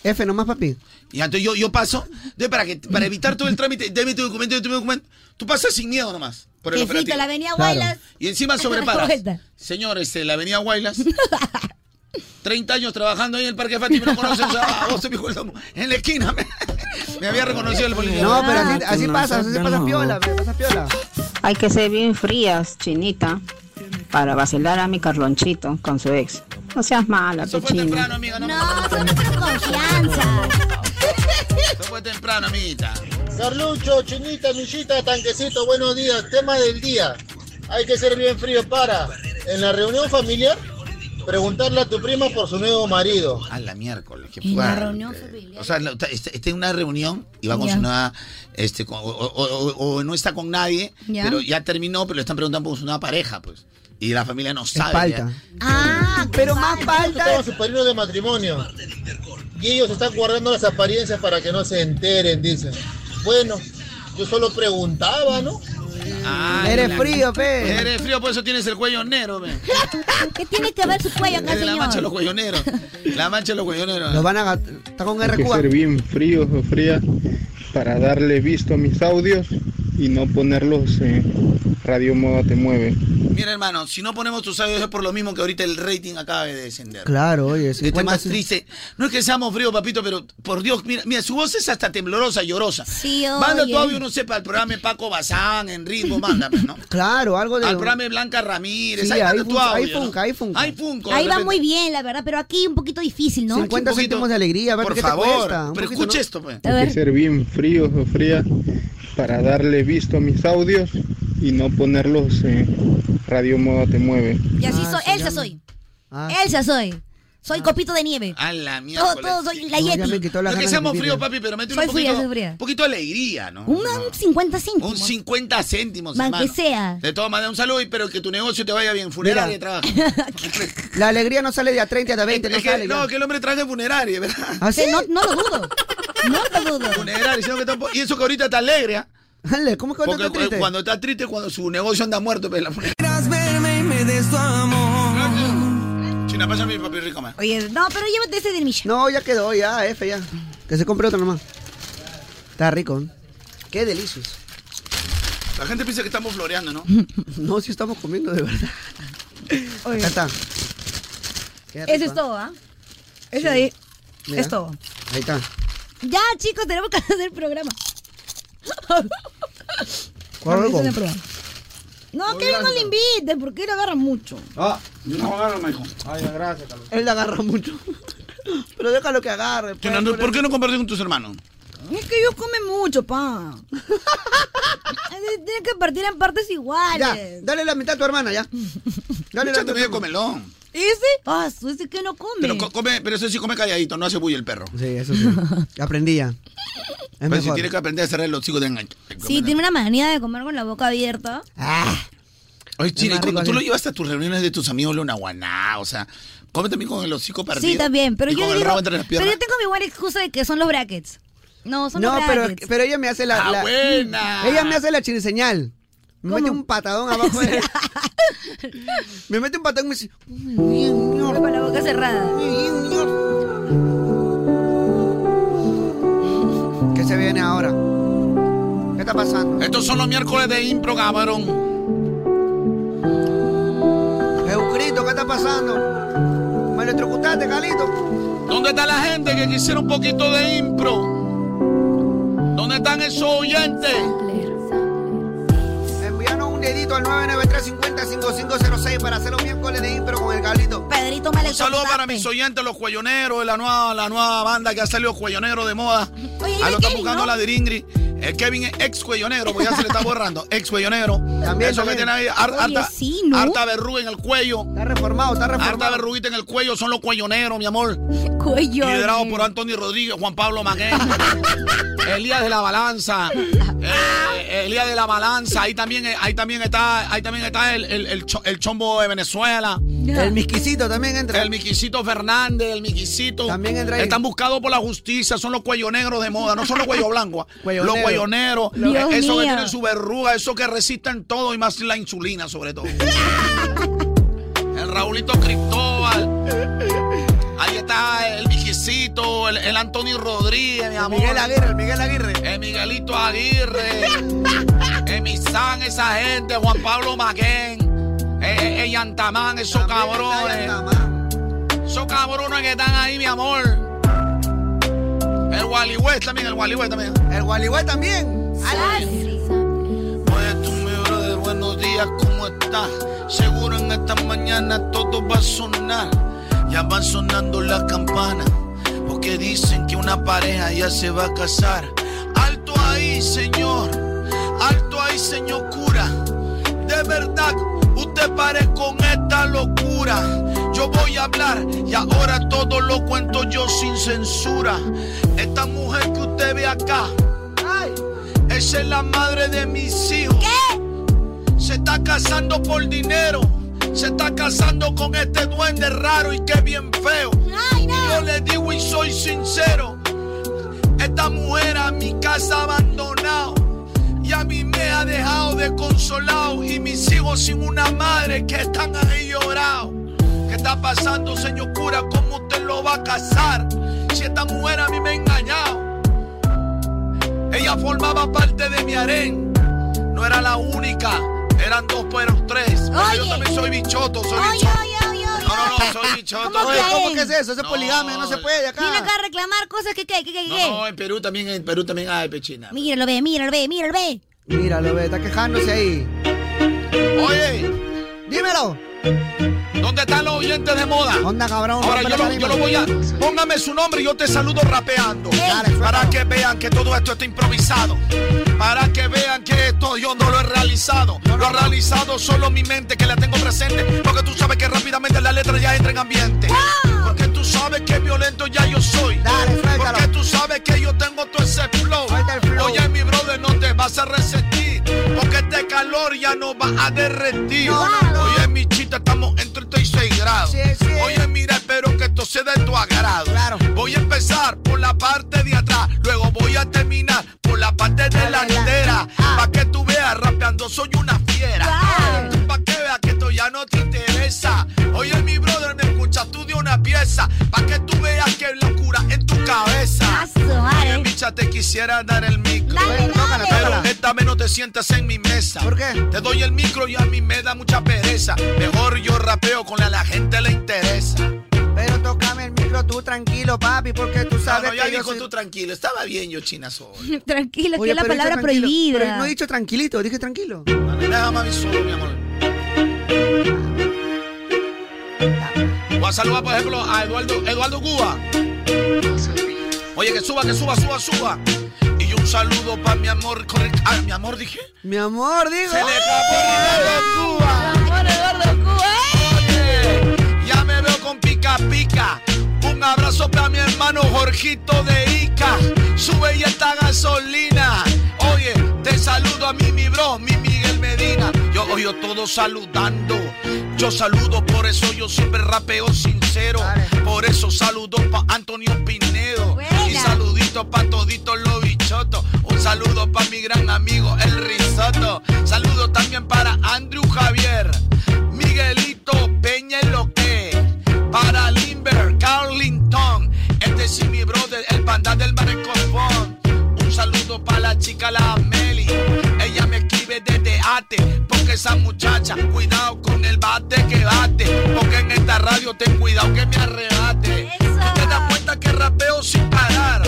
[SPEAKER 5] F nomás, papi.
[SPEAKER 8] Y entonces yo, yo paso, entonces para, que, para evitar todo el trámite, deme tu documento, deme tu documento. Tú pasas sin miedo nomás. Por el
[SPEAKER 3] Te frito,
[SPEAKER 8] operativo.
[SPEAKER 3] la avenida
[SPEAKER 17] Claro.
[SPEAKER 3] Guaylas.
[SPEAKER 8] Y encima sobreparas. Señor, este, la avenida Guaylas. 30 años trabajando ahí en el Parque Fátima, no conoces a vos, mi hijo, en la esquina. Me, me había reconocido el policía.
[SPEAKER 3] Ah,
[SPEAKER 5] No, pero así, así pasa, así pasa piola, pe, pasa piola.
[SPEAKER 7] Hay que ser bien frías, chinita, para vacilar a mi Carlonchito con su ex. No seas mala,
[SPEAKER 8] Eso fue
[SPEAKER 7] pichina.
[SPEAKER 8] temprano, amiga. No,
[SPEAKER 3] No, son nuestras confianzas.
[SPEAKER 8] Eso fue temprano, amiguita.
[SPEAKER 4] Carlucho, Chinita, Millita, Tanquecito, buenos días. Tema del día. Hay que ser bien frío para, en la reunión familiar, Preguntarle a tu prima por su nuevo marido.
[SPEAKER 8] A la miércoles, que
[SPEAKER 4] En la
[SPEAKER 3] reunión
[SPEAKER 8] O sea, lo- está, está- está en una reunión y va con
[SPEAKER 3] Ya.
[SPEAKER 8] su nueva, este, con- o, o- o- o no está con nadie,
[SPEAKER 3] Ya.
[SPEAKER 8] pero ya terminó, pero le están preguntando por su nueva pareja, pues. Y la familia no sabe.
[SPEAKER 4] falta.
[SPEAKER 8] ya.
[SPEAKER 3] Ah,
[SPEAKER 4] pero más falta. Estaban su padrino de matrimonio. Y ellos están guardando las apariencias para que no se enteren, dicen. Bueno, yo solo preguntaba, ¿no?
[SPEAKER 8] Ay,
[SPEAKER 4] Eres
[SPEAKER 8] Ah, la-
[SPEAKER 4] frío, eh. pe.
[SPEAKER 8] Eres frío, por eso tienes el cuello negro, pe.
[SPEAKER 3] ¿Qué tiene que ver su cuello acá,
[SPEAKER 8] Eres Eh, la mancha de los
[SPEAKER 3] señor?
[SPEAKER 8] cuellos negros. La mancha de los cuellos negros.
[SPEAKER 5] Los van a gat- Está con
[SPEAKER 19] Hay que ser
[SPEAKER 5] RQ.
[SPEAKER 19] bien fríos o frías para darle visto a mis audios y no ponerlos en Radio Moda Te Mueve.
[SPEAKER 8] Mira, hermano, si no ponemos tus audios es por lo mismo que ahorita el rating acaba de descender.
[SPEAKER 17] Claro, oye,
[SPEAKER 8] Este
[SPEAKER 17] 50
[SPEAKER 8] más triste. No es que seamos fríos, papito, pero por Dios, mira, mira, su voz es hasta temblorosa, llorosa.
[SPEAKER 3] Sí,
[SPEAKER 8] Manda
[SPEAKER 3] oye.
[SPEAKER 8] tu audio, no sé, para el programa de Paco Bazán, en ritmo, mándame, ¿no?
[SPEAKER 5] Claro, algo de.
[SPEAKER 8] Al programa de Blanca Ramírez.
[SPEAKER 5] Sí,
[SPEAKER 8] ahí
[SPEAKER 5] ahí
[SPEAKER 8] manda tu
[SPEAKER 5] funca,
[SPEAKER 8] audio.
[SPEAKER 5] ahí
[SPEAKER 8] ¿no?
[SPEAKER 5] funca, ahí funca.
[SPEAKER 8] Ahí funca,
[SPEAKER 3] Ahí
[SPEAKER 8] de
[SPEAKER 3] va
[SPEAKER 8] repente.
[SPEAKER 3] muy bien, la verdad, pero aquí un poquito difícil, ¿no?
[SPEAKER 5] 50 céntimos de alegría, a ver
[SPEAKER 8] Por
[SPEAKER 5] qué te
[SPEAKER 8] favor,
[SPEAKER 5] cuesta.
[SPEAKER 8] pero escucha esto, pues.
[SPEAKER 19] Hay que ser bien fríos o frías para darle visto a mis audios y no ponerlos en Radio Moda Te Mueve.
[SPEAKER 3] Y así
[SPEAKER 8] Ah,
[SPEAKER 3] soy, Elsa soy.
[SPEAKER 5] Ah,
[SPEAKER 3] Elsa soy. Soy copito de nieve.
[SPEAKER 8] A la
[SPEAKER 3] Todo,
[SPEAKER 8] miércoles.
[SPEAKER 3] todo soy la
[SPEAKER 5] No, ya
[SPEAKER 3] Yeti.
[SPEAKER 5] me quitó la
[SPEAKER 8] No
[SPEAKER 5] ganas
[SPEAKER 8] es que
[SPEAKER 5] de
[SPEAKER 8] seamos
[SPEAKER 5] vivir.
[SPEAKER 8] fríos, papi, pero mete un
[SPEAKER 3] Soy fría,
[SPEAKER 8] poquito,
[SPEAKER 3] soy fría.
[SPEAKER 8] poquito de alegría, ¿no?
[SPEAKER 3] Un un 50
[SPEAKER 8] Un
[SPEAKER 3] céntimos.
[SPEAKER 8] 50 céntimos,
[SPEAKER 3] Man,
[SPEAKER 8] hermano.
[SPEAKER 3] que sea.
[SPEAKER 8] De todas maneras, un saludo y pero que tu negocio te vaya bien. Funeraria
[SPEAKER 5] Mira.
[SPEAKER 8] trabaja.
[SPEAKER 5] La alegría no sale de a 30 a 20, no
[SPEAKER 8] Es que,
[SPEAKER 5] sale.
[SPEAKER 8] no,
[SPEAKER 5] ya.
[SPEAKER 8] que el hombre traje funeraria, ¿verdad?
[SPEAKER 5] ¿Ah, sí?
[SPEAKER 3] No, no lo dudo. No lo dudo.
[SPEAKER 8] Funeraria, sino que tampoco- Y eso que ahorita está alegre, ¿ah?
[SPEAKER 5] Dale, ¿Cómo que
[SPEAKER 8] Porque
[SPEAKER 5] cuando
[SPEAKER 8] cu-
[SPEAKER 5] te triste?
[SPEAKER 8] cuando está triste, cuando su negocio anda muerto, pero la funeraria.
[SPEAKER 2] verme y me des tu amor.
[SPEAKER 8] China, pasa mi papi rico, man.
[SPEAKER 3] Oye, no, pero llévate ese del millón.
[SPEAKER 5] No, ya quedó, ya, F, ya. Que se compre otro nomás. Está rico. ¿eh? Qué delicioso.
[SPEAKER 8] La gente piensa que estamos floreando, ¿no?
[SPEAKER 5] No, si estamos comiendo de verdad.
[SPEAKER 3] Oye,
[SPEAKER 5] Acá está. Qué rico,
[SPEAKER 3] Eso es
[SPEAKER 5] ¿eh?
[SPEAKER 3] todo, ¿ah? Eso ahí.
[SPEAKER 5] Mira.
[SPEAKER 3] Es todo.
[SPEAKER 5] Ahí está.
[SPEAKER 3] Ya, chicos, tenemos que hacer el programa.
[SPEAKER 5] ¿Cuál
[SPEAKER 3] Vamos a hacer
[SPEAKER 5] algo?
[SPEAKER 3] el programa. No, que él no le invite, porque él agarra mucho.
[SPEAKER 5] Ah,
[SPEAKER 8] yo no agarro, mijo.
[SPEAKER 5] Ay, gracias, Carlos. Él la agarra mucho. Pero déjalo que agarre. pues,
[SPEAKER 8] China, no-
[SPEAKER 5] pobre-
[SPEAKER 8] ¿Por qué no compartes con tus hermanos?
[SPEAKER 3] Es que ellos comen mucho, pa. Eh, Tienen que partir en partes
[SPEAKER 5] Ya,
[SPEAKER 3] iguales.
[SPEAKER 5] dale la mitad a tu hermana, ya. Dale la
[SPEAKER 8] Muchacho,
[SPEAKER 5] mitad.
[SPEAKER 8] medio comelón.
[SPEAKER 3] ¿Ese? Ah, su- ese que no come.
[SPEAKER 8] Pero, co- come, pero eso sí come calladito, no hace bulla el perro.
[SPEAKER 5] Sí, eso sí. Aprendí ya. Es
[SPEAKER 8] Pero Pues si
[SPEAKER 5] mejor.
[SPEAKER 8] tiene que aprender a cerrar los hijos de enganche.
[SPEAKER 3] Sí, tiene una manía de comer con la boca abierta.
[SPEAKER 5] Ah,
[SPEAKER 8] Oye, China,
[SPEAKER 5] más
[SPEAKER 8] y cuando
[SPEAKER 5] rico
[SPEAKER 8] tú
[SPEAKER 5] así.
[SPEAKER 8] lo llevas a tus reuniones de tus amigos, una guaná, o sea, come también con el hocico partido.
[SPEAKER 3] Sí, también. Pero
[SPEAKER 8] y
[SPEAKER 3] yo
[SPEAKER 8] con el
[SPEAKER 3] digo,
[SPEAKER 8] rabo entre las
[SPEAKER 3] pero
[SPEAKER 8] piernas.
[SPEAKER 3] yo tengo mi buena excusa de que son los brackets. No, son
[SPEAKER 5] No,
[SPEAKER 3] los
[SPEAKER 5] pero,
[SPEAKER 3] brackets.
[SPEAKER 5] pero ella me hace la.
[SPEAKER 8] Ah,
[SPEAKER 5] la-
[SPEAKER 3] Mm,
[SPEAKER 8] buena.
[SPEAKER 5] Ella me hace la chiriseñal. Me mete un patadón abajo. de- me mete un patadón y me dice.
[SPEAKER 3] Con la boca cerrada.
[SPEAKER 5] ¿Qué se viene ahora? ¿Qué está pasando?
[SPEAKER 8] Estos son los miércoles de impro, cabrón.
[SPEAKER 5] Eucrito, ¿qué está pasando? ¿Me electrocutaste, Calito?
[SPEAKER 8] ¿Dónde está la gente que quisiera un poquito de impro? ¿Dónde están esos oyentes?
[SPEAKER 5] Envíanos un dedito al 99350-5506 para hacer los miércoles de impro con el Calito.
[SPEAKER 3] Pedrito me
[SPEAKER 8] Un saludo para
[SPEAKER 3] electrocutaste.
[SPEAKER 8] mis oyentes, los cuelloneros, de la nueva, la nueva banda que ha salido cuellonero de moda.
[SPEAKER 3] Oye,
[SPEAKER 8] Ahí
[SPEAKER 3] dile
[SPEAKER 8] Ah, lo están
[SPEAKER 3] Kevin,
[SPEAKER 8] buscando
[SPEAKER 3] ¿no?
[SPEAKER 8] la de Ingrid. El Kevin es ex cuellonero, porque ya se le está borrando. Ex cuellonero.
[SPEAKER 5] También,
[SPEAKER 8] Eso que
[SPEAKER 5] también.
[SPEAKER 8] tiene ahí, har-
[SPEAKER 3] Oye,
[SPEAKER 8] harta,
[SPEAKER 3] sí, ¿no?
[SPEAKER 8] harta verruga en el cuello.
[SPEAKER 5] Está reformado, está
[SPEAKER 8] Harta
[SPEAKER 5] reformado.
[SPEAKER 8] verruguita en el cuello, son los cuelloneros, mi amor.
[SPEAKER 3] Cuello.
[SPEAKER 8] Liderados por Anthony Rodríguez, Juan Pablo Magué, Elías de la Balanza, eh, Elías de la Balanza, ahí también, eh, ahí también está, ahí también está el, el- el cho- el chombo de Venezuela,
[SPEAKER 5] El misquisito también entra.
[SPEAKER 8] el Miquisito Fernández, el Miquisito.
[SPEAKER 5] También entra ahí.
[SPEAKER 8] Están buscados por la justicia, son los cuello negros de moda, no son los cuello blancos,
[SPEAKER 5] Cuello
[SPEAKER 8] los
[SPEAKER 5] negro.
[SPEAKER 8] cuello negros,
[SPEAKER 3] Dios
[SPEAKER 8] eh, esos
[SPEAKER 3] mío.
[SPEAKER 8] que tienen su verruga, esos que resisten todo y más la insulina sobre todo. El Raulito Cristóbal. Ahí está el Viquicito, el, el Anthony Rodríguez, mi
[SPEAKER 5] El
[SPEAKER 8] amor.
[SPEAKER 5] Miguel Aguirre, el Miguel Aguirre.
[SPEAKER 8] El Miguelito Aguirre. Emisán, esa gente. Juan Pablo Maguén. El, Yantamán, esos cabrones. Esos cabrones que están ahí, mi amor. El Wally West también, el Wally West también.
[SPEAKER 5] El Gualigüe también.
[SPEAKER 8] Oye, tú, mi brother, buenos días, ¿cómo estás? Seguro en esta mañana todo va a sonar. Ya van sonando las campanas, porque dicen que una pareja ya se va a casar. Alto ahí, señor. Alto ahí, señor cura. De verdad, usted pare con esta locura. yo voy a hablar y ahora todo lo cuento yo sin censura. Esta mujer que usted ve acá, esa es la madre de mis hijos. Se está casando por dinero, se está casando con este duende raro y que bien feo. Yo le digo y soy sincero, esta mujer a mi casa abandonado. Y a mí me ha dejado desconsolado y mis hijos sin una madre que están ahí llorados. ¿Qué está pasando, señor cura? ¿Cómo usted lo va a casar? Si esta mujer a mí me ha engañado. Ella formaba parte de mi harén. No era la única. Eran dos, pero tres. Pero yo también soy bichoto, soy bichoto. No, no, no, soy bichoto.
[SPEAKER 5] Oye, ¿Cómo que es eso? Eso es poligamia, no se puede acá.
[SPEAKER 3] Viene acá a reclamar cosas que, que, que, que,
[SPEAKER 8] No, no, en Perú también, en Perú también hay pechina.
[SPEAKER 3] Míralo, ve, míralo, ve, míralo, ve.
[SPEAKER 5] Míralo, ve, está quejándose ahí.
[SPEAKER 8] Oye,
[SPEAKER 5] dímelo.
[SPEAKER 8] ¿Dónde están los oyentes de moda?
[SPEAKER 5] Onda, cabrón. rompe
[SPEAKER 8] Ahora yo
[SPEAKER 5] la
[SPEAKER 8] lo,
[SPEAKER 5] tarima.
[SPEAKER 8] yo lo voy a. Póngame su nombre y yo te saludo rapeando. para que vean que todo esto está improvisado. Para que vean que esto yo no lo he realizado. Lo ha realizado solo mi mente que la tengo presente. Porque tú sabes que rápidamente la letra ya entra en ambiente. Porque tú sabes que violento ya yo soy. Porque tú sabes que yo tengo todo ese flow. Oye, mi brother, no te vas a resentir. Porque este calor ya no va a derretir. Oye, mi chita, estamos en 36 grados. Oye, mira, espero que esto sea de tu agrado. Voy a empezar por la parte de atrás, luego voy a terminar por la parte delantera. Pa' que tú veas, rapeando soy una fiera. Tú pa' que veas que esto ya no te interesa. Oye, mi brother, me escuchas tú de una pieza. Pa' que tú veas que hay locura en tu cabeza. Oye, bicha, te quisiera dar el micro. Pero esta vez no te sientas en mi mesa. ¿Por qué? Te doy el micro y a mí me da mucha pereza. Mejor yo rapeo con la a la gente le interesa. Ah,
[SPEAKER 5] Pero tócame el micro tú tranquilo, papi, porque tú sabes
[SPEAKER 8] no, ya
[SPEAKER 5] que yo
[SPEAKER 8] dijo
[SPEAKER 5] soy-
[SPEAKER 8] tú tranquilo. Estaba bien yo, China, soy.
[SPEAKER 3] Tranquilo, que
[SPEAKER 5] Oye,
[SPEAKER 3] es la
[SPEAKER 5] pero dije
[SPEAKER 3] palabra
[SPEAKER 5] tranquilo,
[SPEAKER 3] prohibida.
[SPEAKER 5] pero no he dicho tranquilito, dije tranquilo.
[SPEAKER 8] Deja mami solo, mi amor. Voy a saludar, por ejemplo, a Eduardo, Eduardo Cuba. Oye, que suba, que suba, suba, suba. Y un saludo para mi amor. corre- Ah, mi amor, dije.
[SPEAKER 5] Mi amor, digo.
[SPEAKER 8] Se le escapó Eduardo Cuba.
[SPEAKER 3] Mi amor, Eduardo Cuba. ¡eh!
[SPEAKER 8] Oye, ya me veo con pica pica. Un abrazo para mi hermano Jorgito de Ica. Sube y esta gasolina. Oye, te saludo a mí, mi bro, mi Miguel Medina. Yo oyo todo saludando. Yo saludo, por eso yo siempre rapeo sincero. Por eso saludo pa' Antonio Pinedo. Y saludito pa' toditos los bichotos. Un saludo pa' mi gran amigo, el Risotto. Saludo también para Andrew Javier. Miguelito Peña en lo que para Limber, Carlington, este es mi brother, el panda del marecopón. Un saludo para la chica la Meli, ella me escribe desde ate, porque esa muchacha, cuidado con el bate que bate, porque en esta radio ten cuidado que me arrebate. No te das cuenta que rapeo sin parar.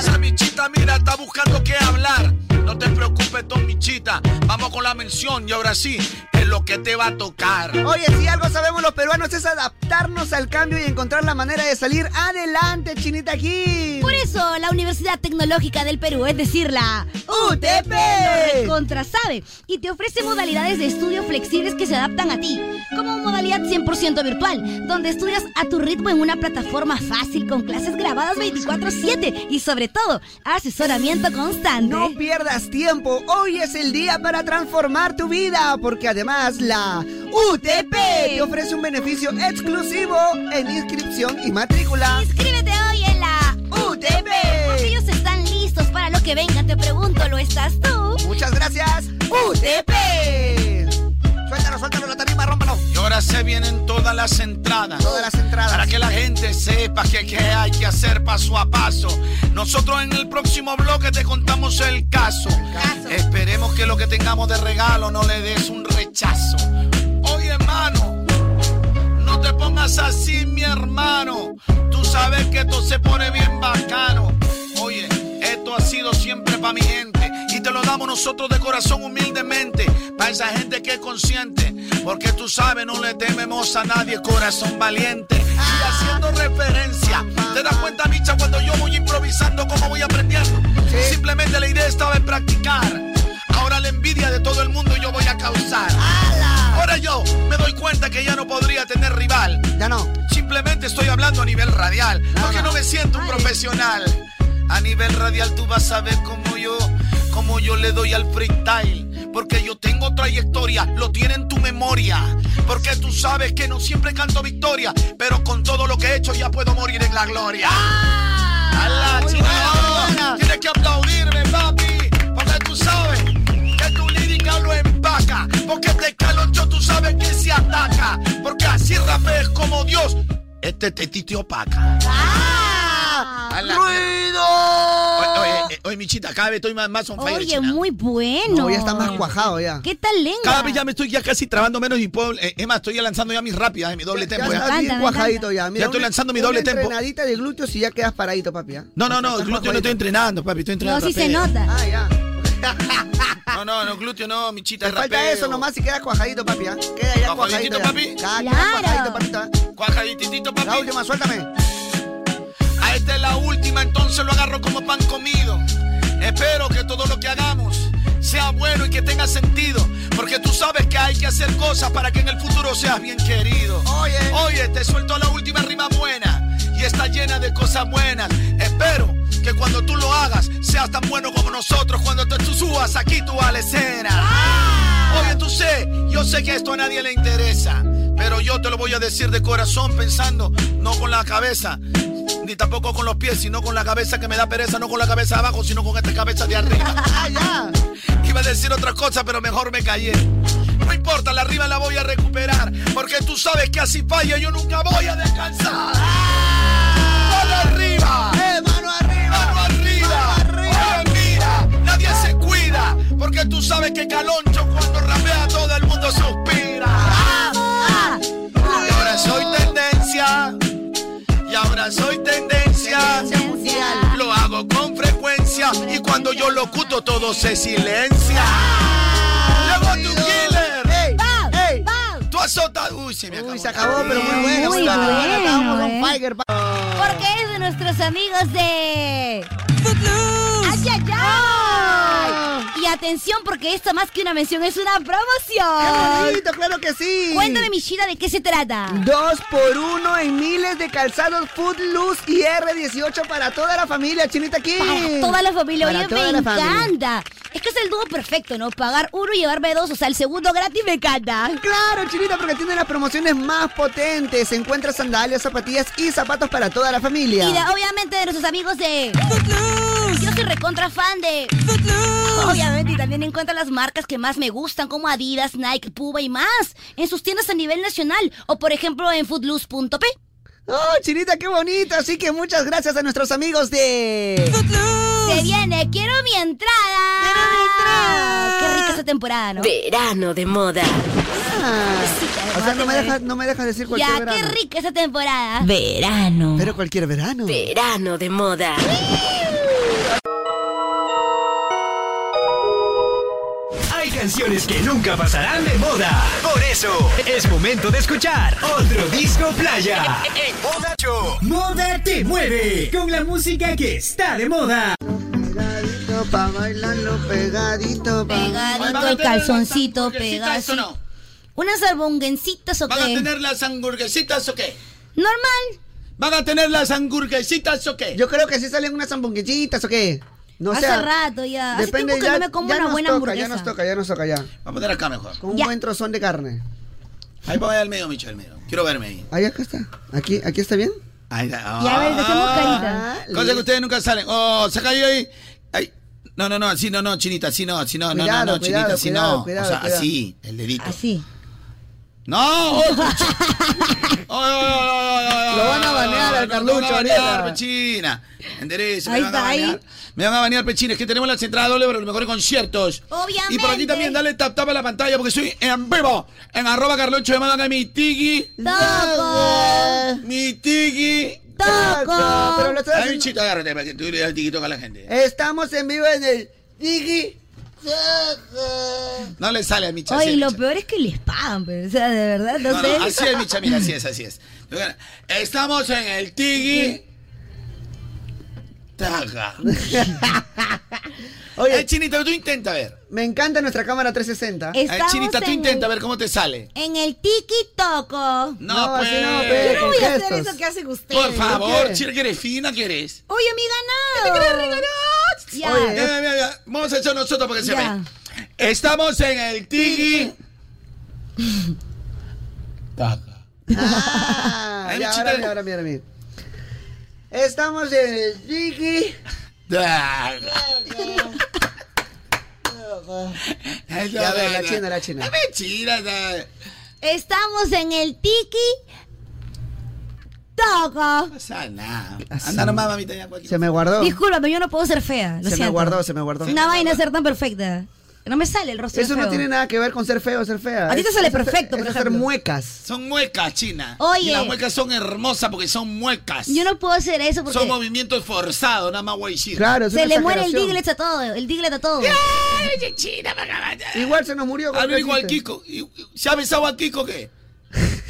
[SPEAKER 8] Esa michita, mira, está buscando qué hablar. No te preocupes, Tom Michita. Vamos con la mención y ahora sí, es lo que te va a tocar.
[SPEAKER 5] Oye, si algo sabemos los peruanos es adaptarnos al cambio y encontrar la manera de salir adelante, Chinita aquí.
[SPEAKER 3] Por eso, la Universidad Tecnológica del Perú, es decir, la UTP, contra sabe y te ofrece modalidades de estudio flexibles que se adaptan a ti, como modalidad 100% virtual, donde estudias a tu ritmo en una plataforma fácil con clases grabadas 24/7 y sobre todo, asesoramiento constante.
[SPEAKER 5] No pierdas tiempo, hoy es el día para transformar tu vida, porque además la UTP te ofrece un beneficio exclusivo en inscripción y matrícula.
[SPEAKER 3] Inscríbete hoy en la UTP. Porque ellos están listos para lo que venga. Te pregunto, ¿lo estás tú?
[SPEAKER 5] Muchas gracias, UTP. Suéltalo, suéltalo, la tarima, rómpalo.
[SPEAKER 8] Y ahora se vienen todas las entradas.
[SPEAKER 5] Todas las entradas.
[SPEAKER 8] Para que la gente sepa que qué hay que hacer paso a paso. Nosotros en el próximo bloque te contamos el caso. Esperemos que lo que tengamos de regalo no le des un rechazo. Oye, hermano, no te pongas así, mi hermano. Tú sabes que esto se pone bien bacano. Oye, esto ha sido siempre para mi gente. Y te lo damos nosotros de corazón humildemente. Para esa gente que es consciente. Porque tú sabes, no le tememos a nadie, corazón valiente. Y haciendo referencia, ¿te das cuenta, Micha, cuando yo voy improvisando, cómo voy aprendiendo? Simplemente la idea estaba en practicar. Ahora la envidia de todo el mundo yo voy a causar. Ahora yo me doy cuenta que ya no podría tener rival.
[SPEAKER 5] Ya no.
[SPEAKER 8] Simplemente estoy hablando a nivel radial. porque no me siento un profesional. A nivel radial tú vas a ver cómo yo, cómo yo le doy al freestyle. Porque yo tengo trayectoria, lo tiene en tu memoria. Porque tú sabes que no siempre canto victoria. Pero con todo lo que he hecho ya puedo morir en la gloria. ¡Hala, chino! Tienes que aplaudirme, papi. Porque tú sabes que tu lírica lo empaca. Porque te caloncho tú sabes que se ataca. Porque así rapes como Dios. Este tetite opaca. ¡Hala!
[SPEAKER 5] ¡Ruido!
[SPEAKER 8] Oye, oye, eh, oye, Michita, cada vez estoy más, más on fire.
[SPEAKER 3] Oye,
[SPEAKER 8] china.
[SPEAKER 3] muy bueno.
[SPEAKER 5] No, ya está más cuajado ya.
[SPEAKER 3] ¿Qué tal lengua?
[SPEAKER 8] Cada vez ya me estoy ya casi trabando menos y puedo, eh, es más, estoy ya lanzando ya mis rápidas, eh, mi doble
[SPEAKER 5] Ya
[SPEAKER 8] tempo.
[SPEAKER 5] estás
[SPEAKER 8] ya.
[SPEAKER 5] bien cuajadito ya. Mira,
[SPEAKER 8] ya estoy
[SPEAKER 5] una-
[SPEAKER 8] lanzando mi
[SPEAKER 5] una
[SPEAKER 8] doble tempo.
[SPEAKER 5] entrenadita de glúteos y ya quedas paradito, papi. ¿ah?
[SPEAKER 8] No, no, no,
[SPEAKER 5] Estás Ah,
[SPEAKER 8] glúteo no estoy entrenando, papi, estoy
[SPEAKER 3] No,
[SPEAKER 8] entrenando.
[SPEAKER 3] sí se
[SPEAKER 8] rapero.
[SPEAKER 3] nota.
[SPEAKER 8] No, no, no, glúteo no, Michita, es
[SPEAKER 5] Falta
[SPEAKER 8] rapeo.
[SPEAKER 5] eso nomás y quedas cuajadito, papi. ¿ah? Queda ya cuajadito.
[SPEAKER 8] ¿Cuajaditito,
[SPEAKER 5] ya.
[SPEAKER 8] papi?
[SPEAKER 5] Ya, quedas cuajadito, papito, ¿ah?
[SPEAKER 8] Cuajaditito, papi.
[SPEAKER 5] La última, suéltame.
[SPEAKER 8] A esta es la última, entonces lo agarro como pan comido. Espero que todo lo que hagamos sea bueno y que tenga sentido. Porque tú sabes que hay que hacer cosas para que en el futuro seas bien querido. Oye, oye, te suelto la última rima buena. Y está llena de cosas buenas. Espero que cuando tú lo hagas seas tan bueno como nosotros. Cuando te, tú subas aquí tú a la escena. Oye, tú sé, yo sé que esto a nadie le interesa. Pero yo te lo voy a decir de corazón pensando, no con la cabeza ni tampoco con los pies, sino con la cabeza que me da pereza, no con la cabeza de abajo, sino con esta cabeza de arriba. Iba a decir otra cosa, pero mejor me callé. No importa, la arriba la voy a recuperar, porque tú sabes que así falla yo nunca voy a descansar. ¡Mano arriba! Eh, ¡Mano arriba! ¡Mano arriba! Oye, mira, nadie se cuida, porque tú sabes que Caloncho cuando rapea todo el mundo suspira. Ah.
[SPEAKER 3] Ah.
[SPEAKER 8] Y ahora soy tendencia. Y ahora soy tendencia. Lo hago con frecuencia. Y cuando yo lo oculto, todo se silencia. Luego tu killer. Tú azotas. Uy, se me acabó.
[SPEAKER 5] Se acabó, pero muy bueno.
[SPEAKER 3] Muy
[SPEAKER 5] está.
[SPEAKER 3] bueno,
[SPEAKER 5] Estábamos
[SPEAKER 3] eh.
[SPEAKER 5] on fire, pa-
[SPEAKER 3] Porque es de nuestros amigos de. ¡Ay, ay, ay!
[SPEAKER 8] Ah.
[SPEAKER 3] Y atención, porque esto más que una mención es una promoción.
[SPEAKER 5] ¡Qué bonito, claro que sí!
[SPEAKER 3] Cuéntame, Michira, de qué se trata.
[SPEAKER 5] Dos por uno en miles de calzados Footloose y R18 para toda la familia, Chinita aquí.
[SPEAKER 3] Para toda la familia,
[SPEAKER 5] Para
[SPEAKER 3] oye, me
[SPEAKER 5] toda la familia.
[SPEAKER 3] encanta. Es que es el dúo perfecto, ¿no? Pagar uno y llevarme dos, o sea, el segundo gratis me encanta.
[SPEAKER 5] Claro, Chinita, porque tiene las promociones más potentes. Encuentra sandalias, zapatillas y zapatos para toda la familia.
[SPEAKER 3] Y de- obviamente de nuestros amigos de Yo soy recontra fan de Obviamente, y también encuentra las marcas que más me gustan, como Adidas, Nike, Puma y más, en sus tiendas a nivel nacional, o por ejemplo en foodloose.p.
[SPEAKER 5] ¡Oh, Chinita, qué bonito! Así que muchas gracias a nuestros amigos de...
[SPEAKER 3] Se viene, quiero mi entrada. Quiero mi entrada. Qué rica esta temporada, ¿no?
[SPEAKER 14] Verano de moda.
[SPEAKER 5] Ah. O sea, no me dejas no me dejas decir cualquier
[SPEAKER 3] Ya,
[SPEAKER 5] verano.
[SPEAKER 3] qué rica esta temporada.
[SPEAKER 14] Verano.
[SPEAKER 5] Pero cualquier verano.
[SPEAKER 14] Verano de moda.
[SPEAKER 31] Hay canciones que nunca pasarán de moda. Por eso, es momento de escuchar otro disco playa. En Moda Show, Moda te mueve con la música que está de moda.
[SPEAKER 5] Pegadito pa' bailarlo, pegadito pa'...
[SPEAKER 3] Pegadito el calzoncito,
[SPEAKER 8] hamburguesitas o
[SPEAKER 3] pegadito.
[SPEAKER 8] no?
[SPEAKER 3] ¿Unas albonguencitas o
[SPEAKER 8] ¿Van a
[SPEAKER 3] qué?
[SPEAKER 8] tener las hamburguesitas o qué?
[SPEAKER 3] Normal.
[SPEAKER 8] ¿Van a tener las hamburguesitas o qué?
[SPEAKER 5] Yo creo que sí salen unas hamburguesitas o qué. No
[SPEAKER 3] Hace
[SPEAKER 5] sé.
[SPEAKER 3] rato ya. Hace tiempo que no me como una
[SPEAKER 5] nos
[SPEAKER 3] buena
[SPEAKER 5] toca,
[SPEAKER 3] hamburguesa.
[SPEAKER 5] Ya nos toca, ya nos toca ya.
[SPEAKER 8] Vamos a poner acá mejor.
[SPEAKER 5] Con un buen trozón de carne.
[SPEAKER 8] Ahí voy al medio, Micho, al medio. Quiero verme ahí.
[SPEAKER 5] Ahí acá está. Aquí, aquí está bien.
[SPEAKER 8] Ahí está.
[SPEAKER 5] Ya, a ver, dejemos
[SPEAKER 8] Ah,
[SPEAKER 5] carita.
[SPEAKER 8] Cosa que ustedes nunca salen. Oh, se cayó ahí. Ay. No, no, no, así no, no, chinita, así no, así no, no, no,
[SPEAKER 5] Cuidado,
[SPEAKER 8] no,
[SPEAKER 5] cuidado,
[SPEAKER 8] chinita, así
[SPEAKER 5] cuidado,
[SPEAKER 8] no.
[SPEAKER 5] cuidado,
[SPEAKER 8] o sea,
[SPEAKER 5] cuidado.
[SPEAKER 8] así, el dedito.
[SPEAKER 3] Así.
[SPEAKER 8] ¡No! ¡Oh, Lucho! ¡Ay, ay, ay, ay, ay, ay,
[SPEAKER 5] Lo van a banear al
[SPEAKER 8] oh, no,
[SPEAKER 5] Carlucho
[SPEAKER 8] no, ¡Me van a banear,
[SPEAKER 5] ahorita.
[SPEAKER 8] Pechina! Endereza, me
[SPEAKER 3] Ahí
[SPEAKER 8] van a
[SPEAKER 3] está, ahí.
[SPEAKER 8] banear. Me van a banear, Pechina. Es que tenemos las entradas doble para los mejores conciertos.
[SPEAKER 3] Obviamente.
[SPEAKER 8] Y por aquí también, dale tap tap a la pantalla porque soy en vivo. En arroba Carlucho, me mandan a mi tiki.
[SPEAKER 3] Toco.
[SPEAKER 8] Mi tiki.
[SPEAKER 5] Toco. Pero lo estoy
[SPEAKER 8] Ay,
[SPEAKER 5] haciendo-
[SPEAKER 8] chito, agárrate para que tú le das el tiki toca a la gente.
[SPEAKER 5] Eh, Estamos en vivo en el Digi.
[SPEAKER 8] No le sale a Micha. así
[SPEAKER 3] Oye,
[SPEAKER 8] es,
[SPEAKER 3] lo
[SPEAKER 8] Micha.
[SPEAKER 3] peor es que les pagan, pero, o sea, de verdad, no,
[SPEAKER 8] No,
[SPEAKER 3] sé.
[SPEAKER 8] no, así es, Micha, mira, así es, así es. Estamos en el tiki. Taga.
[SPEAKER 5] Oye,
[SPEAKER 8] Chinita, tú intenta ver.
[SPEAKER 5] Me encanta nuestra cámara 360.
[SPEAKER 8] Ay, Chinita, tú intenta ver cómo te sale.
[SPEAKER 3] En el tiki toco.
[SPEAKER 8] No, pues.
[SPEAKER 5] así no, pues,
[SPEAKER 3] Yo no
[SPEAKER 5] con
[SPEAKER 3] voy a hacer
[SPEAKER 5] gestos.
[SPEAKER 3] eso que hacen ustedes.
[SPEAKER 8] Por favor, Chir, que eres fina, que eres.
[SPEAKER 3] Oye, mi ganado. Ya.
[SPEAKER 8] Oye, mira, mira, mira, vamos a hacer nosotros porque se
[SPEAKER 3] Ya.
[SPEAKER 8] ve. Estamos en el tiki.
[SPEAKER 5] Ah, ya, ahora, mira, ahora, mira, ahora, mira. Estamos en el tiki. Ya, a ver, la china, la china.
[SPEAKER 8] Chira, da.
[SPEAKER 3] Estamos en el tiki toco.
[SPEAKER 8] Anda nomás, mamita, ya, cualquier-
[SPEAKER 5] Se me guardó.
[SPEAKER 3] Discúlpame, yo no puedo ser fea. lo
[SPEAKER 5] Oh. Se me
[SPEAKER 3] siento.
[SPEAKER 5] guardó, se me guardó.
[SPEAKER 3] Una vaina ser tan perfecta. No me sale el rostro.
[SPEAKER 5] Eso no tiene nada que ver con ser feo o ser fea.
[SPEAKER 3] A ti te
[SPEAKER 5] Es-
[SPEAKER 3] sale
[SPEAKER 5] es hacer-
[SPEAKER 3] perfecto,
[SPEAKER 5] es
[SPEAKER 3] por
[SPEAKER 5] hacer
[SPEAKER 3] ejemplo.
[SPEAKER 5] muecas.
[SPEAKER 8] Son muecas, China.
[SPEAKER 3] Oye.
[SPEAKER 8] Y las muecas son hermosas porque son muecas.
[SPEAKER 3] Yo no puedo hacer eso porque
[SPEAKER 8] Son movimientos forzados, nada más guay China.
[SPEAKER 3] se le muere el diglet a todo. El diglet a todo.
[SPEAKER 5] Igual se nos murió.
[SPEAKER 8] Habla igual Kiko. Y- y- ¿Se ha besado a Kiko qué?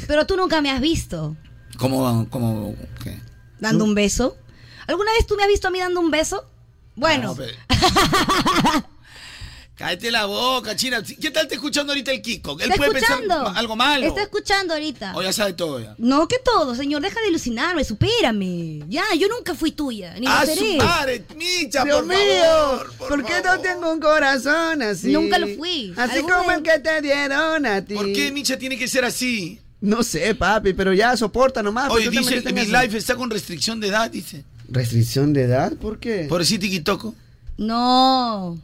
[SPEAKER 3] Pero tú nunca me has visto
[SPEAKER 8] ¿Cómo, cómo, qué?
[SPEAKER 3] dando un beso. ¿Alguna vez tú me has visto a mí dando un beso?
[SPEAKER 8] Ah,
[SPEAKER 3] Bueno,
[SPEAKER 8] Cállate la boca, China. ¿Qué tal te escuchando ahorita el Kiko? Él
[SPEAKER 3] está
[SPEAKER 8] puede
[SPEAKER 3] escuchando.
[SPEAKER 8] pensar ma- algo malo.
[SPEAKER 3] Está escuchando ahorita.
[SPEAKER 8] O ya sabe todo ya.
[SPEAKER 3] No, que todo, señor, deja de ilusionarme, supérame. Ya, yo nunca fui tuya, ni
[SPEAKER 8] ¡Ah,
[SPEAKER 3] lo seré.
[SPEAKER 8] su madre! ¡Micha,
[SPEAKER 5] Dios
[SPEAKER 8] por
[SPEAKER 5] mío,
[SPEAKER 8] favor!
[SPEAKER 5] ¿por, qué no tengo un corazón así?
[SPEAKER 3] Nunca lo fui.
[SPEAKER 5] Así
[SPEAKER 3] Alguna
[SPEAKER 5] como
[SPEAKER 3] vez-
[SPEAKER 5] el que te dieron a ti.
[SPEAKER 8] ¿Por qué Micha tiene que ser así?
[SPEAKER 5] No sé, papi, pero ya soporta nomás.
[SPEAKER 3] Ah,
[SPEAKER 8] Oye,
[SPEAKER 5] ¿por qué te
[SPEAKER 8] dice,
[SPEAKER 5] metiste en
[SPEAKER 8] mi
[SPEAKER 5] eso?
[SPEAKER 8] life está con restricción de edad, dice.
[SPEAKER 5] ¿Restricción de edad? ¿Por qué?
[SPEAKER 8] Por decir tiquitoco.
[SPEAKER 3] No.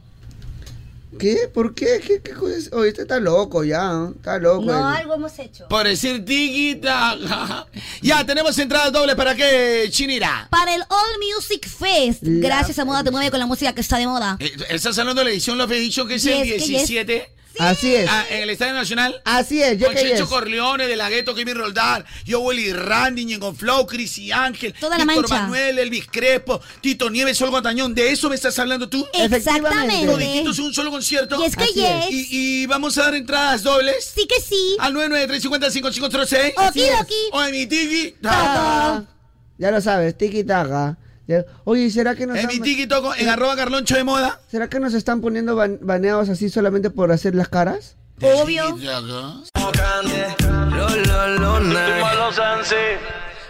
[SPEAKER 5] ¿Qué? ¿Por qué? ¿Qué, qué cosa es? Oye, este está loco ya, ¿eh? está loco.
[SPEAKER 3] No,
[SPEAKER 5] el-
[SPEAKER 3] algo hemos hecho.
[SPEAKER 8] Por decir tiquita. Ya, tenemos entradas dobles para qué, Chinira.
[SPEAKER 3] Para el All Music Fest, gracias a Moda Te Mueve con la música que está de moda.
[SPEAKER 8] Eh, ¿Estás hablando de la edición Love Edition que es el
[SPEAKER 3] Yes, que yes.
[SPEAKER 8] 17?
[SPEAKER 5] Así es.
[SPEAKER 8] Ah, en el Estadio Nacional.
[SPEAKER 5] Así es, yo
[SPEAKER 8] Con
[SPEAKER 5] que
[SPEAKER 8] Checho
[SPEAKER 5] yes.
[SPEAKER 8] Corleone, De La Gueto, Kimi Roldar, Yoweli Randy, Ñengo Flow, Cris Ángel,
[SPEAKER 3] Toda la
[SPEAKER 8] Víctor
[SPEAKER 3] mancha.
[SPEAKER 8] Manuel, Elvis Crespo, Tito Nieves, Sol Guatañón. ¿De eso me estás hablando tú?
[SPEAKER 3] Exactamente.
[SPEAKER 8] Todititos en un solo concierto.
[SPEAKER 3] Eh, Y es que
[SPEAKER 8] Así
[SPEAKER 3] yes.
[SPEAKER 8] Y, y vamos a dar entradas dobles.
[SPEAKER 3] Sí que sí.
[SPEAKER 8] Al 993
[SPEAKER 3] Okidoki. Así es.
[SPEAKER 8] O en mi tiki.
[SPEAKER 5] Taca. Ya lo sabes, tiki taka. Ya- Oye, ¿será que nos
[SPEAKER 8] En
[SPEAKER 5] han-
[SPEAKER 8] Eh, mi tiki toco, en arroba carloncho de moda.
[SPEAKER 5] ¿Será que nos están poniendo ban- baneados así solamente por hacer las caras?
[SPEAKER 3] Obvio.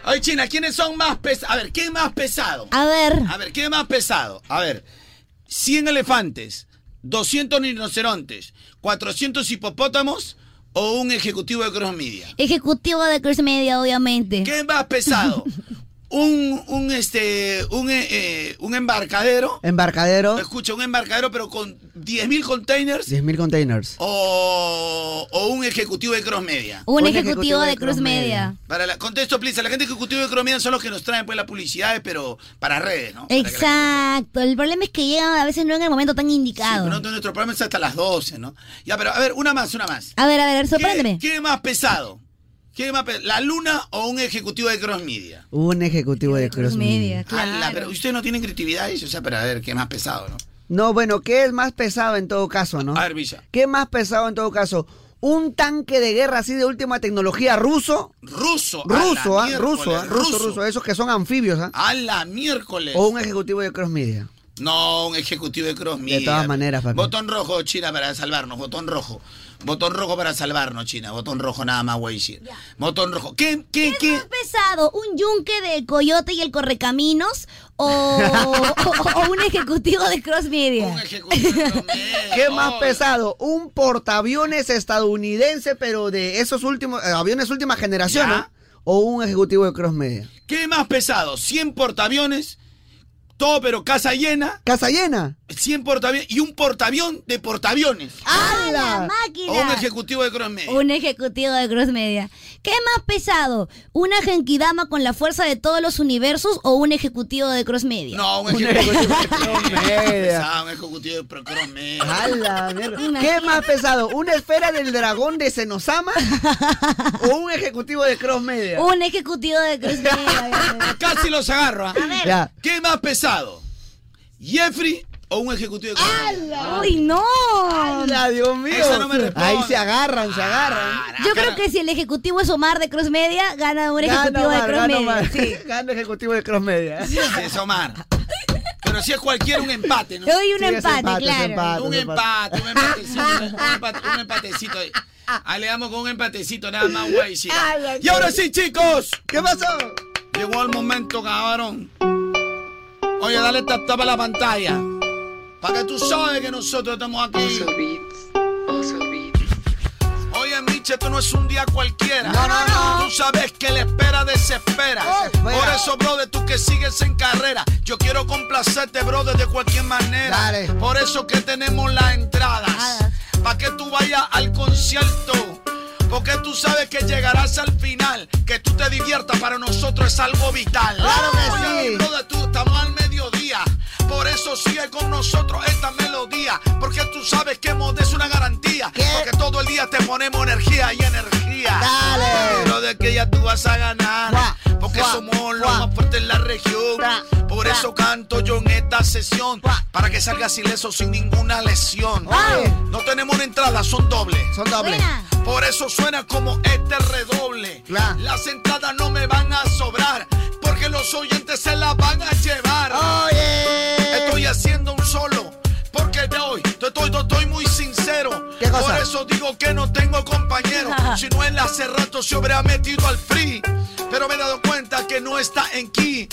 [SPEAKER 8] Ay, China, ¿quiénes son más pesados? A ver, ¿qué es más pesado?
[SPEAKER 3] A ver.
[SPEAKER 8] A ver, ¿qué es más pesado? A ver, 100 elefantes, 200 rinocerontes, 400 hipopótamos o un ejecutivo de cross media.
[SPEAKER 3] Ejecutivo de Cruz Media, obviamente.
[SPEAKER 8] ¿Qué es más pesado? Un, un, este, un, eh, eh, un embarcadero.
[SPEAKER 5] Embarcadero,
[SPEAKER 8] Escucha, un embarcadero, pero con 10.000 containers
[SPEAKER 5] 10.000 containers.
[SPEAKER 8] o, o un ejecutivo de cross media.
[SPEAKER 3] Un, ejecutivo, de Cruz Media.
[SPEAKER 8] Para la, contesto, please. A la gente de ejecutivo de cross media son los que nos traen pues las publicidades, pero para redes, ¿no? Para que la gente-
[SPEAKER 3] Exacto. El problema es que llegan a veces no en el momento tan indicado.
[SPEAKER 8] Pero no, nuestro programa es hasta las 12, ¿no? Ya, pero a ver, una más, una más.
[SPEAKER 3] A ver, a ver, sorpréndeme.
[SPEAKER 8] ¿Qué es más pesado? ¿Qué es más pesado? ¿La luna o un ejecutivo de cross media?
[SPEAKER 5] Un ejecutivo de Cruz Media.
[SPEAKER 8] Ala, pero ustedes no tienen creatividad, eso, o sea, pero a ver, ¿qué es más pesado, no?
[SPEAKER 5] No, bueno, ¿qué es más pesado en todo caso, no?
[SPEAKER 8] A ver, Villa.
[SPEAKER 5] ¿Qué es más pesado en todo caso? ¿Un tanque de guerra así de última tecnología ruso?
[SPEAKER 8] Ruso. a la
[SPEAKER 5] Ruso, ¿ah?
[SPEAKER 8] miércoles,
[SPEAKER 5] Ruso, ¿ah? Ruso,
[SPEAKER 8] Ruso.
[SPEAKER 5] ruso. Esos que son anfibios, ¿ah?
[SPEAKER 8] A la miércoles.
[SPEAKER 5] O un ejecutivo de Cross Media.
[SPEAKER 8] No, un ejecutivo de cross media.
[SPEAKER 5] De todas maneras, papi.
[SPEAKER 8] Botón rojo, China, para salvarnos. Botón rojo. Botón rojo para salvarnos, China. Botón rojo nada más, güey. sí. Botón rojo. ¿Qué, qué,
[SPEAKER 3] ¿Qué
[SPEAKER 8] qué?
[SPEAKER 3] es más pesado? ¿Un yunque del coyote y el correcaminos? ¿O, o- o un ejecutivo de Cross Media?
[SPEAKER 5] ¿Qué más pesado? Un portaaviones estadounidense, pero de esos últimos, eh, aviones última generación, ¿ah? O un ejecutivo de Cross Media.
[SPEAKER 8] ¿Qué es más pesado? ¿100 portaaviones? Todo, pero casa llena.
[SPEAKER 5] ¿Casa llena?
[SPEAKER 8] 100 portaaviones y un portaavión de portaaviones.
[SPEAKER 3] ¡A la máquina!
[SPEAKER 8] O un ejecutivo de Cross Media.
[SPEAKER 3] Ah, Un ejecutivo de Cruz Media. ¿Qué es más pesado? ¿Una genkidama con la fuerza de todos los universos o un ejecutivo de Cruz Media?
[SPEAKER 8] No, un ejecutivo de Cross Media. Un ejecutivo de pro- Cross Media.
[SPEAKER 5] ¡Hala, mierda! ¿Qué más pesado? ¿Una esfera del dragón de Senosama? ¿O un ejecutivo de Cross Media?
[SPEAKER 3] Un ejecutivo de Cruz Media.
[SPEAKER 8] Casi los agarro. ¿ah?
[SPEAKER 5] Ya.
[SPEAKER 8] ¿Qué es más pesado? ¿Jeffrey o un ejecutivo de Cross
[SPEAKER 3] Ah,
[SPEAKER 8] Media?
[SPEAKER 3] ¡Uy, no!
[SPEAKER 5] ¡Hala, Dios mío!
[SPEAKER 8] Esa no me responde. Ah,
[SPEAKER 5] Ahí se agarran, se agarran.
[SPEAKER 3] Yo creo que si el ejecutivo es Omar de Cruz Media, gana un
[SPEAKER 5] Gana
[SPEAKER 3] ejecutivo
[SPEAKER 5] Omar,
[SPEAKER 3] de Cruz
[SPEAKER 5] gana
[SPEAKER 3] Media.
[SPEAKER 5] Omar.
[SPEAKER 3] Sí.
[SPEAKER 5] Gana ejecutivo de Cross Media.
[SPEAKER 8] Sí, es Omar. Pero si es cualquiera, un empate, ¿no?
[SPEAKER 3] Yo doy un Sí, es empate, empate, claro. es empate,
[SPEAKER 8] un
[SPEAKER 3] es
[SPEAKER 8] empate, un empatecito, un empate- un empatecito. ahí. Ahí le damos con un empatecito, nada más, güey. sí. Y ahora sí, chicos. ¿Qué pasó? Llegó el momento, cabrón. Oye, dale tap tap a la pantalla. Para que tú sabes que nosotros estamos aquí. Oye, Miche, esto no es un día cualquiera.
[SPEAKER 5] No, no, no.
[SPEAKER 8] Tú sabes que la espera desespera.
[SPEAKER 5] Desespera.
[SPEAKER 8] Por eso, brother, tú que sigues en carrera. Yo quiero complacerte, brother, de cualquier manera. Por eso que tenemos las entradas.
[SPEAKER 5] Ah.
[SPEAKER 8] Para que tú vayas al concierto. Porque tú sabes que llegarás al final. Que tú te diviertas para nosotros es algo vital.
[SPEAKER 5] Claro que
[SPEAKER 8] Oye,
[SPEAKER 5] sí.
[SPEAKER 8] brother, tú estamos al mediodía. Por eso sigue con nosotros esta melodía. Porque tú sabes que hemos es una garantía. Porque todo el día te ponemos energía y energía. Dale. Pero de que ya tú vas a ganar. porque somos los más fuertes en la región. Por eso canto yo en esta sesión. Para que salgas ileso sin ninguna lesión. No tenemos una entrada, son dobles. Son dobles. Por eso suena como este redoble. Las entradas no me van a sobrar. Porque los oyentes se las van a llevar.
[SPEAKER 5] Oh.
[SPEAKER 8] Estoy haciendo un solo. Porque de hoy te estoy, te estoy muy sincero. Por eso digo que no tengo compañero. si no, él hace rato se hubiera metido al free. Pero me he dado cuenta que no está en key.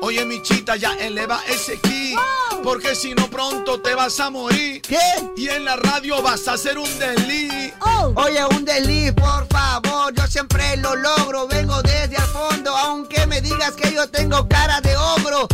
[SPEAKER 8] Oye, mi chita, ya eleva ese key. Porque si no, pronto te vas a morir. ¿Qué? Y en la radio vas a hacer un desliz.
[SPEAKER 3] Oh,
[SPEAKER 5] Oye, un desliz, por favor, yo siempre lo logro, vengo desde al fondo, aunque me digas que yo tengo cara de ogro.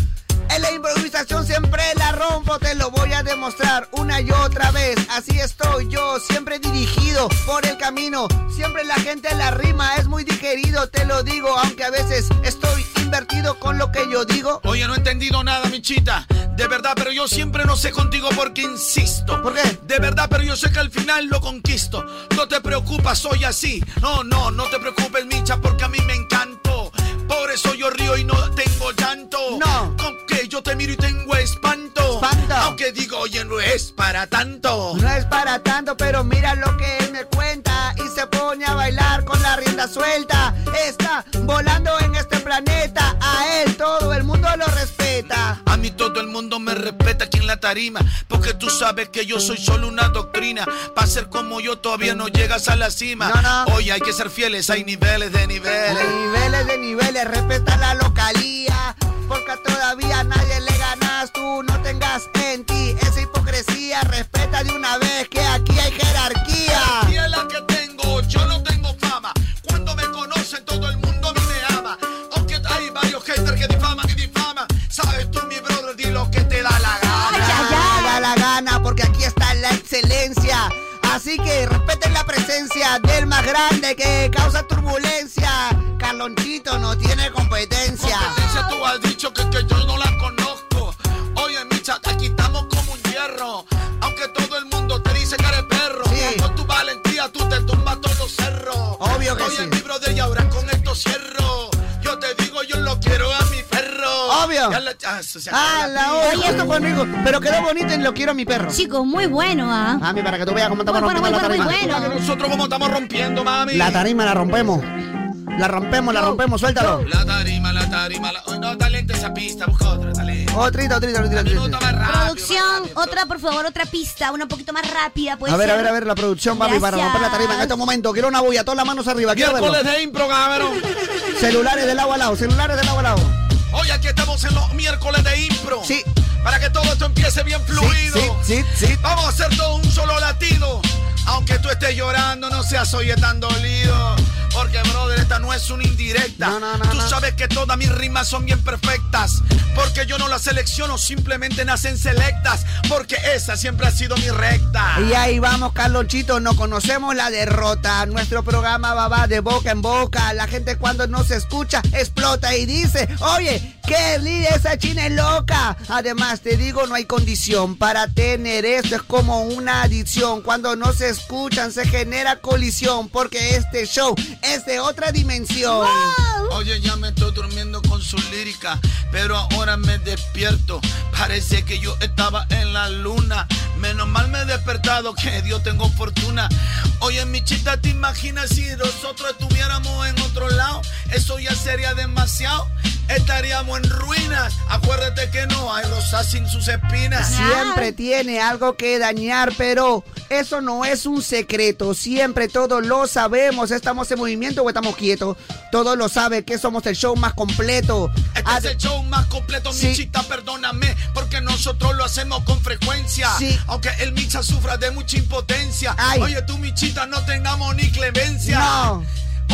[SPEAKER 5] En la improvisación siempre la rompo, te lo voy a demostrar una y otra vez. Así estoy yo, siempre dirigido por el camino. Siempre la gente la rima es muy digerido, te lo digo, aunque a veces estoy invertido con lo que yo digo.
[SPEAKER 8] Oye, no he entendido nada, mi chita. De verdad, pero yo siempre no sé contigo porque insisto. ¿Por qué? De verdad, pero yo sé que al final lo conquisto. No te preocupas, soy así. No, no, no te preocupes, micha, porque a mí me encanto. Por eso yo río y no tengo llanto. No. Aunque yo te miro y tengo espanto. Aunque digo, oye, no es para tanto.
[SPEAKER 5] No es para tanto, pero mira lo que él me cuenta. Y se pone a bailar con la rienda suelta. Está volando en este planeta. A él todo el mundo lo respeta.
[SPEAKER 8] A mí todo el mundo me respeta aquí en la tarima. Porque tú sabes que yo soy solo una doctrina. Para ser como yo todavía no llegas a la cima. Oye, hay que ser fieles, hay niveles de niveles.
[SPEAKER 5] Niveles de niveles, respeta la localía. Porque todavía a nadie le ganas, tú no tengas en ti esa hipocresía. Respeta de una vez que aquí hay jerarquía.
[SPEAKER 8] Y es la que tengo, yo no tengo fama. Cuando me conocen, todo el mundo a mí me ama. Aunque hay varios haters que difaman y difaman. Sabes tú, mi brother, di lo que te da la gana.
[SPEAKER 5] Ah, da la gana porque aquí está la excelencia. Así que respeten la presencia del más grande que causa turbulencia. Carlonchito no tiene competencia.
[SPEAKER 8] Competencia tú has dicho que, que yo no la conozco. Oye, mi chat, aquí estamos como un hierro. Aunque todo el mundo te dice que eres perro. Con tu valentía tú te tumbas todos los cerros. Obvio que Oye, mi brother, y ahora con esto cierro. Yo te digo, yo lo quiero a mi perro.
[SPEAKER 5] Obvio.
[SPEAKER 8] Ya la- ah, se- se
[SPEAKER 5] Ah,
[SPEAKER 8] acabó la
[SPEAKER 5] la
[SPEAKER 8] pila.
[SPEAKER 5] oye, esto conmigo. Pero quedó bonito en lo quiero a mi perro.
[SPEAKER 3] Chicos, muy bueno, ¿ah?
[SPEAKER 5] Mami, para que tú veas cómo estamos
[SPEAKER 3] Muy bueno,
[SPEAKER 5] rompiendo
[SPEAKER 3] muy
[SPEAKER 5] la
[SPEAKER 3] bueno,
[SPEAKER 5] tarima.
[SPEAKER 3] muy bueno.
[SPEAKER 8] Nosotros como estamos rompiendo, mami.
[SPEAKER 5] La tarima la rompemos. La rompemos, la rompemos, suéltalo.
[SPEAKER 8] La tarima, la tarima. La... Ay, no, talento esa pista, busca otra, talento.
[SPEAKER 5] Otrita, otrita, otrita. otrita.
[SPEAKER 3] Producción, otra, por favor, otra pista, una un poquito más rápida, puede
[SPEAKER 5] A ver, a
[SPEAKER 3] ser.
[SPEAKER 5] ver, a ver, la producción, papi, para
[SPEAKER 3] Pues Gracias.
[SPEAKER 5] romper la tarima en este momento. Quiero una bulla, todas las manos arriba. Quiero verlo.
[SPEAKER 8] Miércoles de impro, cabrón.
[SPEAKER 5] Celulares del agua al lado, celulares del agua al lado.
[SPEAKER 8] Hoy aquí estamos en los miércoles de impro. Sí. Para que todo esto empiece bien fluido.
[SPEAKER 5] Sí, sí,
[SPEAKER 8] Vamos a hacer todo un solo latido. Aunque tú estés llorando, no seas oye tan dolido. Porque, brother, esta no es una indirecta. tú sabes que todas mis rimas son bien perfectas. Porque yo no las selecciono, simplemente nacen selectas. Porque esa siempre ha sido mi recta.
[SPEAKER 5] Y ahí vamos, Carlonchito, no conocemos la derrota. Nuestro programa va, va de boca en boca. La gente cuando nos escucha explota y dice, oye, qué líder esa china es loca. Además, te digo, no hay condición para tener esto. Es como una adicción. Cuando nos escuchan se genera colisión porque este show es de otra dimensión.
[SPEAKER 8] Oye, ya me estoy durmiendo con su lírica, pero ahora me despierto. Parece que yo estaba en la luna. Menos mal me he despertado, que Dios tengo fortuna. Oye, mi chita, ¿te imaginas si nosotros estuviéramos en otro lado? Eso ya sería demasiado. estaríamos en ruinas. Acuérdate que no hay rosas sin sus espinas.
[SPEAKER 5] Siempre tiene algo que dañar, pero eso no es un secreto. Siempre todos lo sabemos. Estamos en movimiento o estamos quietos. Todos lo saben que somos el show más completo.
[SPEAKER 8] Este es el show más completo, Michita, perdóname, porque nosotros lo hacemos con frecuencia.
[SPEAKER 5] Sí.
[SPEAKER 8] Aunque el Micha sufra de mucha impotencia.
[SPEAKER 5] Ay.
[SPEAKER 8] Oye, tú, Michita, no tengamos ni clemencia.
[SPEAKER 5] No.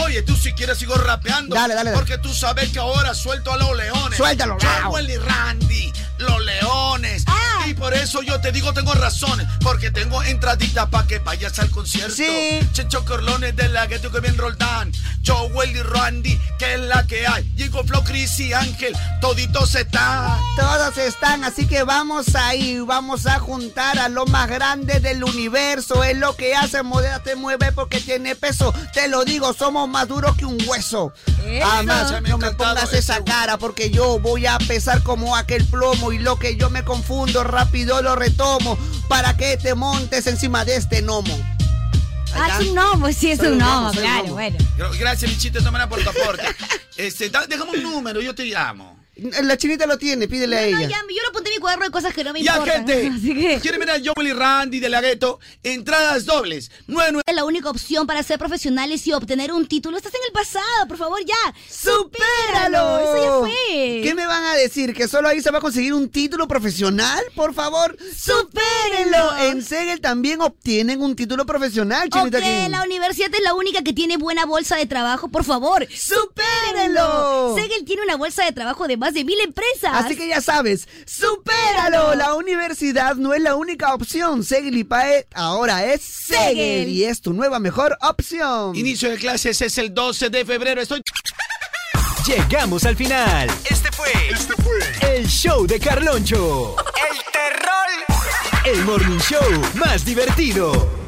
[SPEAKER 8] Oye, tú si quieres sigo rapeando.
[SPEAKER 5] Dale, dale, dale.
[SPEAKER 8] Porque tú sabes que ahora suelto a los leones.
[SPEAKER 5] Suéltalo, wow.
[SPEAKER 8] Jawel y Randy, los leones.
[SPEAKER 5] Ah.
[SPEAKER 8] Y por eso yo te digo tengo razones. Porque tengo entraditas para que vayas al concierto. Sí. Chencho Corlones de la gueto que bien Roldán. Joel y Randy, que es la que hay. Diego Flo, Cris y Ángel, toditos están.
[SPEAKER 5] Todos están, así que vamos ahí, vamos a juntar a lo más grande del universo. Es lo que hace, modera, te mueve porque tiene peso. Te lo digo, somos más duros que un hueso. Además,
[SPEAKER 8] Eso.
[SPEAKER 5] no me pongas esa cara porque yo voy a pesar como aquel plomo y lo que yo me confundo rápido lo retomo para que te montes encima de este gnomo.
[SPEAKER 3] Ah, es un gnomo, sí, es
[SPEAKER 8] Soy
[SPEAKER 3] un gnomo,
[SPEAKER 8] soy un
[SPEAKER 3] claro,
[SPEAKER 8] gnomo.
[SPEAKER 3] bueno.
[SPEAKER 8] Gra- Gracias, Michita, de manera por tu aporte. Este, da- déjame un número, yo te llamo.
[SPEAKER 5] La chinita lo tiene, pídele a
[SPEAKER 3] No,
[SPEAKER 5] ella.
[SPEAKER 3] ya, yo lo apunté en mi cuaderno de cosas que no me
[SPEAKER 8] Ya,
[SPEAKER 3] importan.
[SPEAKER 8] gente. ¿Quieren ver a Joel y Randy de la gueto? Entradas dobles.
[SPEAKER 3] Es la única opción para ser profesionales y obtener un título. Estás en el pasado, por favor, ya. ¡Supéralo! Eso ya fue.
[SPEAKER 5] ¿Qué me van a decir? ¿Que solo ahí se va a conseguir un título profesional? Por favor, supérenlo. En Segel también obtienen un título profesional,
[SPEAKER 3] O
[SPEAKER 5] Chinita
[SPEAKER 3] que
[SPEAKER 5] King.
[SPEAKER 3] la universidad es la única que tiene buena bolsa de trabajo, por favor, supérenlo. Segel tiene una bolsa de trabajo de más de mil empresas.
[SPEAKER 5] Así que ya sabes, supéralo. La universidad no es la única opción. Segel y PAE ahora es Segel y es tu nueva mejor opción.
[SPEAKER 8] Inicio de clases es el 12 de febrero. Estoy.
[SPEAKER 1] Llegamos al final. Este fue, el show de Carloncho. El terror. El morning show más divertido.